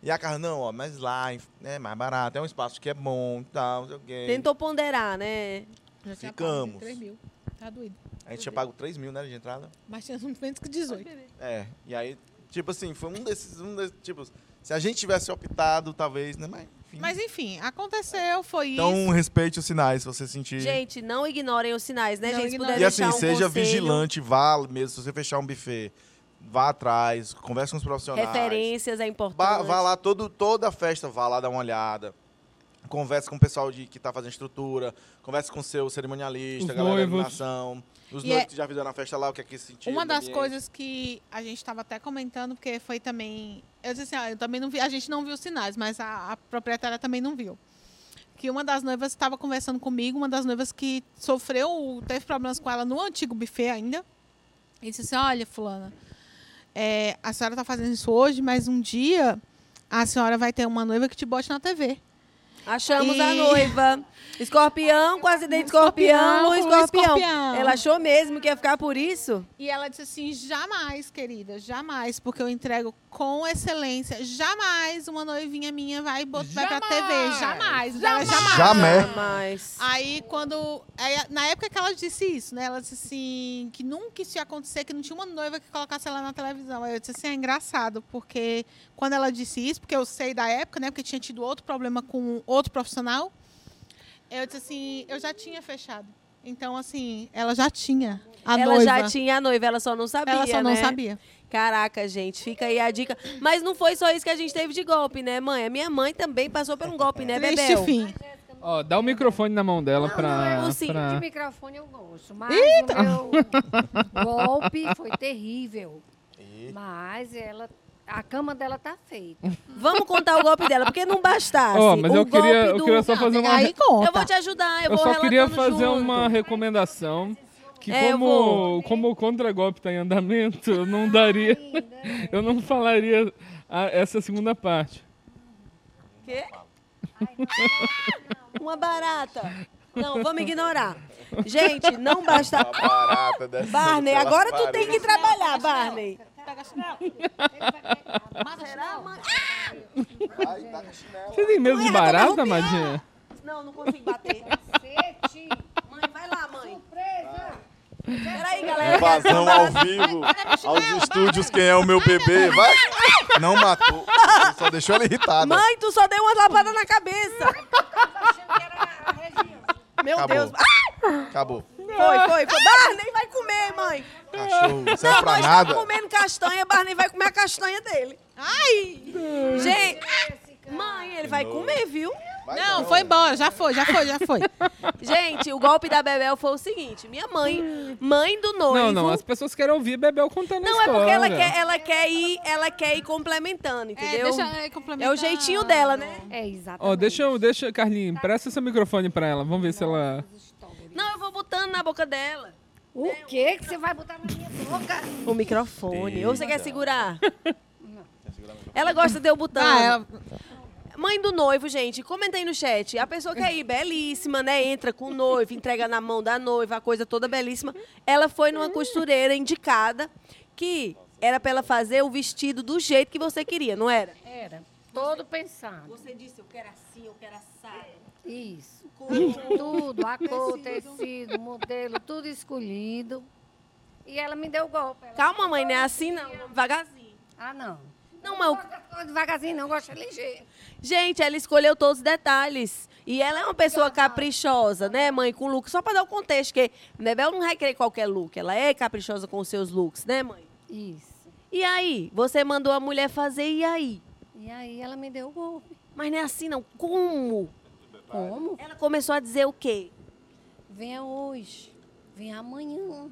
[SPEAKER 3] E a Carla, não, ó, mas lá é mais barato, é um espaço que é bom e tal, não sei o quê.
[SPEAKER 1] Tentou ponderar, né?
[SPEAKER 8] Já tinha
[SPEAKER 3] Ficamos.
[SPEAKER 8] pago 3 mil. Tá doido.
[SPEAKER 3] A gente tinha pago 3 mil, né, de entrada.
[SPEAKER 8] Mas tinha uns menos que 18.
[SPEAKER 3] É, e aí, tipo assim, foi um desses, um desses, tipo, se a gente tivesse optado, talvez, né, mas enfim.
[SPEAKER 6] Mas enfim, aconteceu, foi isso.
[SPEAKER 3] então, respeite os sinais, se você sentir.
[SPEAKER 1] Gente, não ignorem os sinais, né,
[SPEAKER 8] Não
[SPEAKER 1] gente? Se
[SPEAKER 8] ignorem.
[SPEAKER 1] puder
[SPEAKER 3] E assim,
[SPEAKER 1] deixar um
[SPEAKER 3] seja
[SPEAKER 1] conselho,
[SPEAKER 3] vigilante, vá mesmo. Se você fechar um buffet, vá atrás, converse com os profissionais.
[SPEAKER 1] Referências é
[SPEAKER 3] Vá,
[SPEAKER 1] importante.
[SPEAKER 3] vá lá, todo, toda a festa, vá lá dar uma olhada. Converse com o pessoal de, que tá fazendo estrutura, converse com o seu cerimonialista,
[SPEAKER 2] Os
[SPEAKER 3] galera da
[SPEAKER 2] noivos.
[SPEAKER 3] iluminação, os
[SPEAKER 6] E
[SPEAKER 3] noivos
[SPEAKER 6] é-
[SPEAKER 3] que já fizeram a festa lá, o que é que sentiram.
[SPEAKER 6] Uma
[SPEAKER 3] do
[SPEAKER 6] das
[SPEAKER 3] ambiente.
[SPEAKER 6] coisas que a gente estava até comentando, porque foi também. Eu disse assim, ah, eu também não vi, a gente não viu os sinais, mas a, a proprietária também não viu. Que uma das noivas estava conversando comigo, uma das noivas que sofreu, teve problemas com ela no antigo buffet ainda. E disse assim: Olha, Fulana, é, a senhora está fazendo isso hoje, mas um dia a senhora vai ter uma noiva que te bote na TV.
[SPEAKER 1] Achamos a
[SPEAKER 6] E-
[SPEAKER 1] noiva. Escorpião, com acidente de escorpião, lua
[SPEAKER 6] com lua
[SPEAKER 1] escorpião.
[SPEAKER 6] escorpião.
[SPEAKER 1] Ela achou mesmo que ia ficar por isso?
[SPEAKER 6] E ela disse assim: jamais, querida, jamais, porque eu entrego com excelência. Jamais uma noivinha minha vai, bot- vai pra TV. Jamais. Ela, jamais.
[SPEAKER 2] né?
[SPEAKER 3] Jamé.
[SPEAKER 1] Ah, Mas.
[SPEAKER 6] Aí quando. aí, na época que ela disse isso, né? Ela disse assim: que nunca isso ia acontecer, que não tinha uma noiva que colocasse ela na televisão. Aí eu disse assim: é engraçado, porque quando ela disse isso, porque eu sei da época, né? Porque tinha tido outro problema com outro profissional. Eu disse assim: eu já tinha fechado. Então, assim, ela já tinha a
[SPEAKER 1] ela
[SPEAKER 6] noiva.
[SPEAKER 1] já tinha a noiva, ela só não sabia.
[SPEAKER 6] Ela só não
[SPEAKER 1] né?
[SPEAKER 6] sabia.
[SPEAKER 1] Caraca, gente, fica aí a dica. Mas não foi só isso que a gente teve de golpe, né, mãe? A minha mãe também passou por um golpe, né,
[SPEAKER 6] Triste
[SPEAKER 1] Bebel?
[SPEAKER 6] fim.
[SPEAKER 2] Ó, dá o microfone na mão dela pra.
[SPEAKER 1] não, é sim,
[SPEAKER 3] Ah.
[SPEAKER 2] pra-
[SPEAKER 7] De microfone eu gosto, mas o meu golpe foi terrível. Mas ela, a cama dela tá feita.
[SPEAKER 1] Vamos contar o golpe dela, porque não bastasse.
[SPEAKER 2] Ó, mas
[SPEAKER 1] o
[SPEAKER 2] eu
[SPEAKER 1] golpe
[SPEAKER 2] queria,
[SPEAKER 1] do...
[SPEAKER 2] eu queria só fazer uma.
[SPEAKER 6] Aí conta.
[SPEAKER 1] Eu vou te ajudar, eu,
[SPEAKER 2] Eu
[SPEAKER 1] vou
[SPEAKER 2] só queria
[SPEAKER 1] relatando
[SPEAKER 2] fazer
[SPEAKER 1] junto.
[SPEAKER 2] uma recomendação. Que
[SPEAKER 1] É, eu vou.
[SPEAKER 2] como, como o contragolpe está em andamento, eu não daria. Eu não falaria a- essa segunda parte.
[SPEAKER 1] Quê? Uma barata. Não, vamos ignorar. Gente, não basta.
[SPEAKER 3] A barata dessa
[SPEAKER 1] Barney,
[SPEAKER 3] pela
[SPEAKER 1] agora tu
[SPEAKER 3] parede.
[SPEAKER 1] tem que trabalhar, Barney.
[SPEAKER 6] assim,
[SPEAKER 7] é
[SPEAKER 3] Ai,
[SPEAKER 1] É.
[SPEAKER 3] tá com chinelo.
[SPEAKER 2] Você tem medo de
[SPEAKER 1] Ué, tá
[SPEAKER 2] barata,
[SPEAKER 1] derrubando.
[SPEAKER 2] Madinha?
[SPEAKER 1] Não, não consigo bater.
[SPEAKER 7] Cacete!
[SPEAKER 1] Mãe, vai lá, mãe.
[SPEAKER 7] Presa!
[SPEAKER 1] Peraí, galera. que essa
[SPEAKER 3] Invasão ao
[SPEAKER 1] barata-
[SPEAKER 3] vivo aos estúdios, quem é o meu bebê? Vai! Não matou, só deixou ela irritada.
[SPEAKER 1] Mãe, tu só deu uma lapada na cabeça.
[SPEAKER 7] Achando que era a Regina.
[SPEAKER 1] Meu
[SPEAKER 3] Acabou.
[SPEAKER 1] Deus. Ah,
[SPEAKER 3] Acabou.
[SPEAKER 1] foi, foi, foi. Barney vai comer, mãe.
[SPEAKER 3] Cachorro, não serve pra
[SPEAKER 1] Nós
[SPEAKER 3] nada.
[SPEAKER 1] estamos comendo castanha, Barney vai comer a castanha dele. Ai! Gente, mãe, ele vai comer, viu?
[SPEAKER 6] Não, foi embora, já foi, já foi, já foi.
[SPEAKER 1] Gente, o golpe da Bebel foi o seguinte: minha mãe, mãe do noivo.
[SPEAKER 2] Não, não, as pessoas querem ouvir Bebel contando a
[SPEAKER 1] Não, é
[SPEAKER 2] história.
[SPEAKER 1] porque ela quer, ela quer ir, ela quer ir complementando,
[SPEAKER 6] É,
[SPEAKER 1] entendeu?
[SPEAKER 6] deixa é,
[SPEAKER 1] É o jeitinho dela, né?
[SPEAKER 7] É, exatamente.
[SPEAKER 2] Ó, deixa eu, deixa, Carlinhos,
[SPEAKER 1] Tá
[SPEAKER 2] presta seu microfone pra ela. Vamos ver se ela.
[SPEAKER 1] um- Não, eu vou botando na boca dela.
[SPEAKER 7] O que que você vai botar na minha boca?
[SPEAKER 1] O microfone. Ou você quer segurar? Ah, Ela gosta de eu botando.
[SPEAKER 6] Ah, ela-
[SPEAKER 1] Mãe do noivo, gente, comenta aí no chat. A pessoa que é aí, belíssima, né? Entra com o noivo, entrega na mão da noiva, a coisa toda belíssima. Ela foi numa costureira indicada que era pra ela fazer o vestido do jeito que você queria, não era?
[SPEAKER 7] Era todo pensado.
[SPEAKER 1] Você disse, eu quero assim, eu quero assado.
[SPEAKER 7] Isso.
[SPEAKER 1] Hum.
[SPEAKER 7] Tudo, a cor, tecido, modelo, tudo escolhido. E ela me deu o golpe. Ela-
[SPEAKER 1] Calma, mãe, não é assim não, devagarzinho.
[SPEAKER 7] Ah, não.
[SPEAKER 1] Não, mas o-
[SPEAKER 7] Gosta- gosta Devagarzinho não, gosta ligeiro.
[SPEAKER 1] Gente, ela escolheu todos os detalhes. E ela é uma pessoa caprichosa, né, mãe, com look. Só pra dar o contexto, que Nebel não vai querer qualquer look. Ela é caprichosa com os seus looks, né, mãe?
[SPEAKER 7] Isso.
[SPEAKER 1] E aí? Você mandou a mulher fazer, e aí?
[SPEAKER 7] E aí ela me deu o golpe.
[SPEAKER 1] Mas não é assim, não. Como?
[SPEAKER 7] Como?
[SPEAKER 1] Ela começou a dizer o quê?
[SPEAKER 7] Venha hoje, venha amanhã,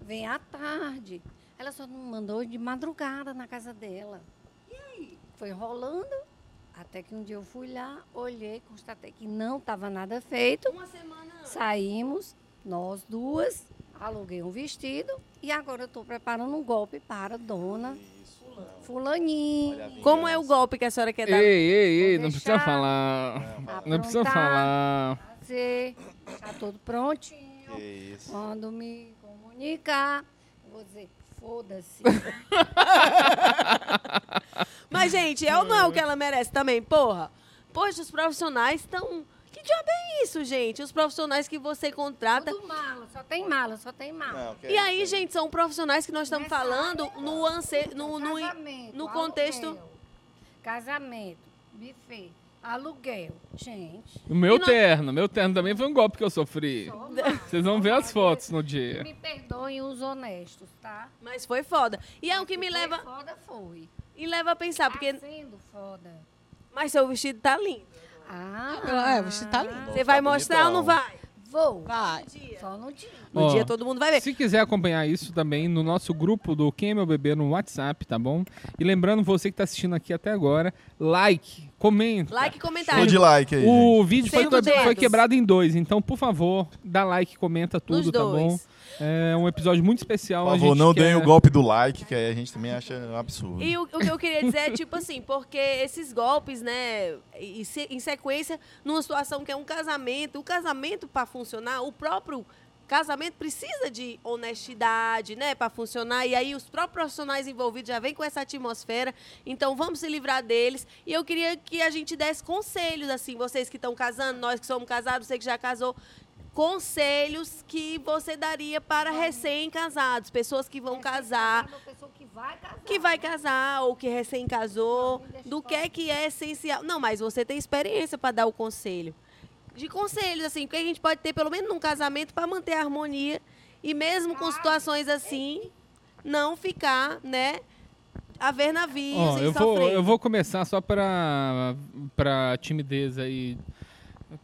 [SPEAKER 7] venha à tarde. Ela só me mandou de madrugada na casa dela. E aí? Foi rolando, até que um dia eu fui lá, olhei, constatei que não estava nada feito.
[SPEAKER 1] Uma semana antes.
[SPEAKER 7] Saímos, nós duas, aluguei um vestido e agora eu estou preparando um golpe para a dona Fulaninha.
[SPEAKER 1] Como é o golpe que a senhora quer
[SPEAKER 2] Ei,
[SPEAKER 1] dar?
[SPEAKER 2] ei, ei,
[SPEAKER 7] Vou
[SPEAKER 2] não
[SPEAKER 7] deixar.
[SPEAKER 2] precisa falar. Não precisa
[SPEAKER 7] Aprontar.
[SPEAKER 2] falar.
[SPEAKER 7] Fazer, está tudo prontinho.
[SPEAKER 3] Que isso.
[SPEAKER 7] Quando me comunicar, eu vou dizer, foda-se.
[SPEAKER 1] Mas, gente, é ou não é o que ela merece também, porra? Poxa, os profissionais estão... Que diabo é isso, gente? Os profissionais que você contrata...
[SPEAKER 7] Tudo mala, só tem mala, só tem mala.
[SPEAKER 3] Não, que
[SPEAKER 1] E
[SPEAKER 3] isso,
[SPEAKER 1] aí,
[SPEAKER 7] né?
[SPEAKER 3] hein?
[SPEAKER 1] gente, são profissionais que nós estamos
[SPEAKER 7] Nessa
[SPEAKER 1] falando no, ance- no, no,
[SPEAKER 7] Casamento,
[SPEAKER 1] no contexto...
[SPEAKER 7] aluguel, casamento, buffet, aluguel. Gente,
[SPEAKER 2] O meu
[SPEAKER 1] E nós-
[SPEAKER 2] terno, meu terno também foi um golpe que eu sofri.
[SPEAKER 7] só mala.
[SPEAKER 2] Vocês vão ver as fotos no dia.
[SPEAKER 7] Me perdoem os honestos, tá?
[SPEAKER 1] Mas foi foda. E é o que me
[SPEAKER 7] Foi
[SPEAKER 1] leva,
[SPEAKER 7] Foda foi.
[SPEAKER 1] e leva a pensar, porque...
[SPEAKER 7] Tá sendo foda.
[SPEAKER 1] Mas seu vestido tá lindo.
[SPEAKER 7] Ah,
[SPEAKER 8] pela- é, o vestido tá lindo.
[SPEAKER 1] Você vai
[SPEAKER 3] tá
[SPEAKER 1] mostrar ou não
[SPEAKER 3] bonitão.
[SPEAKER 1] vai?
[SPEAKER 7] Vou.
[SPEAKER 1] Ah,
[SPEAKER 8] Vai.
[SPEAKER 7] Só no dia.
[SPEAKER 1] No
[SPEAKER 2] Ó.
[SPEAKER 1] dia todo mundo vai ver.
[SPEAKER 2] Se quiser acompanhar isso também no nosso grupo do Quem é Meu Bebê no WhatsApp, tá bom? E lembrando, você que tá assistindo aqui até agora, like, comenta.
[SPEAKER 1] Like e comentário.
[SPEAKER 3] Show de like aí, gente.
[SPEAKER 2] O vídeo foi,
[SPEAKER 1] Sem os dedos.
[SPEAKER 2] foi quebrado em dois, então, por favor, dá like, comenta tudo,
[SPEAKER 1] Nos
[SPEAKER 2] tá bom?
[SPEAKER 1] dois.
[SPEAKER 2] É um episódio muito especial.
[SPEAKER 3] Por
[SPEAKER 2] a
[SPEAKER 3] favor,
[SPEAKER 2] gente
[SPEAKER 3] não
[SPEAKER 2] quer-
[SPEAKER 3] deem o golpe do like, que aí a gente também acha um absurdo.
[SPEAKER 1] E o, o que eu queria dizer é, tipo assim, porque esses golpes, né, e se- em sequência, numa situação que é um casamento, o casamento para funcionar, o próprio casamento precisa de honestidade, né, para funcionar, e aí os próprios profissionais envolvidos já vêm com essa atmosfera, então vamos se livrar deles, e eu queria que a gente desse conselhos, assim, vocês que estão casando, nós que somos casados, você que já casou, conselhos que você daria para recém-casados, pessoas que vão casar,
[SPEAKER 7] Uma pessoa que vai casar.
[SPEAKER 1] que vai casar ou que recém casou, do que é que é essencial. Não, mas você tem experiência para dar o conselho. De conselhos assim, o que a gente pode ter pelo menos num casamento para manter a harmonia e mesmo com situações assim, não ficar, né, a ver navios
[SPEAKER 2] Ó,
[SPEAKER 1] e
[SPEAKER 2] eu, vou,
[SPEAKER 1] sofrer.
[SPEAKER 2] eu vou começar só pra, pra timidez aí,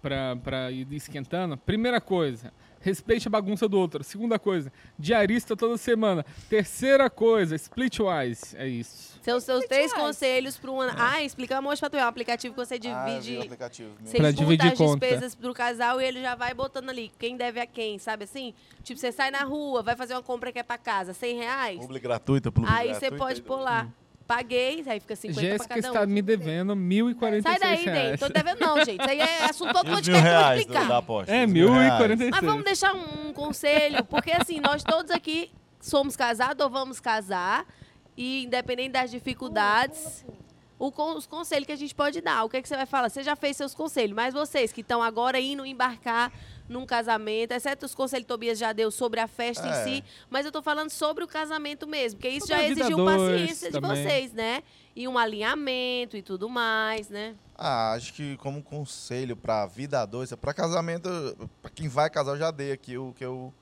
[SPEAKER 2] pra, pra ir esquentando. Primeira coisa, respeite a bagunça do outro. Segunda coisa, diarista toda semana. Terceira coisa, splitwise. É isso.
[SPEAKER 1] São os seus três conselhos para
[SPEAKER 2] É.
[SPEAKER 1] um ano. Ah, explicamos hoje para tu. É um aplicativo que você
[SPEAKER 3] Ah,
[SPEAKER 1] divide. Você
[SPEAKER 2] Pra
[SPEAKER 1] junta
[SPEAKER 2] dividir
[SPEAKER 1] as
[SPEAKER 2] conta.
[SPEAKER 1] despesas pro casal e ele já vai botando ali quem deve a quem, sabe assim? Tipo, você sai na rua, vai fazer uma compra que é pra casa, 100 reais.
[SPEAKER 3] Publi gratuita, publi
[SPEAKER 1] Aí
[SPEAKER 3] gratuita.
[SPEAKER 1] você pode pôr
[SPEAKER 3] Uhum.
[SPEAKER 1] lá. Paguei, aí fica 50
[SPEAKER 2] Jéssica
[SPEAKER 1] pra cada um.
[SPEAKER 2] está me devendo 1.046
[SPEAKER 1] Sai daí, Dei.
[SPEAKER 2] reais.
[SPEAKER 1] Tô devendo não, gente. Isso aí é assunto todo
[SPEAKER 3] E os
[SPEAKER 1] podcast, eu
[SPEAKER 3] mil
[SPEAKER 1] vou
[SPEAKER 3] reais da,
[SPEAKER 1] explicar.
[SPEAKER 3] da aposta.
[SPEAKER 2] É,
[SPEAKER 3] os mil reais.
[SPEAKER 2] 1.046.
[SPEAKER 1] Mas vamos deixar um, um conselho, porque assim, nós todos aqui somos casados ou vamos casar, e independente das dificuldades, o con- os conselhos que a gente pode dar, o que, é que você vai falar? Você já fez seus conselhos, mas vocês que estão agora indo embarcar num casamento, exceto os conselhos que Tobias já deu sobre a festa
[SPEAKER 3] É.
[SPEAKER 1] em si, mas eu tô falando sobre o casamento mesmo, porque isso
[SPEAKER 2] Sobre
[SPEAKER 1] já
[SPEAKER 2] a vida
[SPEAKER 1] exigiu
[SPEAKER 2] a dois
[SPEAKER 1] paciência de
[SPEAKER 2] também.
[SPEAKER 1] vocês, né? E um alinhamento e tudo mais, né?
[SPEAKER 3] Ah, acho que como conselho pra vida a dois, pra casamento, pra quem vai casar, eu já dei aqui o que eu.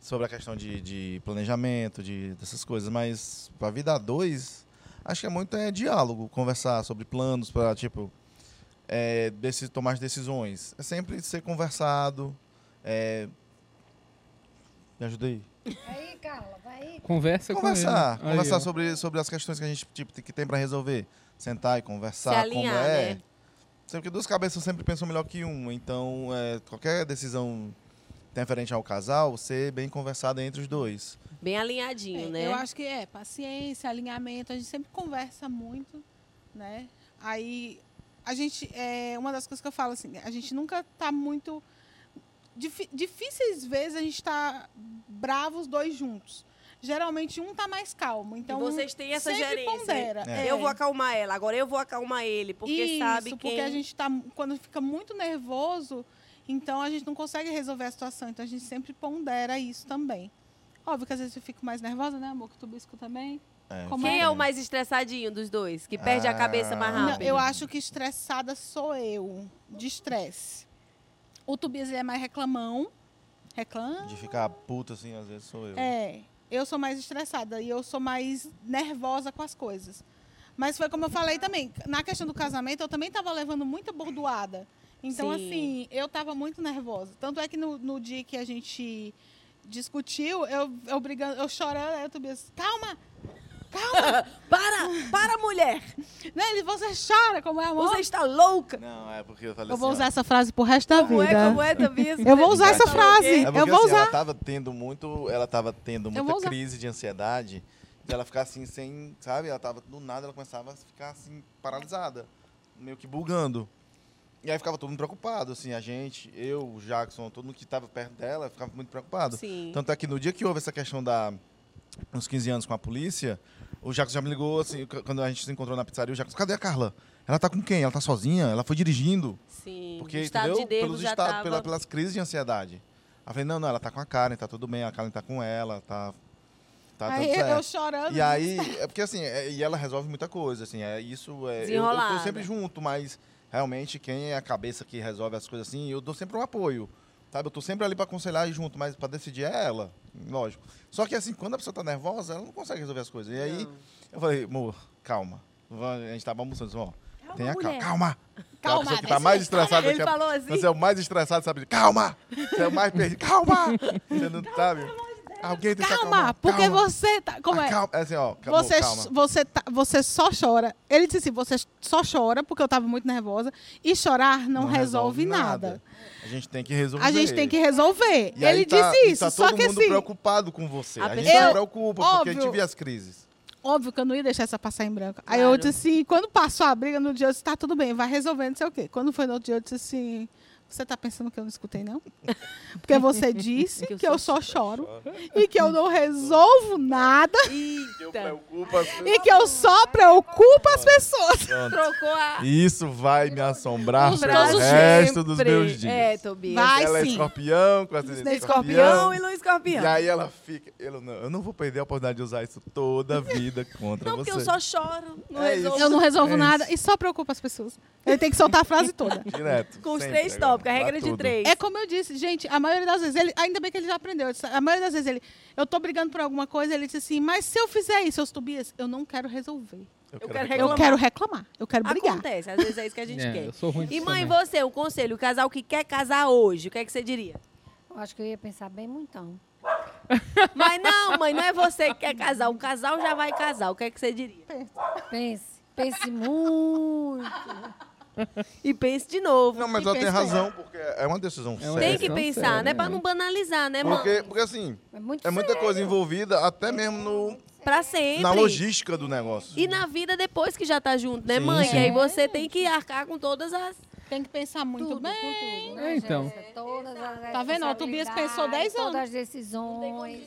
[SPEAKER 3] Sobre a questão de, de planejamento, de, dessas coisas, mas pra vida a dois, acho que é muito é, diálogo, conversar sobre planos, pra, tipo, é, deci- tomar as decisões. É sempre ser conversado. É... Me ajudei.
[SPEAKER 7] Aí, Carla, vai aí.
[SPEAKER 2] Conversa
[SPEAKER 3] conversar,
[SPEAKER 2] com ele. Aí,
[SPEAKER 3] conversar
[SPEAKER 2] ó.
[SPEAKER 3] sobre, sobre as questões que a gente tipo, que tem pra resolver, sentar e conversar,
[SPEAKER 1] Se alinhar,
[SPEAKER 3] como é.
[SPEAKER 1] né?
[SPEAKER 3] Sempre que duas cabeças sempre pensam melhor que uma, então é, qualquer decisão referente ao casal, ser bem conversada entre os dois.
[SPEAKER 1] Bem
[SPEAKER 8] É,
[SPEAKER 1] alinhadinho, né?
[SPEAKER 8] Eu acho que é paciência, alinhamento, a gente sempre conversa muito, né? Aí
[SPEAKER 6] a gente. É, uma das coisas que eu falo assim, a gente nunca tá muito. difi- difíceis vezes a gente tá bravo os dois juntos. Geralmente um tá mais calmo. Então,
[SPEAKER 1] e vocês têm essa
[SPEAKER 6] um sempre
[SPEAKER 1] gerência.
[SPEAKER 6] pondera.
[SPEAKER 2] É.
[SPEAKER 1] aí. É. Eu vou acalmar ela, agora eu vou acalmar ele, porque
[SPEAKER 6] É. Isso,
[SPEAKER 1] sabe que.
[SPEAKER 6] porque a gente tá quando fica muito nervoso, então a gente não consegue resolver a situação, então a gente sempre pondera isso também. Óbvio que às vezes eu fico mais nervosa, né, amor, que tu bisco também.
[SPEAKER 3] É,
[SPEAKER 6] Como
[SPEAKER 1] Quem
[SPEAKER 6] é?
[SPEAKER 1] é o mais estressadinho dos dois? Que perde a cabeça mais
[SPEAKER 3] Ah.
[SPEAKER 6] Não,
[SPEAKER 1] rápido?
[SPEAKER 6] eu acho que estressada sou eu, de estresse. O Tobias ele é mais reclamão, reclama.
[SPEAKER 3] De ficar puto assim, às vezes sou eu.
[SPEAKER 6] É, eu sou mais estressada e eu sou mais nervosa com as coisas. Mas foi como eu falei também, na questão do casamento, eu também estava levando muita bordoada. Então,
[SPEAKER 1] Sim.
[SPEAKER 6] assim, eu estava muito nervosa. Tanto é que no, no dia que a gente discutiu, eu, eu brigando, eu chorando, aí o Tobias, calma, calma.
[SPEAKER 1] Para! Para, mulher!
[SPEAKER 6] né? Ele, você chora, como é amor?
[SPEAKER 1] Você está louca!
[SPEAKER 3] Não, é porque eu falei
[SPEAKER 6] Eu vou
[SPEAKER 3] assim, ó,
[SPEAKER 6] usar essa frase pro resto da
[SPEAKER 1] Como é, como
[SPEAKER 6] vida.
[SPEAKER 1] é, Tobias?
[SPEAKER 6] Eu vou usar essa
[SPEAKER 1] Tá louca,
[SPEAKER 6] frase.
[SPEAKER 1] hein?
[SPEAKER 3] É porque,
[SPEAKER 6] Eu vou
[SPEAKER 3] assim, Ela
[SPEAKER 6] usar.
[SPEAKER 3] tava tendo muito, ela tava tendo
[SPEAKER 6] vou
[SPEAKER 3] muita
[SPEAKER 6] usar.
[SPEAKER 3] crise de ansiedade. De ela ficar assim, sem, sabe? Ela tava, do nada, ela começava a ficar assim, paralisada. Meio que bugando. E aí ficava todo mundo preocupado, assim. A gente, eu, o Jackson, todo mundo que tava perto dela, ficava muito preocupado.
[SPEAKER 1] Sim.
[SPEAKER 3] Tanto é que no dia que houve essa questão da uns 15 anos com a polícia, o Jackson já me ligou, assim, c- quando a gente se encontrou na pizzaria, o Jackson, cadê a Carla? Ela tá com quem? Ela tá sozinha? Ela foi dirigindo?
[SPEAKER 1] Sim.
[SPEAKER 3] Porque,
[SPEAKER 1] o estado
[SPEAKER 3] entendeu?
[SPEAKER 1] de nervos
[SPEAKER 3] Pelos
[SPEAKER 1] já
[SPEAKER 3] estados,
[SPEAKER 1] tava...
[SPEAKER 3] pela- pelas crises de ansiedade. Aí eu falei, não, não, ela tá com a Karen, tá tudo bem, a Karen tá com ela, tá... Tá tudo
[SPEAKER 6] Aí eu, eu
[SPEAKER 3] certo.
[SPEAKER 6] chorando.
[SPEAKER 3] E aí, é porque assim, é- e ela resolve muita coisa, assim, é isso... É, eu, eu tô
[SPEAKER 1] Desenrolada.
[SPEAKER 3] sempre junto, mas realmente quem é a cabeça que resolve as coisas assim, eu dou sempre um apoio. Sabe, eu tô sempre ali pra aconselhar e junto, mas pra decidir é ela, lógico. Só que assim, quando a pessoa tá nervosa, ela não consegue resolver as coisas. E aí, eu falei, amor, calma. A gente tava almoçando, assim, ó,
[SPEAKER 1] É
[SPEAKER 3] tenha calma. Calma!
[SPEAKER 6] Calma,
[SPEAKER 3] Aquela pessoa que
[SPEAKER 6] desce
[SPEAKER 3] tá mais estressada
[SPEAKER 1] né? Ele
[SPEAKER 3] que a
[SPEAKER 1] falou assim.
[SPEAKER 3] você é o mais estressado, sabe? Calma! Você é o mais perdido. Calma! Você não sabe? Alguém tem que
[SPEAKER 6] Calma,
[SPEAKER 3] acalmar.
[SPEAKER 6] porque
[SPEAKER 3] Calma.
[SPEAKER 6] você tá. Como é?
[SPEAKER 3] Acalma. assim, ó. acabou,
[SPEAKER 6] Você,
[SPEAKER 3] calma.
[SPEAKER 6] você, tá- você só chora. Ele disse assim: você só chora porque eu tava muito nervosa. E chorar não, resolve, nada.
[SPEAKER 3] A gente tem que resolver.
[SPEAKER 6] A gente tem que resolver.
[SPEAKER 3] E aí
[SPEAKER 6] Ele
[SPEAKER 3] tá-
[SPEAKER 6] disse
[SPEAKER 3] e
[SPEAKER 6] isso.
[SPEAKER 3] tá
[SPEAKER 6] só
[SPEAKER 3] todo
[SPEAKER 6] que
[SPEAKER 3] mundo
[SPEAKER 6] assim,
[SPEAKER 3] preocupado com você.
[SPEAKER 1] A
[SPEAKER 3] A, gente
[SPEAKER 1] pessoa-
[SPEAKER 3] se preocupa porque a gente
[SPEAKER 6] Óbvio.
[SPEAKER 3] vê as crises.
[SPEAKER 6] óbvio que eu não ia deixar essa passar em branco. Aí
[SPEAKER 1] Claro.
[SPEAKER 6] eu disse assim: quando passou a briga no dia, eu disse: tá tudo bem, vai resolvendo, não sei o quê. Quando foi no outro dia, eu disse assim. Você tá pensando que eu não escutei, não? Porque você disse que eu, só choro e que eu não resolvo nada
[SPEAKER 1] Eita!
[SPEAKER 3] Preocupa.
[SPEAKER 6] e que eu só preocupo as pessoas.
[SPEAKER 1] Trocou a...
[SPEAKER 3] Isso vai me assombrar
[SPEAKER 6] Os
[SPEAKER 3] pelo
[SPEAKER 6] braços
[SPEAKER 3] resto dos
[SPEAKER 1] Sempre.
[SPEAKER 3] meus dias.
[SPEAKER 1] É, Tobias.
[SPEAKER 6] Vai
[SPEAKER 3] ela é
[SPEAKER 6] sim.
[SPEAKER 3] escorpião, com a ascendente
[SPEAKER 1] Escorpião e Luiz Escorpião.
[SPEAKER 3] E aí ela fica. Eu não, eu não vou perder a oportunidade de usar isso toda a vida contra
[SPEAKER 1] Não,
[SPEAKER 3] você.
[SPEAKER 1] porque eu só choro, não
[SPEAKER 3] É
[SPEAKER 1] resolvo.
[SPEAKER 6] Eu não resolvo
[SPEAKER 3] É
[SPEAKER 6] nada e só preocupa as pessoas. Ele tem que soltar a frase toda.
[SPEAKER 3] Direto.
[SPEAKER 1] Com os
[SPEAKER 3] sempre,
[SPEAKER 1] três
[SPEAKER 3] agora,
[SPEAKER 1] tópicos, a
[SPEAKER 3] pra
[SPEAKER 1] regra de
[SPEAKER 3] tudo.
[SPEAKER 1] três.
[SPEAKER 6] É como eu disse, gente, a maioria das vezes, ele, ainda bem que ele já aprendeu. A maioria das vezes ele, eu tô brigando por alguma coisa, ele disse assim, mas se eu fizer isso, seus Tobias, eu não quero resolver.
[SPEAKER 1] Eu quero
[SPEAKER 3] reclamar.
[SPEAKER 6] Eu
[SPEAKER 1] Reclamar.
[SPEAKER 6] quero reclamar, eu quero brigar.
[SPEAKER 1] Acontece, às vezes é isso que a gente
[SPEAKER 2] É,
[SPEAKER 1] quer.
[SPEAKER 2] eu sou ruim
[SPEAKER 1] E
[SPEAKER 2] disso
[SPEAKER 1] mãe,
[SPEAKER 2] também.
[SPEAKER 1] você, um conselho, o casal que quer casar hoje, o que é que você diria?
[SPEAKER 7] Eu acho que eu ia pensar bem muito. então.
[SPEAKER 1] Mas não, mãe, não é você que quer casar, um casal já vai casar, o que é que você diria?
[SPEAKER 7] Pense, pense muito.
[SPEAKER 1] E pense de novo.
[SPEAKER 3] Não, mas
[SPEAKER 6] E
[SPEAKER 3] ela tem
[SPEAKER 6] pensar.
[SPEAKER 3] razão, porque é uma decisão
[SPEAKER 2] É
[SPEAKER 1] Tem
[SPEAKER 2] uma
[SPEAKER 3] séria.
[SPEAKER 1] que
[SPEAKER 2] Então,
[SPEAKER 1] pensar,
[SPEAKER 2] sério,
[SPEAKER 1] né?
[SPEAKER 2] né?
[SPEAKER 1] Pra não banalizar, né, mãe?
[SPEAKER 3] Porque, porque assim,
[SPEAKER 7] É muito
[SPEAKER 3] é muita
[SPEAKER 7] sério.
[SPEAKER 3] coisa envolvida, até mesmo no,
[SPEAKER 1] Pra sempre.
[SPEAKER 3] na logística do negócio.
[SPEAKER 1] E na vida depois que já tá junto, né,
[SPEAKER 3] Sim,
[SPEAKER 1] mãe?
[SPEAKER 3] sim.
[SPEAKER 1] E aí você tem que arcar com todas as.
[SPEAKER 6] Tem que pensar muito
[SPEAKER 7] Tudo,
[SPEAKER 6] bem.
[SPEAKER 7] com tudo, né,
[SPEAKER 2] É, então.
[SPEAKER 7] Jéssica? Todas as
[SPEAKER 6] Tá vendo? Ó, Tobias pensou 10
[SPEAKER 7] responsabilidades, Todas
[SPEAKER 6] anos.
[SPEAKER 7] as decisões.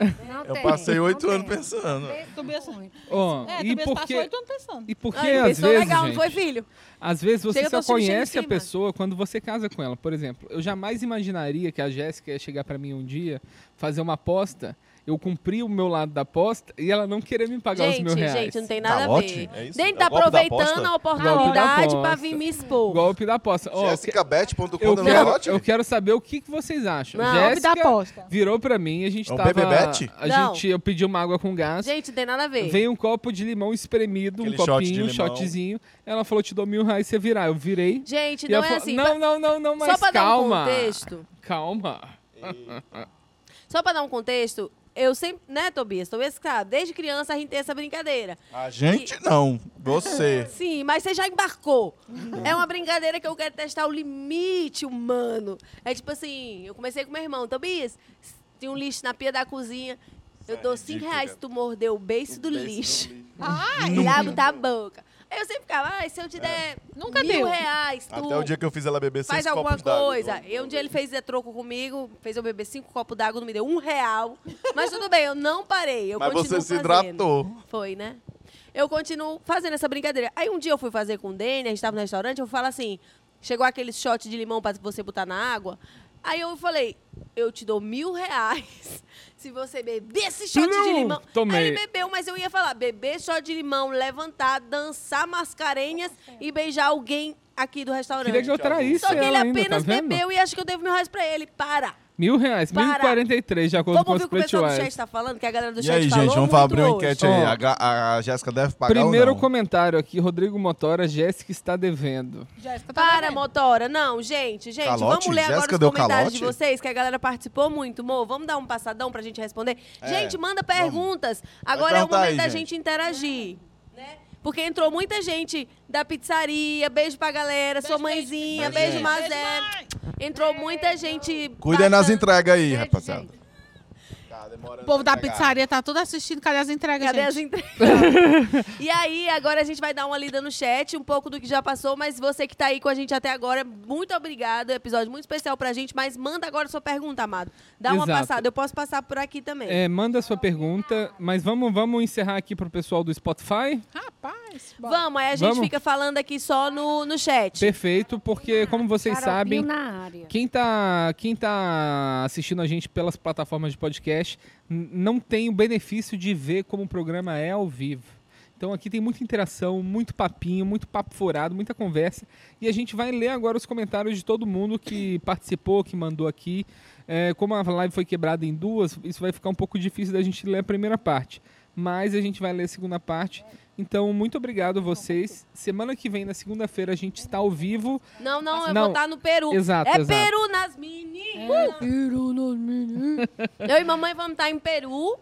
[SPEAKER 2] É,
[SPEAKER 7] Não
[SPEAKER 3] Eu
[SPEAKER 7] tem,
[SPEAKER 3] passei
[SPEAKER 7] não
[SPEAKER 3] oito
[SPEAKER 7] tem.
[SPEAKER 3] anos pensando.
[SPEAKER 7] Pense
[SPEAKER 6] Tobias-
[SPEAKER 7] muito.
[SPEAKER 2] Ó,
[SPEAKER 6] É,
[SPEAKER 2] e
[SPEAKER 6] Tobias
[SPEAKER 2] porque,
[SPEAKER 6] passou oito anos pensando.
[SPEAKER 2] e porque
[SPEAKER 1] Ai,
[SPEAKER 2] às
[SPEAKER 1] pensou
[SPEAKER 2] vezes,
[SPEAKER 1] legal,
[SPEAKER 2] gente,
[SPEAKER 1] não foi, filho?
[SPEAKER 2] Às vezes você
[SPEAKER 1] Chega, eu
[SPEAKER 2] só
[SPEAKER 1] tô sentindo
[SPEAKER 2] conhece
[SPEAKER 1] em
[SPEAKER 2] a
[SPEAKER 1] cima.
[SPEAKER 2] pessoa quando você casa com ela. Por exemplo, eu jamais imaginaria que a Jéssica ia chegar pra mim um dia, fazer uma aposta, eu cumprir o meu lado da aposta e ela não querer me pagar os
[SPEAKER 1] Gente,
[SPEAKER 2] mil reais.
[SPEAKER 1] gente, não tem nada a
[SPEAKER 3] Calote?
[SPEAKER 1] ver.
[SPEAKER 3] É isso?
[SPEAKER 1] Dente
[SPEAKER 3] É
[SPEAKER 1] tá
[SPEAKER 3] o golpe da
[SPEAKER 1] aproveitando
[SPEAKER 3] aposta?
[SPEAKER 1] a
[SPEAKER 2] Golpe da
[SPEAKER 1] oportunidade
[SPEAKER 2] aposta.
[SPEAKER 1] pra vir me expor.
[SPEAKER 2] Golpe da aposta. Ó,
[SPEAKER 3] JéssicaBet.com
[SPEAKER 2] eu,
[SPEAKER 3] não é
[SPEAKER 2] quero,
[SPEAKER 3] lote?
[SPEAKER 2] eu quero saber o que, que vocês acham.
[SPEAKER 1] Não,
[SPEAKER 6] Golpe da
[SPEAKER 2] Jéssica
[SPEAKER 6] aposta.
[SPEAKER 2] virou pra mim, a gente
[SPEAKER 3] É um
[SPEAKER 2] tava...
[SPEAKER 3] BBBet?
[SPEAKER 2] A
[SPEAKER 1] Não.
[SPEAKER 2] gente, eu pedi uma água com gás.
[SPEAKER 1] Gente, não tem nada a ver.
[SPEAKER 2] Veio um copo de limão espremido, um
[SPEAKER 3] Aquele shot de
[SPEAKER 2] copinho, um
[SPEAKER 3] limão.
[SPEAKER 2] shotzinho. Ela falou, te dou mil reais se você virar. Eu virei.
[SPEAKER 1] Gente,
[SPEAKER 2] e
[SPEAKER 1] não
[SPEAKER 2] ela
[SPEAKER 1] é
[SPEAKER 2] falou,
[SPEAKER 1] assim.
[SPEAKER 2] não, não, não, não, mas
[SPEAKER 1] Só pra
[SPEAKER 2] calma.
[SPEAKER 1] dar um contexto.
[SPEAKER 2] Calma.
[SPEAKER 1] Só pra dar um contexto, eu sempre. Né, Tobias? Tobias que sabe, desde criança a gente tem essa brincadeira.
[SPEAKER 3] A gente não. Você.
[SPEAKER 1] Sim, mas você já embarcou.
[SPEAKER 2] Uhum.
[SPEAKER 1] É uma brincadeira que eu quero testar o limite humano. É tipo assim, eu comecei com meu irmão, Tobias, tem um lixo na pia da cozinha. Eu dou
[SPEAKER 3] ridículo,
[SPEAKER 1] cinco reais
[SPEAKER 3] cara.
[SPEAKER 1] se tu morder o beiço do
[SPEAKER 3] Desse
[SPEAKER 1] lixo.
[SPEAKER 3] do lixo.
[SPEAKER 1] Ai, Lavo da boca. Eu Aí eu sempre ficava, ah, se eu te der
[SPEAKER 8] Nunca
[SPEAKER 1] mil
[SPEAKER 8] deu.
[SPEAKER 1] reais, tu
[SPEAKER 3] Até o dia que eu fiz ela beber
[SPEAKER 1] faz
[SPEAKER 3] seis
[SPEAKER 1] alguma
[SPEAKER 3] copos d'água.
[SPEAKER 1] coisa. E um dia ele fez de troco comigo, fez eu beber cinco copos d'água, não me deu um real. Mas tudo bem, eu não parei. Eu
[SPEAKER 3] Mas
[SPEAKER 1] continuo
[SPEAKER 3] você se
[SPEAKER 1] fazendo.
[SPEAKER 3] hidratou.
[SPEAKER 1] Foi, né? Eu continuo fazendo essa brincadeira. Aí um dia eu fui fazer com o Dene, a gente tava no restaurante, eu falo assim: chegou aquele shot de limão pra você botar na água. Aí eu falei, eu te dou mil reais se você beber esse shot de
[SPEAKER 2] Não,
[SPEAKER 1] limão. Aí
[SPEAKER 2] tomei.
[SPEAKER 1] ele bebeu, mas eu ia falar, beber shot de limão, levantar, dançar mascarenhas e beijar alguém aqui do restaurante.
[SPEAKER 2] Queria que eu traísse
[SPEAKER 3] é
[SPEAKER 1] Só que ele
[SPEAKER 2] ela ainda, tá
[SPEAKER 1] apenas
[SPEAKER 2] vendo?
[SPEAKER 1] bebeu e acho que eu devo mil reais pra ele. Para.
[SPEAKER 2] Mil reais, mil
[SPEAKER 1] Para.
[SPEAKER 2] e quarenta e três, de
[SPEAKER 1] Vamos
[SPEAKER 2] acordo com
[SPEAKER 1] ouvir
[SPEAKER 2] os
[SPEAKER 1] o que o pessoal do chat
[SPEAKER 2] pletuais.
[SPEAKER 1] tá falando, que a galera do
[SPEAKER 3] E
[SPEAKER 1] chat
[SPEAKER 3] aí,
[SPEAKER 1] falou
[SPEAKER 3] gente, vamos
[SPEAKER 1] muito
[SPEAKER 3] fa- abrir uma
[SPEAKER 1] hoje.
[SPEAKER 3] enquete aí.
[SPEAKER 2] Ó.
[SPEAKER 3] A, Ga- a Jéssica deve pagar
[SPEAKER 2] Primeiro
[SPEAKER 3] ou não?
[SPEAKER 2] comentário aqui, Rodrigo Motora, Jéssica está devendo.
[SPEAKER 8] Jéssica tá
[SPEAKER 1] Para,
[SPEAKER 8] devendo.
[SPEAKER 1] motora. Não, gente, gente, vamos
[SPEAKER 3] Calote?
[SPEAKER 1] ler agora
[SPEAKER 3] Jéssica
[SPEAKER 1] os
[SPEAKER 3] deu
[SPEAKER 1] comentários de
[SPEAKER 3] calote?
[SPEAKER 1] vocês, que a galera participou muito, Mo. Vamos dar um passadão pra gente responder.
[SPEAKER 3] É,
[SPEAKER 1] gente, manda
[SPEAKER 3] vamos.
[SPEAKER 1] perguntas. Agora é o
[SPEAKER 3] perguntar
[SPEAKER 1] momento
[SPEAKER 3] aí,
[SPEAKER 1] da gente,
[SPEAKER 3] gente.
[SPEAKER 1] interagir. Né? Porque entrou muita gente da pizzaria. Beijo pra galera, sua mãezinha, beijo,
[SPEAKER 3] Beijo,
[SPEAKER 1] beijo
[SPEAKER 3] gente.
[SPEAKER 1] Mazé. Entrou muita gente.
[SPEAKER 3] Cuidem nas
[SPEAKER 1] bacana.
[SPEAKER 3] entregas aí,
[SPEAKER 7] Beijo,
[SPEAKER 3] rapaziada.
[SPEAKER 7] gente.
[SPEAKER 3] demorando
[SPEAKER 6] O povo da pizzaria tá todo assistindo. Cadê as entregas,
[SPEAKER 1] Cadê as
[SPEAKER 6] gente?
[SPEAKER 1] entregas? e aí, agora a gente vai dar uma lida no chat, um pouco do que já passou, mas você que tá aí com a gente até agora, muito obrigado. É um episódio muito especial pra gente, mas manda agora sua pergunta, amado. Dá uma
[SPEAKER 2] Exato.
[SPEAKER 1] passada, eu posso passar por aqui também.
[SPEAKER 2] É, manda sua pergunta, mas vamos, vamos encerrar aqui pro pessoal do Spotify.
[SPEAKER 8] Rapaz, bora.
[SPEAKER 1] Vamos, aí a gente
[SPEAKER 2] Vamos.
[SPEAKER 1] fica falando aqui só no, no chat.
[SPEAKER 2] Perfeito, porque como vocês
[SPEAKER 7] Carol
[SPEAKER 2] sabem,
[SPEAKER 7] Pinho na área.
[SPEAKER 2] Quem tá, quem tá assistindo a gente pelas plataformas de podcast n- não tem o benefício de ver como o programa é ao vivo. Então aqui tem muita interação, muito papinho, muito papo furado, muita conversa. E a gente vai ler agora os comentários de todo mundo que participou, que mandou aqui. É, como a live foi quebrada em duas, isso vai ficar um pouco difícil da gente ler a primeira parte. Mas a gente vai ler a segunda parte. Então, muito obrigado a vocês. Semana que vem, na segunda-feira, a gente está ao vivo.
[SPEAKER 1] Não, não, eu
[SPEAKER 2] Não.
[SPEAKER 1] vou estar no Peru.
[SPEAKER 2] Exato, É
[SPEAKER 1] é
[SPEAKER 2] exato.
[SPEAKER 1] Peru nas meninas. Eu e mamãe vamos estar em Peru,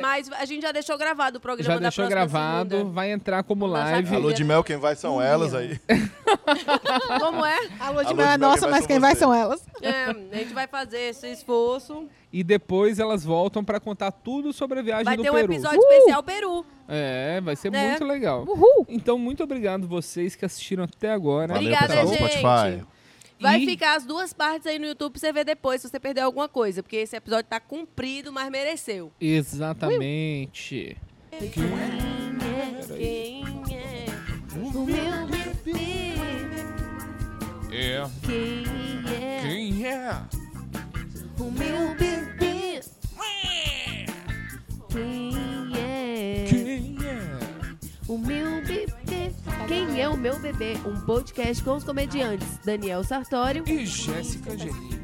[SPEAKER 1] mas a gente já deixou gravado o programa
[SPEAKER 2] Já
[SPEAKER 1] da
[SPEAKER 2] deixou
[SPEAKER 1] próxima
[SPEAKER 2] gravado,
[SPEAKER 1] segunda.
[SPEAKER 2] vai entrar como
[SPEAKER 1] Vamos lançar
[SPEAKER 2] live.
[SPEAKER 1] tudo.
[SPEAKER 3] Alô de mel, quem vai são elas aí.
[SPEAKER 1] Como é?
[SPEAKER 8] A lua de
[SPEAKER 3] Alô,
[SPEAKER 8] mel é
[SPEAKER 3] de mel,
[SPEAKER 8] nossa,
[SPEAKER 3] quem vai
[SPEAKER 8] mas
[SPEAKER 3] são
[SPEAKER 8] quem vai
[SPEAKER 3] vocês?
[SPEAKER 8] são elas.
[SPEAKER 1] É, a gente vai fazer esse esforço.
[SPEAKER 2] E depois elas voltam pra contar tudo sobre a viagem
[SPEAKER 1] Vai
[SPEAKER 2] do
[SPEAKER 1] ter um
[SPEAKER 2] Peru. Uh!
[SPEAKER 1] episódio especial Peru.
[SPEAKER 2] É, vai ser
[SPEAKER 1] É.
[SPEAKER 2] muito legal.
[SPEAKER 8] Uhul.
[SPEAKER 2] Então, muito obrigado vocês que assistiram até agora.
[SPEAKER 1] Valeu,
[SPEAKER 3] Valeu, pessoal do
[SPEAKER 1] gente.
[SPEAKER 3] Spotify.
[SPEAKER 1] Vai
[SPEAKER 2] E-
[SPEAKER 1] ficar as duas partes aí no YouTube pra você ver depois, se você perder alguma coisa. Porque esse episódio tá cumprido, mas mereceu.
[SPEAKER 2] Exatamente.
[SPEAKER 1] Quem é?
[SPEAKER 5] O meu perfil,
[SPEAKER 4] É.
[SPEAKER 5] quem é?
[SPEAKER 4] Quem é?
[SPEAKER 5] O meu bebê. Quem é?
[SPEAKER 4] Quem é?
[SPEAKER 5] O meu bebê. Quem é o meu bebê? Um podcast com os comediantes Daniel Sartório
[SPEAKER 4] E Jéssica Angelina.